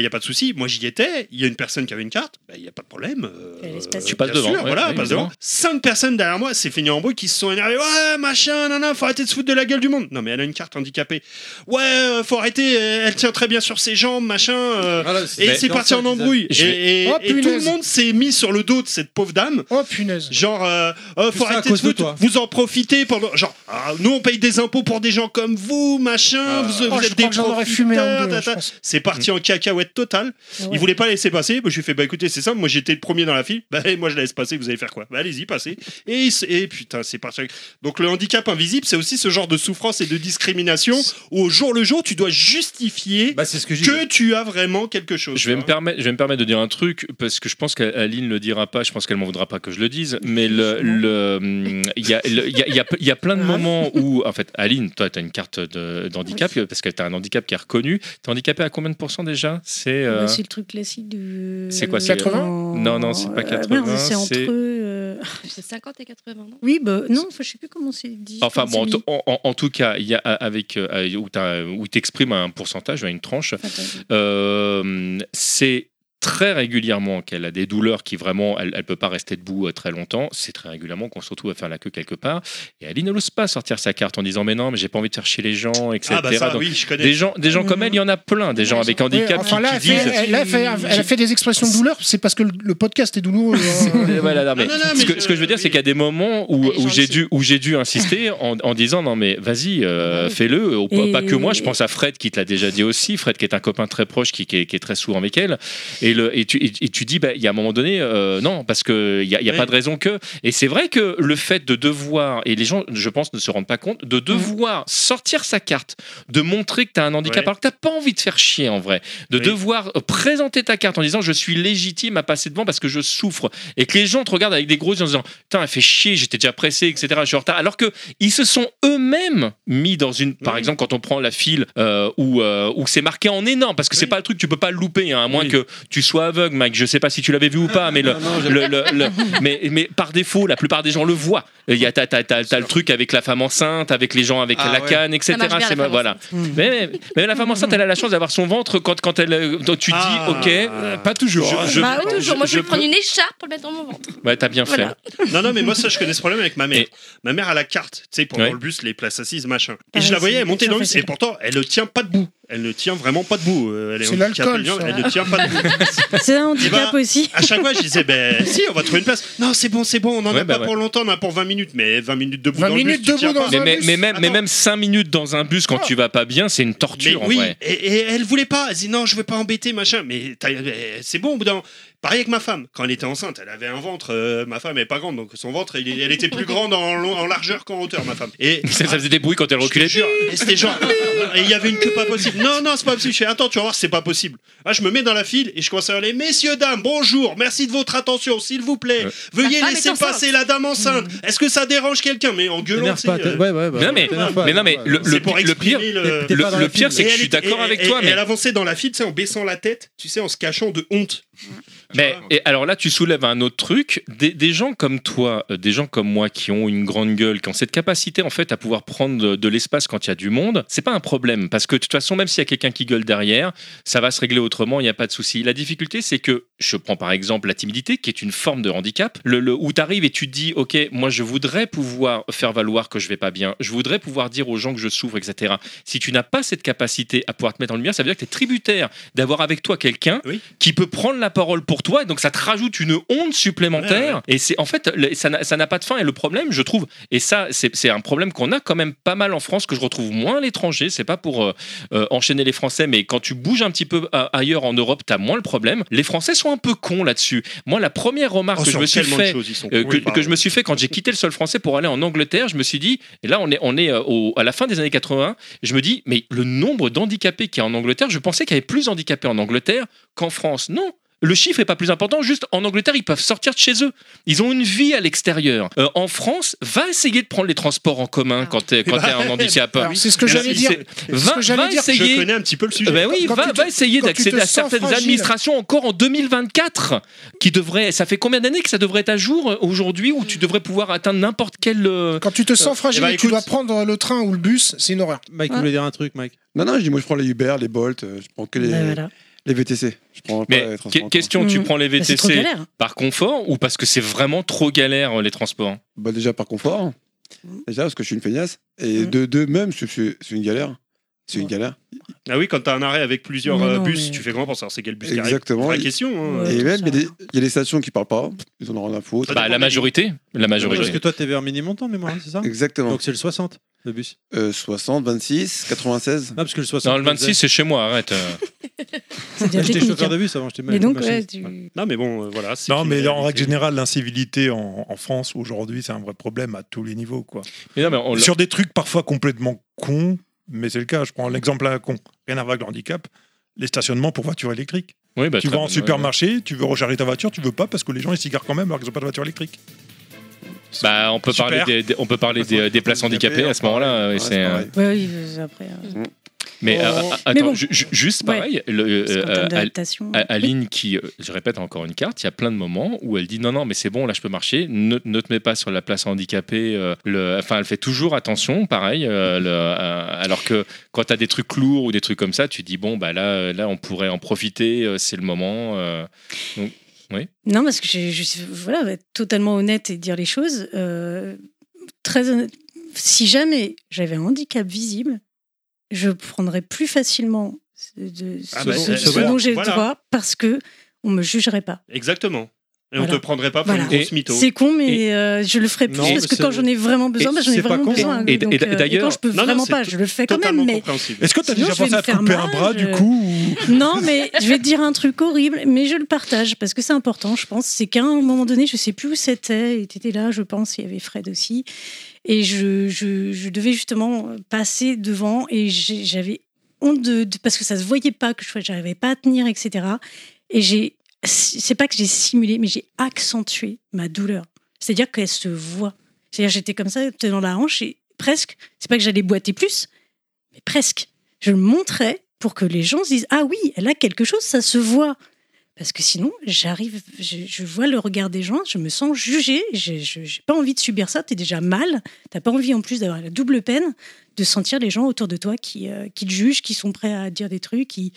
S3: n'y a pas de souci. Moi, j'y étais. Il y a une personne qui avait une carte. Il n'y a pas de problème. euh,
S6: Tu passes
S3: bien
S6: devant,
S3: sûr,
S6: ouais,
S3: voilà,
S6: ouais,
S3: passe devant.
S6: évidemment.
S3: Cinq personnes derrière moi, c'est feignants en bruit, qui se sont énervés. Ouais, machin, nanana, faut arrêter de se foutre de la gueule du monde. Non, mais elle a une carte handicapée. Ouais, euh, faut arrêter, euh, elle tient très bien sur ses jambes, machin. euh,
S1: c'est-
S3: et c'est
S1: dans
S3: parti
S1: ça,
S3: en embrouille.
S1: je
S3: Et,
S1: vais-
S3: et-
S1: Oh,
S3: et tout le
S1: punaise.
S3: monde s'est mis sur le dos de cette pauvre dame.
S7: Oh punaise.
S3: Genre, euh, euh,
S1: Tout
S3: faut
S1: ça à
S3: arrêter de
S1: cause
S3: se
S1: de
S3: foutre,
S1: toi.
S3: Vous en profitez pendant. Genre, ah, nous on paye des impôts pour des gens comme vous, machin. vous,
S7: Oh,
S3: vous
S7: je
S3: êtes
S7: crois
S3: des
S7: que j'en aurais fumé un
S3: profiteurs,
S7: ou deux,
S3: tata.
S7: je pense.
S3: C'est parti en cacahuète totale.
S7: Ah ouais.
S3: Il voulait pas laisser passer. Bah, je lui ai fait, bah écoutez, c'est simple. Moi, j'étais le premier dans la file. Bah, moi, je laisse passer. Vous allez faire quoi Bah, allez-y, passez. Et, il s- et putain, c'est parti. Donc, le handicap invisible, c'est aussi ce genre de souffrance et de discrimination où, au jour le jour, tu dois justifier que, tu as vraiment quelque chose.
S6: Je vais, me permettre, je vais me permettre de dire un truc, parce que je pense qu'Aline ne le dira pas, je pense qu'elle m'en voudra pas que je le dise, mais le- le- hum, il y, a, le- il y a- il y a- il y a
S4: Hein
S6: plein de moments où, en fait, Aline, toi, tu as une carte de- d'handicap, parce que tu as un handicap qui est reconnu. Tu es handicapé à combien de pourcents déjà C'est euh,
S4: Bah, c'est le truc classique du.
S6: c'est quoi c'est- Non, non, c'est pas
S4: Euh, merde,
S6: 80.
S4: c'est entre.
S6: c'est-
S4: euh,
S9: C'est 50 et 80, non
S4: Oui, bah, non, enfin, je sais plus comment c'est dit.
S6: Enfin
S4: comment
S6: bon, en,
S4: c'est
S6: to- en- en- en tout cas, il y a euh, avec euh, euh, où t'as- où t'exprimes un pourcentage, ouais, une tranche. Euh, c'est très régulièrement qu'elle a des douleurs qui vraiment, elle, elle peut pas rester debout euh, très longtemps. C'est très régulièrement qu'on se retrouve à faire la queue quelque part. Et Aline n'ose pas sortir sa carte en disant mais non, mais j'ai pas envie de faire chier les gens, etc.
S3: Ah, bah ça,
S6: Donc,
S3: oui, je connais.
S6: Des gens, des gens comme elle, il y en a plein. Des gens avec handicap
S7: Oui, enfin,
S6: qui-
S7: là,
S6: qui,
S7: elle, fait,
S6: disent.
S7: elle a fait, elle a fait des expressions de douleur, c'est parce que le, le podcast est douloureux. hein.
S6: Mais voilà, non, mais
S7: Ah, non, non,
S6: ce, que, ce que je veux dire, c'est qu'il y a des moments où, où j'ai dû, où j'ai dû insister en, en disant non, mais vas-y, euh, fais-le. Au-
S7: Et-
S6: Pas que moi, je pense à Fred qui te l'a déjà dit aussi. Fred qui est un copain très proche, qui, qui est, qui est très souvent avec elle. Et, le, et, tu, et, et tu dis, bah, il y a un moment donné, euh, non, parce qu'il n'y a, il y a
S3: Oui.
S6: pas de raison que. Et c'est vrai que le fait de devoir, et les gens, je pense, ne se rendent pas compte, de devoir sortir sa carte, de montrer que tu as un handicap
S3: Ouais.
S6: alors que tu pas envie de faire chier en vrai, de devoir euh, présenter ta carte en disant je suis légitime à passer devant parce que je souffre et que les gens te regardent avec des gros yeux en disant putain elle fait chier j'étais déjà pressé etc je suis en retard alors que ils se sont eux-mêmes mis dans une par exemple quand on prend la file euh, où euh, où c'est marqué en énorme parce que c'est pas le truc que tu peux pas le louper hein, à moins que tu sois aveugle Mike je sais pas si tu l'avais vu
S2: Ah,
S6: ou pas mais le, le- le- le- mais mais par défaut la plupart des gens le voient il y a t'as, t'as- t'as- t'as le truc avec la femme enceinte avec les gens avec
S2: Ah
S6: la
S2: ouais.
S6: canne etc
S2: Ça marche bien, la
S6: C'est-
S2: femme
S6: voilà mais, mais- mais la femme enceinte, elle a la chance d'avoir son ventre quand, quand elle. euh, Donc tu te
S3: Ah.
S6: dis, ok. pas toujours.
S3: hein.
S9: Bah, oui, toujours. Moi, je vais
S6: peux-
S9: prendre une écharpe pour le mettre dans mon ventre.
S6: Ouais, t'as bien
S9: Voilà.
S6: fait.
S3: Non, non, mais moi, ça, je connais ce problème avec ma mère. Ma mère a la carte, tu sais, pendant le bus, les places assises, machin. Et
S7: Ah,
S3: je la
S7: c'est
S3: voyais, elle montait dans le bus,
S7: facile.
S3: et pourtant, elle ne tient pas debout. Elle ne tient vraiment pas debout. Euh, Elle est
S7: C'est l'alcool,
S3: handicapée,
S7: ça.
S3: Elle ne tient pas debout. Eh ben,
S4: C'est un handicap aussi.
S3: À chaque fois, je disais, ben si, on va trouver une place. Non, c'est bon, c'est bon, on en
S6: Ouais,
S3: a
S6: bah
S3: pas pour longtemps, on en a pour 20 minutes. Mais 20 minutes debout
S6: 20
S3: dans le bus,
S6: minutes
S3: tu tiens
S6: debout
S3: pas.
S6: mais, mais, mais même, mais même 5 minutes dans un bus quand tu vas pas bien, c'est une
S3: Mais
S6: torture en
S3: oui,
S6: vrai.
S3: et, et elle voulait pas. Elle dit non, je veux pas embêter, machin. Mais t'as- euh, c'est bon au bout d'un. Pareil avec ma femme. Quand elle était enceinte, elle avait un ventre. euh, ma femme elle est pas grande, donc son ventre, il- elle était plus grande en, long- en largeur qu'en hauteur, ma femme. Et
S6: Ça, ça faisait des bruits quand elle reculait.
S3: et c'était genre. Et il y avait une queue pas possible. Non, non, c'est pas possible. Je fais, attends, tu vas voir, c'est pas possible. Ah, je me mets dans la file et je commence à hurler Messieurs, dames, bonjour, merci de votre attention, s'il vous plaît. Veuillez
S1: La femme
S3: laisser
S1: est enceinte.
S3: passer la dame enceinte. Est-ce que ça dérange quelqu'un Mais en gueulant,
S1: T'énerve
S3: tu sais,
S1: Hmm. pas, t'es-
S3: euh,
S1: ouais, ouais, bah,
S6: Mais non, mais,
S1: t'énerve pas,
S6: mais, non, mais
S1: ouais.
S6: le, le,
S3: c'est pour
S6: le pire,
S3: exprimer
S6: le, le pire, c'est que je suis d'accord avec toi.
S3: mais
S6: mais
S3: elle avançait dans la file, tu sais, en baissant la tête, tu sais, en se cachant de honte.
S6: Mais et alors là, tu soulèves un autre truc. Des, des gens comme toi, euh, des gens comme moi qui ont une grande gueule, qui ont cette capacité en fait à pouvoir prendre de, de l'espace quand il y a du monde, c'est pas un problème parce que de toute façon, même s'il y a quelqu'un qui gueule derrière, ça va se régler autrement. Il n'y a pas de souci. La difficulté, c'est que je prends par exemple la timidité, qui est une forme de handicap. Le, le- où t'arrives et tu te dis, ok, moi je voudrais pouvoir faire valoir que je vais pas bien. Je voudrais pouvoir dire aux gens que je souffre, etc. Si tu n'as pas cette capacité à pouvoir te mettre en lumière, ça veut dire que tu es tributaire d'avoir avec toi quelqu'un qui peut prendre la parole pour toi, et donc ça te rajoute une honte supplémentaire.
S15: Ouais, ouais.
S6: Et c'est en fait, le- ça n'a- ça n'a pas de fin. Et le problème, je trouve, et ça, c'est c'est un problème qu'on a quand même pas mal en France, que je retrouve moins à l'étranger. C'est pas pour euh, euh, enchaîner les Français, mais quand tu bouges un petit peu a- ailleurs en Europe, t'as moins le problème. Les Français sont un peu cons là-dessus. Moi, la première remarque
S3: Oh,
S6: que je
S3: sur
S6: me suis
S3: tellement de
S6: fait,
S3: choses, ils sont
S6: euh,
S3: cons,
S6: que,
S3: oui,
S6: que je me suis fait quand j'ai quitté le sol français pour aller en Angleterre, je me suis dit, et là, on est, on est euh, au- à la fin des années 80, je me dis, mais le nombre d'handicapés qu'il y a en Angleterre, je pensais qu'il y avait plus d'handicapés en Angleterre qu'en France. Non. Le chiffre est pas plus important, juste en Angleterre, ils peuvent sortir de chez eux. Ils ont une vie à l'extérieur. Euh, en France, va essayer de prendre les transports en commun quand t'es quand
S7: bah,
S6: t'es un handicap.
S7: alors, c'est ce que
S6: Et
S7: j'allais
S6: c'est-
S7: dire. C'est ce
S6: Va,
S7: que j'allais
S6: va
S7: dire. Je
S6: essayer.
S7: connais un
S3: petit peu le
S7: sujet.
S6: Ben oui,
S7: Quand-
S6: va,
S7: quand tu
S6: va
S7: te-
S6: essayer
S7: quand tu te
S6: d'accéder à
S7: sens
S6: certaines
S7: fragile.
S6: administrations encore en 2024 qui devraient. Ça fait combien d'années que ça devrait être à jour euh, aujourd'hui où tu devrais pouvoir atteindre n'importe quel. euh,
S7: Quand tu te sens
S6: Eh
S7: fragile
S6: ben,
S7: et que tu dois prendre le train ou le bus, c'est une horreur.
S1: Mike
S7: Ouais.
S1: voulait dire un truc, Mike.
S10: Non, non, je dis, moi, je prends les Uber, les Bolt, euh, je prends que les,
S1: Ouais, voilà.
S10: les VTC. Je prends pas euh, les
S6: Mais
S10: transports.
S6: que- question, tu
S10: Mhm.
S6: prends les
S10: Bah, c'est trop
S6: VTC
S10: galère.
S6: par confort ou parce que c'est vraiment trop galère euh, les transports
S10: Bah, déjà, par confort.
S1: Mmh.
S10: Déjà, parce que je suis une feignasse. Et de deux, même, c'est c'est- c'est une galère. C'est une galère.
S3: Ah oui, quand t'as un arrêt avec plusieurs
S10: Mais
S3: euh,
S10: non,
S3: bus,
S10: mais-
S3: tu fais comment pour savoir c'est quel bus qui arrive
S10: Exactement.
S3: Vraie question. hein.
S10: Et même, il y a des- il y, a des stations qui parlent pas. Ils en ont rien à foutre.
S6: Bah, la majorité. La majorité.
S1: Parce que toi, t'es vers mini-montant, mais moi, hein, c'est ça
S10: Exactement.
S1: Donc c'est le 60, le bus. Ah,
S10: Euh, 60, 26, 96. Non,
S1: parce que le 60.
S6: Non, le 26, c'est chhez moi, arrête. euh.
S1: Moi, J'étais
S5: technique,
S1: chauffeur
S5: hein.
S1: de bus avant, j'étais
S5: Mais donc,
S1: machin.
S5: ouais, tu-
S6: Bah,
S3: Non, mais bon, euh, voilà. c'est
S5: Non,
S3: une
S5: mais en
S3: réalité.
S5: règle générale, l'incivilité en, en France aujourd'hui, c'est un vrai problème à tous les niveaux. Quoi.
S6: Mais non, mais on l'a-
S5: Sur des trucs parfois complètement cons, mais c'est le cas. Je prends l'exemple à la con, rien à voir avec le handicap, les stationnements pour voitures électriques.
S6: Oui, bah,
S5: tu
S6: très
S5: vas en
S6: bonne-
S5: supermarché, tu veux recharger ta voiture, tu veux pas parce que les gens ils s'égarent quand même alors qu'ils n'ont pas de voiture électrique.
S6: Bah, on peut
S5: Super.
S6: parler des, des- on peut parler des, des places handicapées à ce moment-là. et c'est, euh,
S4: Ouais, oui, euh, après. euh,
S6: Mais
S4: Oh.
S6: euh, a-
S4: Mais
S6: attends,
S4: bon.
S6: ju- ju- juste
S4: Ouais.
S6: pareil, le, euh,
S4: Parce qu'en termes
S6: euh,
S4: d'adaptation,
S6: Al- Aline qui, euh, je répète encore une carte, il y a plein de moments où elle dit non, non, mais c'est bon, là je peux marcher, ne, ne te mets pas sur la place handicapée. euh, le, enfin, elle fait toujours attention, pareil. euh, le- euh, alors que quand tu as des trucs lourds ou des trucs comme ça, tu dis bon, bah là, euh, là on pourrait en profiter, euh, c'est le moment. euh, donc, oui.
S4: Non, parce que j'ai- je suis- voilà, être totalement honnête et dire les choses. euh, très honnête, si jamais j'avais un handicap visible, je prendrais plus facilement ce, de-
S3: Ah
S4: ce
S3: bah,
S4: dont-
S3: c'est-
S4: ce
S3: voilà.
S4: dont j'ai
S3: Voilà.
S4: le droit parce que on me jugerait pas.
S3: Exactement. Et on
S4: Voilà.
S3: te prendrait pas pour
S4: Voilà.
S3: une grosse mytho.
S4: C'est con, mais euh, je le ferai plus
S3: Non,
S4: parce que
S3: c'est-
S4: quand j'en ai vraiment besoin,
S3: Et
S4: bah, j'en ai
S3: c'est pas
S4: vraiment
S3: con.
S4: besoin.
S3: Et- et
S4: donc, euh,
S3: d'ailleurs-
S4: quand je peux
S3: Non, non,
S4: vraiment
S3: c'est
S4: pas,
S3: to-
S4: je le fais quand même.
S3: totalement
S4: Mais
S3: compréhensible.
S5: Est-ce que t'as
S4: sinon,
S5: déjà
S4: je
S5: pensé
S4: vais me
S5: à te
S4: faire
S5: couper un
S4: mal,
S5: bras du
S4: je-
S5: coup ou-
S4: non, mais je vais te dire un truc horrible, mais je le partage parce que c'est important, je pense. C'est qu'à un moment donné, je sais plus où c'était, et t'étais là, je pense, il y avait Fred aussi. Et je, je- je devais justement passer devant et j'ai- j'avais honte de, de- parce que ça se voyait pas, que je n'arrivais pas à tenir, etc. Et j'ai. C'est pas que j'ai simulé, mais j'ai accentué ma douleur. C'est-à-dire qu'elle se voit. C'est-à-dire j'étais comme ça, tenant la hanche, et presque. C'est pas que j'allais boiter plus, mais presque. Je le montrais pour que les gens se disent Ah oui, elle a quelque chose, ça se voit. Parce que sinon, j'arrive, je, je vois le regard des gens, je me sens jugée, j'ai je- j'ai pas envie de subir ça, t'es déjà mal, t'as pas envie en plus d'avoir la double peine de sentir les gens autour de toi qui, euh, qui te jugent, qui sont prêts à dire des trucs, qui.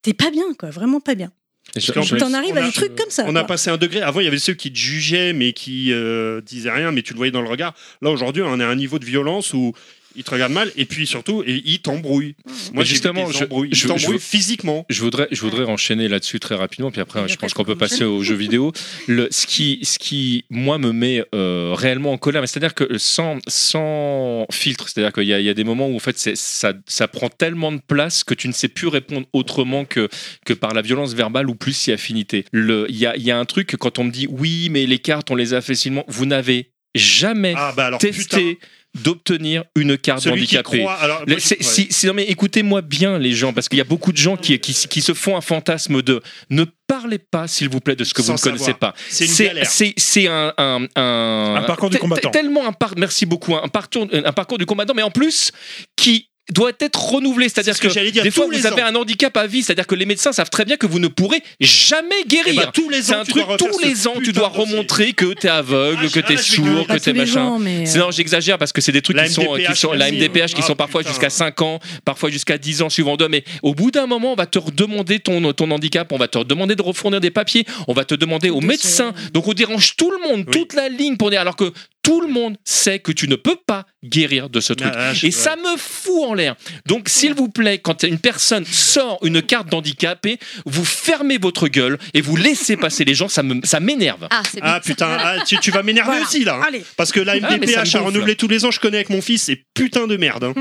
S4: T'es pas bien, quoi, vraiment pas bien.
S3: Parce qu'en
S4: Je t'en
S3: plus,
S4: arrive
S3: on
S4: à
S3: a-
S4: des trucs comme ça.
S3: On a
S4: quoi.
S3: passé un degré. Avant, il y avait ceux qui te jugeaient, mais qui euh, disaient rien, mais tu le voyais dans le regard. Là, aujourd'hui, on est à un niveau de violence où ils te regardent mal, et puis surtout, et ils t'embrouillent. Moi,
S6: Mais
S3: j'ai vu
S6: justement,
S3: des
S6: je-
S3: embrouilles.
S6: je-
S3: Ils
S6: je-
S3: t'embrouillent physiquement.
S6: Je voudrais, je voudrais enchaîner là-dessus très rapidement, puis après, je pense qu'on peut passer aux jeux vidéo. Le, ce, qui, ce qui, moi, me met euh, réellement en colère, mais c'est-à-dire que sans, sans filtre, c'est-à-dire qu'il y, a- il y a des moments où, en fait, c'est- ça, ça prend tellement de place que tu ne sais plus répondre autrement que, que par la violence verbale ou plus si affinité. Le- Il y a, il y a un truc, quand on me dit oui, mais les cartes, on les a facilement, vous n'avez jamais
S3: Ah,
S6: testé d'obtenir une carte
S3: bah Celui qui
S6: handicapée.
S3: croit- alors, moi,
S6: Le-
S3: je-
S6: c'est-
S3: ouais.
S6: si- si- non, mais écoutez-moi bien, les gens, parce qu'il y a beaucoup de gens qui, qui, qui se font un fantasme de ne parlez pas, s'il vous plaît, de ce que
S3: Sans
S6: vous ne connaissez
S3: savoir.
S6: pas.
S3: C'est une galère.
S6: C'est c'est un, un, un,
S5: Un parcours du
S6: te- te-
S5: combattant.
S6: Tellement un par- merci beaucoup, un parcours, euh, un parcours du combattant, mais en plus qui doit être renouvelé, c'est-à-dire
S3: ce
S6: que,
S3: que j'allais dire,
S6: des fois
S3: tous
S6: vous
S3: les
S6: avez
S3: ans.
S6: un handicap à vie, c'est-à-dire que les médecins savent très bien que vous ne pourrez jamais guérir.
S3: Eh ben, tous les ans,
S6: C'est un
S3: tu
S6: truc
S3: dois refaire
S6: tous
S3: ce
S6: les ans tu dois remontrer que t'es aveugle, que t'es
S3: ah, je vais gueuler.
S6: sourd, que
S3: Pas
S6: t'es
S3: tous les
S6: machin.
S3: gens, mais, euh,
S6: C'est- Non, j'exagère parce que c'est des trucs
S3: La
S6: qui sont,
S3: MDPH,
S6: qui sont la
S3: merci.
S6: MDPH, qui
S3: Ah,
S6: sont parfois
S3: putain.
S6: jusqu'à 5 ans, parfois jusqu'à 10 ans, suivant d'hommes. Mais au bout d'un moment, on va te redemander ton, ton handicap, on va te redemander de refourner des papiers, on va te demander au médecin. Donc on dérange tout le monde, toute la ligne pour dire. Alors que Tout le monde sait que tu ne peux pas guérir de ce truc.
S3: Ah, je-
S6: Et ça me fout en l'air. Donc, s'il vous plaît, quand une personne sort une carte d'handicapé, vous fermez votre gueule et vous laissez passer les gens. Ça me- ça m'énerve.
S9: Ah, c'est
S3: Ah putain, ah, tu, tu vas m'énerver aussi là. hein. Parce que la
S6: Ah, mais ça me
S3: MDPH
S6: gonfle.
S3: a renouvelé tous les ans, je connais avec mon fils, c'est putain de merde. hein.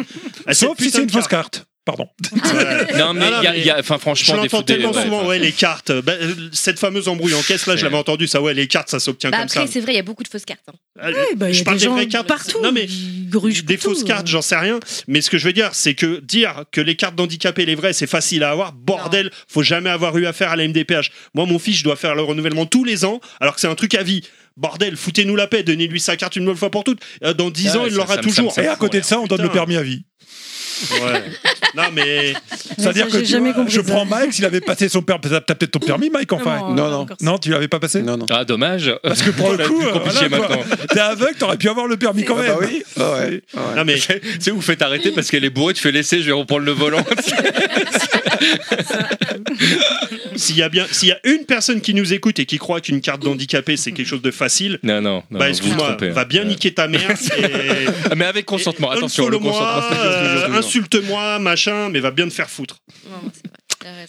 S3: Ah,
S5: Sauf si
S3: putain
S5: c'est
S3: de
S5: une fausse carte. Pardon.
S6: Non, mais
S3: Ah, non,
S6: il y a-
S3: mais
S6: il y a- enfin, franchement,
S3: je
S6: des
S3: l'entends
S6: fois, des-
S3: tellement
S6: ouais,
S3: souvent,
S6: enfin,
S3: ouais, les cartes. Bah, euh, cette fameuse embrouille en caisse, là, je l'avais entendu, ça, ouais, les cartes, ça s'obtient
S9: Bah
S3: comme ça.
S9: après, c'est vrai, il y a beaucoup de fausses cartes. hein.
S3: Ah,
S9: Ouais, bah, il y a
S3: je parle
S9: des
S3: des
S9: gens
S3: vraies cartes
S9: partout,
S3: Non, mais des fausses cartes,
S9: euh.
S3: j'en sais rien. Mais ce que je veux dire, c'est que dire que les cartes d'handicapés, les vraies, c'est facile à avoir, bordel, faut jamais avoir eu affaire à la MDPH. Moi, mon fils, je dois faire le renouvellement tous les ans, alors que c'est un truc à vie. Bordel, foutez-nous la paix, donnez-lui sa carte une bonne fois pour toutes. Euh, Dans 10
S5: Ah,
S3: ans, il
S5: ça-
S3: l'aura
S5: ça me- ça me-
S3: toujours.
S5: ça me Et à fout côté de ça, on donne le permis à vie.
S3: Ouais. Non, mais.
S5: C'est-à-dire que tu- je prends Mike, s'il avait passé son permis, t'as t'as peut-être ton permis, Mike, enfin.
S6: Non, Non, non.
S5: Non, tu l'avais pas passé
S10: Non, non.
S6: Ah, dommage.
S5: Parce que pour le
S6: Là,
S5: coup,
S6: plus
S5: euh,
S6: compliqué
S5: voilà, quoi.
S6: maintenant.
S5: t'es aveugle, t'aurais pu avoir le permis quand même.
S6: Ah Non, mais tu sais, vous faites arrêter parce qu'elle est bourrée, tu fais laisser, je vais reprendre le volant.
S3: S'il y a bien, s'il y a une personne qui nous écoute et qui croit qu'une carte d'handicapé c'est quelque chose de facile,
S6: non non, non, vous
S3: bah
S6: vous
S3: excuse-moi,
S6: trompez, hein. Ah,
S3: va bien niquer ta mère. et-
S6: Mais avec consentement, attention, le
S3: Follow-moi,
S6: consentement. c'est toujours,
S3: euh,
S6: toujours,
S5: hein.
S6: toujours.
S3: insulte-moi, machin, mais va bien te faire foutre.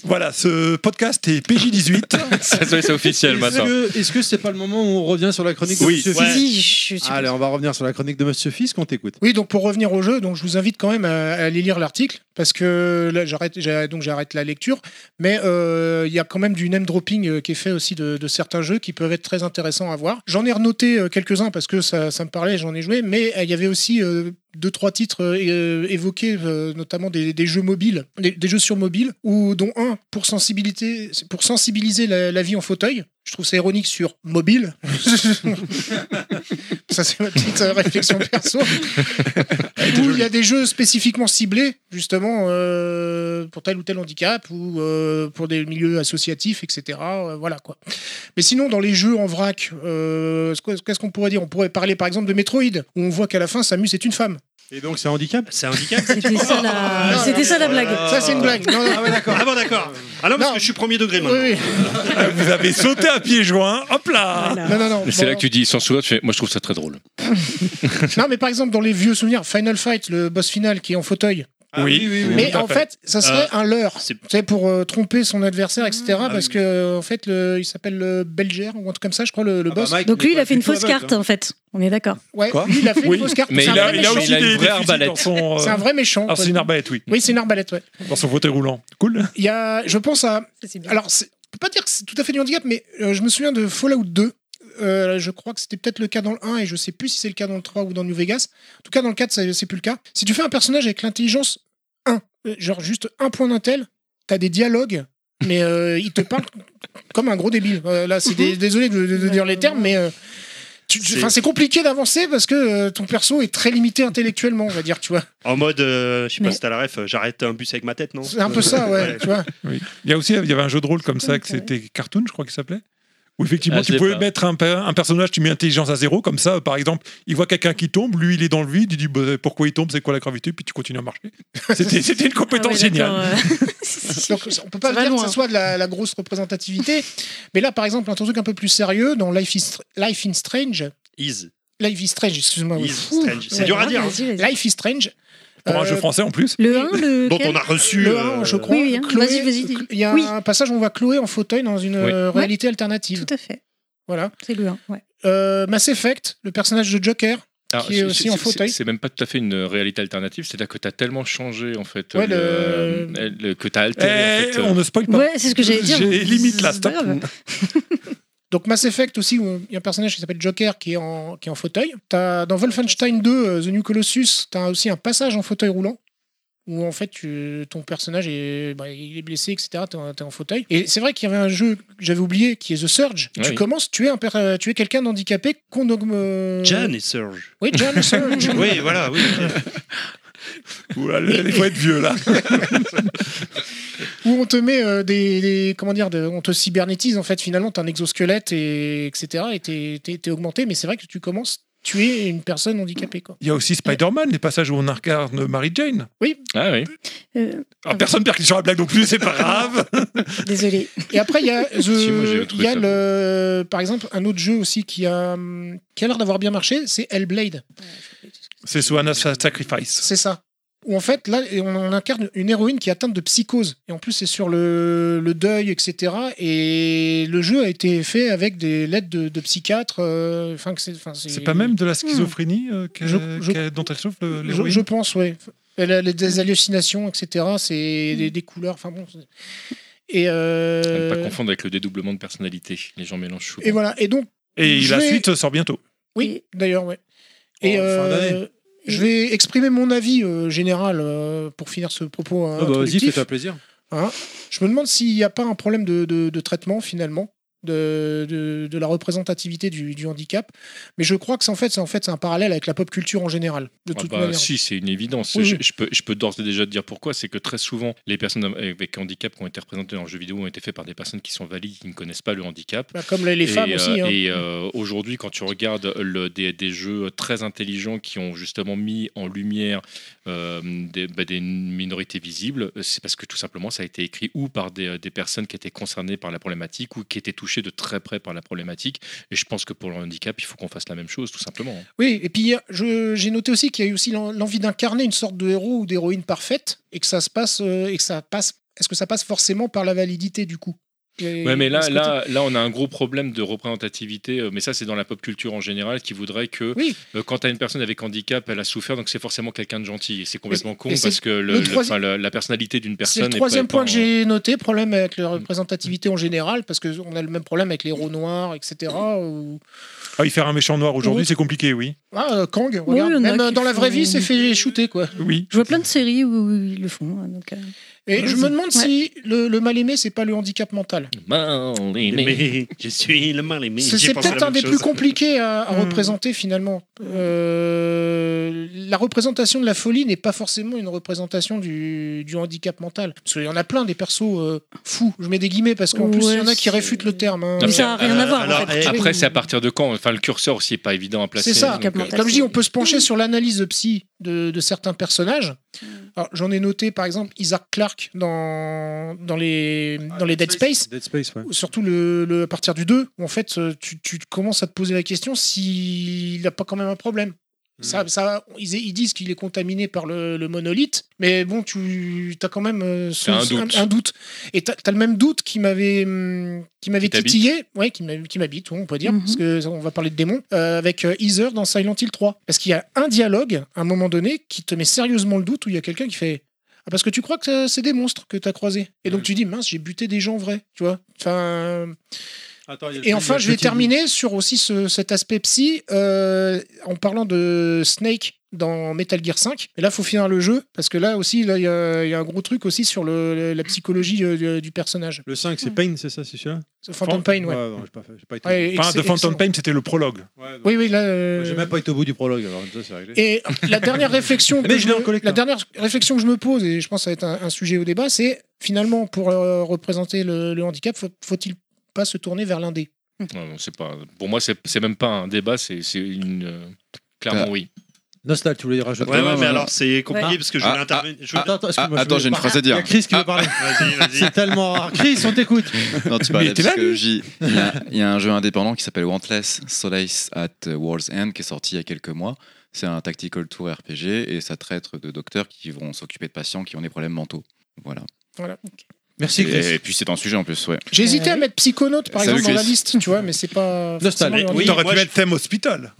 S5: Voilà, ce podcast est PJ18.
S6: Ça, c'est c'est officiel
S1: Est-ce
S6: maintenant.
S1: que- Est-ce que c'est pas le moment où on revient sur la chronique de
S6: Oui.
S1: Monsieur
S6: Ouais.
S1: Fils
S6: Si,
S1: Allez, on va revenir sur la chronique de Monsieur Fils qu'on t'écoute.
S7: Oui, donc pour revenir au jeu, donc je vous invite quand même à, à aller lire l'article parce que là j'arrête, j'ai- donc j'arrête la lecture, mais euh, il y a quand même du name dropping euh, qui est fait aussi de, de certains jeux qui peuvent être très intéressants à voir. J'en ai renoté euh, quelques-uns parce que ça, ça me parlait, j'en ai joué, mais euh, il y avait aussi euh, deux trois titres euh, euh, évoqués, euh, notamment des, des jeux mobiles, des, des jeux sur mobile, ou dont un pour sensibilité, pour sensibiliser la, la vie en fauteuil. Je trouve ça ironique sur mobile. ça c'est ma petite euh, réflexion perso. Où il y a des jeux spécifiquement ciblés, justement, euh, pour tel ou tel handicap ou euh, pour des milieux associatifs, etc. Euh, voilà quoi. Mais sinon, dans les jeux en vrac, euh, ce que- qu'est-ce qu'on pourrait dire On pourrait parler par exemple de Metroid, où on voit qu'à la fin, Samus est une femme.
S1: Et donc c'est un handicap
S3: C'est un handicap
S7: C'était ça
S4: la- Ah, c'était ça la blague.
S7: Ça, c'est une blague. Non, non.
S3: Ah ouais, d'accord. Ah bon, d'accord.
S7: Euh,
S3: Ah non, parce que je suis premier degré maintenant.
S5: Vous avez sauté à pieds joints, hop là
S7: Non, non, non.
S6: Et c'est
S7: Bon.
S6: là que tu dis sans sourire, tu fais, moi je trouve ça très drôle.
S7: non, mais par exemple, dans les vieux souvenirs, Final Fight, le boss final qui est en fauteuil.
S6: Ah oui,
S7: Mais en fait, ça serait
S6: Euh,
S7: un leurre, tu sais, pour euh, tromper son adversaire, etc.
S6: Ah
S7: parce que euh, en fait, le- il s'appelle euh, Belger ou un truc comme ça, je crois, le, le
S6: Ah bah
S7: boss.
S4: Donc lui, il a fait une fausse
S6: hein.
S4: carte, en fait. On est d'accord.
S7: Ouais, lui, il a fait une fausse carte.
S6: mais
S7: C'est un
S6: il a-
S7: vrai
S6: il a
S7: méchant.
S6: aussi Il a une des- vraie des fusils arbalète.
S5: dans son, euh,
S7: C'est un vrai méchant.
S5: Ah,
S7: quoi.
S5: c'est une arbalète, oui.
S7: Oui, c'est une arbalète, ouais.
S5: Dans son fauteuil roulant. Cool.
S7: Il y a, je pense à. Alors, c'est- on peut pas dire que c'est tout à fait du handicap, mais euh, je me souviens de Fallout 2. Euh, je crois que c'était peut-être le cas dans le 1 et je sais plus si c'est le cas dans le 3 ou dans New Vegas. En tout cas, dans le 4, ça- c'est plus le cas. Si tu fais un personnage avec l'intelligence 1, euh, genre juste un point d'intel, t'as des dialogues, mais euh, il te parle comme un gros débile. Euh, là, c'est des- désolé de, de- de dire les termes, mais. euh, tu- tu-
S3: C'est-
S7: enfin, c'est compliqué d'avancer parce que euh, ton perso est très limité intellectuellement, on va dire, tu vois.
S3: En mode, euh, je sais pas
S7: Mais-
S3: si t'as la ref, euh, j'arrête un bus avec ma tête, non
S7: C'est un peu ça, ouais, tu vois.
S5: Oui. Il y a aussi il y avait un jeu de rôle comme ça, que c'était Cartoon, je crois qu'il s'appelait. Où effectivement,
S6: Ah, je
S5: tu
S6: l'ai
S5: pouvais
S6: pas.
S5: mettre un, per- un personnage, tu mets intelligence à zéro, comme ça, par exemple, il voit quelqu'un qui tombe, lui il est dans le vide, il dit bah, pourquoi il tombe, c'est quoi la gravité, puis tu continues à marcher. C'était c'était une compétence
S7: Ah
S5: géniale.
S7: Donc, on peut pas
S4: Ça va
S7: dire
S4: loin. hein.
S7: que ce soit de la, la grosse représentativité. mais là, par exemple, un truc un peu plus sérieux, dans Life is, Life in Strange.
S3: Is.
S7: Life is Strange, excuse-moi.
S3: Is
S7: Ouh.
S3: Strange. C'est dur à dire, hein.
S7: Vas-y, vas-y. Life is Strange.
S5: Pour un
S7: Euh,
S5: jeu français en plus.
S4: Le 1, le.
S3: Dont
S4: quel
S3: on a reçu.
S7: le
S3: euh,
S7: 1, je crois.
S4: Oui, oui, hein.
S7: Chloé-
S4: Vas-y, vas-y, dis.
S7: Il y a
S4: Oui.
S7: un passage où on voit Chloé en fauteuil dans une
S6: Oui.
S7: euh,
S4: Ouais.
S7: réalité alternative.
S4: Tout à fait.
S7: Voilà.
S4: C'est le 1, ouais.
S7: Euh, Mass Effect, le personnage de Joker,
S6: Alors,
S7: qui est,
S6: Ah, c'est-
S7: aussi
S6: c'est-
S7: en
S6: c'est-
S7: fauteuil.
S6: C'est même pas tout à fait une réalité alternative, c'est-à-dire que t'as tellement changé en fait,
S7: Ouais,
S6: le-
S7: le-
S6: euh, le- que t'as
S5: Eh,
S6: altéré. en fait, euh,
S5: on ne spoil pas.
S4: Ouais, c'est ce que j'allais dire.
S5: J'ai limite là, stop.
S7: Donc Mass Effect aussi, où il y a un personnage qui s'appelle Joker qui est en, qui est en fauteuil. As, dans Wolfenstein 2, euh, The New Colossus, tu as aussi un passage en fauteuil roulant. Où en fait tu- ton personnage est, bah, il est blessé, etc. T'es en, t'es en fauteuil. Et c'est vrai qu'il y avait un jeu que j'avais oublié qui est The Surge.
S3: Ouais,
S7: tu
S3: oui.
S7: commences, tu es, un, per- euh, tu es quelqu'un d'handicapé euh, qu'on augmente.
S3: Jan et Serge.
S7: Oui, Jan et Surge.
S3: oui, voilà, oui.
S5: Ouh là, le- Il faut être vieux là.
S7: Où on te met euh, des, des- Comment dire de- On te cybernétise en fait. Finalement, t'as un exosquelette, et, etc. Et t'es- t'es t'es augmenté. Mais c'est vrai que tu commences tuer une personne handicapée. Quoi.
S5: Il y a aussi Spider-Man, les passages où on incarne Mary Jane.
S7: Oui.
S6: Ah oui.
S4: Euh,
S5: Ah, personne perd sur la blague non plus, c'est pas grave.
S4: Désolé.
S7: Et après, il y a, the-
S6: Si, moi, j'ai retrouvé
S7: il y a
S6: ça.
S7: le, par exemple un autre jeu aussi qui a, hum, qui a l'air d'avoir bien marché, c'est Hellblade.
S5: c'est Suana's Sacrifice.
S7: C'est ça. Où en fait, là, et on, on incarne une héroïne qui est atteinte de psychose. Et en plus, c'est sur le, le deuil, etc. Et le jeu a été fait avec des lettres de, de psychiatres. euh, Enfin, que c'est enfin,
S5: C'est pas même
S4: Hmm.
S5: de la schizophrénie euh, qu'elle-
S7: Je- je-
S5: qu'elle- dont elle souffre le-
S7: Je,
S5: l'héroïne
S7: je pense, oui. Elle a les- des hallucinations, etc.
S5: Hmm.
S7: C'est des, des couleurs. Enfin bon. c'est- Et, euh,
S6: À ne pas confondre avec le dédoublement de personnalité. Les gens mélangent souvent.
S7: et voilà. Et donc,
S5: Et
S7: je
S5: la
S7: vais-
S5: suite sort bientôt.
S7: Oui, d'ailleurs, ouais. Et
S5: fin
S7: euh,
S5: d'année.
S7: je vais exprimer mon avis euh, général euh, pour finir ce propos. euh,
S13: Ah bah, vas-y,
S7: introductif.
S13: fais-toi plaisir.
S7: Hein je me demande s'il n'y a pas un problème de, de- de traitement finalement. De, de- de la représentativité du, du handicap, mais je crois que c'est en fait c'est en fait c'est un parallèle avec la pop culture en général. De
S6: Ah
S7: toute
S6: bah,
S7: manière.
S6: si, c'est une évidence.
S7: Oui,
S6: je,
S7: oui.
S6: je peux, je peux d'ores et déjà te dire pourquoi. C'est que très souvent, les personnes avec handicap qui ont été représentées en jeu vidéo ont été faites par des personnes qui sont valides, qui ne connaissent pas le handicap.
S7: Bah, comme les, les
S6: Et,
S7: femmes
S6: euh,
S7: aussi. hein.
S6: Et euh, aujourd'hui, quand tu regardes le- des, des jeux très intelligents qui ont justement mis en lumière euh, des, bah, des minorités visibles, c'est parce que tout simplement ça a été écrit ou par des, des personnes qui étaient concernées par la problématique ou qui étaient touchées de très près par la problématique. Et je pense que pour le handicap, il faut qu'on fasse la même chose, tout simplement.
S7: Oui, et puis je- j'ai noté aussi qu'il y a eu aussi l'en- l'envie d'incarner une sorte de héros ou d'héroïne parfaite, et que ça se passe, euh, et que ça passe. Est-ce que ça passe forcément par la validité du coup Et-
S6: Ouais, mais
S7: de
S6: là,
S7: ce côté-
S6: là, là, on a un gros problème de représentativité, euh, mais ça, c'est dans la pop culture en général, qui voudrait que
S7: Oui.
S6: euh, quand tu as une personne avec handicap, elle a souffert, donc c'est forcément quelqu'un de gentil. Et c'est complètement con
S7: et c'est
S6: parce que le-
S7: le
S6: le-
S7: troisi-
S6: enfin, le- la personnalité
S7: C'est
S6: d'une
S7: le
S6: personne. est pas-
S7: troisième
S6: est pas
S7: point
S6: en-
S7: que j'ai noté, problème avec
S6: Mm.
S7: la représentativité en général, parce qu'on a le même problème avec les héros noirs, etc. ou-
S5: Ah, y faire un méchant noir aujourd'hui,
S7: Oui.
S5: c'est compliqué, oui.
S7: Ah, euh, Kang,
S4: Oui,
S7: regarde,
S4: il y en a
S7: même euh,
S4: qui
S7: dans la vraie
S4: font-
S7: vie, s'est fait shooter, quoi.
S5: Oui.
S4: Je vois plein de séries où ils le font. hein, Donc, euh,
S7: Et je me demande si le, le mal-aimé, c'est pas le handicap mental.
S6: Mal aimé.
S3: Mais je suis le mal aimé.
S7: C'est
S3: J'ai
S7: c'est
S3: pensé à la
S7: peut-être un
S3: même
S7: des
S3: chose.
S7: plus compliqués à,
S4: Hmm.
S7: à représenter finalement. Euh, la représentation de la folie n'est pas forcément une représentation du, du handicap mental. Parce qu'il y en a plein des persos euh, fous. Je mets des guillemets parce qu'en
S4: Ouais,
S7: plus il y en a qui
S4: c'est-
S7: réfutent le terme. hein.
S6: Mais ça a
S4: rien à voir, en
S3: alors,
S4: fait.
S3: eh,
S6: Après, c'est à partir de quand Enfin, le curseur aussi n'est pas évident à placer.
S7: C'est ça.
S6: donc, euh,
S7: Comme je dis, on peut se pencher sur l'analyse de psy de, de certains personnages. Alors, J'en ai noté par exemple Isaac Clarke dans, dans, les,
S6: Ah,
S7: dans les Dead Space.
S13: Dead Space, ouais.
S7: surtout le, le- à partir du 2, où en fait, euh, tu, tu commences à te poser la question s'il n'a pas quand même un problème.
S6: Mm.
S7: Ça, ça, ils, ils disent qu'il est contaminé par le, le monolithe, mais bon, tu as quand même euh, ce-
S6: T'as un doute.
S7: Et tu as, le même doute qui m'avait hum, qui m'avait
S6: Qui t'habite.
S7: titillé, ouais, qui m'hab- qui m'habite, ouais, on peut dire,
S4: Mhm.
S7: parce que ça, on va parler de démons, euh, avec euh, Heather dans Silent Hill 3. Parce qu'il y a un dialogue, à un moment donné, qui te met sérieusement le doute, où il y a quelqu'un qui fait ah, parce que tu crois que euh, c'est des monstres que t'as croisés. Et donc tu dis, mince, j'ai buté des gens vrais, tu vois. Enfin, et enfin, je vais terminer sur aussi ce- cet aspect psy euh, en parlant de Snake dans Metal Gear 5. Et là, faut finir le jeu parce que là aussi, là, il y, a il y a un gros truc aussi sur le- la psychologie euh, du- du personnage.
S13: Le 5, c'est Pain, c'est ça, c'est celui-là
S7: Ce Phantom Pain, ouais.
S13: non, j'ai pas, fait- j'ai pas été.
S7: Ouais,
S5: Enfin,
S7: ex-
S5: The Phantom
S7: excellent.
S5: Pain, c'était le prologue.
S7: Oui, oui, là. euh,
S13: J'ai même pas été au bout du prologue, alors ça, c'est réglé.
S7: Et la dernière réflexion, que
S13: Mais je
S7: je
S13: l'ai en
S7: me,
S13: collecte,
S7: la
S13: hein.
S7: dernière réflexion que je me pose, et je pense que ça va être un, un sujet au débat, c'est finalement pour euh, représenter le, le handicap, faut- faut-il pas se tourner vers l'indé
S6: non, non, c'est pas... Pour moi, c'est c'est même pas un débat, c'est c'est une. euh, Clairement,
S10: Ah.
S6: oui.
S13: Nostal, tu voulais rajouter
S3: Ouais, ouais,
S10: Ouais, ouais,
S3: mais
S1: euh,
S10: ouais.
S3: alors c'est compliqué
S10: Ah,
S3: parce que je
S10: ah,
S3: voulais intervenir. je voulais-
S13: Attends, attends,
S10: Ah,
S13: excuse-moi. je
S10: attends,
S13: voulais
S10: j'ai une
S13: parler.
S10: phrase à
S13: Il y
S10: dire.
S13: a Chris qui veut
S10: Ah,
S13: parler.
S3: Vas-y, vas-y.
S13: C'est tellement rare. Chris, on t'écoute.
S8: Non, tu parlais
S13: Mais
S8: de
S13: t'es là, lui.
S8: psychologie. Il y, a, il y a un jeu indépendant qui s'appelle Wantless Solace at World's End qui est sorti il y a quelques mois. C'est un tactical tour RPG et ça traite de docteurs qui vont s'occuper de patients qui ont des problèmes mentaux. Voilà.
S13: Merci,
S8: Et,
S13: Chris.
S8: et puis c'est un sujet en plus, ouais.
S7: J'ai hésité
S4: Ouais.
S7: à mettre Psychonautes par
S8: Salut,
S7: exemple dans la
S8: Chris.
S7: liste, tu vois, mais c'est pas.
S13: Nostal,
S7: forcément le
S3: Oui,
S5: T'aurais
S3: moi,
S5: pu
S3: je-
S5: mettre thème hospital.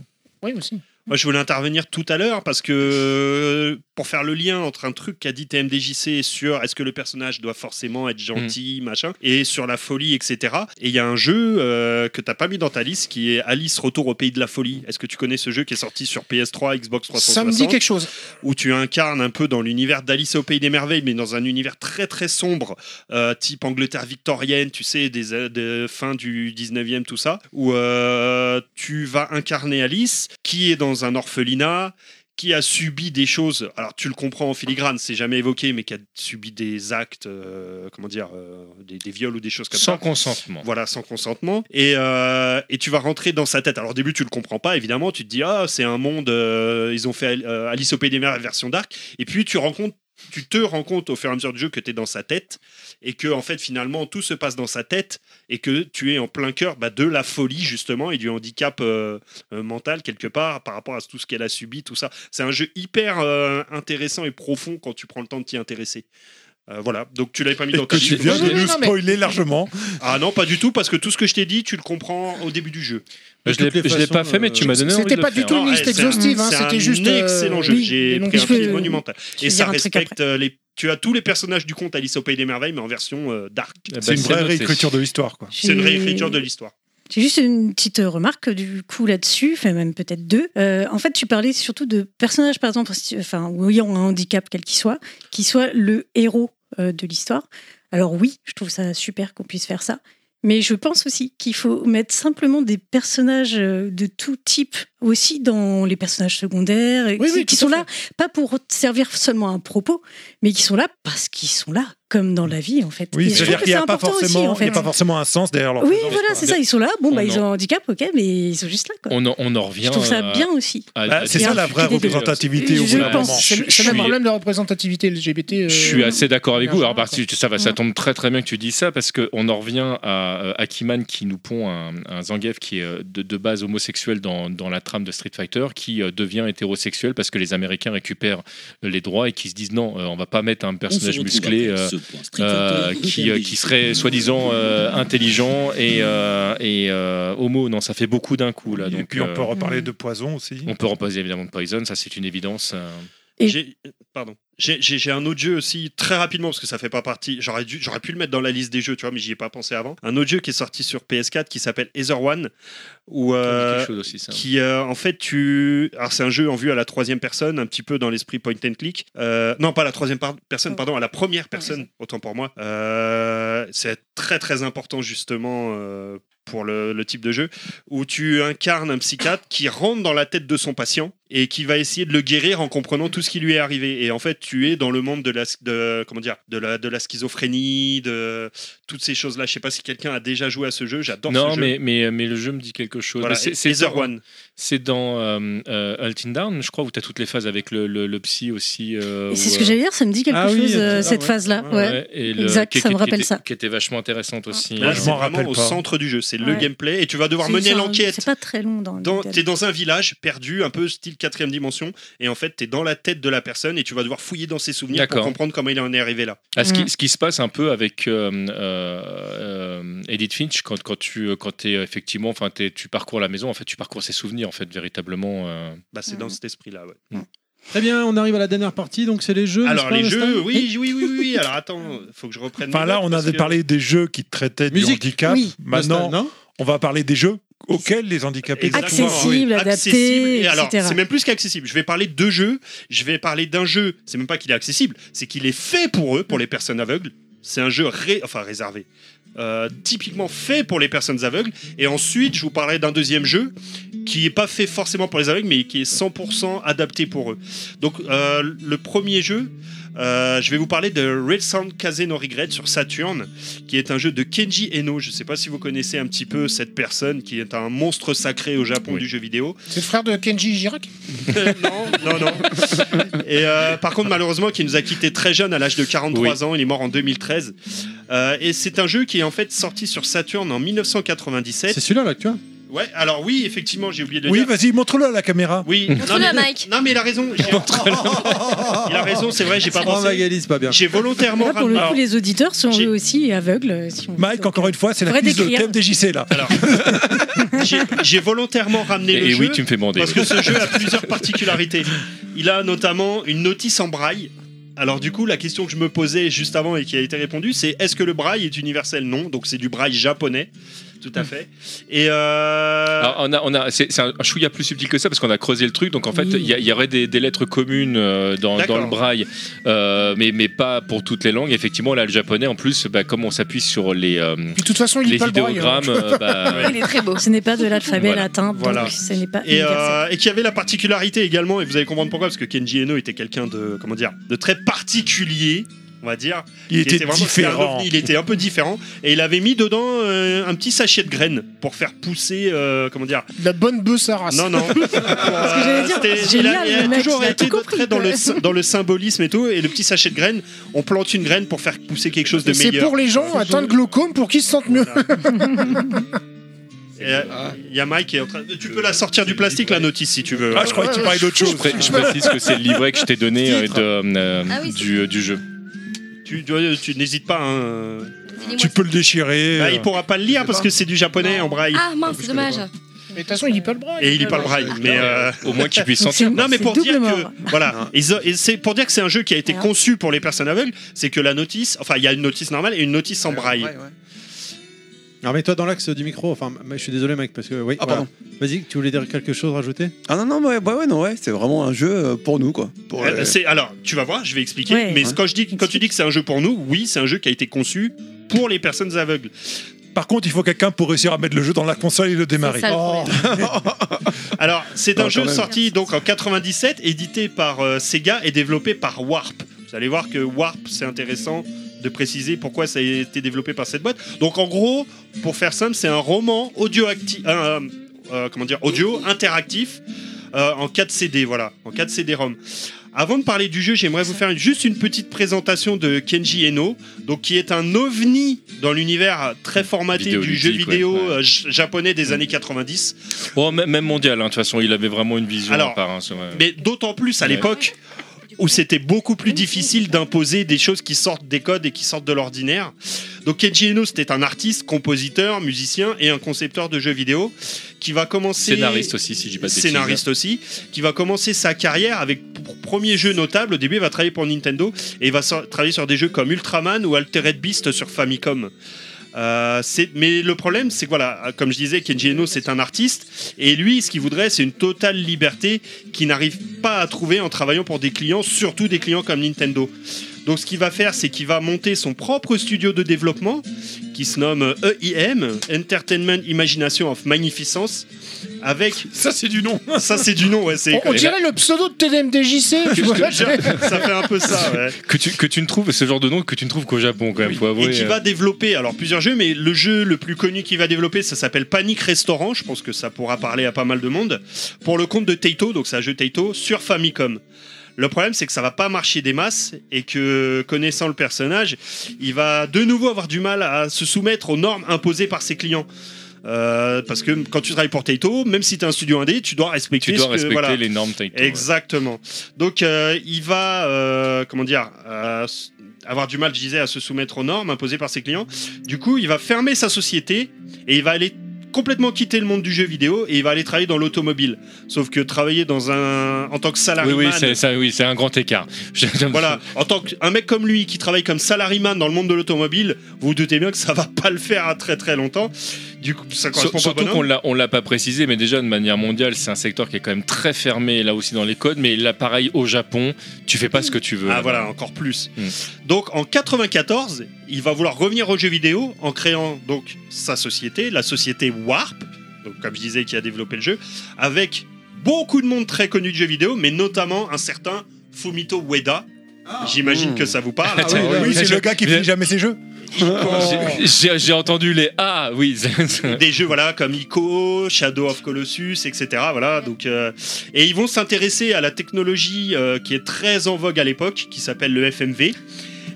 S7: Oui, aussi.
S3: Moi, je voulais intervenir tout à l'heure parce que euh, pour faire le lien entre un truc qu'a dit TMDJC sur est-ce que le personnage doit forcément être gentil, machin, et sur la folie, etc. Et il y a un jeu euh, que t'as pas mis dans ta liste qui est Alice Retour au pays de la folie. Est-ce que tu connais ce jeu qui est sorti sur PS3, Xbox 360
S7: Ça me dit quelque chose.
S3: où tu incarnes un peu dans l'univers d'Alice au Pays des Merveilles, mais dans un univers très très sombre, euh, type Angleterre victorienne, tu sais, des, euh, de fin du 19e, tout ça, où euh, tu vas incarner Alice, qui est dans un orphelinat, qui a subi des choses, alors tu le comprends en filigrane, c'est jamais évoqué, mais qui a subi des actes, euh, comment dire, euh, des, des viols ou des choses comme ça.
S6: Sans consentement.
S3: Voilà, sans consentement. Et, euh, et tu vas rentrer dans sa tête. Alors au début, tu le comprends pas, évidemment, tu te dis, ah, c'est un monde, euh, ils ont fait euh, Alice au Pays des Mers, version dark. Et puis tu rencontres tu te rends compte au fur et à mesure du jeu que tu es dans sa tête et que en fait finalement tout se passe dans sa tête et que tu es en plein cœur bah, de la folie justement et du handicap euh, euh, mental quelque part par rapport à tout ce qu'elle a subi tout ça c'est un jeu hyper euh, intéressant et profond quand tu prends le temps de t'y intéresser Euh, voilà, donc tu l'avais pas mis
S5: Et
S3: dans ta
S5: que tu
S3: liste.
S5: viens de nous spoiler largement.
S3: Ah non, pas du tout, parce que tout ce que je t'ai dit, tu le comprends au début du jeu.
S6: Je l'ai- je l'ai pas fait, mais tu m'as donné envie de le faire.
S3: Non, ouais, euh, Ah, c'est un- c'est un excellent jeu. J'ai pris un film monumental.
S6: tu
S3: Et
S6: veux
S3: ça
S6: dire un truc
S3: respecte euh, les. Tu as tous les personnages du conte Alice au Pays des Merveilles, mais en version euh, dark.
S6: Eh ben,
S5: C'est une vraie réécriture de l'histoire, quoi.
S3: C'est une
S4: J'ai-
S3: réécriture de l'histoire.
S4: J'ai juste une petite euh, remarque du coup là-dessus, enfin même peut-être deux. Euh, en fait, tu parlais surtout de personnages, par exemple, si- enfin, ou ayant un handicap quel qu'il soit, qui soit le héros euh, de l'histoire. Alors oui, je trouve ça super qu'on puisse faire ça. Mais je pense aussi qu'il faut mettre simplement des personnages euh, de tout type aussi dans les personnages secondaires, et
S7: Oui,
S4: qui,
S7: oui,
S4: qui sont là, pas pour servir seulement un propos, mais qui sont là parce qu'ils sont là, comme dans la vie en fait. Et
S5: Oui,
S4: je trouve
S5: c'est-à-dire
S4: que
S5: qu'il n'y a, pas
S4: important aussi,
S5: forcément-
S4: en
S5: il y a
S4: fait.
S5: pas forcément un sens derrière leur
S4: Oui,
S5: présence,
S4: voilà,
S5: quoi.
S4: c'est ça, ils sont là.
S3: Oh
S4: Bon, bah,
S6: On
S4: ils ont un handicap, ok, mais ils sont juste là. Quoi.
S6: On en, on en revient.
S4: Je trouve ça
S6: à-
S4: bien aussi.
S6: euh, à-
S5: Bah,
S6: à-
S5: c'est
S6: à-
S5: ça, la vraie
S6: discuter des-
S5: représentativité, au bout d'un moment.
S6: Je-
S7: C'est
S6: je
S7: c'est même un
S6: suis-
S7: problème de représentativité LGBT. euh,
S6: Je suis assez d'accord avec vous. Alors, bah, tu- ça, va, ça
S7: Ouais.
S6: tombe très très bien que tu dis ça parce qu'on en revient à euh, Akiman qui nous pond un, un Zangief qui est euh, de, de base homosexuel dans, dans la trame de Street Fighter qui euh, devient hétérosexuel parce que les Américains récupèrent euh, les droits et qui se disent non, euh, on va pas mettre un personnage
S2: retrouve
S6: musclé
S2: après
S6: euh,
S2: ce point Street
S6: euh,
S2: Fighter.
S6: qui, euh, qui serait soi-disant euh, intelligent et, euh, et euh, homo. Non, ça fait beaucoup d'un coup là.
S5: Et
S6: donc,
S5: puis on
S6: euh,
S5: peut
S4: Hmm.
S5: reparler de poison
S3: Mm.
S5: aussi.
S6: on peut reposer évidemment de Poison, ça c'est une évidence. euh.
S3: J'ai- Pardon. J'ai- J'ai j'ai un autre jeu aussi, très rapidement, parce que ça fait pas partie. J'aurais dû- j'aurais pu le mettre dans la liste des jeux, tu vois, mais j'y ai pas pensé avant. Un autre jeu qui est sorti sur PS4 qui s'appelle Ether One, où, euh,
S6: quelque chose aussi, ça.
S3: qui euh, en fait tu. Alors c'est un jeu en vue à la troisième personne, un petit peu dans l'esprit point and click. Euh, non, pas à la troisième par-
S4: Oh.
S3: personne, pardon, à la première personne, autant pour moi. Euh, c'est très très important justement euh, pour le, le type de jeu, où tu incarnes un psychiatre qui rentre dans la tête de son patient et qui va essayer de le guérir en comprenant tout ce qui lui est arrivé. Et en fait, tu es dans le monde de la, de, comment dire, de la, de la schizophrénie, de toutes ces choses-là. Je sais pas si quelqu'un a déjà joué à ce jeu, j'adore
S6: Non,
S3: ce jeu.
S6: mais, mais, mais le jeu me dit quelque chose.
S3: Voilà,
S6: Mais c'est-
S3: et-
S6: c'est
S3: Ether
S6: dans-
S3: One.
S6: C'est dans euh, euh, Alt in Down, je crois, où tu as toutes les phases avec le, le- le psy aussi. euh,
S4: Et c'est
S6: où,
S4: ce que j'allais dire, ça me dit quelque
S6: Ah oui,
S4: chose,
S6: Alt
S4: euh,
S6: in Down,
S4: cette
S6: ouais.
S4: phase-là. Ouais.
S6: et le-
S4: exact,
S6: qui-
S4: ça me
S6: qui- qui
S4: rappelle
S6: était-
S4: ça.
S6: Qui était vachement intéressante aussi. hein.
S3: Là, c'est vraiment au centre du jeu. C'est le
S4: Ouais.
S3: gameplay et tu vas devoir
S4: C'est-
S3: mener
S4: c'est un-
S3: l'enquête.
S4: C'est pas très long dans le
S3: Dans,
S4: modèle.
S3: t'es dans un village perdu, un peu style quatrième dimension, et en fait t'es dans la tête de la personne et tu vas devoir fouiller dans ses souvenirs pour
S6: D'accord.
S3: comprendre comment il en est arrivé là.
S6: Ah,
S4: Mm.
S6: ce, qui, ce qui se passe un peu avec euh, euh, euh, Edith Finch quand, quand tu euh, quand es effectivement enfin t'es- tu parcours la maison en fait tu parcours ses souvenirs en fait véritablement euh.
S3: bah
S4: Mm.
S3: c'est dans cet esprit là ouais.
S1: Très bien, on arrive à la dernière partie, donc c'est les jeux.
S3: Alors
S1: n'est-ce
S3: les
S1: pas,
S3: jeux,
S1: Nostal
S3: oui, oui, oui, oui, oui. Alors attends, faut que je reprenne.
S5: Enfin
S3: mes
S5: là,
S3: notes
S5: on
S3: parce
S5: avait
S3: que-
S5: parlé des jeux qui traitaient
S3: Musique,
S5: du handicap.
S3: oui.
S5: Maintenant,
S3: Nostal, non
S5: on va parler des jeux auxquels les handicapés doivent
S3: Exactement,
S5: pouvoir
S3: oui.
S5: jouer.
S3: Accessible. Et alors,
S5: etc.
S3: c'est même plus qu'accessible. Je vais parler de deux jeux. Je vais parler d'un jeu. C'est même pas qu'il est accessible, c'est qu'il est fait pour eux, pour les personnes aveugles. C'est un jeu ré- enfin réservé, euh, typiquement fait pour les personnes aveugles. Et ensuite, je vous parlerai d'un deuxième jeu qui est pas fait forcément pour les aveugles, mais qui est 100% adapté pour eux. Donc, euh, le premier jeu. euh, je vais vous parler de Red Sound Kaze no Regret sur Saturn, qui est un jeu de Kenji Eno. Je ne sais pas si vous connaissez un petit peu cette personne qui est un monstre sacré au Japon du jeu vidéo.
S7: C'est le frère de Kenji Girac
S3: Non, non. Et euh, par contre, malheureusement, qui nous a quitté très jeune, à l'âge de 43 ans, il est mort en 2013. Euh, et c'est un jeu qui est en fait sorti sur Saturn en 1997.
S1: C'est celui-là, là, tu vois
S3: Ouais, alors oui, effectivement, j'ai oublié de le
S5: Oui,
S3: dire.
S5: vas-y, montre-le à la caméra.
S3: Oui, non, mais- Non, mais il a raison. j'ai- Il a raison, c'est vrai, j'ai pas
S1: Oh,
S3: pensé.
S1: Magali, c'est pas bien.
S3: J'ai volontairement
S4: Là, pour le
S3: ramené-
S4: coup, les auditeurs sont eux aussi aveugles. euh, Si on...
S5: Mike, encore une fois, c'est la
S4: Faudrait
S5: quiz de
S4: décrire.
S5: thème DJC là.
S3: J'ai- J'ai volontairement ramené le
S6: Et
S3: jeu.
S6: oui, tu me fais bander.
S3: Parce que ce jeu a plusieurs particularités. Il a notamment une notice en braille. Alors du coup, la question que je me posais juste avant et qui a été répondue, c'est est-ce que le braille est universel Non, donc c'est du braille japonais. tout
S6: Hmm.
S3: à fait. Et euh,
S6: Alors, on a, on a, c'est c'est un un chouïa plus subtil que ça parce qu'on a creusé le truc. Donc en fait, il y, a- il y aurait des, des lettres communes euh, dans,
S3: D'accord.
S6: dans le braille, euh, mais, mais pas pour toutes les langues. Effectivement, là, le japonais, en plus, bah, comme on s'appuie sur les, euh,
S7: de toute façon, il lit
S6: les
S7: pas le braille, hein.
S6: idéogrammes, euh, bah,
S4: Il est très beau. Ce n'est pas de l'alphabet
S6: Voilà.
S4: latin,
S3: Voilà.
S4: donc ce n'est
S7: Bah,
S4: pas.
S3: et,
S4: universel.
S3: euh, et qui avait la particularité également, et vous allez comprendre pourquoi, parce que Kenji Eno était quelqu'un de, comment dire, de très particulier, on va dire.
S5: Il
S3: Qui
S5: était
S3: c'était un
S5: différent.
S3: ovni, il était un peu différent, et il avait mis dedans euh, un petit sachet de graines pour faire pousser, euh, comment dire.
S7: La bonne bœuf à race.
S3: Non, non.
S7: ce que j'allais dire,
S3: C'était-
S7: c'est
S3: il a-
S7: génial,
S3: il a
S7: le mec,
S3: toujours
S7: il a
S3: été
S7: tout compris,
S3: très dans
S7: quoi.
S3: le, sy- dans le symbolisme et tout, et le petit sachet de graines, on plante une graine pour faire pousser quelque chose de
S7: Et C'est
S3: meilleur.
S7: pour les gens atteints de glaucome pour qu'ils se sentent mieux.
S3: Et, euh, Il y a Mike qui est en train. Tu peux la sortir du plastique la notice si tu veux.
S5: Ah, je croyais que tu parlais d'autre chose.
S6: je, pré- je précise que c'est le livret que je t'ai donné euh, de, euh,
S3: Ah oui, c'est
S6: du, euh, du jeu.
S3: Tu, tu- tu n'hésites pas. hein.
S5: Tu peux le déchirer.
S3: Bah, il pourra pas le lire parce que c'est du japonais en braille.
S9: Ah mince, c'est dommage.
S7: Mais de toute façon, il lit pas le braille. Ah.
S3: Et il est pas le braille, mais euh,
S6: Au moins qu'il puisse sentir.
S3: Non, mais
S6: C'est
S3: pour
S6: double
S3: dire que
S6: mort.
S3: voilà, et ça- et c'est pour dire que c'est un jeu qui a été
S6: Alors
S3: conçu pour les personnes aveugles, c'est que la notice, enfin, il y a une notice normale et une notice en braille.
S13: Alors mets-toi dans l'axe du micro. Enfin, mais je suis désolé, mec, parce que oui.
S10: Ah,
S13: voilà.
S10: pardon.
S13: Vas-y, tu voulais dire quelque chose, rajouter
S10: Ah non, non, ouais, ouais, ouais, non, ouais, c'est vraiment un jeu euh, pour nous, quoi. Pour,
S3: Euh,
S6: bah,
S10: euh,
S3: c'est- alors, tu vas voir, je vais expliquer.
S10: Ouais.
S3: mais
S10: Ouais.
S3: quand je dis, quand tu dis que c'est un jeu pour nous, oui, c'est un jeu qui a été conçu pour les personnes aveugles.
S5: Par contre, il faut quelqu'un pour réussir à mettre le jeu dans la console et le démarrer.
S3: C'est ça, le
S5: Oh.
S3: Alors, c'est
S5: Ah,
S3: un
S5: quand
S3: jeu
S5: même.
S3: sorti donc en 97, édité par euh, Sega et développé par Warp. Vous allez voir que Warp, c'est intéressant de préciser pourquoi ça a été développé par cette boîte. Donc, en gros, pour faire simple, c'est un roman audio acti- euh, euh, comment dire, audio interactif euh, en 4 CD, voilà, en 4 CD-ROM. Avant de parler du jeu, j'aimerais vous faire une- juste une petite présentation de Kenji Eno, donc qui est un ovni dans l'univers très formaté du jeu
S6: Vidéoludique, ouais,
S3: vidéo
S6: ouais.
S3: euh, j- japonais des années 90.
S6: Bon, même même mondial, hein, de toute façon, il avait vraiment une vision
S3: Alors,
S6: à part. hein, ça, ouais.
S3: Mais d'autant plus à
S6: Ouais.
S3: l'époque où c'était beaucoup plus difficile d'imposer des choses qui sortent des codes et qui sortent de l'ordinaire. Donc Kenji Eno, c'était un artiste, compositeur, musicien et un concepteur de jeux vidéo qui va commencer
S6: Scénariste aussi, si je dis pas de bêtises.
S3: scénariste aussi, qui va commencer sa carrière avec pour premier jeu notable. Au début, il va travailler pour Nintendo et il va so- travailler sur des jeux comme Ultraman ou Altered Beast sur Famicom. Euh, c'est- mais le problème, c'est que voilà, comme je disais, Kenji Eno, c'est un artiste et lui, ce qu'il voudrait, c'est une totale liberté qu'il n'arrive pas à trouver en travaillant pour des clients, surtout des clients comme Nintendo. Donc, ce qu'il va faire, c'est qu'il va monter son propre studio de développement qui se nomme euh, EIM, Entertainment Imagination of Magnificence, avec.
S5: Ça, c'est du nom
S3: Ça, c'est du nom, ouais. c'est- eh ben
S7: On, on dirait le pseudo de TDMDJC. tu vois.
S3: ça fait un peu ça, ouais.
S6: Que tu, que tu ne trouves ce genre de nom que tu ne trouves qu'au Japon quand même, faut avouer.
S3: et qui
S6: euh.
S3: va développer alors plusieurs jeux mais le jeu le plus connu qu'il va développer ça s'appelle Panic Restaurant je pense que ça pourra parler à pas mal de monde pour le compte de Taito donc c'est un jeu Taito sur Famicom le problème, c'est que ça va pas marcher des masses et que, connaissant le personnage, il va de nouveau avoir du mal à se soumettre aux normes imposées par ses clients. Euh, parce que quand tu travailles pour Taito, même si tu es un studio indé, tu dois respecter,
S6: Tu dois
S3: ce que-
S6: respecter
S3: voilà.
S6: les normes Taito, ouais.
S3: Exactement. Donc euh, il va, euh, comment dire, euh, s- avoir du mal, je disais, à se soumettre aux normes imposées par ses clients. Du coup, il va fermer sa société et il va aller complètement quitter le monde du jeu vidéo et il va aller travailler dans l'automobile. Sauf que travailler dans un en tant que
S6: Oui,
S3: salarié,
S6: oui, c'est ça, oui, c'est un grand écart.
S3: voilà, en tant qu'un mec comme lui qui travaille comme salaryman dans le monde de l'automobile, vous vous doutez bien que ça va pas le faire à très très longtemps. Du coup, ça correspond
S6: Sur-
S3: pas au bonhomme.
S6: Surtout qu'on l'a- on l'a pas précisé, mais déjà de manière mondiale, c'est un secteur qui est quand même très fermé là aussi dans les codes. Mais là, pareil au Japon, tu fais pas ce que tu veux.
S3: Ah voilà, encore plus.
S5: Hmm.
S6: Mm.
S3: Donc en 94, il va vouloir revenir aux jeux vidéo en créant donc sa société, la société Warp, donc comme je disais qui a développé le jeu, avec beaucoup de monde très connu de jeux vidéo, mais notamment un certain Fumito Ueda. J'imagine
S5: Mm.
S3: que ça vous parle.
S5: Ah, oui, oui, oui, c'est le gars qui finit jamais ses jeux. Oh.
S6: J'ai j'ai entendu les ah oui. c'est-
S3: Oh. des jeux voilà comme Ico, Shadow of Colossus, etc. Voilà donc euh, et ils vont s'intéresser à la technologie euh, qui est très en vogue à l'époque, qui s'appelle le FMV.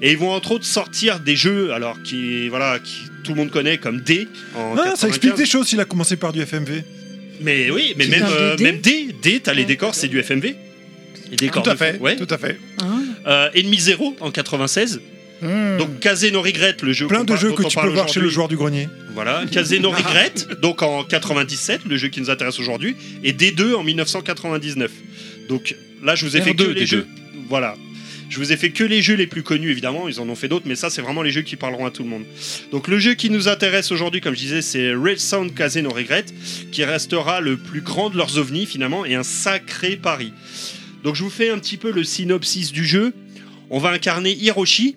S3: Et ils vont entre autres sortir des jeux alors qui voilà qui tout le monde connaît comme D en
S5: Ah, ça
S3: 95.
S5: explique des choses s'il a commencé par du FMV.
S3: Mais oui, mais
S5: C'est
S3: même
S5: un
S3: euh,
S5: DD?
S3: même D, D t'as les décors c'est du FMV. Les décors
S5: Tout à
S3: de-
S5: fait,
S3: ouais.
S5: tout à fait.
S3: Euh, Ennemi Zero en 96. Donc Kazé no Regret le jeu
S5: Hmm. Plein
S3: qu'on
S5: de
S3: parle-
S5: jeux que
S3: dont on
S5: tu peux
S3: parle
S5: voir chez le
S3: aujourd'hui.
S5: joueur du grenier.
S3: Voilà, Casino Regret, donc en 97, le jeu qui nous intéresse aujourd'hui, et D2 en 1999. Donc là, je vous ai fait que
S6: R2,
S3: les
S6: D2.
S3: jeux. Voilà. Je vous ai fait que les jeux les plus connus, évidemment, ils en ont fait d'autres, mais ça, c'est vraiment les jeux qui parleront à tout le monde. Donc, le jeu qui nous intéresse aujourd'hui, comme je disais, c'est Red Sound Casino Regret, qui restera le plus grand de leurs ovnis, finalement, et un sacré pari. Donc, je vous fais un petit peu le synopsis du jeu. On va incarner Hiroshi,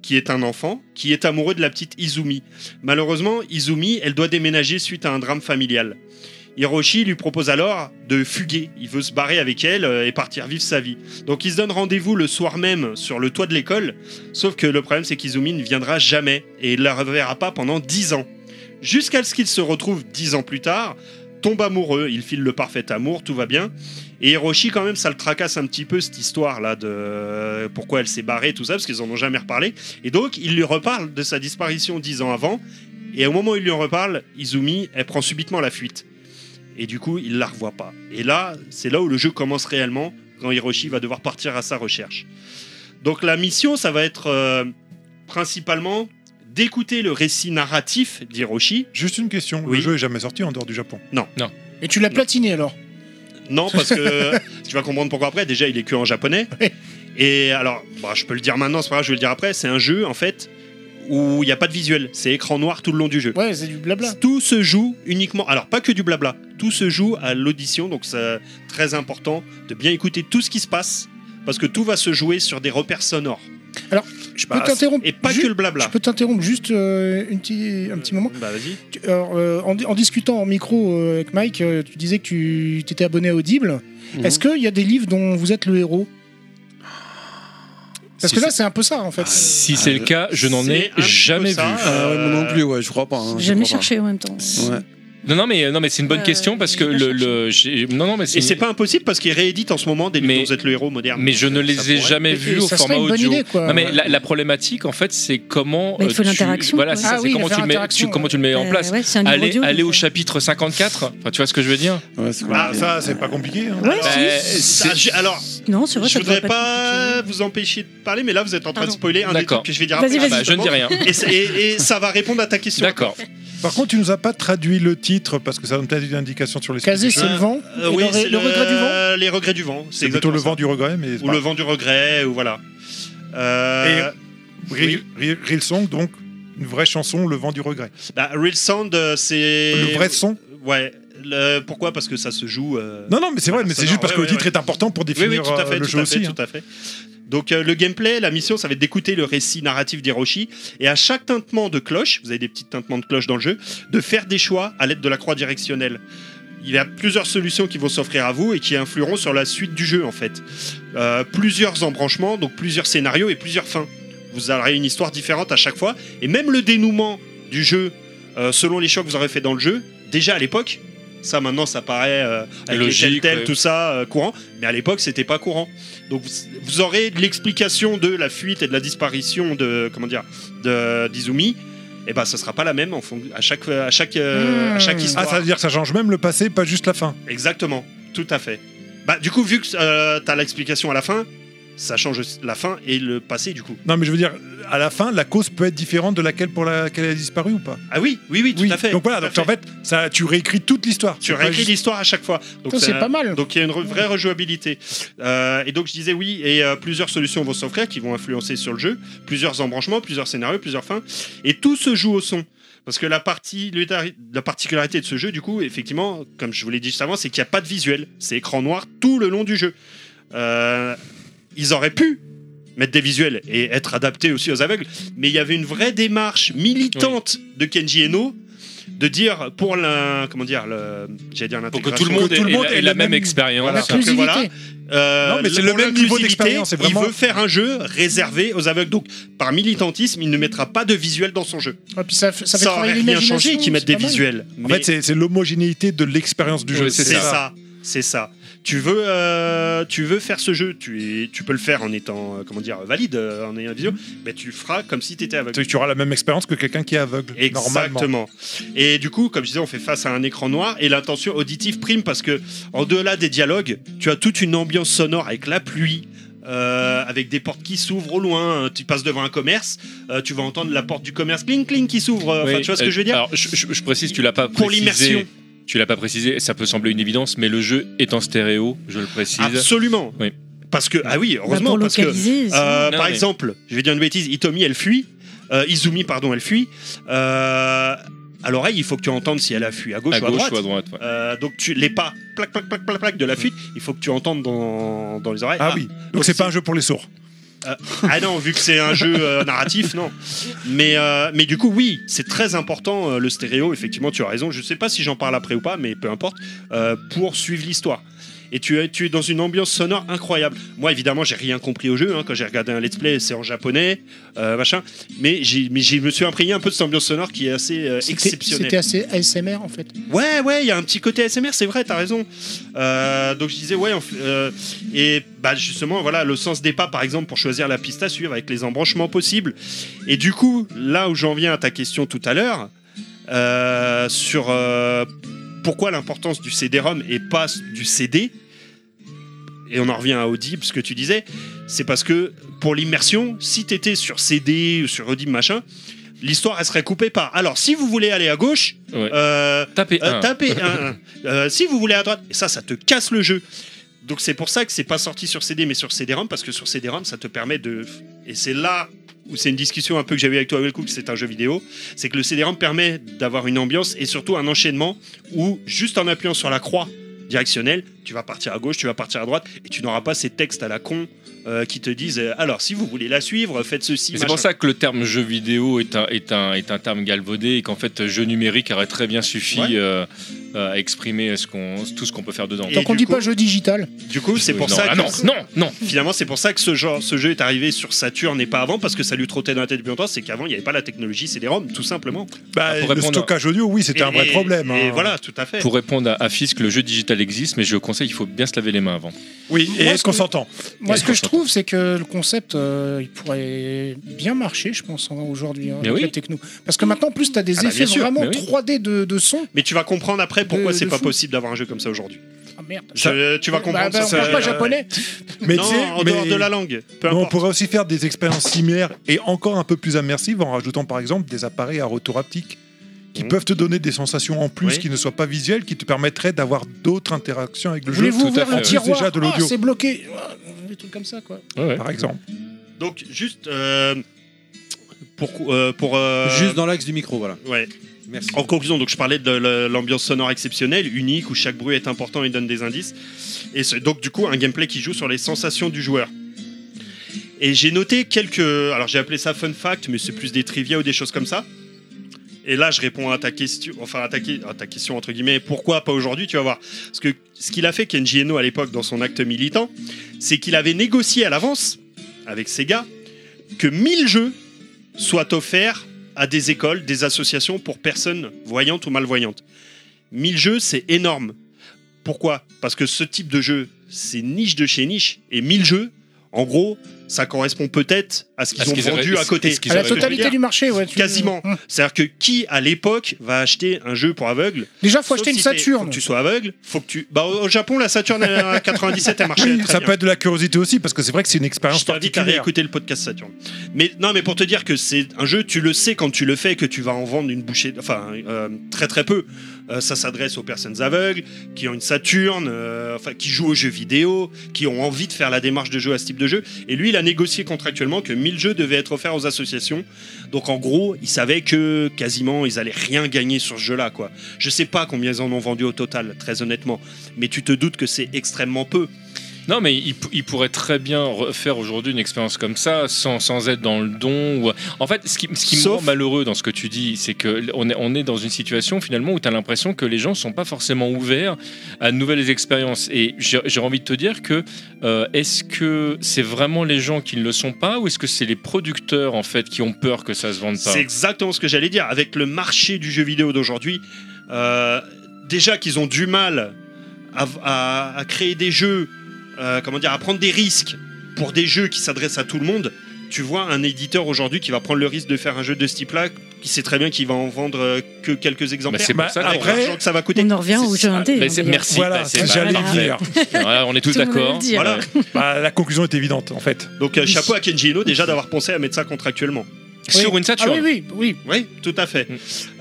S3: qui est un enfant, qui est amoureux de la petite Izumi. Malheureusement, Izumi, elle doit déménager suite à un drame familial. Hiroshi lui propose alors de fuguer. Il veut se barrer avec elle euh, et partir vivre sa vie. Donc ils se donnent rendez-vous le soir même sur le toit de l'école. Sauf que le problème, c'est qu'Izumi ne viendra jamais et il la reverra pas pendant 10 ans. Jusqu'à ce qu'ils se retrouvent 10 ans plus tard, tombe amoureux, il file le parfait amour, tout va bien. Et Hiroshi, quand même, ça le tracasse un petit peu cette histoire-là de euh, pourquoi elle s'est barrée, tout ça, parce qu'ils en ont jamais reparlé. Et donc, il lui reparle de sa disparition 10 ans avant. Et au moment où il lui en reparle, Izumi, elle prend subitement la fuite et du coup il la revoit pas. Et là, c'est là où le jeu commence réellement quand Hiroshi va devoir partir à sa recherche. Donc la mission, ça va être euh, principalement d'écouter le récit narratif d'Hiroshi.
S5: Juste une question, le jeu est jamais sorti en dehors du Japon.
S3: Non.
S6: Non.
S7: Et tu l'as platiné alors
S3: Non, parce que tu vas comprendre pourquoi après. Déjà, il est que en japonais. Et alors, bah, je peux le dire maintenant, c'est pas grave, je vais le dire après. C'est un jeu, en fait, où il n'y a pas de visuel. C'est écran noir tout le long du jeu.
S7: Ouais, c'est du blabla.
S3: Tout se joue uniquement. Alors, pas que du blabla. Tout se joue à l'audition. Donc, c'est très important de bien écouter tout ce qui se passe. Parce que tout va se jouer sur des repères sonores. Bah,
S7: Alors, je peux t'interrompre.
S3: Et pas
S7: ju-
S3: que le blabla.
S7: Je peux t'interrompre juste euh, une petit- un petit moment.
S3: Bah, vas-y.
S7: Tu- alors, euh, en, di- en discutant en micro euh, avec Mike, euh, tu disais que tu t'étais abonné à Audible.
S3: Mhm.
S7: Est-ce qu'il y a des livres dont vous êtes le héros Parce
S6: Si
S7: que là,
S6: c'est-
S7: c'est un peu ça en
S3: Ah,
S7: fait.
S6: Si Ah, c'est le cas, je n'en ai
S3: un peu
S6: jamais
S3: ça,
S6: vu.
S3: euh, Ah ouais, moi non plus,
S10: ouais, je crois pas.
S4: Jamais cherché en même temps.
S6: Non, non, mais, non, mais c'est une bonne
S4: Euh,
S6: question parce que le. le- j'ai- non, non, mais
S3: Et c'est pas impossible parce qu'il réédite en ce moment des livres dont vous êtes le héros moderne.
S6: Mais je ne
S3: Ça
S6: les ai
S3: pourrait.
S6: jamais
S3: Et
S6: vus
S3: ça
S6: au
S3: serait
S6: format
S3: une bonne
S6: audio.
S3: idée, quoi.
S6: Non, mais
S3: Ouais.
S6: la, la problématique, en fait, c'est comment.
S4: Bah, il faut
S6: euh, tu-
S4: l'interaction,
S6: Voilà,
S4: quoi.
S6: c'est ça,
S4: Ah
S6: c'est
S4: oui,
S6: comment,
S4: la
S6: tu le mets,
S4: réinteraction,
S6: tu- comment tu le mets en
S4: Euh,
S6: place.
S4: ouais, c'est un livre
S6: aller
S4: audio,
S6: aller
S4: donc,
S6: au chapitre 54. Enfin, tu vois ce que je veux dire Bah,
S5: Ah, ça, c'est pas compliqué. hein.
S6: Ouais,
S3: Euh,
S6: si.
S3: ça, je- alors,
S4: Non, c'est vrai,
S3: je
S4: ça
S3: voudrais
S4: devrait
S3: pas vous empêcher de parler, mais là vous êtes en train de spoiler un des
S6: D'accord.
S3: trucs que je vais dire
S6: Vas-y,
S3: après.
S6: vas-y. Ah bah, je ne dis rien.
S3: Et, c'est- et- et ça va répondre à ta question.
S6: D'accord.
S5: Par contre, tu nous as pas traduit le titre parce que ça donne peut-être une indication sur les
S7: Kazé, c'est le vent
S3: Euh, oui, c'est le- Les regrets du vent.
S5: C'est plutôt
S3: exactement
S5: le
S3: ça.
S5: vent du regret, mais.
S3: Ou le vent du regret, ou voilà. Euh,
S5: Et Real, Real- Real Song, donc, une vraie chanson, le vent du regret.
S3: bah, Real Sound, euh, c'est.
S5: Le vrai son
S3: Ouais. Le- Pourquoi Parce que ça se joue. euh,
S5: Non, non, mais c'est vrai, mais c'est
S3: sonore.
S5: juste parce
S3: Ouais,
S5: que
S3: ouais,
S5: le titre
S3: ouais.
S5: est important pour
S3: Oui, oui,
S5: définir
S3: tout à
S5: euh,
S3: fait,
S5: le
S3: tout
S5: jeu
S3: à fait,
S5: aussi. hein.
S3: tout à fait. Donc euh, le gameplay, la mission, ça va être d'écouter le récit narratif d'Hiroshi et à chaque tintement de cloche, vous avez des petits tintements de cloche dans le jeu, de faire des choix à l'aide de la croix directionnelle. Il y a plusieurs solutions qui vont s'offrir à vous et qui influeront sur la suite du jeu en fait. Euh, plusieurs embranchements, donc plusieurs scénarios et plusieurs fins. Vous aurez une histoire différente à chaque fois et même le dénouement du jeu, euh, selon les choix que vous aurez fait dans le jeu, déjà à l'époque, ça maintenant ça paraît euh, avec
S6: Logique,
S3: les telltale,
S6: ouais.
S3: tout ça euh, courant, mais à l'époque c'était pas courant. Donc vous, vous aurez de l'explication de la fuite et de la disparition de comment dire de d'Izumi. Et ben, ça sera pas la même en fon- à chaque à chaque euh, à
S7: Hmm.
S3: chaque histoire.
S5: Ah, ça veut dire que ça change même le passé, pas juste la fin.
S3: Exactement, tout à fait. Bah, du coup, vu que euh, t'as l'explication à la fin, ça change la fin et le passé, du coup.
S5: Non, mais je veux dire, à la fin, la cause peut être différente de laquelle pour laquelle elle a disparu ou pas.
S3: Ah oui, oui, oui, tout à fait.
S5: Donc voilà,
S3: tout à
S5: donc en fait, ça, tu réécris toute l'histoire.
S3: Tu
S5: C'est pas
S3: réécris
S5: juste-
S3: l'histoire à chaque fois. Donc
S5: Ça, c'est
S3: ça-
S5: pas mal.
S3: Donc il y a une re- vraie rejouabilité. Euh, et donc je disais oui, et euh, plusieurs solutions vont s'offrir qui vont influencer sur le jeu, plusieurs embranchements, plusieurs scénarios, plusieurs fins, et tout se joue au son. Parce que la, partie, la particularité de ce jeu, du coup, effectivement, comme je vous l'ai dit juste avant, c'est qu'il n'y a pas de visuel. C'est écran noir tout le long du jeu. Euh, ils auraient pu mettre des visuels et être adaptés aussi aux aveugles, mais il y avait une vraie démarche militante de Kenji Eno de dire pour la comment dire le- j'allais dire
S6: Pour que
S3: l'intégration
S6: tout le monde ait, ait la, ait la même expérience.
S3: voilà, parce que voilà, euh,
S5: Non, mais c'est
S3: pour
S5: le même niveau
S3: l'inclusivité,
S5: d'expérience, c'est vraiment-
S3: Il veut faire un jeu réservé aux aveugles. Donc, par militantisme, il ne mettra pas de visuel dans son jeu.
S7: Ah, puis ça, fait- ça fait
S3: Ça
S7: travailler
S3: aurait rien
S7: l'imagination,
S3: changé qu'ils mettent
S7: c'est
S3: des
S7: pas mal.
S3: visuels.
S5: En
S3: Mais-
S5: fait, c'est- c'est l'homogénéité de l'expérience du jeu.
S3: c'est ça. C'est ça. Tu veux, euh, tu veux faire ce jeu, tu, es- tu peux le faire en étant euh, comment dire valide, euh, en ayant un visio, mais tu feras comme si tu étais aveugle.
S5: Tu tu auras la même expérience que quelqu'un qui est aveugle.
S3: Exactement.
S5: Normalement.
S3: Et du coup, comme je disais, on fait face à un écran noir et l'intention auditive prime parce que, en delà des dialogues, tu as toute une ambiance sonore avec la pluie. euh, avec des portes qui s'ouvrent au loin, tu passes devant un commerce, euh, tu vas entendre la porte du commerce cling cling qui s'ouvre. euh, Enfin,
S6: Oui,
S3: tu vois ce
S6: euh,
S3: que je veux dire
S6: Alors, je, je- je précise, tu l'as pas
S3: Pour
S6: précisé.
S3: l'immersion.
S6: Tu l'as pas précisé, ça peut sembler une évidence, mais le jeu est en stéréo, je le précise.
S3: Absolument.
S6: Oui.
S3: Parce que, ah
S7: Bah,
S3: oui, heureusement,
S4: Bah, pour
S3: parce que,
S4: localiser, sinon-
S3: euh,
S4: Non,
S3: par
S4: mais-
S3: exemple, je vais dire une bêtise, Itomi, elle fuit, euh, Izumi, pardon, elle fuit. Euh, à l'oreille, il faut que tu entendes si elle a fui à gauche,
S6: À
S3: ou à
S6: gauche
S3: droite.
S6: ou à droite, ouais. Mm.
S3: Euh, donc tu, les pas, plac, plac, plac, plac, plac de la fuite, il faut que tu entendes dans, dans les oreilles.
S5: Ah oui, donc c'est pas un jeu pour les sourds.
S3: Euh, ah non, vu que c'est un jeu euh, narratif, non. Mais, euh, mais du coup, oui, c'est très important euh, le stéréo, effectivement, tu as raison. Je sais pas si j'en parle après ou pas, mais peu importe, euh, pour suivre l'histoire. Et tu, es- tu es dans une ambiance sonore incroyable. Moi, évidemment, j'ai rien compris au jeu. hein. Quand j'ai regardé un let's play, c'est en japonais, euh, machin. Mais, j'ai- mais je me suis imprégné un peu de cette ambiance sonore qui est assez euh,
S7: C'était
S3: exceptionnelle.
S7: c'était assez ASMR en fait.
S3: Ouais, ouais, il y a un petit côté ASMR, c'est vrai, t'as raison. Euh, donc je disais, ouais, on fait- euh, et bah justement, voilà, le sens des pas, par exemple, pour choisir la piste à suivre avec les embranchements possibles. Et du coup, là où j'en viens à ta question tout à l'heure, euh, sur euh, pourquoi l'importance du CD-ROM et pas du CD, et on en revient à Audible, ce que tu disais, c'est parce que pour l'immersion, si t'étais sur CD ou sur Audible, machin, l'histoire elle serait coupée par. Alors, si vous voulez aller à gauche, euh,
S6: tapez
S3: euh,
S6: un.
S3: tapez un, un. Euh, si vous voulez à droite, et ça, ça te casse le jeu. Donc c'est pour ça que c'est pas sorti sur CD mais sur CD-ROM parce que sur CD-ROM ça te permet de et c'est là où c'est une discussion un peu que j'avais avec toi Welcook, c'est un jeu vidéo, c'est que le CD-ROM permet d'avoir une ambiance et surtout un enchaînement où juste en appuyant sur la croix directionnelle, tu vas partir à gauche, tu vas partir à droite et tu n'auras pas ces textes à la con euh, qui te disent euh, alors si vous voulez la suivre, faites ceci.
S6: Mais C'est
S3: machin.
S6: pour ça que le terme jeu vidéo est un, est un, est un terme galvaudé et qu'en fait, jeu numérique aurait très bien suffi euh, euh, à exprimer ce qu'on- tout ce qu'on peut faire dedans.
S7: Tant qu'on dit pas jeu digital.
S3: Du coup, c'est
S6: Oui,
S3: pour
S6: non,
S3: ça
S6: ah
S3: que
S6: non, non,
S3: Finalement, c'est pour ça que ce genre, ce jeu est arrivé sur Saturn et pas avant parce que ça lui trottait dans la tête depuis longtemps. C'est qu'avant, il n'y avait pas la technologie CD-ROM, tout simplement.
S6: Ah,
S5: Bah, le stockage audio, oui, c'était
S3: Et-
S5: un vrai
S3: et-
S5: problème.
S3: Et
S5: hein.
S3: voilà, tout à fait.
S6: Pour répondre à, à Fisk, le jeu digital existe, mais je conseille qu'il faut bien se laver les mains avant.
S5: Oui, et
S7: Moi,
S5: est-ce qu'on s'entend
S7: Moi, ce que je trouve, c'est que le concept, euh, il pourrait bien marcher, je pense, hein, aujourd'hui, hein,
S3: Mais
S7: avec
S3: oui.
S7: la techno. Parce que maintenant, en plus, tu as des
S3: Ah bah,
S7: effets
S3: bien sûr,
S7: vraiment
S3: mais oui.
S7: 3D de, de son.
S3: Mais tu vas comprendre après pourquoi
S7: De-
S3: c'est
S7: de
S3: pas
S7: fou.
S3: possible d'avoir un jeu comme ça aujourd'hui.
S7: Ah merde.
S3: Je- Euh, tu vas
S7: Bah,
S3: comprendre
S7: bah,
S3: ça,
S7: on
S3: ça- euh,
S7: parle pas japonais.
S5: Mais
S3: Non,
S5: tu sais,
S3: en
S5: mais-
S3: dehors de la langue. Peu
S5: Mais on
S3: importe.
S5: pourrait aussi faire des expériences similaires et encore un peu plus immersives en rajoutant par exemple des appareils à retour haptique qui peuvent te donner des sensations en plus
S3: Mmh. Oui.
S5: qui ne soient pas visuelles, qui te permettraient d'avoir d'autres interactions avec le jeu.
S7: Voulez-vous ouvrir
S5: En
S7: le
S5: plus
S7: tiroir
S5: déjà de
S7: Ah,
S5: l'audio,
S7: c'est bloqué. Ah, Des trucs comme ça, quoi.
S5: par exemple.
S3: Donc, juste. euh, pour, euh, pour, euh,
S1: Juste dans l'axe du micro, voilà.
S3: Ouais. En conclusion, donc je parlais de le- l'ambiance sonore exceptionnelle, unique, où chaque bruit est important et donne des indices. Et c'est donc du coup un gameplay qui joue sur les sensations du joueur. Et j'ai noté quelques... Alors j'ai appelé ça fun fact, mais c'est plus des trivia ou des choses comme ça. Et là, je réponds à ta question, enfin à ta, que- à ta question entre guillemets, pourquoi pas aujourd'hui, tu vas voir. Parce que ce qu'il a fait Kenji Eno à l'époque dans son acte militant, c'est qu'il avait négocié à l'avance avec Sega que 1000 jeux soient offerts à des écoles, des associations pour personnes voyantes ou malvoyantes. 1000 jeux, c'est énorme. Pourquoi Parce que ce type de jeu, c'est niche de chez niche, et 1000 jeux, en gros, ça correspond peut-être à ce
S6: À
S3: qu'ils
S6: ce
S3: ont
S6: qu'ils auraient-
S3: vendu à
S6: est-ce-
S3: côté.
S6: est-ce qu'ils
S7: À la
S6: auraient-
S7: totalité du marché, ouais. tu-
S3: Quasiment.
S7: Hum.
S3: C'est-à-dire que qui, à l'époque, va acheter un jeu pour aveugle
S7: Déjà, faut acheter une
S3: t'es-
S7: Saturn.
S3: Faut que tu sois aveugle. Faut que tu. Bah, au au Japon, la Saturn elle, à 97, elle marchait.
S5: Oui,
S3: très
S5: ça
S3: bien.
S5: peut être de la curiosité aussi parce que c'est vrai que c'est une expérience
S3: Je t'invite à
S5: particulière.
S3: réécouter le podcast Saturn. Mais non, mais pour te dire que c'est un jeu, tu le sais quand tu le fais que tu vas en vendre une bouchée, enfin euh, très très peu. Euh, ça s'adresse aux personnes aveugles qui ont une Saturn, euh, enfin qui jouent aux jeux vidéo, qui ont envie de faire la démarche de jeu à ce type de jeu. Et lui, il a négocié contractuellement que 1000 jeux devaient être offerts aux associations. Donc en gros, il savait que quasiment ils allaient rien gagner sur ce jeu-là, quoi. Je sais pas combien ils en ont vendu au total, très honnêtement. Mais tu te doutes que c'est extrêmement peu.
S6: Non, mais il, pou- il pourrait très bien refaire aujourd'hui une expérience comme ça sans, sans être dans le don. ou- En fait, ce qui, ce qui me
S3: Sauf-
S6: rend malheureux dans ce que tu dis, c'est qu'on est, on est dans une situation finalement où tu as l'impression que les gens sont pas forcément ouverts à de nouvelles expériences. Et j'ai j'ai envie de te dire que euh, est-ce que c'est vraiment les gens qui ne le sont pas ou est-ce que c'est les producteurs en fait qui ont peur que ça se vende pas
S3: C'est exactement ce que j'allais dire. Avec le marché du jeu vidéo d'aujourd'hui, euh, déjà qu'ils ont du mal à, à- à créer des jeux, euh, comment dire, à prendre des risques pour des jeux qui s'adressent à tout le monde. Tu vois un éditeur aujourd'hui qui va prendre le risque de faire un jeu de ce type-là, qui sait très bien qu'il va en vendre euh, que quelques exemplaires.
S6: c'est pour ça,
S3: Avec
S6: d'ailleurs.
S3: l'argent que ça va coûter.
S4: On en revient au jeu indé.
S6: Mais
S4: hein,
S6: c'est-
S4: d'ailleurs.
S6: merci. bah, c'est-
S5: j'allais
S6: bah,
S5: dire.
S6: parfait. Voilà, on est tous
S4: Tout le monde
S6: d'accord.
S4: veut le dire.
S3: Voilà.
S5: Bah, la conclusion est évidente en fait.
S3: Donc euh, chapeau à Kenji Eno déjà d'avoir pensé à mettre ça contractuellement. sur une Saturn.
S7: Ah oui, oui,
S3: oui. Oui, tout à
S6: Mm.
S3: fait.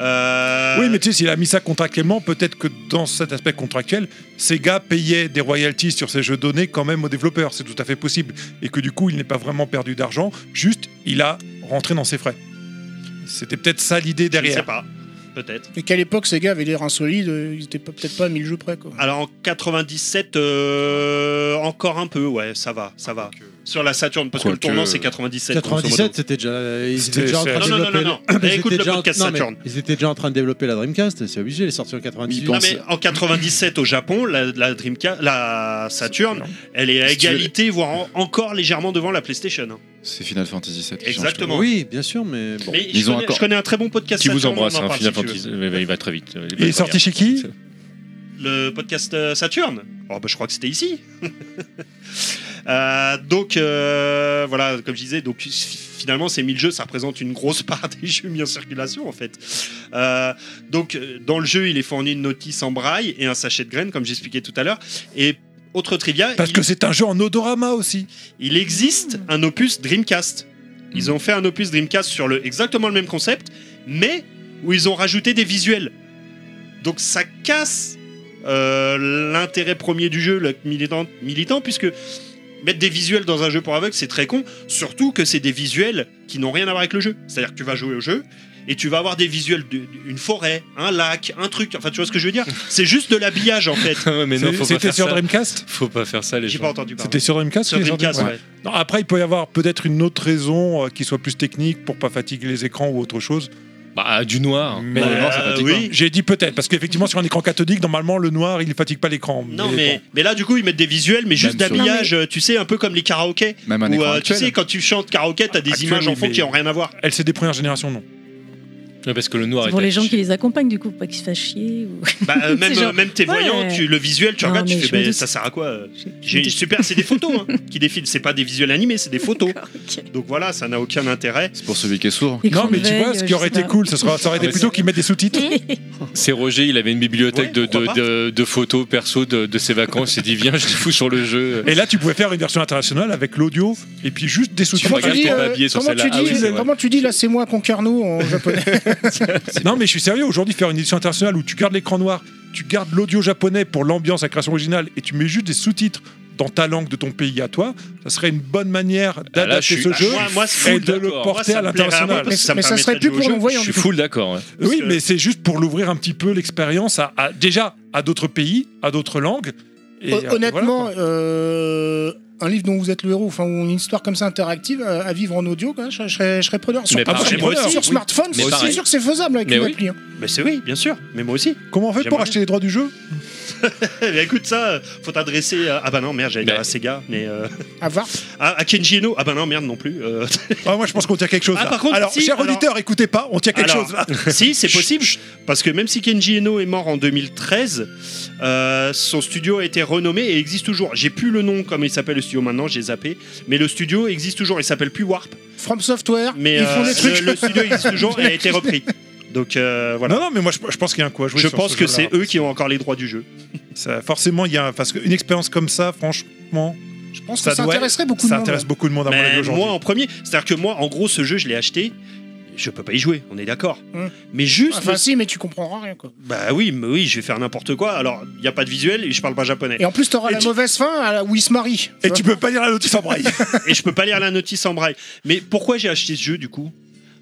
S3: Euh,
S5: Oui, mais tu sais, s'il a mis ça contractuellement, peut-être que dans cet aspect contractuel, ces gars payaient des royalties sur ces jeux donnés quand même aux développeurs. C'est tout à fait possible. Et que du coup, il n'est pas vraiment perdu d'argent, juste il a rentré dans ses frais. C'était peut-être ça l'idée derrière.
S3: Je sais pas. Peut-être.
S7: Hum. Et qu'à l'époque, ces gars avaient l'air insolides, euh, ils étaient pas- peut-être pas à 1000 jeux près, quoi.
S3: Alors en 97, euh, encore un peu, ouais, ça va, ça va.
S6: euh,
S3: Sur la Saturne, parce que le
S13: Quoique-
S3: tournant c'est 97. grosso
S13: 97,
S3: modo.
S13: c'était déjà. Ils
S3: euh, C'était-
S13: étaient déjà en train de
S3: Non, non,
S13: développer.
S3: non, non, non.
S13: ils
S3: Eh,
S13: étaient
S3: écoute le
S13: déjà en-
S3: podcast
S13: non, mais
S3: Saturn.
S13: Ils étaient déjà en train de développer la Dreamcast, c'est obligé, elle est sortie en 98.
S3: Non, mais en 97 au Japon, la, la Dreamcast, la Saturn, elle est à
S13: Si tu veux.
S3: égalité, voire en- encore légèrement devant la PlayStation. hein.
S8: C'est Final Fantasy VII. qui change tout.
S3: Exactement.
S13: Oui, bien sûr, mais bon.
S3: Mais je, connais, je connais un très bon podcast.
S6: Qui vous
S3: Saturn, on en
S6: embrasse, hein,
S3: parle,
S6: Final
S3: si tu veux.
S6: Fantasy. Il va- il va très vite. va
S5: Il est
S6: très
S5: sorti
S6: vite.
S5: chez qui
S3: Le podcast euh, Saturne. Oh, bah, je crois que c'était ici. Euh, donc euh, voilà, comme je disais, donc finalement ces 1000 jeux, ça représente une grosse part des jeux mis en circulation en fait. Euh, donc euh, dans le jeu, il est fourni une notice en braille et un sachet de graines, comme j'expliquais tout à l'heure. Et autre trivia,
S5: Parce que c'est un jeu en odorama aussi.
S3: il existe un opus Dreamcast. Ils ont fait un opus Dreamcast sur le exactement le même concept, mais où ils ont rajouté des visuels. Donc ça casse euh, l'intérêt premier du jeu, le militant, militant, puisque mettre des visuels dans un jeu pour aveugles, c'est très con, surtout que c'est des visuels qui n'ont rien à voir avec le jeu. C'est-à-dire que tu vas jouer au jeu et tu vas avoir des visuels de- d'une forêt, un lac, un truc. Enfin, tu vois ce que je veux dire C'est juste de l'habillage en fait.
S6: Ouais, mais non,
S5: C'est-
S6: faut pas
S5: c'était
S6: faire
S5: sur
S6: ça.
S5: Dreamcast
S6: Faut pas faire ça, les gens.
S3: J'ai pas entendu parler.
S5: C'était sur Dreamcast
S3: Sur
S5: les gens
S3: Dreamcast,
S5: disaient
S3: ouais.
S5: Non, après, il peut y avoir peut-être une autre raison euh, qui soit plus technique pour pas fatiguer les écrans ou autre chose.
S6: Bah, du noir.
S5: Mais euh,
S6: Bah, fatigue
S3: oui.
S5: j'ai dit peut-être parce qu'effectivement sur un écran cathodique normalement le noir il ne fatigue pas l'écran.
S3: Non, mais, mais là, du coup, ils mettent des visuels, mais juste
S5: Même sur-
S3: d'habillage, euh, tu sais, un peu comme les karaokés.
S5: Même un
S3: où,
S5: écran
S3: euh, tu
S5: actuel.
S3: sais, quand tu chantes karaoké, t'as des
S5: Actuel,
S3: images en
S5: oui,
S3: fond
S5: mais-
S3: qui ont rien à voir.
S5: Elle c'est des premières générations non.
S6: Ouais, parce que le noir
S4: Pour
S6: était-
S4: les gens qui les accompagnent, du coup, pour pas qu'ils se fassent chier. Ou...
S3: Bah, euh, même,
S4: C'est genre,
S3: euh, même tes
S4: ouais.
S3: voyants, tu, le visuel, tu
S4: Non,
S3: regardes, tu
S4: mais
S3: fais,
S4: je me
S3: bah,
S4: doute.
S3: ça sert à quoi euh, j'ai- Super, c'est des photos hein, qui défilent, c'est pas des visuels animés, c'est des photos. Donc voilà, ça n'a aucun intérêt.
S8: C'est pour celui qui est sourd.
S5: non mais tu vois ce qui aurait été cool ce serait- ça aurait été
S6: Ouais,
S5: plutôt qu'ils mettent des sous-titres.
S6: C'est Roger, il avait une bibliothèque de,
S5: pourquoi
S6: de, de- de photos perso de, de ses vacances. Il s'est dit, viens, je les fous sur le jeu.
S5: Et là tu pouvais faire une version internationale avec l'audio et puis juste des sous-titres.
S6: regardes ton babier sur
S5: comment
S6: celle-là.
S5: tu
S6: Ah oui,
S5: dis-
S6: c'est vrai.
S7: euh, Comment tu dis là, c'est moi, Concarneau en japonais
S5: Non mais je suis sérieux aujourd'hui faire une édition internationale où tu gardes l'écran noir, tu gardes l'audio japonais pour l'ambiance, la création originale et tu mets juste des sous-titres dans ta langue de ton pays à toi, ça serait une bonne manière
S6: Ah, là,
S5: d'adapter
S6: je suis-
S5: ce
S6: ah,
S5: jeu
S6: moi- moi, c'est
S5: et
S6: full
S5: de le
S6: d'accord. Moi,
S5: porter
S6: ça
S5: à
S6: me plairait à moi
S5: l'international.
S6: parce que ça me Mais ça permettrait serait de plus jouer au pour jeu. l'envoyer, en Je suis tout cas. full d'accord, ouais. Parce
S5: Oui,
S6: que-
S5: mais c'est juste pour l'ouvrir un petit peu l'expérience à, à- déjà à d'autres pays, à d'autres langues. et,
S7: Hon-
S5: euh, voilà.
S7: Honnêtement, euh, un livre dont vous êtes le héros, enfin, ou une histoire comme ça interactive euh, à vivre en audio, quoi, je, je serais, je serais preneur. Sur,
S3: Mais
S7: ah,
S3: pareil,
S7: je serais
S3: moi
S7: preneur.
S3: aussi,
S7: Sur
S3: oui.
S7: smartphone,
S3: Mais
S7: c'est
S3: pareil.
S7: sûr que c'est faisable avec
S3: Mais
S7: une
S3: oui.
S7: appli. hein.
S3: Mais c'est oui, bien sûr, mais moi aussi.
S5: Comment on fait pour
S3: J'aimerais
S5: acheter les droits du jeu
S3: Eh bien, écoute ça, euh, faut t'adresser à... Ah bah non, merde, j'allais dire à Sega, mais... euh,
S7: À voir.
S3: à, à Kenji Eno Ah bah non, merde non plus. euh.
S5: Ah, moi, je pense qu'on tient quelque chose.
S3: Ah,
S5: là.
S3: par contre,
S5: alors,
S3: si,
S5: cher
S3: alors-
S5: auditeur, écoutez pas, on tient quelque
S3: Alors,
S5: chose là.
S3: si, c'est possible, parce que même si Kenji Eno est mort en 2013, euh, son studio a été renommé et existe toujours. J'ai plus le nom comme il s'appelle le studio maintenant, j'ai zappé, mais le studio existe toujours. Il s'appelle plus Warp,
S7: From Software,
S3: mais
S7: ils font
S3: euh,
S7: des trucs.
S3: le, le studio existe toujours et a été repris. Donc euh, voilà.
S5: Non, non, mais moi, je, je pense qu'il y a un quoi.
S3: Je pense que c'est eux qui ont encore les droits du jeu.
S5: Ça, forcément, il y a un- parce qu'une expérience comme ça, franchement.
S7: Je pense
S3: que ça intéresserait beaucoup de
S5: Ça
S3: monde.
S5: intéresse beaucoup de monde à mon avis
S3: Mais
S5: aujourd'hui.
S3: moi en premier, c'est-à-dire que moi, en gros, ce jeu, je l'ai acheté. Je peux pas y jouer, on est d'accord.
S7: Hmm.
S3: Mais juste.
S7: Enfin,
S3: le-
S7: si, mais tu comprendras rien. Quoi.
S3: Bah oui, mais oui, je vais faire n'importe quoi. Alors, il n'y a pas de visuel et je parle pas japonais.
S7: Et en plus, t'auras la mauvaise fin à la où ils se marient.
S5: Et tu peux pas lire la notice en braille.
S3: et je peux pas lire la notice en braille. Mais pourquoi j'ai acheté ce jeu du coup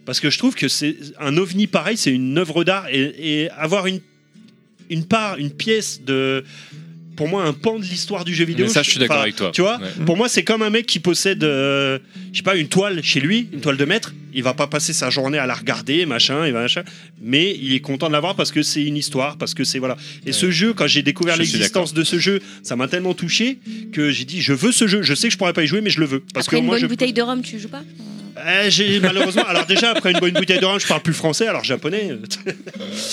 S3: Parce que je trouve que c'est un ovni pareil, c'est une œuvre d'art et, et avoir une une part, une pièce de pour moi un pan de l'histoire du jeu vidéo.
S6: Mais ça, je suis d'accord
S3: enfin,
S6: avec toi.
S3: Tu vois,
S6: Ouais.
S3: pour moi c'est comme un mec qui possède, euh, je sais pas, une toile chez lui, une toile de maître. Il va pas passer sa journée à la regarder, machin, et machin. Mais il est content de l'avoir parce que c'est une histoire, parce que c'est voilà. Et ce jeu, quand j'ai découvert
S6: Je suis
S3: l'existence de ce jeu, ça m'a tellement touché que j'ai dit je veux ce jeu. Je sais que je pourrais pas y jouer, mais je le veux parce
S9: Après
S3: que
S9: une
S3: moi
S9: bonne
S3: je
S9: bouteille de rhum, tu joues pas
S3: eh, j'ai- malheureusement, alors déjà après une bonne bouteille d'orange, je parle plus français, alors japonais.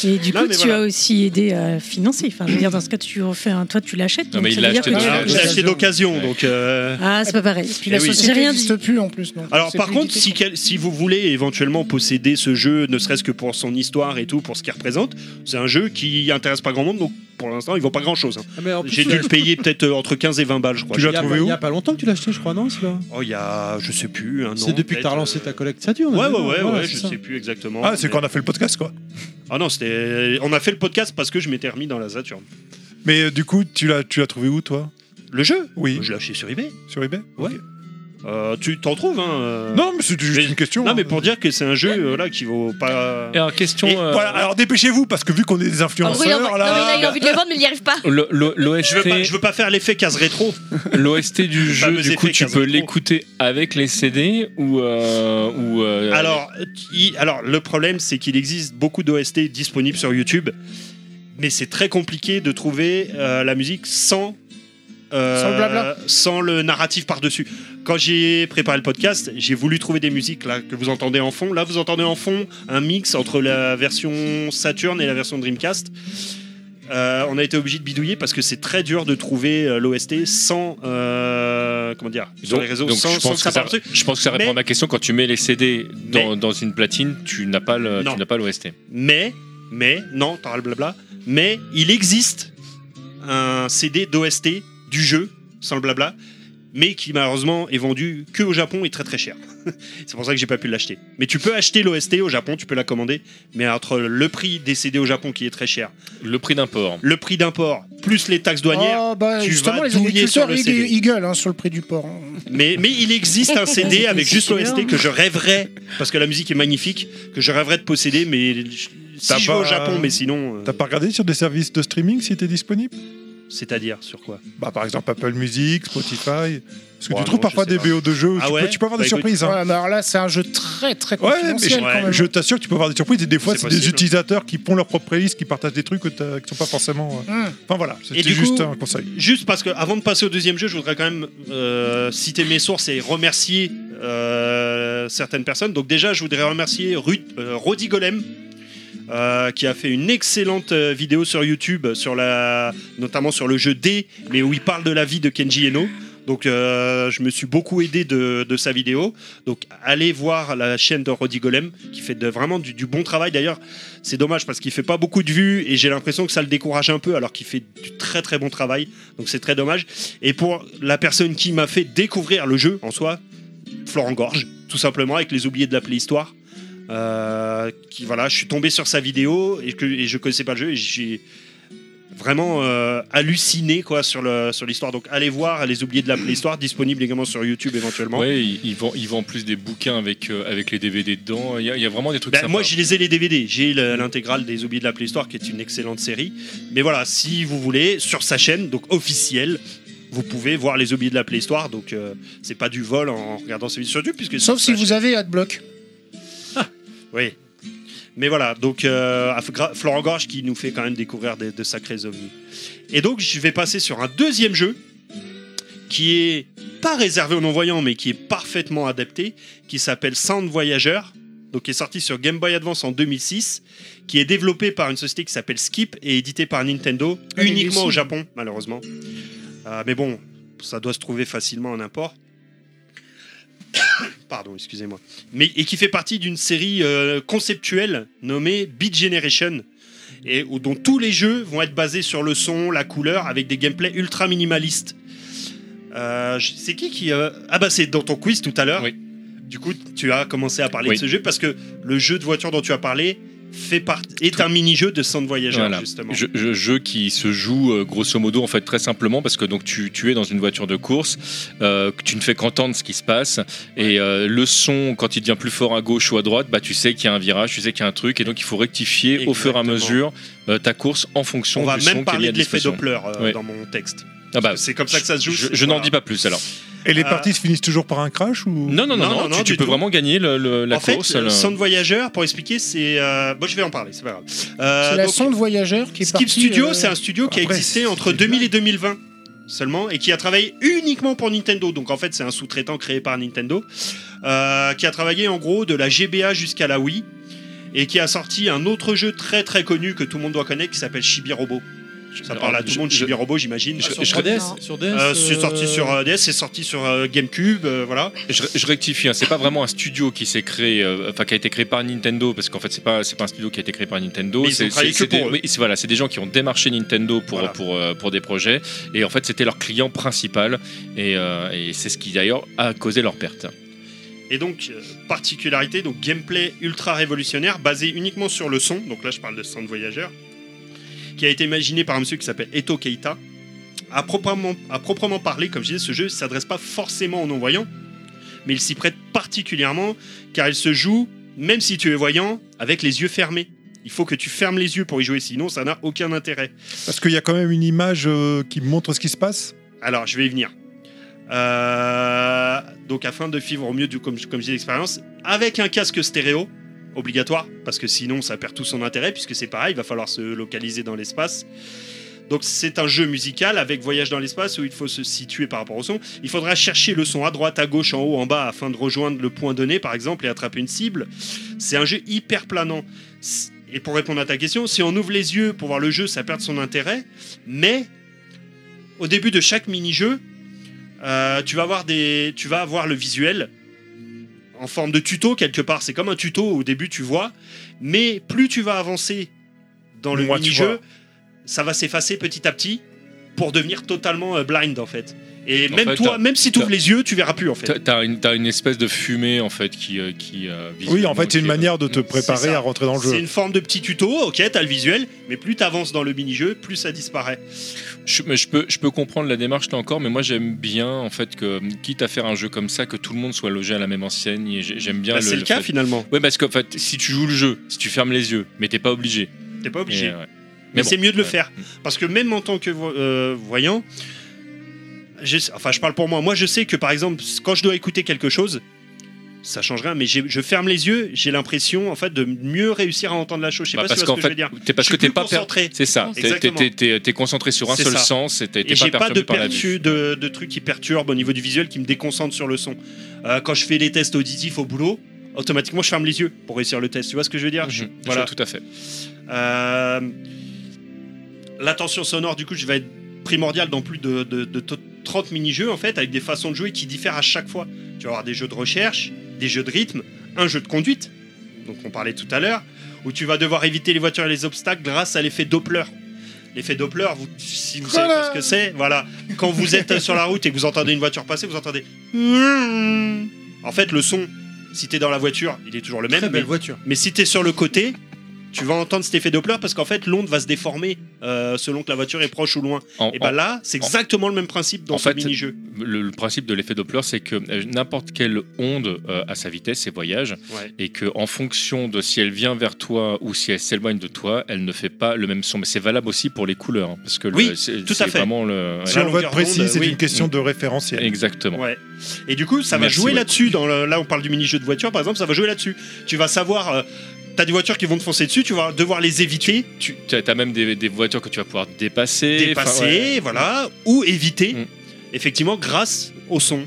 S4: Et du
S3: Non,
S4: coup,
S3: mais
S4: tu
S3: voilà.
S4: as aussi aidé à financer. Enfin, je veux dire, dans ce cas, tu refais un toit, tu l'achètes.
S6: Non,
S4: donc
S6: mais
S4: ça
S6: il l'a
S4: veut
S6: acheté
S4: dire que tu
S3: Ah,
S4: l'as
S3: je l'ai acheté d'occasion, donc. euh,
S4: Ah, c'est pas pareil.
S7: Puis la
S3: Eh oui.
S7: société
S4: J'ai rien
S7: n'existe plus en plus. donc
S3: Alors
S7: c'est
S3: par
S7: plus
S3: contre,
S7: édité.
S3: si, quel- si vous voulez éventuellement posséder ce jeu, ne serait-ce que pour son histoire et tout, pour ce qu'il représente, c'est un jeu qui intéresse pas grand monde, donc pour l'instant, il vaut pas grand chose.
S1: Mais en plus,
S3: J'ai
S1: tu
S3: dû
S1: l'as-
S3: le payer peut-être euh, entre 15 et 20 balles, je crois.
S1: Il y a pas- Il y a pas longtemps que tu l'as acheté, je crois, non celui-là
S3: Oh, il y a, je sais plus, un an.
S1: C'est depuis que t'as
S3: peut-être,
S1: relancé
S3: euh,
S1: ta collecte Saturne.
S3: Ouais, ouais,
S1: évidemment.
S3: ouais,
S1: Voilà,
S3: ouais,
S1: c'est
S3: je
S1: ça.
S3: sais plus exactement.
S5: Ah, c'est
S3: mais-
S5: quand on a fait le podcast, quoi.
S3: Ah non, c'était. On a fait le podcast parce que je m'étais remis dans la Saturne.
S5: Mais euh, du coup, tu l'as tu l'as trouvé où, toi
S3: Le jeu
S5: Oui.
S3: Je l'ai acheté sur eBay.
S5: Sur eBay
S3: Ouais. Euh, tu t'en trouves, hein euh,
S5: Non, mais c'est juste une question. hein.
S3: Non, mais pour dire que c'est un jeu euh, là qui vaut pas.
S6: Et alors, question.
S1: euh,
S3: euh,
S5: Et voilà, alors dépêchez-vous, parce que vu qu'on est des
S9: En gros, il a,
S5: influenceurs,
S9: non, mais
S5: là.
S9: là,
S3: Ah,
S9: il a envie de le vendre, mais il n'y arrive
S3: bah,
S9: pas.
S3: Je veux pas, je veux pas faire l'effet case rétro.
S6: L'OST du jeu,
S3: fameux
S6: du coup,
S3: effet
S6: tu
S3: case
S6: peux
S3: rétro.
S6: l'écouter avec les CD ou. euh, ou euh,
S3: Alors, il- alors le problème, c'est qu'il existe beaucoup d'OST disponibles sur YouTube, mais c'est très compliqué de trouver euh, la musique sans. euh,
S7: Sans le blabla.
S3: sans le narratif par-dessus. Quand j'ai préparé le podcast, j'ai voulu trouver des musiques là, que vous entendez en fond. Là, vous entendez en fond un mix entre la version Saturn et la version Dreamcast. Euh, on a été obligé de bidouiller parce que c'est très dur de trouver euh, l'OST sans. euh, comment dire Sur
S6: donc-
S3: les réseaux,
S6: donc
S3: sans,
S6: je,
S3: sans
S6: pense
S3: que ça
S6: que ça,
S3: parle dessus.
S6: je pense que ça répond
S3: Mais-
S6: à ma question. Quand tu mets les CD dans, dans une platine, tu n'as pas le-
S3: Non.
S6: tu n'as pas l'OST.
S3: Mais, mais, non, t'auras le blabla, mais il existe un CD d'OST du jeu, sans le blabla, mais qui malheureusement est vendu que au Japon et très très cher. C'est pour ça que j'ai pas pu l'acheter. Mais tu peux acheter l'OST au Japon, tu peux la commander, mais entre le prix des CD au Japon qui est très cher,
S6: le prix d'import,
S3: le prix d'import, plus les taxes douanières,
S7: Ah, bah,
S3: tu
S7: justement,
S3: vas
S7: les
S3: douiller sur
S7: agriculteurs,
S3: le
S7: ils,
S3: CD.
S7: ils gueulent hein, sur le prix du porc. hein.
S3: Mais, mais il existe un CD avec juste
S7: C'est
S3: l'OST
S7: énorme.
S3: que je rêverais, parce que la musique est magnifique, que je rêverais de posséder, mais je-
S5: T'as
S3: si je vais au
S5: pas-
S3: Japon, mais sinon, euh,
S5: T'as pas regardé sur des services de streaming si t'es disponible
S3: c'est-à-dire sur quoi
S5: Bah, par exemple, Apple Music, Spotify. Parce que
S3: Ouais,
S5: tu trouves
S3: non,
S5: parfois
S3: je sais
S5: des
S3: pas.
S5: BO de jeux.
S3: Ah
S5: tu,
S3: ouais
S5: peux, tu peux avoir des
S3: Bah, écoute,
S5: surprises. hein.
S7: Ouais, mais alors là, c'est un jeu très très
S5: Ouais, mais
S7: confidentiel quand même. hein.
S5: je t'assure que tu peux avoir des surprises et des fois
S3: C'est
S5: c'est des
S3: possible.
S5: utilisateurs qui pondent leur propre playlist, qui partagent des trucs que t'as- qui sont pas forcément. euh,
S1: Mm.
S7: Hum.
S5: Enfin voilà, c'était
S3: Et du
S5: juste
S3: coup-
S5: un conseil.
S3: Juste parce que avant de passer au deuxième jeu, je voudrais quand même euh, citer mes sources et remercier euh, certaines personnes. Donc déjà, je voudrais remercier Ruth, euh, Roddy Golem. euh, qui a fait une excellente euh, vidéo sur YouTube, sur la, notamment sur le jeu D, mais où il parle de la vie de Kenji Eno. Donc euh, je me suis beaucoup aidé de, de sa vidéo. Donc allez voir la chaîne de Roddy Golem, qui fait de- vraiment du, du bon travail. D'ailleurs, c'est dommage parce qu'il fait pas beaucoup de vues et j'ai l'impression que ça le décourage un peu, alors qu'il fait du très très bon travail. Donc c'est très dommage. Et pour la personne qui m'a fait découvrir le jeu en soi, Florent Gorge, tout simplement, avec les oubliés de la préhistoire. Euh, qui voilà, je suis tombé sur sa vidéo et, que, et je connaissais pas le jeu et j'ai vraiment euh, halluciné quoi sur le sur l'histoire. Donc allez voir les oubliés de la préhistoire, disponible également sur YouTube éventuellement.
S6: Ouais, ils, ils vendent, ils vendent plus des bouquins avec, euh, avec les DVD dedans. Il y, a- il y a vraiment des trucs
S3: Ben,
S6: sympas.
S3: moi, je les ai les DVD. J'ai le- l'intégrale des Oubliés de la Préhistoire, qui est une excellente série. Mais voilà, si vous voulez, sur sa chaîne, donc officielle, vous pouvez voir les Oubliés de la Préhistoire. Donc, euh, c'est pas du vol en regardant ces vidéos sur YouTube, puisque
S7: Sauf
S3: sur
S7: si
S3: sa
S7: vous avez Adblock.
S3: oui. Mais voilà, donc euh, à Fra- Florent Gorge qui nous fait quand même découvrir des- de sacrés ovnis. Et donc je vais passer sur un deuxième jeu qui est pas réservé aux non-voyants mais qui est parfaitement adapté, qui s'appelle Sound Voyager, donc qui est sorti sur Game Boy Advance en 2006, qui est développé par une société qui s'appelle Skip et édité par Nintendo
S7: Ah, mais
S3: uniquement
S7: aussi.
S3: au Japon malheureusement. Euh, mais bon, ça doit se trouver facilement en import. Pardon, excusez-moi mais, et qui fait partie d'une série euh, conceptuelle nommée Beat Generation, et où- dont tous les jeux vont être basés sur le son, la couleur, avec des gameplays ultra minimalistes. Euh, je- c'est qui qui euh, Ah bah c'est dans ton quiz tout à l'heure. Du coup, tu as commencé à parler
S6: Oui.
S3: de ce jeu parce que le jeu de voiture dont tu as parlé fait partie est un mini-jeu de Sound Voyager
S6: Voilà.
S3: justement.
S6: Je- je- jeu qui se joue euh, grosso modo en fait très simplement parce que donc tu, tu es dans une voiture de course, euh, que tu ne fais qu'entendre ce qui se passe et euh, le son quand il devient plus fort à gauche ou à droite, bah tu sais qu'il y a un virage, tu sais qu'il y a un truc et donc il faut rectifier au fur et à mesure euh, ta course en fonction
S3: On va
S6: du
S3: même
S6: son qui est mis
S3: parler
S6: à
S3: de l'effet
S6: disposition.
S3: Doppler euh,
S6: Ouais.
S3: dans mon texte.
S6: Ah bah,
S3: C'est comme ça que ça se joue.
S6: Je,
S3: c'est-
S6: je n'en
S3: voilà.
S6: dis pas plus alors.
S5: Et les
S3: Euh,
S5: parties se finissent toujours par un crash ou
S6: Ah. Non non non,
S3: Non,
S6: non,
S3: non,
S6: tu,
S3: non,
S6: tu
S3: du
S6: peux
S3: tout.
S6: vraiment gagner le- le- la
S3: en
S6: course.
S3: fait, euh,
S6: le-
S3: Sound Voyager, pour expliquer, c'est. euh, Bon, je vais en parler, c'est pas grave. Euh,
S7: c'est la
S3: donc,
S7: sonde voyageur qui est
S3: Skip
S7: partie,
S3: Studio,
S7: euh,
S3: c'est un studio qui a
S5: après,
S3: existé entre 2000 et 2020 seulement et qui a travaillé uniquement pour Nintendo. Donc en fait, c'est un sous-traitant créé par Nintendo euh, qui a travaillé en gros de la GBA jusqu'à la Wii et qui a sorti un autre jeu très très connu que tout le monde doit connaître qui s'appelle Chibi Robo. Ça parle à tout le monde, chez les robots, j'imagine.
S1: Ah, sur 3DS, sur DS,
S3: Euh, C'est
S1: euh,
S3: sorti sur euh, DS, c'est sorti sur euh, GameCube, euh, voilà.
S6: Je, je rectifie, hein, c'est pas vraiment un studio qui s'est créé, euh, enfin qui a été créé par Nintendo, parce qu'en fait c'est pas c'est pas un studio qui a été créé par Nintendo.
S3: Mais ils ont
S6: c'est-
S3: travaillé
S6: c'est-
S3: que pour
S6: c'est
S3: eux.
S6: des- oui, c'est- voilà, c'est des gens qui ont démarché Nintendo pour pour euh, pour des projets, et en fait c'était leur client principal, et, euh, et c'est ce qui d'ailleurs a causé leur perte.
S3: Et donc, euh, particularité, donc gameplay ultra révolutionnaire basé uniquement sur le son. Donc là, je parle de Sound Voyageur, qui a été imaginé par un monsieur qui s'appelle Eto Keita. À proprement, à proprement parler, comme je disais, ce jeu ne s'adresse pas forcément aux non-voyants, mais il s'y prête particulièrement car il se joue, même si tu es voyant, avec les yeux fermés. Il faut que tu fermes les yeux pour y jouer, sinon ça n'a aucun intérêt.
S5: Parce qu'il y a quand même une image euh, qui montre ce qui se passe.
S3: Alors, je vais y venir. Euh, donc, afin de vivre au mieux, du, comme, comme je dis, l'expérience, avec un casque stéréo, obligatoire, parce que sinon, ça perd tout son intérêt, puisque c'est pareil, il va falloir se localiser dans l'espace. Donc, c'est un jeu musical avec voyage dans l'espace où il faut se situer par rapport au son. Il faudra chercher le son à droite, à gauche, en haut, en bas, afin de rejoindre le point donné, par exemple, et attraper une cible. C'est un jeu hyper planant. C- Et pour répondre à ta question, si on ouvre les yeux pour voir le jeu, ça perd son intérêt, mais au début de chaque mini-jeu, euh, tu vas avoir des, tu vas avoir le visuel en forme de tuto quelque part. C'est comme un tuto au début, tu vois, mais plus tu vas avancer dans le
S5: Moi, tu
S3: mini-jeu,
S5: vois.
S3: ça va s'effacer petit à petit pour devenir totalement euh, blind en fait. Et
S6: En
S3: même
S6: fait,
S3: toi,
S6: t'as-
S3: même si tu ouvres les yeux, tu verras plus en fait.
S6: T'as- T'as une t'as une espèce de fumée en fait qui euh, qui euh,
S5: Oui, en fait, c'est une
S6: qui-
S5: manière de te
S3: C'est
S5: préparer
S3: ça.
S5: à rentrer dans le
S3: C'est
S5: jeu.
S3: une forme de petit tuto, ok, t'as le visuel, mais plus t'avances dans le mini-jeu, plus ça disparaît.
S6: Je, mais je peux, je peux comprendre la démarche là encore, mais moi j'aime bien en fait que, quitte à faire un jeu comme ça, que tout le monde soit logé à la même enseigne. et j'ai- J'aime bien
S3: Bah, c'est le cas,
S6: fait-
S3: finalement.
S6: Ouais, parce qu'en fait, si tu joues le jeu, si tu fermes les yeux, mais t'es pas obligé.
S3: T'es pas obligé.
S6: Et, ouais.
S3: Mais,
S6: bon,
S3: c'est mieux de le
S6: ouais. Mm.
S3: faire. Parce que même en tant que vo- euh, voyant, je, enfin, je parle pour moi. Moi, je sais que par exemple, quand je dois écouter quelque chose, ça change rien, mais j'ai- je ferme les yeux, j'ai l'impression en fait de mieux réussir à entendre la chose. Je sais
S6: Bah,
S3: pas si
S6: parce
S3: tu vois
S6: qu'en
S3: ce que je
S6: fait,
S3: veux dire.
S6: t'es- parce
S3: Je suis
S6: que t'es
S3: plus
S6: pas per-
S3: concentré.
S6: c'est ça, t'es- t'es-
S3: Exactement.
S6: t'es- t'es- t'es concentré sur un
S3: C'est
S6: seul
S3: ça.
S6: sens et t'es- t'es
S3: Et
S6: pas
S3: j'ai pas
S6: perturbé
S3: de
S6: par la
S3: perçu de, de trucs qui perturbent au niveau du visuel qui me déconcentre sur le son. Euh, quand je fais les tests auditifs au boulot, automatiquement je ferme les yeux pour réussir le test. Tu vois ce que je veux dire Je-
S6: Mhm. Je
S3: Voilà.
S6: vois Tout à fait.
S3: Euh, L'attention sonore, du coup, je vais être primordiale dans plus de, de- de t- 30 mini-jeux, en fait, avec des façons de jouer qui diffèrent à chaque fois. Tu vas avoir des jeux de recherche, des jeux de rythme, un jeu de conduite, donc on parlait tout à l'heure, où tu vas devoir éviter les voitures et les obstacles grâce à l'effet Doppler. L'effet Doppler, vous- si vous savez pas ce que c'est, voilà. Quand vous êtes sur la route et que vous entendez une voiture passer, vous entendez. Mmh. En fait, le son, si t'es dans la voiture, il est toujours le même.
S1: Très belle
S3: mais-
S1: voiture.
S3: Mais si t'es sur le côté, tu vas entendre cet effet Doppler parce qu'en fait, l'onde va se déformer euh, selon que la voiture est proche ou loin.
S6: En-
S3: et bah
S6: en-
S3: là, c'est
S6: en-
S3: exactement le même principe dans
S6: en
S3: ce
S6: fait,
S3: mini-jeu.
S6: Le, le principe de l'effet Doppler, c'est que euh, n'importe quelle onde euh, a sa vitesse et voyage,
S3: Ouais.
S6: et que en fonction de si elle vient vers toi ou si elle s'éloigne de toi, elle ne fait pas le même son. Mais c'est valable aussi pour les couleurs, hein, parce que le-
S3: Oui,
S6: c'est
S3: tout à
S6: c'est
S3: fait.
S6: vraiment le.
S5: Si
S6: ouais. Mm.
S5: on veut être précis, c'est une question de référentiel.
S6: Exactement.
S3: Ouais. Et du coup, ça va
S6: Merci,
S3: jouer
S6: ouais.
S3: là-dessus. Dans le- là, on parle du mini-jeu de voiture, par exemple, ça va jouer là-dessus. Tu vas savoir. euh, T'as des voitures qui vont te foncer dessus, tu vas devoir les éviter,
S6: Tu as, même des, des voitures que tu vas pouvoir dépasser.
S3: dépasser,
S6: enfin, ouais. Mm.
S3: voilà, ou éviter, effectivement, grâce au son.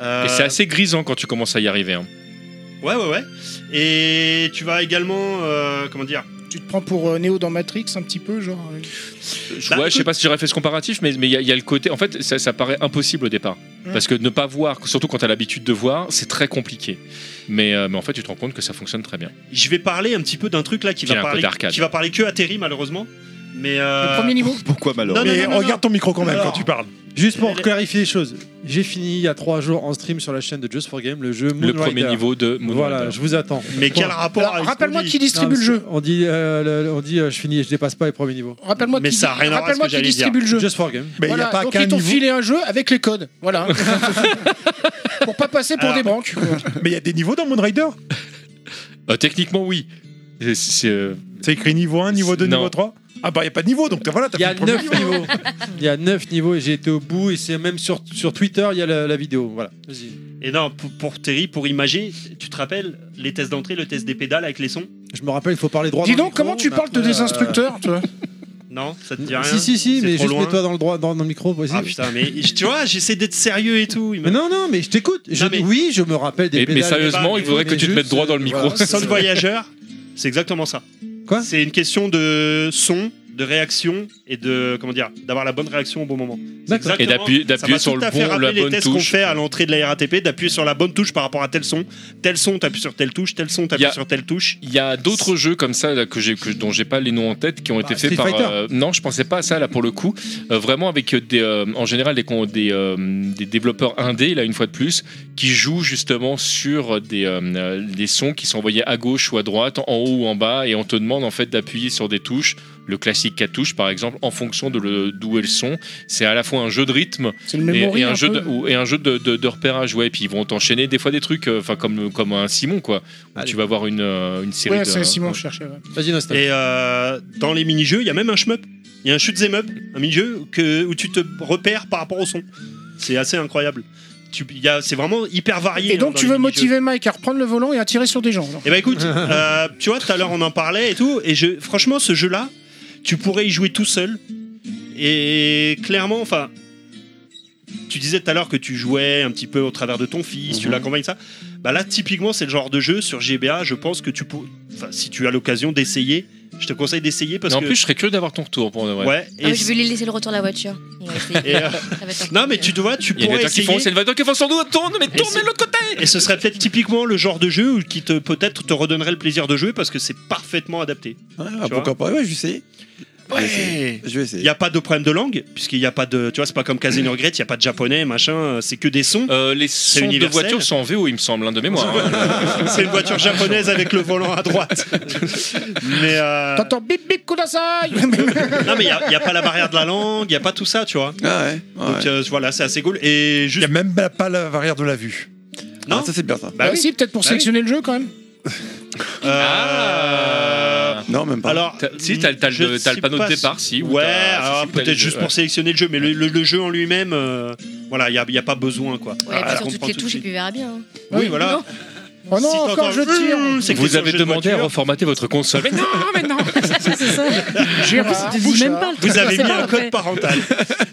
S3: Euh,
S6: Et c'est assez grisant quand tu commences à y arriver. hein.
S3: Ouais, ouais, ouais. Et tu vas également, euh, comment dire,
S7: Tu te prends pour euh, Neo dans Matrix un petit peu, genre. euh,
S6: Je, ouais, je sais pas si j'aurais fait ce comparatif, mais mais il y, a- il y a le côté. En fait, ça, ça paraît impossible au départ.
S7: Mm.
S6: Parce que ne pas voir, surtout quand tu as l'habitude de voir, c'est très compliqué. Mais, euh, mais en fait, tu te rends compte que ça fonctionne très bien.
S3: je vais parler un petit peu d'un truc là qui
S6: Qui est
S3: va,
S6: un peu
S3: parler,
S6: d'arcade.
S3: qui va parler que à Terry, malheureusement. Mais euh,
S13: Pourquoi
S3: Non, non,
S5: Mais
S3: non, non,
S5: regarde
S3: non.
S5: ton micro quand même
S3: Alors,
S5: quand tu parles.
S1: Juste pour clarifier les choses, j'ai fini il y a 3 jours en stream sur la chaîne de Just for Game le jeu Moonrider.
S6: premier niveau de Moonrider.
S1: Voilà, je vous attends.
S3: Mais
S1: Point.
S3: quel rapport avec
S7: rappelle-moi qui distribue
S1: Non,
S7: le jeu.
S1: On dit, euh, le- le- on dit euh, je finis et je dépasse pas les premiers niveaux.
S7: Rappelle-moi
S1: Mais
S7: qui,
S1: ça a rien à voir avec
S7: rappelle-moi
S1: ce que
S7: qui
S1: j'allais
S7: distribue
S1: dire.
S7: le jeu.
S1: Just for Game. Mais il y a
S7: Voilà,
S1: pas
S7: donc
S1: qu'un
S7: ils t'ont
S1: niveau.
S7: filé un jeu avec les codes, voilà. pour pas passer pour des branques. quoi.
S5: Mais il y a des niveaux dans Moonrider
S6: Euh, techniquement, oui. C'est- C'est euh,
S5: C'est écrit niveau 1, niveau 2,
S6: Non.
S5: niveau 3 Ah bah il n'y a pas de niveau, donc t'as- voilà, t'as
S1: Il y
S5: fait
S1: a
S5: le premier
S1: 9
S5: niveau.
S1: niveaux. Il y a 9 niveaux et j'ai été au bout et c'est même sur, sur Twitter, il y a la, la vidéo. Voilà.
S3: Et non, pour, pour Terry, pour imager, tu te rappelles les tests d'entrée, le test des pédales avec les sons
S1: Je me rappelle, il faut parler droit.
S7: Dis
S1: dans le
S7: donc,
S1: micro,
S7: comment tu
S1: mais
S7: parles de
S1: après,
S7: des
S1: euh,
S7: instructeurs, toi
S3: Non, ça te dit rien
S1: Si, si, si,
S3: C'est
S1: mais
S3: trop
S1: juste
S3: loin.
S1: mets-toi dans le, droit, dans, dans le micro. vas-y.
S3: Ah putain, mais tu vois, j'essaie d'être sérieux et tout.
S1: Mais non, non, mais je t'écoute. Je- Oui, je me rappelle des
S6: Mais- mais
S1: pédales.
S6: sérieusement, il faudrait que
S1: mais
S6: tu te mettes droit dans le micro.
S1: voilà,
S3: Sans le voyageur, c'est exactement ça.
S1: Quoi
S3: C'est une question de son de réaction et de comment dire d'avoir la bonne réaction au bon moment. C'est exactement-
S6: D'accord. Et d'appuyer-
S3: ça
S6: d'appuyer
S3: m'a
S6: sur
S3: tout
S6: le
S3: à fait
S6: bon-
S3: rappelé
S6: la
S3: les
S6: bonne
S3: tests qu'on
S6: touche.
S3: fait à l'entrée de la RATP, d'appuyer sur la bonne touche par rapport à tel son, tel son, t'appuies sur telle touche, tel son,
S6: Il y
S3: t'appuies
S6: a-
S3: sur telle touche.
S6: Il y a d'autres jeux comme ça là, que j'ai, que, dont j'ai pas les noms en tête qui ont été faits
S3: Street
S6: par.
S3: Fighter.
S6: euh, non, je pensais pas à ça là pour le coup. Euh, vraiment avec euh, des, euh, en général des, con- des, euh, des développeurs indés là une fois de plus qui jouent justement sur des, euh, euh, des sons qui sont envoyés à gauche ou à droite, en haut ou en bas et on te demande en fait d'appuyer sur des touches. Le classique 4 touches par exemple en fonction de le- d'où est le son. C'est à la fois un jeu de rythme
S7: le
S6: et,
S7: memory
S6: et un
S7: un
S6: jeu
S7: peu.
S6: de, ou- et un jeu de, de- de repérage ouais. Et puis ils vont t'enchaîner des fois des trucs euh, enfin comme comme un Simon quoi. Où tu vas avoir une, euh, une série
S7: Ouais,
S6: de
S3: hein.
S7: c'est Simon que je cherchais. ouais.
S1: Vas-y, Nostal.
S3: Et euh, dans les mini-jeux, il y a même un shmup. Il y a un shoot 'em up, un mini-jeu que- où tu te repères par rapport au son. C'est assez incroyable. Tu- il y a- C'est vraiment hyper varié. hein,
S7: Et donc, tu veux
S3: motiver
S7: motiver Mike à reprendre le volant et à tirer sur des gens. alors.
S3: Et bah écoute, euh, tu vois, tout à l'heure on en parlait et tout, et je, franchement, ce jeu-là, tu pourrais y jouer tout seul. Et clairement, enfin, tu disais tout à l'heure que tu jouais un petit peu au travers de ton fils, tu
S10: Mhm.
S3: l'accompagnes ça. Bah là, typiquement, c'est le genre de jeu sur GBA. Je pense que tu peux, enfin, si tu as l'occasion d'essayer, je te conseille d'essayer parce
S6: Mais en
S3: que.
S6: plus, je serais curieux d'avoir ton retour pour de vrai.
S3: Ouais.
S9: Ah oui, je vais lui laisser le retour de la voiture. On va essayer.
S3: Et, euh,
S9: Ça va être un
S3: non mais tu dois, tu
S6: Il y a des
S3: pourrais
S6: gens qui
S3: essayer.
S6: font, c'est une voiture qui font son dos, tourne, mais tourne de l'autre côté
S3: Et ce serait peut-être typiquement le genre de jeu où- qui te peut-être te redonnerait le plaisir de jouer parce que c'est parfaitement adapté.
S10: Ah, pourquoi pas Ouais, je vais essayer. Je vais
S3: Il
S10: essayer.
S3: n'y a pas de problème de langue, puisqu'il n'y a pas de. Tu vois, c'est pas comme Casino Regret, il n'y a pas de japonais, machin, euh, c'est que des sons.
S6: Euh, les
S3: C'est
S6: sons de
S3: universel.
S6: voiture sont en VO, il me semble, hein, de mémoire. hein.
S3: C'est une voiture japonaise avec le volant à droite. Mais. euh,
S7: T'entends bip bip kudasai
S3: Non, mais il n'y a, il y a pas la barrière de la langue, il n'y a pas tout ça, tu vois.
S10: Ah ouais.
S3: Donc euh, voilà, c'est assez cool. Et juste.
S5: Il n'y a même pas la barrière de la vue.
S3: Non,
S10: Ah, ça c'est bien ça.
S3: Bah
S7: Bah
S3: oui. Euh,
S7: si, peut-être pour
S3: Bah
S7: sélectionner le jeu quand même.
S6: Ah,
S10: Non, même pas.
S3: Alors,
S6: T'as- si, t'as le- t'as le-
S3: je
S6: t'as le
S3: sais
S6: panneau de
S3: pas
S6: départ,
S3: si-
S6: si, ou
S3: Ouais,
S6: t'as- si,
S3: alors
S6: si, t'as les
S3: peut-être
S6: jeux,
S3: juste
S6: ouais.
S3: pour sélectionner le jeu, mais le, le- le jeu en lui-même, euh, voilà, il n'y a, il y a pas besoin, quoi.
S9: Ouais, appuie
S3: Ah,
S9: sur
S3: on
S9: toutes
S3: prend
S9: les
S3: tout de
S9: touches et
S3: suite.
S9: puis verra bien. hein.
S3: Oui, voilà.
S7: Oh non,
S3: Si t'entends
S7: encore je
S3: Hum,
S7: tire
S3: c'est que t'es
S6: Vous
S3: sur le
S6: avez
S3: jeu de
S6: demandé à
S3: voiture.
S6: reformater votre console. Mais non
S4: Ah, mais non C'est ça. En plus,
S7: Gérard,
S4: ils te disent même pas. le truc,
S3: Vous avez
S4: c'est
S3: mis
S4: pas
S3: un
S4: après.
S3: code parental.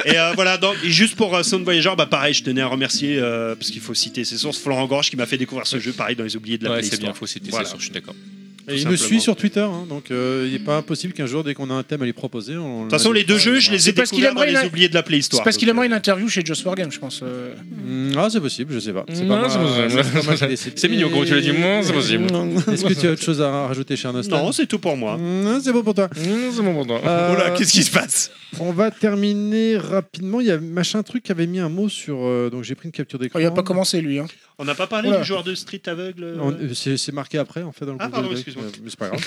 S3: Et euh, voilà, donc, et juste pour euh, Sound Voyager, bah pareil, je tenais à remercier, euh, parce qu'il faut citer ses sources, Florent Gorge qui m'a fait découvrir ce jeu, pareil, dans les oubliés de la
S6: Ouais,
S3: Play
S6: c'est bien,
S3: Store.
S6: faut citer
S3: Voilà.
S6: ça, je suis d'accord.
S3: Tout
S1: Et il me
S3: simplement.
S1: suit sur Twitter, hein, donc euh, il n'est pas impossible qu'un jour, dès qu'on a un thème à lui proposer,
S3: De
S1: on.
S3: toute façon, les deux jeux, je les ai
S7: C'est parce qu'il
S3: découverts dans
S7: aimerait
S3: les
S7: la-
S3: oubliés de la Play Store.
S7: C'est parce
S3: donc, euh,
S7: qu'il aimerait une interview chez Just War Game, je pense. euh.
S1: Mm, Ah, c'est possible, je sais pas. C'est
S6: Non,
S1: pas moi-
S6: c'est possible.
S1: c'est pas moi qui décide.
S6: C'est mignon, comment tu l'as dit. Non, c'est possible.
S1: Est-ce que tu as autre chose à rajouter, cher
S3: euh,
S1: Nostal
S3: Non, c'est tout pour moi.
S1: Non, c'est bon pour toi.
S6: Non, c'est bon pour toi.
S1: Euh,
S5: Oh là, qu'est-ce qui se passe
S1: On va terminer rapidement. Il y a machin truc qui avait mis un mot sur. euh, donc j'ai pris une capture d'écran.
S7: Il a pas commencé lui. Hein.
S3: On n'a pas parlé
S7: Oula.
S3: du joueur de Street aveugle. euh,
S1: On- euh, C'est c'est marqué après, en fait, dans le
S3: Ah,
S1: Google
S3: pardon,
S1: Doc,
S3: excuse-moi.
S1: euh, Mais c'est pas grave.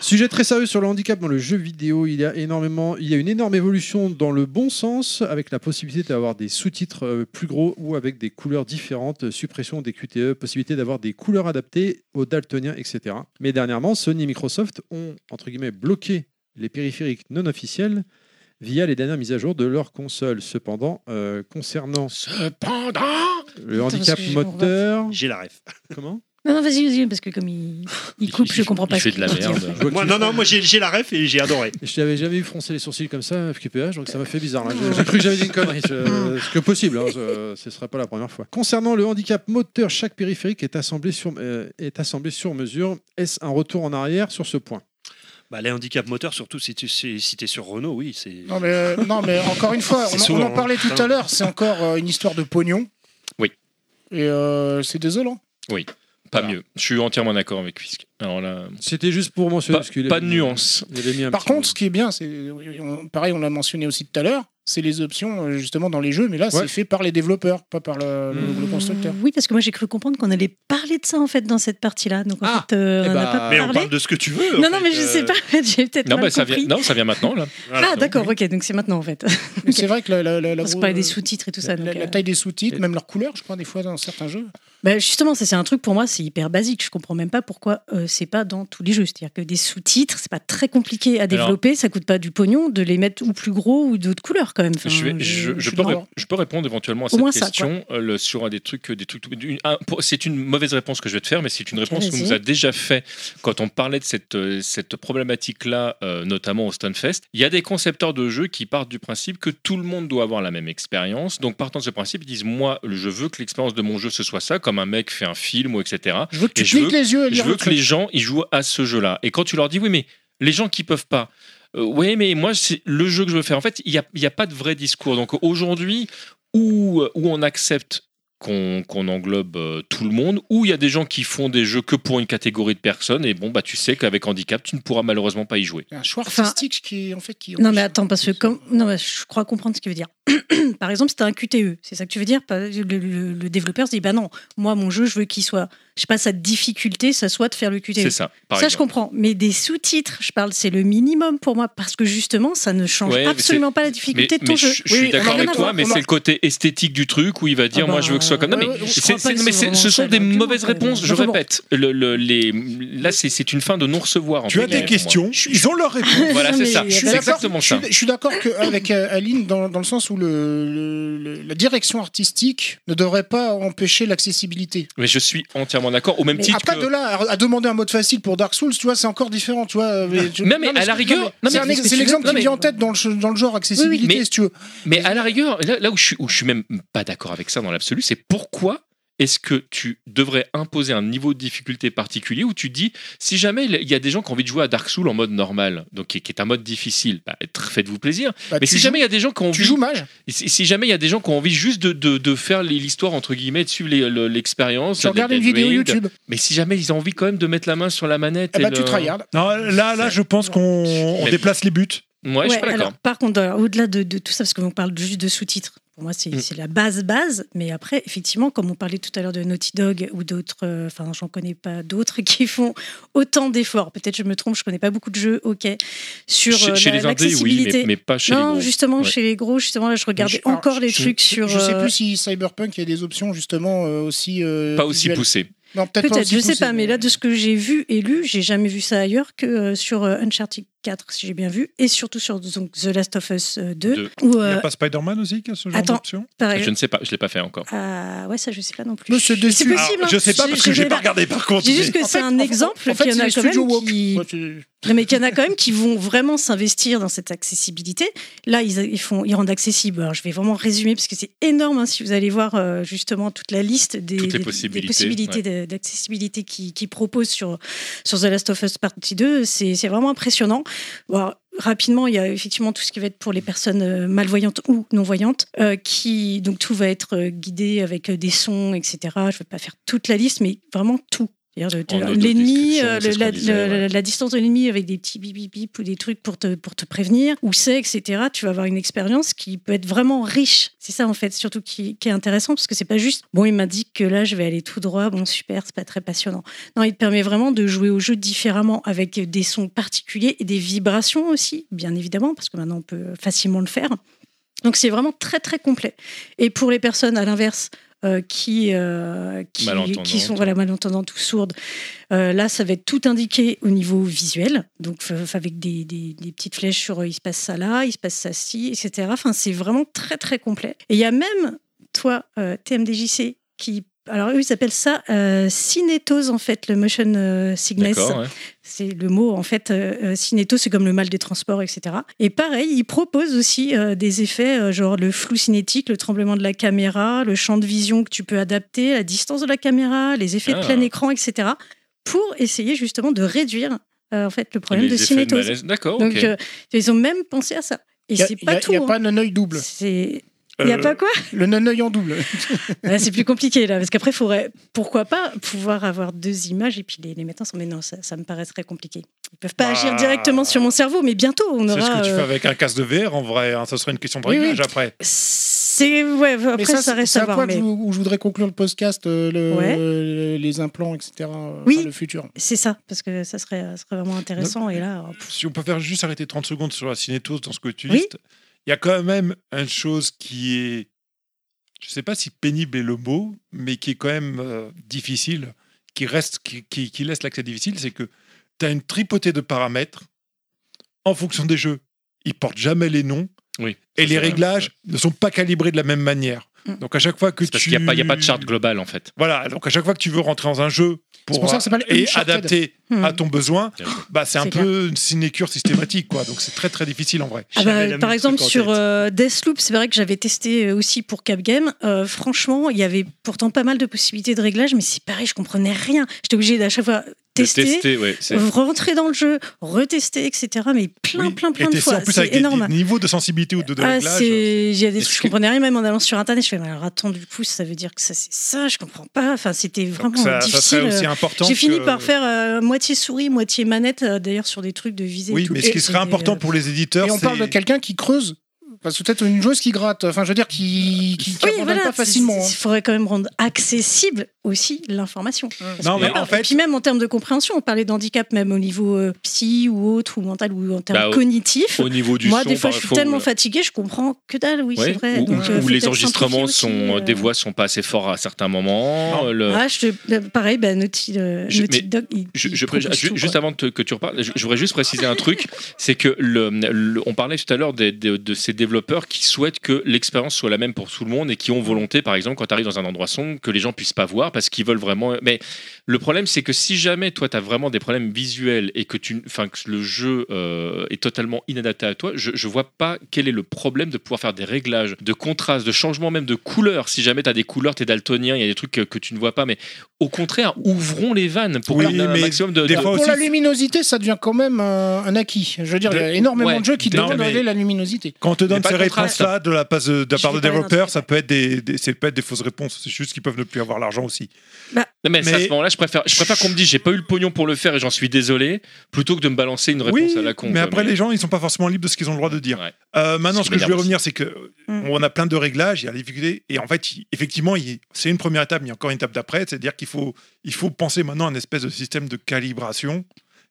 S1: Sujet très sérieux sur le handicap dans le jeu vidéo. Il y a énormément, il y a une énorme évolution dans le bon sens, avec la possibilité d'avoir des sous-titres euh, plus gros ou avec des couleurs différentes, euh, suppression des QTE, possibilité d'avoir des couleurs adaptées aux daltoniens, etc. Mais dernièrement, Sony et Microsoft ont entre guillemets bloqué les périphériques non officiels via les dernières mises à jour de leur console. Cependant, euh, concernant
S7: Euh,
S6: Cependant
S1: le handicap
S4: parce que je m'en
S1: moteur,
S3: J'ai la ref.
S1: comment
S4: Non, non, vas-y, vas-y, parce que comme il, il coupe, je comprends pas.
S6: Il
S4: ce
S6: fait de la
S4: qu'il hein. veut dire.
S6: merde.
S1: Je vois que
S3: Moi,
S1: tu-
S3: non, non, moi j'ai j'ai la ref et j'ai adoré.
S1: Je t'avais jamais vu froncer les sourcils comme ça, FQPH, donc ça m'a fait bizarre. là. J'ai- J'ai cru que j'avais dit une connerie. je- Ce que possible, hein, ce ne serait pas la première fois. Concernant le handicap moteur, chaque périphérique est assemblé sur, euh, est assemblé sur mesure. Est-ce un retour en arrière sur ce point
S3: Bah, les handicaps moteurs, surtout si tu si, si t'es sur Renault, oui, c'est.
S1: Ah.
S7: Non, mais, euh, non, mais encore une fois,
S3: C'est
S7: on, en-
S3: souvent,
S7: on en parlait
S3: hein,
S7: tout
S3: putain.
S7: à l'heure, c'est encore euh, une histoire de pognon.
S6: Oui.
S7: Et euh, c'est désolant.
S6: Oui, pas mieux. Je suis entièrement d'accord avec Fisk. Alors là,
S1: C'était juste pour mentionner.
S6: pas,
S1: parce qu'il
S6: pas
S1: avait-
S6: de nuance.
S1: il avait mis un
S7: Par
S1: petit mot.
S7: contre, ce qui est bien, c'est on- pareil, on l'a mentionné aussi tout à l'heure, c'est les options euh, justement dans les jeux, mais là,
S1: Ouais.
S7: c'est fait par les développeurs, pas par le, le-
S3: Mmh.
S7: le constructeur.
S4: Oui, parce que moi j'ai cru comprendre qu'on allait parler de ça en fait dans cette partie-là. Donc en
S1: Ah,
S4: fait, euh,
S1: eh
S4: on n'a
S1: bah,
S4: pas
S3: Mais
S4: parlé.
S3: on parle de ce que tu veux. en
S4: non, non,
S3: fait,
S4: mais je
S3: euh,
S4: sais pas. J'ai peut-être
S6: Non,
S4: mal
S6: bah, ça
S4: compris.
S6: vient, non, ça vient maintenant, là.
S3: voilà.
S4: ah, d'accord, ok, donc c'est maintenant en fait.
S7: Mais C'est vrai que la, la, la- la-
S4: Parce qu'on parlait des sous-titres et tout ça.
S7: la-
S4: donc,
S7: la
S4: euh,
S7: taille des sous-titres, même leur couleur, je crois, des fois dans certains jeux.
S4: bah, justement, ça c'est un truc pour moi, c'est hyper basique. Je comprends même pas pourquoi euh, c'est pas dans tous les jeux. C'est-à-dire que des sous-titres, c'est pas très compliqué à développer, ça coûte pas du pognon de les mettre ou plus gros ou d'autres couleurs quand même. Enfin,
S6: je, vais- je- je
S4: je suis
S6: peux,
S4: d'accord.
S6: ré- je peux répondre éventuellement à
S4: Au
S6: cette
S4: moins ça,
S6: question euh, le- sur euh, des trucs, des trucs. une- un- pour- c'est une mauvaise réponse que je vais te faire, mais c'est une réponse qu'on
S4: vas-y.
S6: nous a déjà fait quand on parlait de cette, euh, cette problématique-là, euh, notamment au Stunfest. Il y a des concepteurs de jeux qui partent du principe que tout le monde doit avoir la même expérience. Donc, partant de ce principe, ils disent moi, je veux que l'expérience de mon jeu ce soit ça, comme un mec fait un film ou etc.
S7: Je veux que tu
S6: Et je
S7: cliques les yeux et
S6: Je
S7: lire
S6: veux
S7: le
S6: que
S7: truc.
S6: les gens ils jouent à ce jeu-là. Et quand tu leur dis oui, mais les gens qui peuvent pas. Euh, oui, mais moi, c'est le jeu que je veux faire. En fait, il n'y a, il y a pas de vrai discours. Donc aujourd'hui, où, où on accepte qu'on qu'on englobe euh, tout le monde, où il y a des gens qui font des jeux que pour une catégorie de personnes, et bon, bah tu sais qu'avec handicap, tu ne pourras malheureusement pas y jouer.
S7: Un choix artistique qui, en fait, qui.
S4: Non mais attends, parce que comme... non, mais je crois comprendre ce qu'il veut dire. Par exemple, c'était un QTE, c'est ça que tu veux dire Pas- le, le- le développeur se dit, bah non, moi mon jeu, je veux qu'il soit, je sais pas, sa difficulté, ça soit de faire le QTE.
S6: C'est ça, par
S4: ça, je
S6: exemple.
S4: comprends. Mais des sous-titres, je parle, c'est le minimum pour moi, parce que justement, ça ne change
S6: Ouais, mais
S4: absolument
S6: c'est-
S4: pas la difficulté
S6: mais-
S4: de ton
S6: mais
S4: jeu.
S6: Je, je suis d'accord avec toi, mais c'est le côté esthétique du truc où il va dire,
S4: Ah
S6: moi,
S4: bah,
S6: je veux que ce soit comme ça.
S4: ouais,
S6: Mais
S4: ouais, je
S6: c'est-
S4: crois pas
S6: c'est-
S4: que
S6: mais
S4: c'est
S6: c'est-
S4: vraiment
S6: ce
S4: ça
S6: sont
S4: le
S6: des
S4: document,
S6: mauvaises
S4: quand même.
S6: réponses. Je
S4: Enfin bon.
S6: répète, Le- le- les- là, c'est c'est une fin de non recevoir.
S5: Tu as des questions, ils ont leur réponse.
S6: Voilà, c'est ça.
S7: Je suis
S6: C'est
S7: d'accord-
S6: exactement
S7: je suis-
S6: ça.
S7: Je suis d'accord qu'avec Aline, dans, dans le sens où le- le- le- la direction artistique ne devrait pas empêcher l'accessibilité.
S6: Mais je suis entièrement d'accord. Au même
S7: Mais
S6: titre
S7: après,
S6: que-
S7: de là à, à demander un mode facile pour Dark Souls, tu vois, c'est encore différent, tu vois. euh, mais tu-
S6: Non, mais à
S7: c'est-
S6: la rigueur-
S7: non,
S6: non, mais
S7: c'est un
S6: qu'est-ce
S7: ex-
S6: que
S7: c'est
S6: tu
S7: l'exemple
S6: veux
S7: qui me vient
S6: Non,
S7: en tête dans le, ch- dans le genre accessibilité,
S6: mais,
S7: si tu veux.
S6: mais à la rigueur, là, là où, je suis, où je suis même pas d'accord avec ça dans l'absolu, c'est pourquoi est-ce que tu devrais imposer un niveau de difficulté particulier où tu dis, si jamais il y a des gens qui ont envie de jouer à Dark Souls en mode normal, donc qui, qui est un mode difficile, bah, tr- faites-vous plaisir.
S7: Bah,
S6: mais
S7: tu
S6: si
S7: joues-
S6: jamais il y a des gens qui ont envie,
S7: Tu joues mage
S6: si, si jamais il y a des gens qui ont envie juste de, de- de faire les- l'histoire entre guillemets, de suivre les- le- l'expérience,
S7: Tu
S6: de-
S7: regardes
S6: de-
S7: une
S6: de-
S7: vidéo
S6: de-
S7: YouTube.
S6: Mais si jamais ils ont envie quand même de mettre la main sur la manette,
S7: Eh
S6: et
S7: bah, tu
S6: le-
S7: tryhardes.
S5: Non, là, là, je pense qu'on on
S6: Mais-
S5: déplace les buts.
S6: Ouais, je suis pas
S4: Ouais,
S6: d'accord.
S4: alors, par contre, euh, au-delà de, de tout ça, parce qu'on parle juste de sous-titres, pour moi, c'est
S6: Mm.
S4: c'est la base base. Mais après, effectivement, comme on parlait tout à l'heure de Naughty Dog ou d'autres, euh, enfin, j'en connais pas d'autres qui font autant d'efforts. Peut-être je me trompe, je connais pas beaucoup de jeux. Ok, sur
S6: Chez-
S4: euh,
S6: chez
S4: la-
S6: les indés, oui,
S4: l'accessibilité.
S6: mais- mais pas chez les
S4: Non,
S6: gros.
S4: justement,
S6: Ouais.
S4: chez les gros, justement, là, je regardais
S7: Alors,
S4: encore les
S7: je-
S4: trucs
S7: je-
S4: sur.
S7: Je sais
S4: euh,
S7: plus si Cyberpunk, il y a des options justement euh, aussi. euh,
S6: Pas aussi
S7: visuelles.
S6: poussé.
S7: Non, peut-être pas
S4: Peut-être,
S7: aussi
S4: je sais
S7: poussées.
S4: pas, mais là, de ce que j'ai vu et lu, j'ai jamais vu ça ailleurs que euh, sur euh, Uncharted 4, si j'ai bien vu, et surtout sur donc, The Last of Us euh, 2,
S6: Deux.
S4: où,
S5: Il n'y
S4: euh,
S5: a pas Spider-Man aussi qui a ce genre
S4: Attends,
S5: d'option
S4: pareil.
S6: Je ne sais pas, je l'ai pas fait encore.
S4: Ah ouais, ça je sais pas non plus.
S7: Mais c'est dessus.
S4: C'est possible.
S5: Alors, je sais pas
S4: hein.
S5: parce que j'ai pas
S4: là.
S5: regardé, par contre,
S4: Je dis juste
S5: mais-
S4: que
S5: En
S4: c'est
S5: fait, en-
S4: un exemple
S5: en fait,
S4: qu'il y en
S5: c'est
S4: a
S5: les
S4: quand
S5: studios
S4: même
S5: woke.
S4: qui.
S5: Ouais, tu-
S4: Non, mais qu'il y en a quand même qui vont vraiment s'investir dans cette accessibilité. Là, ils, ils font, ils rendent accessible. Alors, je vais vraiment résumer parce que c'est énorme. hein, si vous allez voir euh, justement toute la liste des,
S6: Toutes les
S4: des- des
S6: possibilités,
S4: possibilités d'a- d'accessibilité qui, qui proposent sur, sur The Last of Us Partie 2, c'est c'est vraiment impressionnant. Bon, alors, rapidement, il y a effectivement tout ce qui va être pour les personnes euh, malvoyantes ou non-voyantes, euh, qui donc tout va être euh, guidé avec euh, des sons, etc. Je ne vais pas faire toute la liste, mais vraiment tout. C'est-à-dire, euh,
S6: En
S4: L'ennemi,
S6: autodescription,
S4: euh,
S6: c'est ce
S4: la,
S6: qu'on disait,
S4: la-
S6: ouais.
S4: la- la distance de l'ennemi avec des petits bip bip bip ou des trucs pour te, pour te prévenir, où c'est, etc. Tu vas avoir une expérience qui peut être vraiment riche. C'est ça, en fait, surtout qui, qui est intéressant, parce que c'est pas juste, bon, il m'a dit que là, je vais aller tout droit, bon, super, c'est pas très passionnant. Non, il te permet vraiment de jouer au jeu différemment, avec des sons particuliers et des vibrations aussi, bien évidemment, parce que maintenant, on peut facilement le faire. Donc, c'est vraiment très, très complet. Et pour les personnes, à l'inverse, euh, qui, euh, qui,
S6: Malentendantes.
S4: qui sont voilà, malentendantes ou sourdes, euh, là, ça va être tout indiqué au niveau visuel, donc f- avec des, des- des petites flèches sur euh, il se passe ça là, il se passe ça ci, etc. Enfin, c'est vraiment très très complet. Et il y a même, toi, euh, TMDJC, qui. Alors, eux, ils appellent ça euh, cinétose, en fait, le motion euh, sickness.
S6: D'accord, ouais.
S4: C'est le mot, en fait, euh, euh, cinéto, c'est comme le mal des transports, etc. Et pareil, il propose aussi euh, des effets, euh, genre le flou cinétique, le tremblement de la caméra, le champ de vision que tu peux adapter, la distance de la caméra, les effets
S6: Ah.
S4: de plein écran, etc. pour essayer justement de réduire, euh, en fait, le problème
S6: Les
S4: de
S6: effets de
S4: cinétose.
S6: malaise. D'accord,
S4: Donc,
S6: ok.
S4: euh, ils ont même pensé à ça. Et
S7: Y a-
S4: c'est
S7: y
S4: pas
S7: a-
S4: tout.
S7: y a
S4: hein.
S7: pas un œil double.
S4: C'est. Il n'y a
S7: Euh,
S4: pas quoi
S7: Le non-œil en double.
S4: Ouais, C'est plus compliqué là, parce qu'après, il faudrait, pourquoi pas, pouvoir avoir deux images et puis les, les mettre ensemble. Mais non, ça, ça me paraît très compliqué. Ils peuvent pas
S5: Bah.
S4: agir directement sur mon cerveau, mais bientôt, on
S5: C'est
S4: aura.
S5: ce que tu
S4: euh,
S5: fais avec un casque de VR en vrai, hein, ça serait une question de
S4: Oui, oui.
S5: réglage après.
S4: C'est ouais, après ça,
S7: c'est-
S4: reste
S7: c'est
S4: à
S7: quoi
S4: voir.
S7: que
S4: Mais
S7: je- où je voudrais conclure le podcast, euh, le-
S4: Ouais.
S7: le- les implants, etc. euh,
S4: Oui.
S7: enfin, le futur.
S4: c'est ça, parce que ça serait, ça serait vraiment intéressant. Et là, euh,
S5: Si on peut faire juste arrêter 30 secondes sur la cinétose dans ce que tu listes, il y a quand même une chose qui est, je sais pas si pénible est le mot, mais qui est quand même euh, difficile, qui, reste, qui, qui- qui laisse l'accès difficile, c'est que tu as une tripotée de paramètres en fonction des jeux. Ils portent jamais les noms
S6: Oui,
S5: et
S6: ça,
S5: les
S6: c'est vrai.
S5: réglages ne sont pas calibrés de la même manière. Donc à chaque fois que tu...
S6: Parce qu'il n'y a, pas- il y a pas de charte globale en fait.
S5: Voilà, donc à chaque fois que tu veux rentrer dans un jeu pour,
S6: C'est pour ça que ça s'appelle
S5: et
S6: Uncharted.
S5: adapté
S6: Hmm.
S5: à ton besoin, bah c'est un
S4: C'est
S5: peu une sinécure systématique quoi. Donc c'est très très difficile en vrai.
S4: Ah bah, par exemple, sur euh, Deathloop, c'est vrai que j'avais testé euh, aussi pour Capgame. Euh, franchement, il y avait pourtant pas mal de possibilités de réglage, mais c'est pareil, je comprenais rien. J'étais obligée d'à chaque fois tester,
S6: tester, ouais, c'est-
S4: rentrer dans le jeu, retester, etc. Mais plein, plein, plein
S5: Et
S4: de
S5: t'es
S4: fois.
S5: en plus avec
S4: C'est
S5: des,
S4: énorme.
S5: des niveaux de sensibilité ou de, de
S4: Ah,
S5: réglage. hein,
S4: c'est- il y a des trucs que je comprenais rien, même en allant sur internet, je fais mais alors attends du coup ça veut dire que ça c'est ça, je comprends pas. Enfin c'était vraiment
S5: ça- ça
S4: difficile. euh,
S5: serait aussi important
S4: J'ai fini
S5: que-
S4: par faire euh, moitié souris, moitié manette, euh, d'ailleurs sur des trucs de visée. et
S5: Oui,
S4: tout.
S5: mais ce
S4: Et
S5: qui serait
S4: c'était,
S5: important
S4: euh,
S5: pour les éditeurs,
S4: Et on
S5: c'est.
S4: parle de quel-
S7: Quelqu'un qui creuse. Parce que peut-être une joueuse qui gratte. Enfin, je veux dire, qui, qui, qui
S4: Oui,
S7: abandonne
S4: voilà,
S7: pas facilement. hein.
S4: Il faudrait quand même rendre accessible aussi l'information.
S5: Mmh.
S4: Parce
S7: Non,
S4: que
S7: mais
S4: voilà.
S7: en fait-
S4: Et puis même en termes de compréhension, on parlait d'handicap même au niveau euh, psy ou autre, ou mental, ou en termes
S6: Bah, au-
S4: cognitifs.
S6: au niveau du
S4: Moi,
S6: son,
S4: des fois,
S6: par-
S4: je suis
S6: faut-
S4: tellement fatiguée, je comprends que dalle, oui,
S6: Ouais,
S4: c'est vrai.
S6: Ou,
S4: Donc,
S6: ou-
S4: euh,
S6: ou
S4: faut
S6: les
S4: peut-être
S6: enregistrements
S4: simplifier
S6: sont,
S4: aussi, euh,
S6: des voix sont pas assez forts à certains moments. le-
S4: Ah, je te- pareil, bah, Naughty, euh,
S6: euh, Je-
S4: Naughty
S6: mais-
S4: Dog, il-
S6: Je-
S4: il
S6: je pré-
S4: propose
S6: ju-
S4: tout,
S6: juste
S4: quoi.
S6: avant de te- que tu reparles, je, je voudrais juste préciser un truc, c'est que le, le- on parlait tout à l'heure des- de, de ces développeurs qui souhaitent que l'expérience soit la même pour tout le monde et qui ont volonté, par exemple, quand tu arrives dans un endroit sombre, que les gens puissent pas voir parce qu'ils veulent vraiment. Mais le problème, c'est que si jamais toi tu as vraiment des problèmes visuels et que tu, enfin, que le jeu euh, est totalement inadapté à toi, je, je vois pas quel est le problème de pouvoir faire des réglages, de contraste, de changement même de couleur. Si jamais tu as des couleurs, tu es daltonien, il y a des trucs que, que tu ne vois pas, mais au contraire, ouvrons les vannes pour
S5: Oui,
S6: qu'on ait un
S5: mais
S6: maximum de.
S5: des
S6: de-
S5: fois
S7: Pour la luminosité, ça devient quand même euh, un acquis. Je veux dire, il y a
S5: Des-
S7: énormément
S5: ouais,
S7: de jeux qui
S5: des- non,
S7: demandent
S5: mais-
S7: d'aller la luminosité.
S5: Quand on te donne
S7: pas
S5: ces
S7: de contraste.
S5: réponses-là de la, passe- de la part des
S7: vais parler d'un
S5: développeurs, ça peut, être des, des- c'est peut être des fausses réponses. C'est juste qu'ils peuvent ne plus avoir l'argent aussi.
S6: Non, mais, c'est à
S5: Mais-
S6: ce moment-là, je préfère, je préfère qu'on me dise j'ai pas eu le pognon pour le faire et j'en suis désolé, plutôt que de me balancer une réponse à la con.
S5: Mais
S6: quoi.
S5: après, les gens, ils sont pas forcément libres de ce qu'ils ont le droit de dire. Euh, maintenant,
S6: Ce
S5: ce
S6: qui
S5: que je
S6: m'énerve
S5: veux
S6: aussi.
S5: revenir, c'est que euh,
S4: Mm.
S5: on a plein de réglages, il y a les difficultés, et en fait, il- effectivement, il- c'est une première étape, mais il y a encore une étape d'après, c'est-à-dire qu'il faut, il faut penser maintenant à un espèce de système de calibration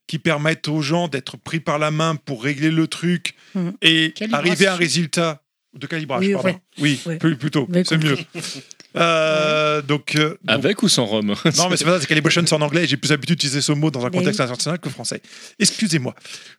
S5: qui permette aux gens d'être pris par la main pour régler le truc
S4: Mhm.
S5: et
S4: Calibration.
S5: arriver à un résultat de calibrage.
S4: Oui,
S5: pardon.
S4: ouais.
S5: oui
S4: Ouais.
S5: plus- plutôt,
S4: Mais
S5: c'est mieux.
S4: compris.
S5: Euh, donc, euh,
S6: Avec ou sans Rome
S5: non, mais c'est pas ça, c'est calibration, c'est en anglais. et J'ai plus l'habitude d'utiliser ce mot dans un
S4: Mais
S5: contexte
S4: oui.
S5: international que français. Excusez-moi.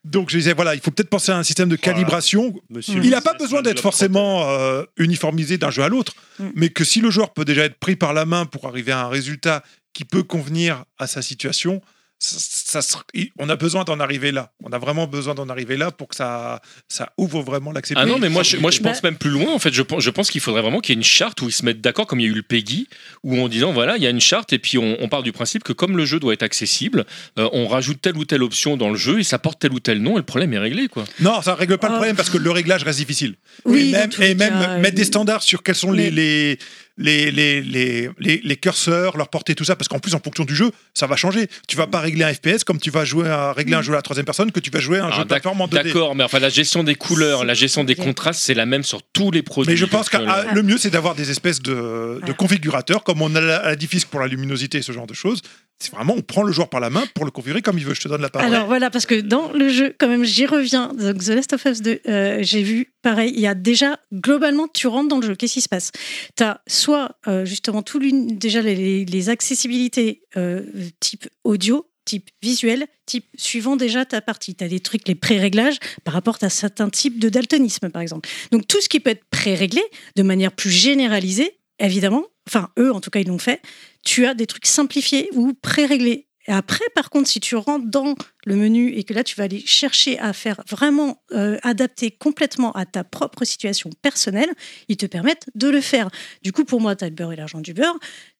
S5: Donc, je disais, voilà, il faut peut-être penser à un système de
S3: Voilà.
S5: calibration.
S3: Monsieur
S5: il n'a
S3: le
S5: pas
S3: businessman
S5: besoin
S3: de
S5: d'être
S3: la
S5: forcément euh, uniformisé d'un jeu à l'autre, mais que si le joueur peut déjà être pris par la main pour arriver à un résultat qui peut convenir à sa situation, ça, ça sera- il- on a besoin d'en arriver là. On a vraiment besoin d'en arriver là pour que ça, ça ouvre vraiment l'accès.
S6: Ah non, mais moi je, moi je
S5: Bah,
S6: pense même plus loin. En fait, je, pense- je pense qu'il faudrait vraiment qu'il y ait une charte où ils se mettent d'accord, comme il y a eu le PEGI, où en disant voilà, il y a une charte, et puis on, on part du principe que comme le jeu doit être accessible, euh, on rajoute telle ou telle option dans le jeu et ça porte tel ou tel nom, et le problème est réglé. quoi.
S5: Non, ça règle pas le problème parce que le réglage reste difficile.
S4: Oh. Oui,
S5: et
S4: dans
S5: même,
S4: tous
S5: et
S4: les
S5: même
S4: cas,
S5: mettre des
S4: oui.
S5: standards sur quels sont les,
S4: Mais-
S5: les, les, les, les, les- les curseurs, leur portée, tout ça, parce qu'en plus, en fonction du jeu, ça va changer. Tu vas pas régler un FPS comme tu vas jouer à, régler un
S4: Mm.
S5: jeu à la troisième personne que tu vas jouer à un
S6: Alors,
S5: jeu de
S6: Ah, d'ac-
S5: plateforme en 2D.
S6: D'accord, mais enfin, la gestion des couleurs, la gestion des contrastes, c'est la même sur tous les produits.
S5: Mais je pense que
S6: Donc, euh,
S5: ah, le mieux, c'est d'avoir des espèces de, de configurateurs, comme on a la, la diffuse pour la luminosité et ce genre de choses. C'est vraiment, on prend le joueur par la main pour le configurer comme il veut. Je te donne la parole.
S4: Alors voilà, parce que dans le jeu, quand même, j'y reviens. Donc The Last of Us 2, euh, j'ai vu pareil. Il y a déjà globalement, tu rentres dans le jeu. Qu'est-ce qui se passe T'as soit euh, justement tout l'une, déjà les, les- les accessibilités euh, type audio type visuel, type suivant déjà ta partie. Tu as des trucs, les pré-réglages par rapport à certains types de daltonisme, par exemple. Donc tout ce qui peut être pré-réglé de manière plus généralisée, évidemment, enfin eux en tout cas ils l'ont fait, tu as des trucs simplifiés ou pré-réglés. Et après, par contre, si tu rentres dans le menu et que là, tu vas aller chercher à faire vraiment euh, adapter complètement à ta propre situation personnelle, ils te permettent de le faire. Du coup, pour moi, tu as le beurre et l'argent du beurre,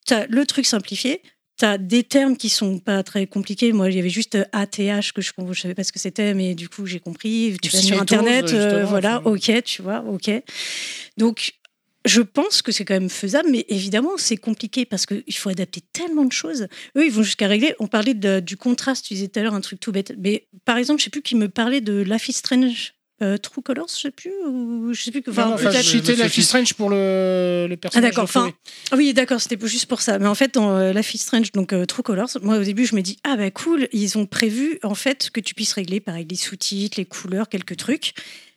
S4: tu as le truc simplifié, tu as des termes qui sont pas très compliqués. Moi, il y avait juste euh, ATH que je ne savais pas ce que c'était, mais du coup, j'ai compris. Tu vas sur
S7: cinétose,
S4: Internet, euh,
S7: justement,
S4: voilà, ok, tu vois, ok. Donc, je pense que c'est quand même faisable, mais évidemment, c'est compliqué parce qu'il faut adapter tellement de choses. Eux, ils vont jusqu'à régler. On parlait de- du contraste, tu disais tout à l'heure un truc tout bête. Mais par exemple, je sais plus qui me parlait de Life is Strange. euh, True Colors, je sais plus, ou je sais plus. que-
S7: Enfin,
S4: Enfin,
S7: en fait,
S4: peut-être-
S7: citer la fille Strange pour le, le
S4: ah
S7: personnage.
S4: d'accord, enfin,
S7: retrouvé.
S4: ah oui d'accord, c'était juste pour ça. Mais en fait, dans euh, La Fille Strange, donc euh, True Colors, moi au début je me dis ah bah cool, ils ont prévu en fait que tu puisses régler pareil les sous-titres, les couleurs, quelques trucs.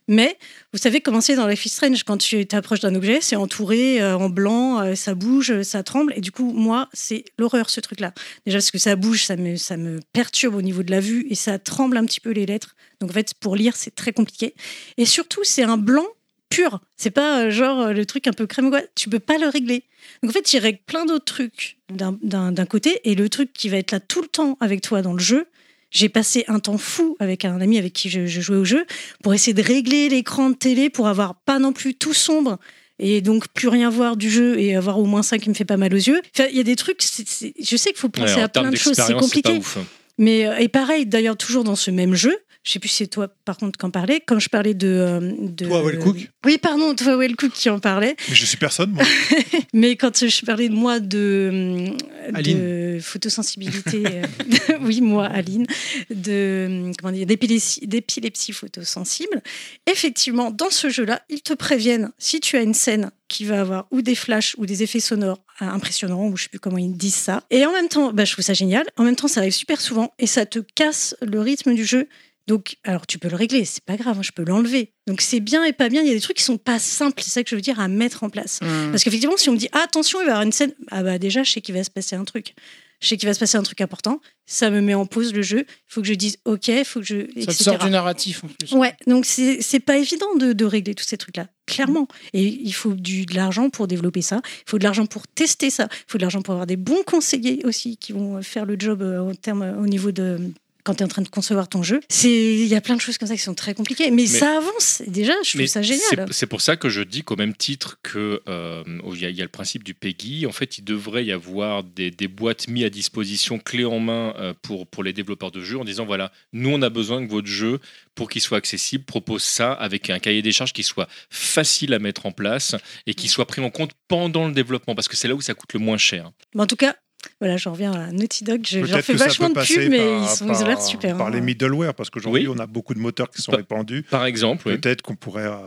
S4: Mais vous savez comment c'est dans La Fille Strange quand tu t'approches d'un objet, c'est entouré euh, en blanc, euh, ça bouge, euh, ça tremble et du coup moi c'est l'horreur ce truc-là. Déjà parce que ça bouge, ça me ça me perturbe au niveau de la vue et ça tremble un petit peu les lettres. Donc en fait pour lire c'est très compliqué. Et surtout c'est un blanc pur. C'est pas euh, genre euh, le truc un peu crème ou quoi. Tu peux pas le régler. Donc en fait, tu règles plein d'autres trucs d'un- d'un d'un côté et le truc qui va être là tout le temps avec toi dans le jeu. J'ai passé un temps fou avec un ami avec qui je, je jouais au jeu pour essayer de régler l'écran de télé pour avoir pas non plus tout sombre et donc plus rien voir du jeu et avoir au moins ça qui me fait pas mal aux yeux. Enfin, Il y a des trucs, c'est- c'est- je sais qu'il faut penser
S6: ouais, en
S4: à plein
S6: termes
S4: de choses, c'est
S6: d'expérience,
S4: compliqué.
S6: pas ouf.
S4: Mais euh, et pareil, d'ailleurs, toujours dans ce même jeu, je sais plus si c'est toi par contre qui en parlais, quand je parlais de. euh, de
S5: Toi, Wellcook
S4: Oui, pardon, toi, Wellcook qui en parlait.
S5: Mais je suis personne, moi.
S4: Mais quand je parlais de moi de, euh, de
S5: Aline.
S4: photosensibilité, euh, de- oui, moi, Aline, de, euh, comment dire, d'épilepsie, d'épilepsie photosensible, effectivement, dans ce jeu-là, ils te préviennent si tu as une scène qui va avoir ou des flashs ou des effets sonores euh, impressionnants, ou je sais plus comment ils disent ça. Et en même temps, bah, je trouve ça génial, en même temps, ça arrive super souvent et ça te casse le rythme du jeu. Donc, alors tu peux le régler, c'est pas grave, hein, je peux l'enlever. Donc c'est bien et pas bien, il y a des trucs qui sont pas simples, c'est ça que je veux dire, à mettre en place.
S7: Hmm.
S16: Mm.
S4: Parce qu'effectivement, si on me dit Ah, attention, il va y avoir une scène, ah bah déjà, je sais qu'il va se passer un truc. Je sais qu'il va se passer un truc important, ça me met en pause le jeu, il faut que je dise ok, il faut que je.
S7: Ça te
S4: etc..
S7: sort du narratif en plus.
S4: Ouais, donc c'est c'est pas évident de, de régler tous ces trucs-là, clairement. Et il faut du, de l'argent pour développer ça, il faut de l'argent pour tester ça, il faut de l'argent pour avoir des bons conseillers aussi qui vont faire le job euh, en termes, au niveau de. quand tu es en train de concevoir ton jeu. C'est- Il y a plein de choses comme ça qui sont très compliquées, mais,
S6: Mais-
S4: ça avance. Et Déjà, je trouve
S6: Mais
S4: ça
S6: c'est-
S4: génial.
S6: C'est pour ça que je dis qu'au même titre que euh, oh, il y, a- il y a le principe du PEGI, en fait, il devrait y avoir des, des boîtes mises à disposition clés en main euh, pour, pour les développeurs de jeux en disant voilà, nous on a besoin que votre jeu, pour qu'il soit accessible, propose ça avec un cahier des charges qui soit facile à mettre en place et qui soit pris en compte pendant le développement parce que c'est là où ça coûte le moins cher.
S4: Mais en tout cas, voilà, j'en reviens à Naughty Dog. Je- J'en
S5: Peut-être
S4: fais
S5: que ça
S4: vachement
S5: peut
S4: de
S5: passer
S4: pubs, mais
S5: par-
S4: ils, sont,
S5: par-
S4: ils ont l'air super.
S5: Par
S4: hein.
S5: les middleware, parce qu'aujourd'hui, on a beaucoup de moteurs qui sont répandus.
S6: Par exemple, oui.
S5: Peut-être qu'on pourrait, euh,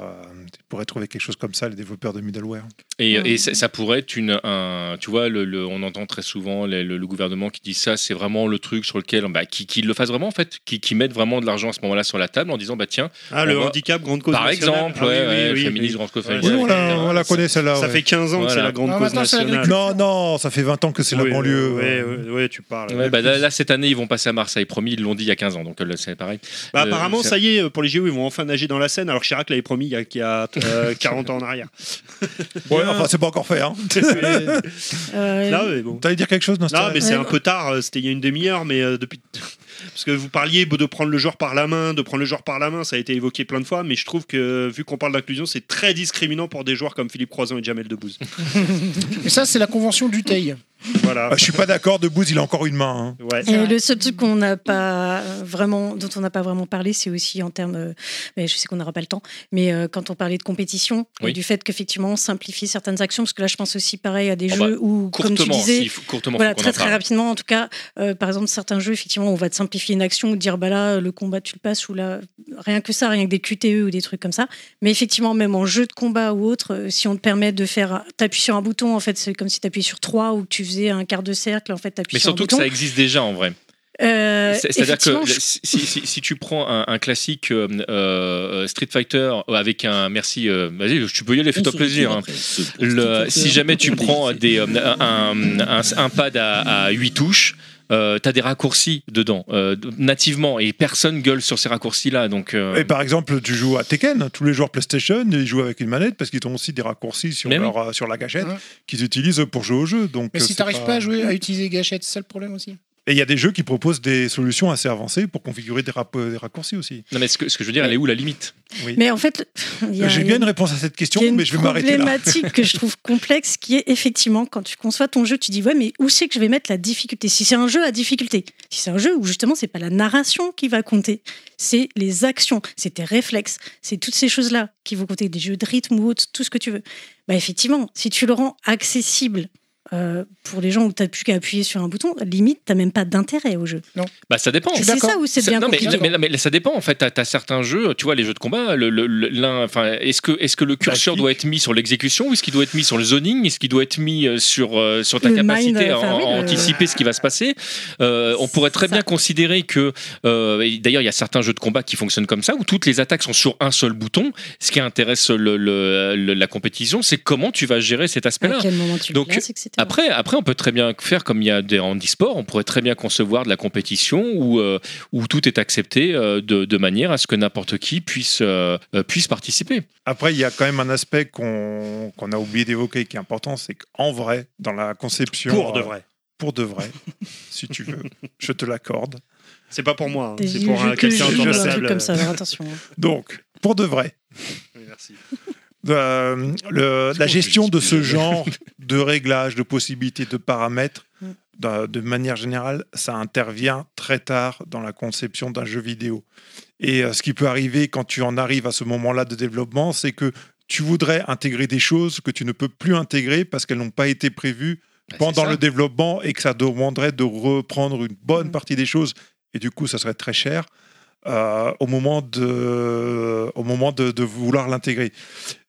S5: pourrait trouver quelque chose comme ça, les développeurs de middleware.
S6: Et, et ça, ça pourrait être une, un, tu vois, le, le- on entend très souvent les- le, le gouvernement qui dit ça, c'est vraiment le truc sur lequel, bah, qui, qui le fasse vraiment en fait, qui, qui mette vraiment de l'argent à ce moment-là sur la table en disant, bah tiens,
S3: Ah,
S6: on
S3: le
S6: va-
S3: handicap, grande cause
S6: par
S3: nationale.
S6: exemple,
S3: Ah oui,
S6: ouais,
S3: oui,
S6: ouais,
S3: oui,
S6: féminisme,
S3: oui.
S6: grande cause
S3: Ouais,
S5: Oui,
S6: nationale,
S5: on la, on la
S6: etc.
S5: connaît celle-là.
S6: Ça
S5: ouais.
S6: fait 15 ans que c'est Voilà. la grande Ah, cause maintenant, c'est nationale.
S5: Non, non, ça fait 20 ans que c'est la banlieue.
S3: Ouais, ouais, ouais, tu parles.
S6: Ouais, bah, là, là, cette année, ils vont passer à Marseille, promis, ils l'ont dit il y a 15 ans, donc euh, là, c'est pareil.
S3: Bah,
S6: Euh,
S3: apparemment,
S6: c'est-
S3: ça y est, pour les JO, ils vont enfin nager dans la Seine, alors que Chirac l'avait promis il y a, qu'il y a, euh, 40 ans en arrière.
S5: Ouais, enfin, c'est pas encore fait. Hein.
S4: Euh,
S3: Non, mais bon.
S5: T'allais dire quelque chose, Nostra
S3: Non, mais c'est un peu tard, euh, c'était il y a une demi-heure, mais euh, depuis. Parce que vous parliez de prendre le joueur par la main, de prendre le joueur par la main, ça a été évoqué plein de fois, mais je trouve que euh, vu qu'on parle d'inclusion, c'est très discriminant pour des joueurs comme Philippe Croizon et Jamel Debbouze.
S7: Mais ça, c'est la convention du TEI.
S3: voilà.
S5: Ah, je suis pas d'accord, Debouze, il a encore une main.
S3: hein. Ouais.
S4: Et le seul truc qu'on n'a pas euh, vraiment, dont on n'a pas vraiment parlé, c'est aussi en termes, euh, mais je sais qu'on n'aura pas le temps, mais euh, quand on parlait de compétition,
S6: Oui.
S4: et du fait qu'effectivement on simplifie certaines actions, parce que là je pense aussi pareil à des
S6: Oh,
S4: jeux
S6: bah,
S4: où, comme tu
S6: courtement,
S4: disais,
S6: s'il faut- courtement, faut
S4: voilà,
S6: qu'on
S4: très
S6: en
S4: très
S6: parle.
S4: rapidement en tout cas, euh, par exemple certains jeux effectivement on va te simplifier une action ou te dire bah là le combat tu le passes ou là rien que ça, rien que des QTE ou des trucs comme ça, mais effectivement même en jeu de combat ou autre, euh, si on te permet de faire, t'appuies sur un bouton en fait c'est comme si t'appuies sur trois ou que tu faisais un quart de cercle en fait t'appuies
S6: Mais
S4: sur un
S6: surtout que
S4: bouton.
S6: ça existe déjà en vrai.
S4: Euh,
S6: C'est- C'est-à-dire
S4: effectivement,
S6: que
S4: je-
S6: si, si- si tu prends un, un classique euh, euh, Street Fighter avec un merci, euh, vas-y, tu peux y aller, fais-toi
S2: se
S6: plaisir.
S2: retrouve
S6: hein.
S2: après ce petit
S6: Le-
S2: Fighter.
S6: si jamais tu prends des, euh, un, un- un pad à, 8 touches, euh, t'as des raccourcis dedans euh, nativement et personne gueule sur ces raccourcis là. Donc euh,
S5: Et par exemple, tu joues à Tekken, tous les joueurs PlayStation, ils jouent avec une manette parce qu'ils ont aussi des raccourcis sur,
S6: Mais oui.
S5: leur, euh, sur la gâchette qu'ils utilisent pour jouer au jeu. Donc,
S7: Mais
S5: euh,
S7: si
S5: c'est
S7: t'arrives pas à jouer, à utiliser gâchette, c'est ça le problème aussi.
S5: Et il y a des jeux qui proposent des solutions assez avancées pour configurer des, rap- des raccourcis aussi.
S6: non mais ce que, ce que je veux dire, elle est où la limite
S5: Oui. Euh,
S4: Mais en fait, il y a
S5: J'ai
S4: il y a
S5: bien une réponse à cette question,
S4: il y a une
S5: mais je vais m'arrêter là.
S4: problématique que je trouve complexe qui est effectivement quand tu conçois ton jeu, tu dis ouais mais où c'est que je vais mettre la difficulté Si c'est un jeu à difficulté, si c'est un jeu où justement c'est pas la narration qui va compter, c'est les actions, c'est tes réflexes, c'est toutes ces choses là qui vont compter, des jeux de rythme ou autre, tout ce que tu veux. Bah effectivement, si tu le rends accessible. euh, pour les gens où tu n'as plus qu'à appuyer sur un bouton, limite, tu n'as même pas d'intérêt au jeu.
S7: Non.
S6: Bah ça dépend.
S4: C'est ça où c'est
S6: Ça-
S4: bien
S6: non, mais,
S4: compliqué.
S6: mais- mais- mais ça dépend en fait. T'as as certains jeux, tu vois, les jeux de combat. le- le- le- l'un- enfin, est-ce que est-ce que le curseur doit être mis sur l'exécution ou est-ce qu'il doit être mis sur le zoning Est-ce qu'il doit être mis euh, sur euh, sur ta
S4: Le
S6: capacité
S4: mind,
S6: à,
S4: enfin,
S6: à
S4: oui, le-
S6: anticiper ce qui va se passer Euh, On pourrait très bien considérer que euh, et d'ailleurs il y a certains jeux de combat qui fonctionnent comme ça où toutes les attaques sont sur un seul bouton. Ce qui intéresse le- le- le- la compétition, c'est comment tu vas gérer cet aspect-là.
S4: À quel moment tu le
S6: Donc
S4: places, etc.
S6: après, après, on peut très bien faire comme il y a des handisports, on pourrait très bien concevoir de la compétition où, euh, où tout est accepté euh, de, de manière à ce que n'importe qui puisse, euh, euh, puisse participer.
S5: Après, il y a quand même un aspect qu'on qu'on a oublié d'évoquer qui est important, c'est qu'en vrai, dans la conception...
S3: Pour de
S5: euh,
S3: vrai.
S5: pour de vrai, si tu veux, je te l'accorde.
S3: C'est pas pour moi, hein,
S5: Des
S3: c'est pour
S5: jeux
S3: un
S5: que
S3: quelqu'un
S5: je
S3: autour de la
S5: joue, un truc
S3: table.
S5: comme ça, alors
S4: attention. hein.
S5: Donc, pour de vrai,
S3: Oui, Merci.
S5: euh, le- la gestion de ce genre de réglages, de possibilités, de paramètres d'un- de manière générale, ça intervient très tard dans la conception d'un jeu vidéo. Et euh, ce qui peut arriver quand tu en arrives à ce moment-là de développement, c'est que tu voudrais intégrer des choses que tu ne peux plus intégrer parce qu'elles n'ont pas été prévues pendant
S6: ça.
S5: le développement et que ça demanderait de reprendre une bonne partie des choses. Et du coup, ça serait très cher euh, au moment de, au moment de, de vouloir l'intégrer.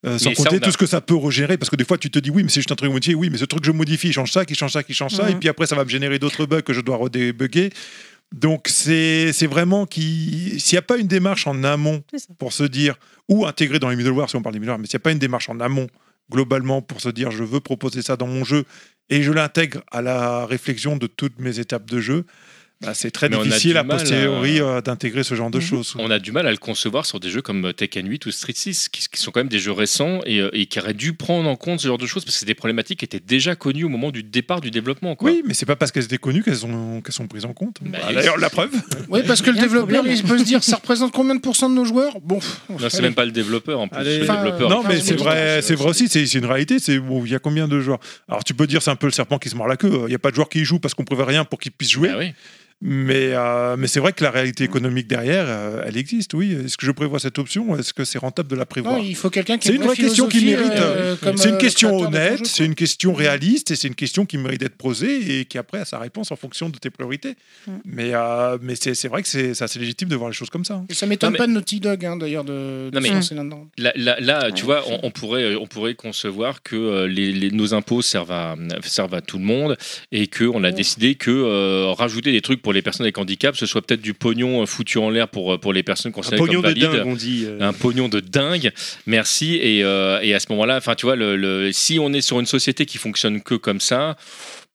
S5: Euh, sans
S6: Mais ça,
S5: compter
S6: on a-
S5: tout ce que ça peut regérer, parce que des fois tu te dis oui, mais c'est juste un truc modifié, oui, mais ce truc je modifie, il change ça, qui change ça, qui change ça,
S6: Mhm.
S5: et puis après ça va me générer d'autres bugs que je dois redébugger. Donc c'est c'est vraiment qui s'il n'y a pas une démarche en amont pour se dire ou intégrer dans les middleware si on parle des middleware, mais s'il n'y a pas une démarche en amont globalement pour se dire je veux proposer ça dans mon jeu et je l'intègre à la réflexion de toutes mes étapes de jeu, bah, c'est très
S6: Mais on a
S5: difficile
S6: du
S5: a
S6: mal à-
S5: posteriori euh, d'intégrer ce genre
S6: Mhm.
S5: de choses.
S6: On a du mal à le concevoir sur des jeux comme Tekken 8 ou Street 6, qui, qui sont quand même des jeux récents et, euh, et qui auraient dû prendre en compte ce genre de choses parce que c'est des problématiques qui étaient déjà connues au moment du départ du développement. Quoi.
S5: Oui, mais c'est pas parce qu'elles étaient connues qu'elles ont- qu'elles sont prises en compte. Bah, D'ailleurs, la preuve.
S7: Oui, parce que le
S6: Il y a un
S7: développeur,
S6: problème.
S7: il peut se dire, ça représente combien de pourcents de nos joueurs Bon, pff,
S6: Non, c'est
S7: allez.
S6: même pas le développeur en plus.
S7: Allez.
S6: le
S7: Enfin,
S6: développeur,
S5: Non,
S6: il-
S5: mais c'est vrai, c'est vrai aussi, c'est c'est une réalité. C'est bon, il y a combien de joueurs Alors tu peux dire c'est un peu le serpent qui se mord la queue. Il n'y a pas de joueurs qui y jouent parce qu'on prévoit rien pour qu'ils puissent jouer.
S6: Ah
S5: Mais euh, mais c'est vrai que la réalité économique derrière, euh, elle existe. Oui. Est-ce que je prévois cette option Est-ce que c'est rentable de la prévoir
S7: Non, il faut quelqu'un qui ait
S5: C'est une
S7: une
S5: vraie question qui
S7: philosophie,
S5: mérite.
S7: euh, comme,
S5: c'est une
S7: euh,
S5: question
S7: créateur de ton
S5: honnête,
S7: jeu,
S5: c'est une question réaliste et c'est une question qui mérite d'être posée et qui après a sa réponse en fonction de tes priorités. Mais euh, mais c'est c'est vrai que c'est ça, c'est légitime de voir les choses comme ça. hein.
S7: Et ça m'étonne
S6: Non, mais-
S7: pas de Naughty Dog, hein, d'ailleurs, de, de
S6: Non, mais-
S7: se lancer là-dedans.
S6: Là, là- là, tu vois, on, on pourrait, on pourrait concevoir que euh, les, les- nos impôts servent à, servent à tout le monde et qu'on a décidé que euh, rajouter des trucs pour les personnes avec handicap, ce soit peut-être du pognon euh, foutu en l'air pour, euh, pour les personnes considérées
S3: pognon
S6: comme
S3: de
S6: valides.
S3: dingue, on dit, euh.
S6: Un pognon de dingue, merci. Et, euh, et à ce moment-là, enfin, tu vois, le, le- si on est sur une société qui fonctionne que comme ça,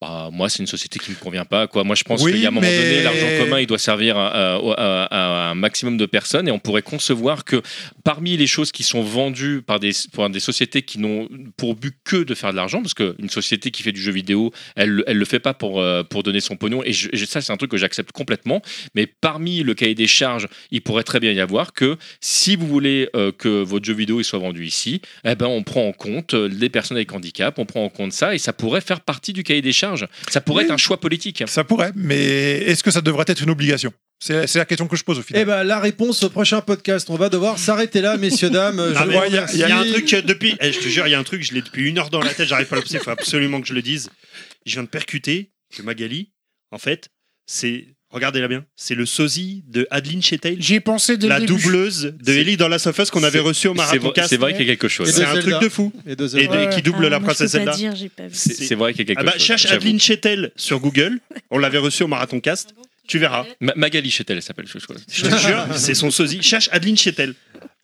S6: bah, moi, c'est une société qui me convient pas. Quoi. Moi, je pense
S5: Oui,
S6: qu'il y a un moment
S5: mais-
S6: donné, l'argent commun, il doit servir à, à- à- à un maximum de personnes et on pourrait concevoir que parmi les choses qui sont vendues par des, par des sociétés qui n'ont pour but que de faire de l'argent, parce qu'une société qui fait du jeu vidéo, elle ne le fait pas pour, euh, pour donner son pognon, et je- je- ça c'est un truc que j'accepte complètement, mais parmi le cahier des charges, il pourrait très bien y avoir que si vous voulez euh, que votre jeu vidéo il soit vendu ici, eh ben, on prend en compte euh, les personnes avec handicap, on prend en compte ça, et ça pourrait faire partie du cahier des charges. Ça
S5: Oui.
S6: pourrait être un choix politique.
S5: Ça pourrait, mais est-ce que ça devrait être une obligation C'est c'est la question que je pose au final.
S1: Eh ben la réponse au prochain podcast. On va devoir s'arrêter là, messieurs dames. Je
S3: Ah,
S1: vous
S3: mais Il y, a- il y a un
S1: remercie.
S3: truc euh, depuis, eh, je te jure, il y a un truc, je l'ai depuis une heure dans la tête, j'arrive pas à l'observer, il faut absolument que je le dise. Je viens de percuter que Magali, en fait, c'est, regardez-la bien, c'est le sosie de Adeline Chetail.
S7: J'y ai pensé dès
S3: La
S7: le début.
S3: doubleuse de Ellie dans la Us qu'on avait
S6: c'est-
S3: reçue au
S6: c'est
S3: Marathon
S6: vrai- c'est vrai qu'il y a quelque chose. Et de
S3: C'est un
S6: Zelda.
S3: truc de fou.
S1: Et,
S6: de Zelda.
S3: de- et qui double
S6: Ah,
S3: la
S6: moi, je peux
S3: princesse
S6: pas
S3: Zelda.
S6: dire, j'ai pas vu. C'est- c'est vrai qu'il y a quelque
S3: Ah bah,
S6: chose,
S3: Cherche
S6: j'avoue.
S3: Adeline Chetail sur Google, on l'avait reçue au Marathon Cast, tu verras.
S6: Ma- Magali Chetel, elle s'appelle, je crois.
S3: Je te jure, c'est son sosie. Cherche Adeline Chetel.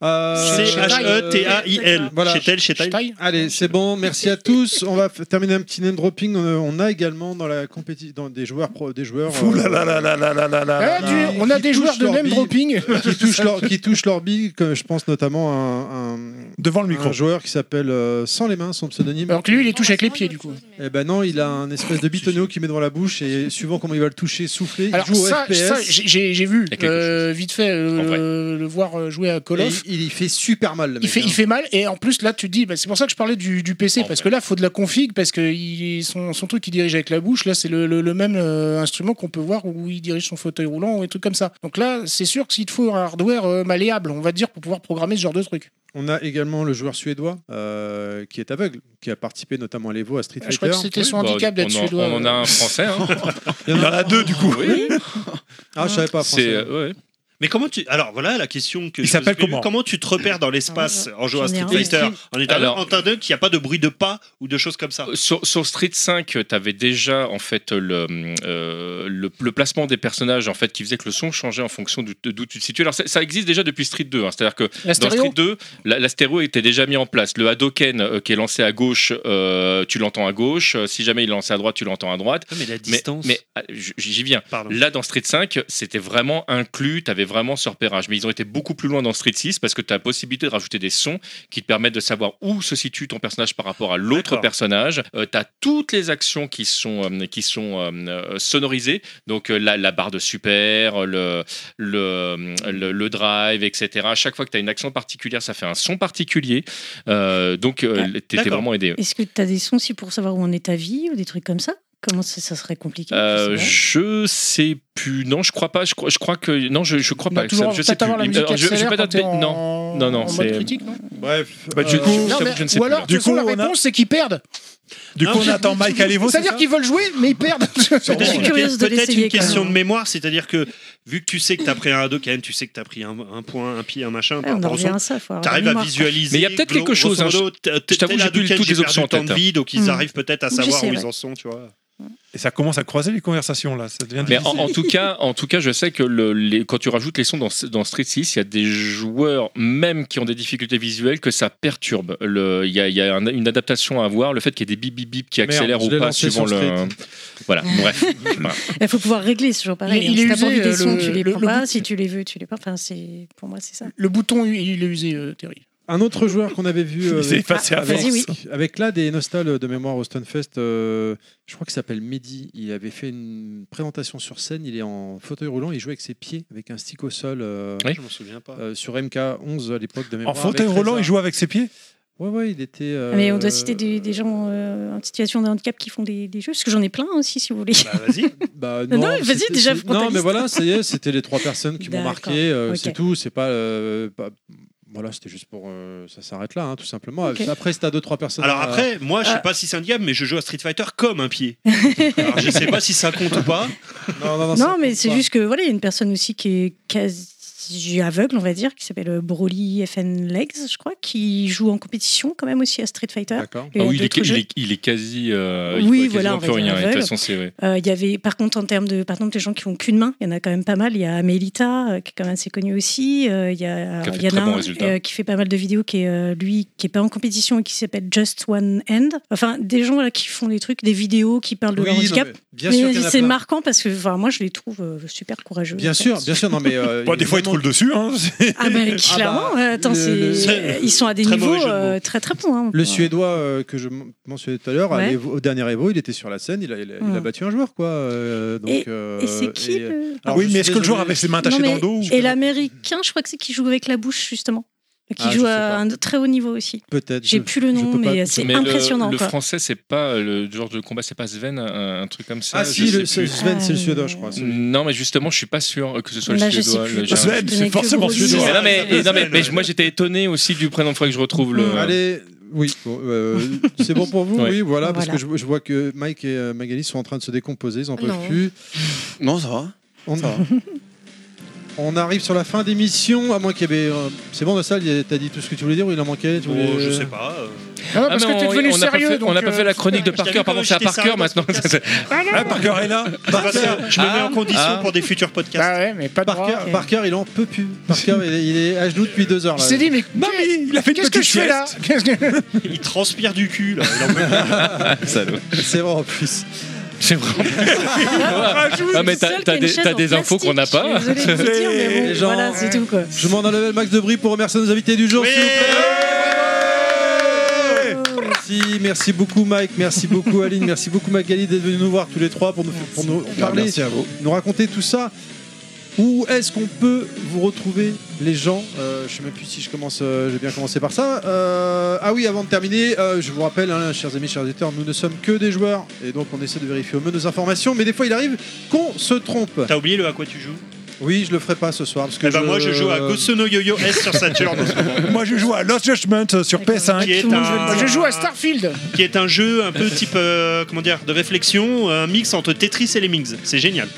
S6: Euh,
S3: E C-H-E-T-A-I-L.
S1: Voilà.
S3: Chetel, Chetel.
S1: Allez, c'est bon, merci à tous. On va f- terminer un petit name dropping. On, euh, on a également dans la compétition dans des joueurs pro, des joueurs euh,
S5: Ouh là là là là là là
S6: Eh,
S5: là là
S1: Ah,
S5: là.
S1: du-
S7: On a des joueurs de même dropping.
S1: qui touchent leur qui touchent leur bille, comme je pense notamment à un,
S5: devant le
S1: micro joueur qui s'appelle euh, sans les mains son pseudonyme.
S7: Alors que lui, il les touche avec les pieds, du coup.
S1: Eh ben non, il a un espèce de bitonneau qui met devant la bouche et suivant comment il va le toucher, souffler,
S7: Alors
S1: il joue
S7: ça,
S1: au FPS.
S7: ça, j'ai- j'ai j'ai vu
S1: Il y a quelque
S7: euh, vite fait euh, le, voir euh, jouer à Call
S1: Et
S7: of.
S1: il, il fait super mal. Le
S7: Il
S1: mec,
S7: fait,
S1: hein.
S7: il fait mal et en plus là tu te dis bah, c'est pour ça que je parlais du, du PC parce que là faut de la config parce que il, son, son truc qu'il dirige avec la bouche là c'est le, le- le même euh, instrument qu'on peut voir où il dirige son fauteuil roulant ou des trucs comme ça donc là c'est sûr qu'il te faut un hardware euh, malléable on va dire pour pouvoir programmer ce genre de truc
S1: On a également le joueur suédois euh, qui est aveugle, qui a participé notamment à l'Evo à Street
S7: Ah,
S1: Fighter.
S7: je crois que c'était son Oui, bah, handicap d'être on en- suédois. on en a un
S6: français, hein.
S1: Il y en
S5: a deux du coup.
S1: Ah, je savais pas.
S6: C'est,
S1: français.
S6: euh, ouais.
S3: Mais comment tu. Alors voilà la question que.
S5: Il
S3: je
S5: s'appelle
S3: me suis-
S5: comment
S3: tu te repères dans l'espace
S4: Ah,
S3: en jouant à Street
S6: J'en ai un.
S3: Fighter En étant
S6: Alors- Euh,
S3: en tant que qu'il n'y a pas de bruit de pas ou de choses comme ça.
S6: Sur, sur Street 5, tu avais déjà en fait le, euh, le, le placement des personnages en fait qui faisait que le son changeait en fonction d'où d'où tu te situais. Alors ça, ça existe déjà depuis Street 2, hein. c'est-à-dire que
S7: La
S6: dans
S7: stéréo
S6: Street 2, la, la stéréo était déjà mis en place. Le Hadoken euh, qui est lancé à gauche, euh, tu l'entends à gauche. Euh, Si jamais il est lancé à droite, tu l'entends à droite.
S3: Mais la distance.
S6: Mais, ah, j- j'y viens. Là, dans Street 5, c'était vraiment inclus, tu avais vraiment ce repérage. Mais ils ont été beaucoup plus loin dans Street 6 parce que tu as la possibilité de rajouter des sons qui te permettent de savoir où se situe ton personnage par rapport à l'autre personnage. tu as toutes les actions qui sont, euh, qui sont euh, euh, sonorisées. Donc, euh, la, la barre de super, le, le, le, le drive, etc. À chaque fois que tu as une action particulière, ça fait un son particulier. Euh, donc, tu étais
S4: D'accord.
S3: Ah,
S6: vraiment aidé.
S4: Est-ce que tu as des sons aussi pour savoir où en est ta vie ou des trucs comme ça Comment ça, ça serait compliqué
S6: Euh, je sais plus. Non, je crois pas. Je crois, je crois que non, je, je crois
S7: On doit
S6: pas.
S7: toujours
S6: je sais
S7: peut-être avoir la musique
S6: Euh, je- je, vais
S7: accélère
S6: pas
S7: quand
S6: dire de-
S7: t'es en-
S6: Non, non, non.
S7: en
S6: c'est-
S7: mode critique, non
S5: Bref.
S6: Bah, du
S7: Euh,
S6: coup,
S7: non,
S6: je,
S7: mais-
S6: je ne sais
S7: Ou
S6: plus.
S7: alors, du coup, la réponse, c'est qu'ils perdent.
S5: Du coup, on attend Mike Alévo, c'est
S7: C'est-à-dire
S5: ça
S7: qu'ils veulent jouer, mais ils perdent. Je
S3: Peut-être
S7: suis
S3: une- peut-être une question de mémoire, c'est-à-dire que vu que tu sais que t'as pris un 2 quand même, tu sais que t'as pris un, un point, un pied, un machin,
S4: on en
S3: rapport au
S4: revient
S3: son,
S4: à ça, faut avoir la
S3: t'arrives à
S4: mémoire.
S3: visualiser.
S6: Mais il y a peut-être quelque chose, hein, je- je t'avoue, j'ai plus toutes les options en
S3: en
S6: tête.
S3: vie, donc ils
S6: Hmm.
S3: arrivent peut-être à
S6: Oui,
S3: savoir
S6: c'est
S3: où
S6: vrai.
S3: ils en sont, tu vois.
S5: Et ça commence à croiser les conversations là. Ça devient
S6: Mais en,
S5: difficile.
S6: en tout cas, en tout cas, je sais que le- les- quand tu rajoutes les sons dans, dans Street 6, il y a des joueurs même qui ont des difficultés visuelles que ça perturbe. Le- Il y a, il y a un- une adaptation à voir. Le fait qu'il y ait des bip bip bip qui
S1: Merde,
S6: accélèrent
S1: je l'ai
S6: ou pas
S1: lancé
S6: suivant
S1: sur
S6: le.
S1: Street.
S6: Voilà. Bref.
S4: Il faut pouvoir régler, c'est toujours pareil. hein.
S7: Il- il
S4: si
S7: est
S4: t'as pas
S7: usé,
S4: envie des
S7: euh,
S4: sons,
S7: le-
S4: tu les
S7: le-
S4: prends
S7: le
S4: pas.
S7: bouton.
S4: Si tu les veux, tu les prends. Enfin, c'est pour moi, c'est ça.
S7: Le bouton, il est usé, euh, Terry.
S1: Un autre joueur qu'on avait vu euh,
S5: Il s'est
S1: avec,
S5: effacé
S4: Ah,
S1: avec,
S4: vas-y, oui.
S1: avec là des nostals de mémoire au Stonefest, euh, je crois qu'il s'appelle Mehdi. Il avait fait une présentation sur scène. Il est en fauteuil roulant. Il jouait avec ses pieds, avec un stick au sol euh,
S6: Oui.
S3: Je m'en souviens pas.
S1: euh, sur MK11 à l'époque de
S5: En
S1: mémoire.
S5: fauteuil roulant, il joue avec ses pieds
S1: Ouais, ouais, il était. euh,
S4: Ah, Mais on doit citer des, des gens euh, en situation de handicap qui font des, des jeux, parce que j'en ai plein aussi, si vous voulez.
S3: vas-y.
S1: Bah,
S4: Non, non, vas-y,
S1: c'était-
S4: déjà,
S1: c'est- Non,
S4: frontaliste.
S1: mais voilà, ça y est, c'était les trois personnes qui m'ont
S4: D'accord,
S1: marqué. euh,
S4: ok.
S1: C'est tout. C'est pas. euh, pas- voilà, c'était juste pour. euh, ça s'arrête là, hein, tout simplement.
S4: Ok.
S1: Après, si t'as deux, trois personnes.
S6: euh,
S3: Alors
S1: à-
S3: après, moi, je
S4: euh,
S1: Ah.
S3: sais pas si c'est un diable, mais je joue à Street Fighter comme un pied. Alors, je sais pas si ça compte ou pas.
S1: Non, non, non, ça
S4: Non, mais
S1: compte
S4: c'est
S1: pas.
S4: juste que voilà, il y a une personne aussi qui est quasi aveugle, on va dire, qui s'appelle euh, Broly FN Legs, je crois, qui joue en compétition quand même aussi à Street Fighter.
S1: D'accord.
S4: Et
S6: Ah
S4: à
S6: oui, il est,
S4: d'autres
S6: il
S4: jeux.
S6: est- il est quasi. euh,
S4: Oui,
S6: il est
S4: voilà,
S6: quasiment
S4: on va
S6: plus
S4: dire
S6: rien. De toute
S4: aveugle.
S6: façon, c'est vrai.
S4: Euh, Il y avait, par contre, en termes de, par exemple, des gens qui ont qu'une main, il y en a quand même pas mal. Il y a Amélita, euh, qui est quand même assez connue aussi. Euh, Il y a,
S6: Qui a fait
S4: il y en
S6: très
S4: a
S6: bons
S4: un,
S6: résultats.
S4: euh, qui fait pas mal de vidéos, qui est euh, lui, qui est pas en compétition et qui s'appelle Just One End. Enfin, des gens là qui font des trucs, des vidéos qui parlent de
S1: Oui,
S4: leur
S1: non,
S4: handicap.
S1: mais bien sûr qu'il y en a
S4: c'est
S1: plein.
S4: marquant parce que, enfin, moi, je les trouve euh, super courageux.
S1: Bien
S4: en fait.
S1: sûr, bien sûr, non mais. euh,
S5: Bon, Bah, Des fois, il te roule dessus. Hein.
S4: Ah bah, clairement, euh, attends,
S1: le-
S4: c'est-
S1: le-
S4: euh, ils sont à des
S1: très
S4: niveaux
S1: mauvais jeu de
S4: euh, très très bons. hein.
S1: Le suédois euh, que je m- mentionnais tout à l'heure, à
S4: Ouais.
S1: l'Evo- au dernier Evo, il était sur la scène, il a, il a- il a
S4: Ouais.
S1: battu un joueur quoi. euh, donc,
S4: Et-
S1: euh,
S4: et c'est qui, le-
S1: Alors,
S5: oui,
S1: je suis
S5: mais est-ce que le
S1: désolé.
S5: joueur avait ses mains
S4: Non,
S5: tachées
S4: mais-
S5: dans le dos ou-
S4: Et l'américain, je crois que c'est qui joue avec la bouche justement, qui
S1: Ah, je
S4: joue
S1: sais
S4: à
S1: pas.
S4: un très haut niveau aussi.
S1: Peut-être.
S4: J'ai
S1: je-
S4: plus le
S1: je
S4: nom,
S1: peux pas-
S4: mais c'est
S6: Mais le-
S4: impressionnant.
S6: Le,
S4: quoi.
S6: français, c'est pas euh, le genre de combat, c'est pas Sven, un, un truc comme ça.
S1: Ah
S6: je
S1: si,
S6: sais
S1: le-
S6: plus.
S1: c'est Sven, c'est le suédois, je crois. celui-
S6: Non, mais justement, je suis pas sûr que ce soit le
S4: Là, Ah, Bah, je sais
S6: suédois.
S4: plus.
S6: le-
S4: Sven,
S5: Sven,
S4: Je connais
S5: c'est
S4: que
S5: forcément
S4: Broly.
S5: suédois.
S6: Mais non, mais,
S5: Sven,
S6: et non, mais,
S5: Sven,
S6: mais
S5: ouais.
S6: moi j'étais étonné aussi du prénom. Il faudrait que je retrouve le.
S1: Allez, oui, bon, euh, c'est bon pour vous,
S6: Ouais.
S1: oui, voilà, parce
S4: Voilà.
S1: que je, je vois que Mike et euh, Magali sont en train de se décomposer, ils en peuvent
S9: Non.
S1: plus.
S10: Non, ça va.
S1: On,
S10: Ça va.
S1: on arrive sur la fin d'émission, à moins qu'il y avait. euh, c'est bon, Nassal, il y a- t'as dit tout ce que tu voulais dire ou il en manquait
S10: Oh,
S1: tu
S3: Bon,
S1: voulais-
S3: Oh, je sais pas. euh.
S7: Non,
S6: Ah,
S7: parce
S6: mais
S7: que t'es
S6: on-
S7: devenu
S6: on n'a pas
S7: sérieux.
S6: fait- on n'a
S7: donc,
S6: pas fait la chronique de
S3: je t'avais
S6: Parker.
S3: pas
S6: Pardon, c'est à
S3: acheté ça
S6: Parker
S3: dans ce
S6: maintenant.
S9: euh,
S5: Ah, Parker est là
S3: Je me mets en condition
S5: ah.
S3: pour des futurs podcasts.
S7: Bah ouais, mais pas de
S1: Parker,
S7: droit.
S1: Parker, il en peut plus. Parker, il est- il est à genoux depuis deux heures.
S7: Je
S1: là.
S7: s'est dit, mais
S5: Non, mais il a fait une
S7: qu'est-ce que
S5: petite
S7: je fais là
S5: sieste.
S7: Qu'est-ce que-
S3: Il transpire du cul. Là. Il en peut plus.
S8: Salaud.
S1: C'est vrai en plus.
S6: C'est vrai. Ah, mais
S4: Je suis
S6: t'as
S4: seule
S6: t'as
S4: qui a une
S6: des,
S4: chaise
S6: t'as
S4: en
S6: des infos qu'on n'a
S4: plastique,
S6: pas.
S4: je suis désolée de vous dire, mais bon,
S1: Les gens-
S4: voilà, c'est tout quoi.
S1: Je demande un level max de bruit pour remercier nos invités du jour,
S3: Oui.
S1: s'il vous plaît. Merci, merci beaucoup Mike, merci beaucoup Aline, merci beaucoup Magali d'être venue nous voir tous les trois pour nous, pour nous parler,
S8: Merci à vous.
S1: nous raconter tout ça. Où est-ce qu'on peut vous retrouver les gens Euh, Je sais même plus si je commence, euh, j'ai bien commencé par ça. Euh, ah oui, avant de terminer, euh, je vous rappelle, hein, chers amis, chers éditeurs, nous ne sommes que des joueurs et donc on essaie de vérifier au mieux nos informations, mais des fois il arrive qu'on se trompe.
S3: T'as oublié le à quoi tu joues
S1: Oui, je le ferai pas ce soir parce que
S3: Eh ben, Moi, je joue à Gosono Yo-Yo S sur Saturn. en ce moment,
S5: Euh, Moi, je joue à Lost Judgment euh, sur PS5.
S3: qui est
S4: Tout le monde veut le
S3: un-
S7: Je joue à Starfield.
S3: qui est un jeu un peu type euh, comment dire de réflexion, un mix entre Tetris et Lemmings. C'est génial.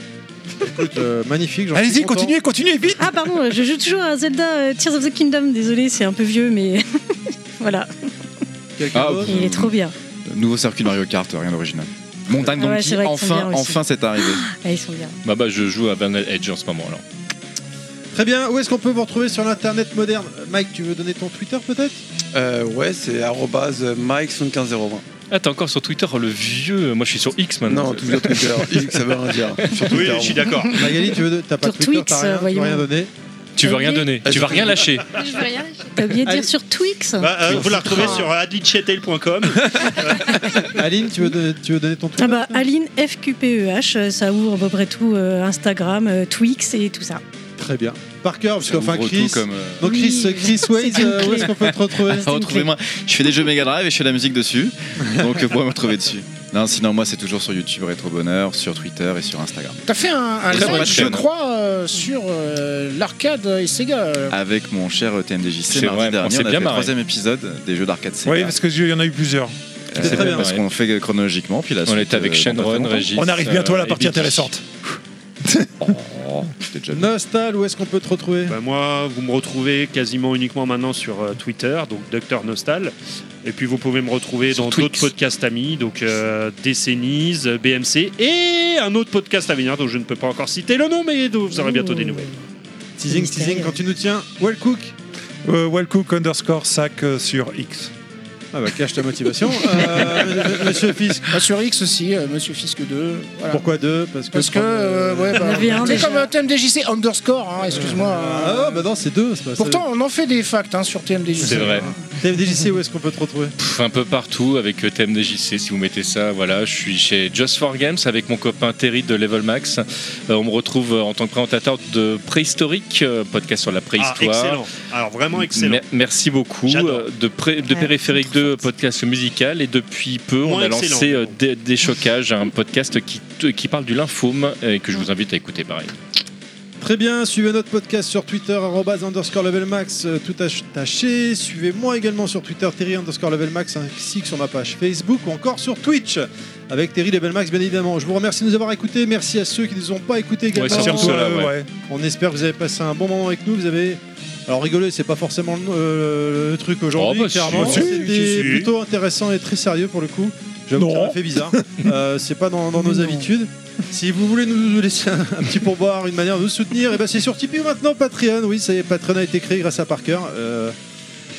S1: Euh, magnifique. j'en suis
S5: Allez-y,
S1: content.
S5: continuez, continuez, vite
S4: Ah pardon, je joue toujours à Zelda euh, Tears of the Kingdom. Désolé, c'est un peu vieux, mais voilà,
S1: Quelqu'un
S8: Ah,
S1: d'autre
S8: vous-
S4: il est trop bien.
S8: Nouveau circuit Mario Kart, rien d'original. Montagne
S4: Ah ouais,
S8: Donkey,
S4: c'est vrai qu'ils sont
S8: enfin,
S4: bien aussi.
S8: enfin c'est arrivé.
S4: Ah, ils sont bien.
S6: Bah, bah, je joue à Vandal Edge en ce moment alors.
S1: Très bien, où est-ce qu'on peut vous retrouver sur l'internet moderne Mike, tu veux donner ton Twitter peut-être
S10: Euh, ouais, c'est arrobase euh, mike75020.
S6: Ah, t'es encore sur Twitter, le vieux. Moi, je suis sur X maintenant.
S10: Non, toujours Twitter. X, ça veut rien dire. Sur
S3: Oui,
S10: Twitter,
S3: je suis
S10: bon.
S3: d'accord.
S1: Magali, tu veux t'as pas de
S4: Sur
S1: Twitter,
S4: Twix,
S1: t'as rien,
S4: euh,
S1: tu veux
S4: voyons.
S1: rien donner.
S6: Tu veux rien
S10: Ah,
S4: Allez.
S6: donner. Tu vas rien lâcher.
S9: Je veux rien.
S4: T'as oublié de
S1: Allez.
S4: dire sur Twix
S3: Bah, euh,
S1: Oui,
S3: vous la
S1: c'est
S3: retrouvez
S1: très-
S3: sur adlichetail.com.
S1: Aline, tu veux, don- tu veux donner ton Twitter
S4: Ah bah Aline FQPEH, euh, ça ouvre à peu près tout euh, Instagram, euh, Twix et tout ça.
S1: Très bien. Par cœur, parce
S8: Ça
S1: qu'enfin
S8: ouvre
S1: Chris.
S8: tout comme, euh,
S1: Donc Chris,
S4: bah. Oui.
S1: Chris Wade,
S4: C'est une
S1: euh, où
S4: clé.
S1: est-ce qu'on peut te retrouver
S8: Ah, Retrouvez-moi. Je fais des jeux Mega Drive et je fais de la musique dessus. Donc vous pouvez me retrouver dessus. Non, sinon, moi, c'est toujours sur YouTube Rétro Bonheur, sur Twitter et sur Instagram.
S7: T'as fait un, un
S8: Très bonne
S7: live, je
S8: chaîne.
S7: crois, euh, sur euh, l'arcade et Sega.
S4: Ah,
S7: euh,
S8: Avec mon cher TMDJC,
S6: C'est
S8: mardi
S6: vrai, on
S8: dernier,
S6: s'est
S8: on, a
S6: bien
S8: fait le
S6: marré.
S8: troisième épisode des jeux d'arcade Sega.
S5: Oui, parce qu'il y en a eu plusieurs.
S8: Euh,
S5: C'est très bien.
S8: parce qu'on fait chronologiquement, puis la
S6: On
S8: suite,
S6: était avec
S8: euh,
S6: Shenron,
S8: dans pas très longtemps.
S6: Régis, euh,
S5: On arrive bientôt à la partie intéressante.
S8: Oh,
S1: Nostal, où est-ce qu'on peut te retrouver
S3: Bah, moi, vous me retrouvez quasiment uniquement maintenant sur euh, Twitter, donc Docteur Nostal. Et puis vous pouvez me retrouver dans d'autres podcasts amis, donc euh, Décennies, euh, BMC et un autre podcast à venir dont je ne peux pas encore citer le nom, mais dont vous aurez bientôt des nouvelles.
S1: Teasing, teasing, quand tu nous tiens, Wellcook.
S5: Euh, Wellcook underscore sac euh, sur X.
S1: Ah bah cache ta motivation. Euh, monsieur Fisk.
S7: bah, sur X aussi, euh, Monsieur Fisk 2. voilà.
S1: Pourquoi deux Parce que.
S7: Parce que, euh, ouais, bah, c'est comme euh, TMDJC underscore, hein, excuse-moi. hein.
S1: Ah bah non, c'est deux. c'est pas-
S7: Pourtant, on en fait des facts hein, sur TMDJC.
S6: C'est vrai.
S1: TMDJC, où est-ce qu'on peut te retrouver
S6: Pff, un peu partout avec euh, TMDJC si vous mettez ça voilà je suis chez Just for Games avec mon copain Terry de Level Max Euh, on me retrouve euh, en tant que présentateur de préhistorique euh, podcast sur la
S3: Ah,
S6: préhistoire
S3: excellent. Alors vraiment excellent.
S6: Mer- merci beaucoup. Euh, De, pré- de Périphérique 2, podcast musical. Et depuis peu, on
S3: Moins
S6: a
S3: excellent.
S6: lancé euh, Dé- Déchocage, un podcast qui, t- qui parle du lymphome et que je vous invite à écouter pareil.
S1: Très bien, suivez notre podcast sur Twitter, arrobase underscore levelmax, euh, tout attaché. Suivez-moi également sur Twitter, Terry underscore levelmax, ainsi que sur ma page Facebook ou encore sur Twitch, avec Terry levelmax, bien évidemment. Je vous remercie de nous avoir écoutés, merci à ceux qui ne nous ont pas écoutés également.
S5: c'est surtout ceux-là, ouais. Ouais.
S1: On espère que vous avez passé un bon moment avec nous, vous avez... Alors rigoler, c'est pas forcément le, euh, le truc aujourd'hui,
S6: Oh, bah, si,
S1: clairement.
S6: si,
S1: C'était
S6: si, si.
S1: plutôt intéressant et très sérieux pour le coup. J'avoue que ça m'a fait bizarre. Euh, c'est pas dans, dans nos habitudes. Si vous voulez nous laisser un, un petit pourboire, une manière de nous soutenir, et ben c'est sur Tipeee maintenant Patreon. Oui, c'est Patreon a été créé grâce à Parker. euh,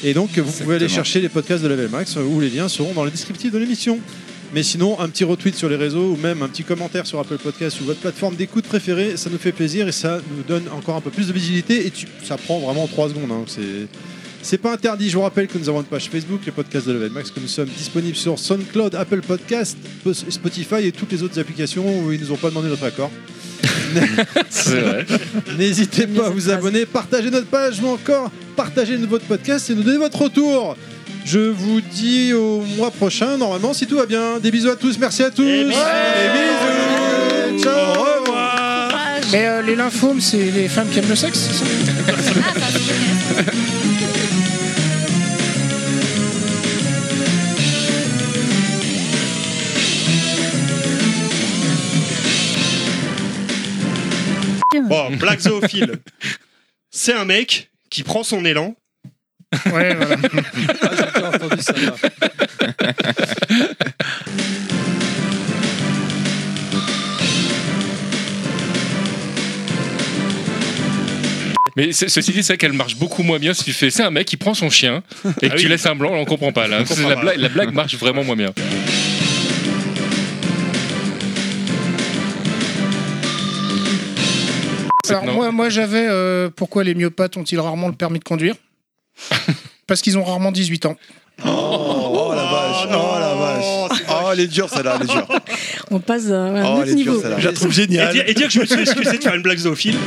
S1: et donc vous pouvez aller chercher les podcasts de Level Max euh, où les liens seront dans le descriptif de l'émission. Mais sinon, un petit retweet sur les réseaux ou même un petit commentaire sur Apple Podcast ou votre plateforme d'écoute préférée, ça nous fait plaisir et ça nous donne encore un peu plus de visibilité. Et tu- ça prend vraiment 3 secondes. hein, c'est c'est pas interdit, je vous rappelle que nous avons une page Facebook, les podcasts de Level Max, que nous sommes disponibles sur SoundCloud, Apple Podcast, Spotify et toutes les autres applications où ils nous ont pas demandé notre accord.
S6: C'est vrai.
S1: N'hésitez pas à vous abonner, partagez notre page ou encore partagez votre podcast et nous donnez votre retour. Je vous dis au mois prochain, normalement, si tout va bien. Des bisous à tous, merci à tous. Et bisous. Ciao.
S4: Ah,
S7: Mais euh, les lymphomes, c'est les femmes qui aiment le sexe, c'est ça
S4: Ah,
S3: Bon, Black Zoophile. C'est un mec qui prend son élan. Ah,
S7: Ouais, voilà.
S6: Mais ce- ceci dit, c'est vrai qu'elle marche beaucoup moins bien si tu fais. C'est un mec qui prend son chien et que
S3: Ah
S6: tu
S3: oui.
S6: laisses un blanc, on comprend pas là.
S3: On comprend
S6: C'est la,
S3: pas.
S6: blague, la blague marche vraiment moins bien.
S7: Alors,
S6: Non.
S7: moi, moi j'avais euh, pourquoi les myopathes ont-ils rarement le permis de conduire Parce qu'ils ont rarement 18 ans.
S10: Oh, la vache, oh la vache. Oh, elle est dure celle-là, elle est dure.
S4: On passe euh, à un
S10: Oh, elle
S4: autre
S10: est dure
S4: niveau.
S10: celle-là.
S3: Je la trouve Et dire, et dire que je me suis excusé de faire une blague zoophile.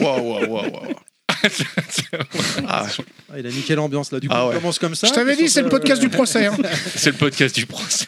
S10: Waouh, waouh, waouh, waouh. Ah.
S1: Ah, il a niqué l'ambiance là. Du coup,
S10: Ah ouais.
S1: on commence comme ça.
S7: Je t'avais dit, c'est le podcast
S1: euh,
S7: du procès. hein.
S6: C'est le podcast du procès.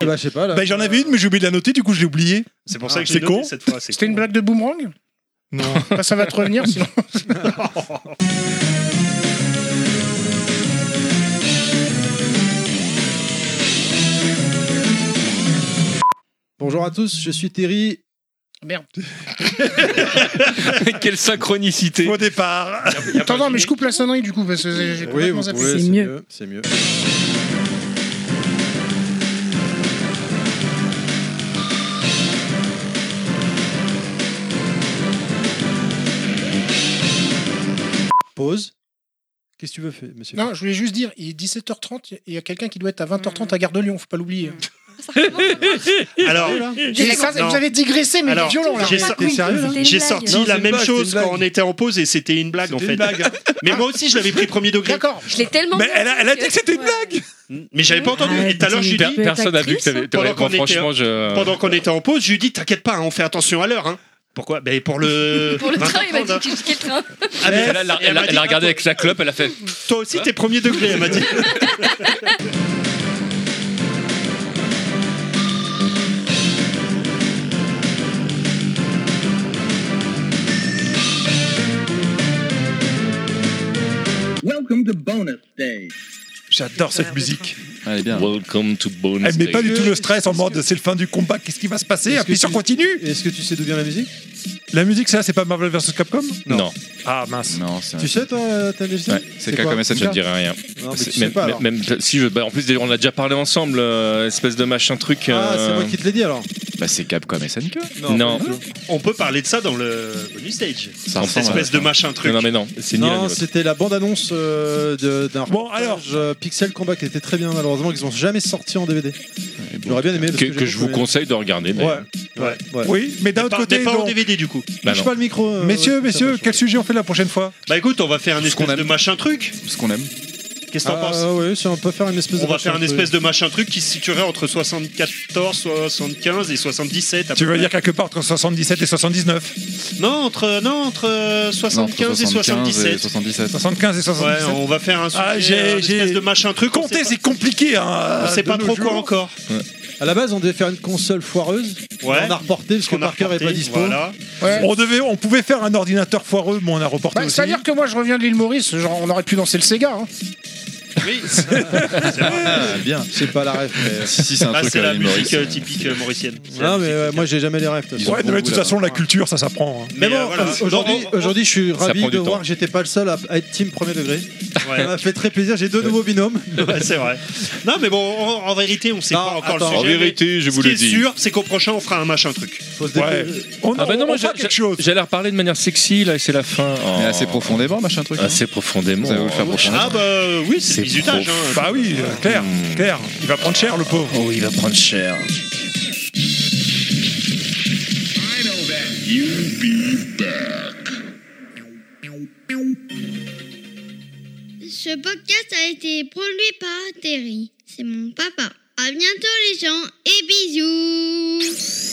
S1: Eh ben, je sais pas là.
S5: Bah, J'en avais une, mais j'ai oublié de la noter, du coup, je l'ai oubliée.
S3: C'est pour ça
S1: Ah.
S3: que
S5: C'est
S3: j'ai noté
S5: con.
S3: cette fois. c'est
S7: C'était une blague de boomerang
S5: Non.
S7: Bah, ça va te revenir sinon.
S1: Bonjour à tous, je suis Terry.
S7: Merde.
S6: Quelle synchronicité.
S5: Au départ.
S7: Attends, non, mais je coupe la sonnerie du coup parce que j'ai
S1: Oui,
S7: complètement
S1: vous
S7: zappé.
S1: pouvez, c'est mieux. C'est mieux. Pause. Qu'est-ce que tu veux faire, monsieur
S7: Non, je voulais juste dire, il est 17h30, il y a quelqu'un qui doit être à 20h30 à Gare de Lyon, faut pas l'oublier.
S3: Alors,
S7: J'ai la- ça, vous avez digressé, mais
S3: Alors,
S7: violent, là.
S3: j'ai
S7: T'es
S3: sorti-
S7: sérieux, là
S3: J'ai
S7: C'était une blague.
S3: sorti
S7: Non, c'est
S3: la
S7: une
S3: même
S7: blague,
S3: chose
S7: c'est une
S3: quand on était en pause et c'était une blague en fait.
S7: une blague.
S3: Mais moi aussi je l'avais pris premier degré. D'accord.
S9: Je l'ai tellement.
S3: Mais elle a, dit que c'était une blague. Mais j'avais pas entendu. Et tout à l'heure, je lui
S6: Per-
S3: dis.
S6: personne n'a vu que t'avais- t'aurais-
S3: Pendant qu'on
S6: bon, franchement, je-
S3: était, pendant qu'on était en pause, je lui dis T'inquiète pas, hein, on fait attention à l'heure. hein. Pourquoi Ben pour le.
S9: Pour le train, il m'a
S3: 20h30, hein.
S9: dit qu'il quittait le train.
S3: Ah, mais
S6: elle, a- elle a- elle a- elle a regardé avec sa clope, elle a fait.
S3: Toi aussi, t'es premier degré, elle m'a dit.
S4: Welcome to bonus day.
S5: J'adore cette musique.
S17: Welcome to Bonus.
S5: Elle met pas
S17: Day.
S5: du tout le stress en mode c'est le fin du combat, qu'est-ce qui va se passer Puis on continue
S1: Est-ce que tu sais d'où vient la musique
S5: La musique, c'est là, c'est pas Marvel vs Capcom
S6: Non.
S5: Ah mince.
S18: Non,
S1: Tu sais, toi, euh, t'as déjà
S6: Ouais, c'est quoi comme ça, je ne dirais rien.
S1: Non, mais
S6: C'est-
S1: tu sais
S6: même,
S1: pas, alors.
S6: même- même- si je- bah, en plus, d'ailleurs, on a déjà parlé ensemble, euh, espèce de machin truc.
S1: Ah, c'est
S6: euh,
S1: moi qui te l'ai dit alors.
S18: Bah, c'est Capcom SNK.
S6: Non. Non.
S3: On peut parler de ça dans le bonus stage.
S6: ressemble
S3: Cette
S6: à la
S3: espèce
S6: fin.
S3: de machin truc.
S6: Non, mais non, c'est ni l'un ni
S1: Non,
S6: l'autre.
S1: c'était la bande-annonce euh, de- d'un bon, Pixel Combat qui était très bien, malheureusement, qu'ils n'ont jamais sorti en DVD. J'aurais bien aimé. parce
S6: Que,
S1: j'ai
S6: que je vous
S1: beaucoup aimé.
S6: conseille de regarder.
S1: Ouais.
S6: d'ailleurs.
S1: Ouais. ouais.
S5: Oui, mais d'un autre côté. donc-
S3: du coup.
S6: Bah
S5: Bouge
S6: non.
S5: pas le
S1: micro. euh,
S5: messieurs, messieurs, quel sujet on fait la prochaine fois
S3: Bah écoute, on va faire un espèce de machin truc.
S18: Ce qu'on aime.
S3: Qu'est-ce que t'en
S1: Ah,
S3: penses
S1: ouais, si on peut faire une espèce
S3: On
S1: de
S3: va faire un
S1: machin,
S3: espèce
S1: oui.
S3: de machin truc qui se situerait entre 74, 75 et 77. à
S5: Tu
S3: peu
S5: veux
S3: près.
S5: dire quelque part entre 77 et 79
S3: Non, entre, non, entre euh, 75 et 77.
S5: 75 et 77.
S3: Ouais, on va faire un sujet,
S5: Ah,
S3: un
S5: j'ai-
S3: espèce
S5: j'ai.
S3: de machin truc. on sait
S5: Compter,
S3: pas-
S5: c'est compliqué.
S1: hein,
S3: On sait pas trop quoi encore.
S1: À la base, on devait faire une console foireuse.
S3: Ouais.
S1: On a reporté parce que Parker n'est pas dispo.
S3: voilà.
S5: On, devait, on pouvait faire un ordinateur foireux, mais on a reporté
S7: Bah,
S5: aussi.
S7: C'est-à-dire que moi, je reviens de l'île Maurice, genre, on aurait pu danser le Sega. hein.
S1: Ah, bien, c'est pas la ref. mais-
S18: Si, si, c'est un
S3: Ah,
S18: truc
S3: c'est la
S18: euh,
S3: musique
S18: humoriste,
S3: euh,
S18: euh,
S3: typique euh, mauricienne.
S1: Non, mais ouais, moi j'ai jamais les rêves.
S5: Ouais, mais de toute façon, la culture, ça s'apprend. hein.
S1: Mais
S3: Mais, euh,
S1: bon,
S3: voilà.
S1: aujourd'hui,
S3: Bon, on-
S1: aujourd'hui, je suis
S5: Ça
S1: ravi
S5: prend
S1: de
S5: du
S1: voir
S5: temps.
S1: que j'étais pas le seul à, à être team premier degré.
S3: Ouais.
S1: Ça m'a fait très plaisir. J'ai deux nouveaux binômes.
S3: Ouais, c'est vrai. Non, mais bon, en, en vérité, on sait pas encore
S1: attends.
S3: le
S1: En
S3: sujet.
S6: vérité,
S3: mais
S6: je vous
S3: ce
S6: le
S3: qui est
S6: dis.
S3: sûr, c'est qu'au prochain, on fera un machin truc.
S6: Ouais. ah bah non, moi j'a- j'a- j'allais reparler de manière sexy là et c'est la fin. Oh.
S18: Mais assez profondément, machin truc.
S6: Assez profondément.
S18: Ça va vous le faire
S3: Ah, bah oui, c'est
S6: C'est
S3: bizutage.
S6: trop
S3: Hein.
S5: Bah oui, euh, clair, clair. Il va prendre cher, le pauvre.
S6: Oh, il va prendre cher.
S12: Ce podcast a été produit par Terry. C'est mon papa. À bientôt les gens et bisous.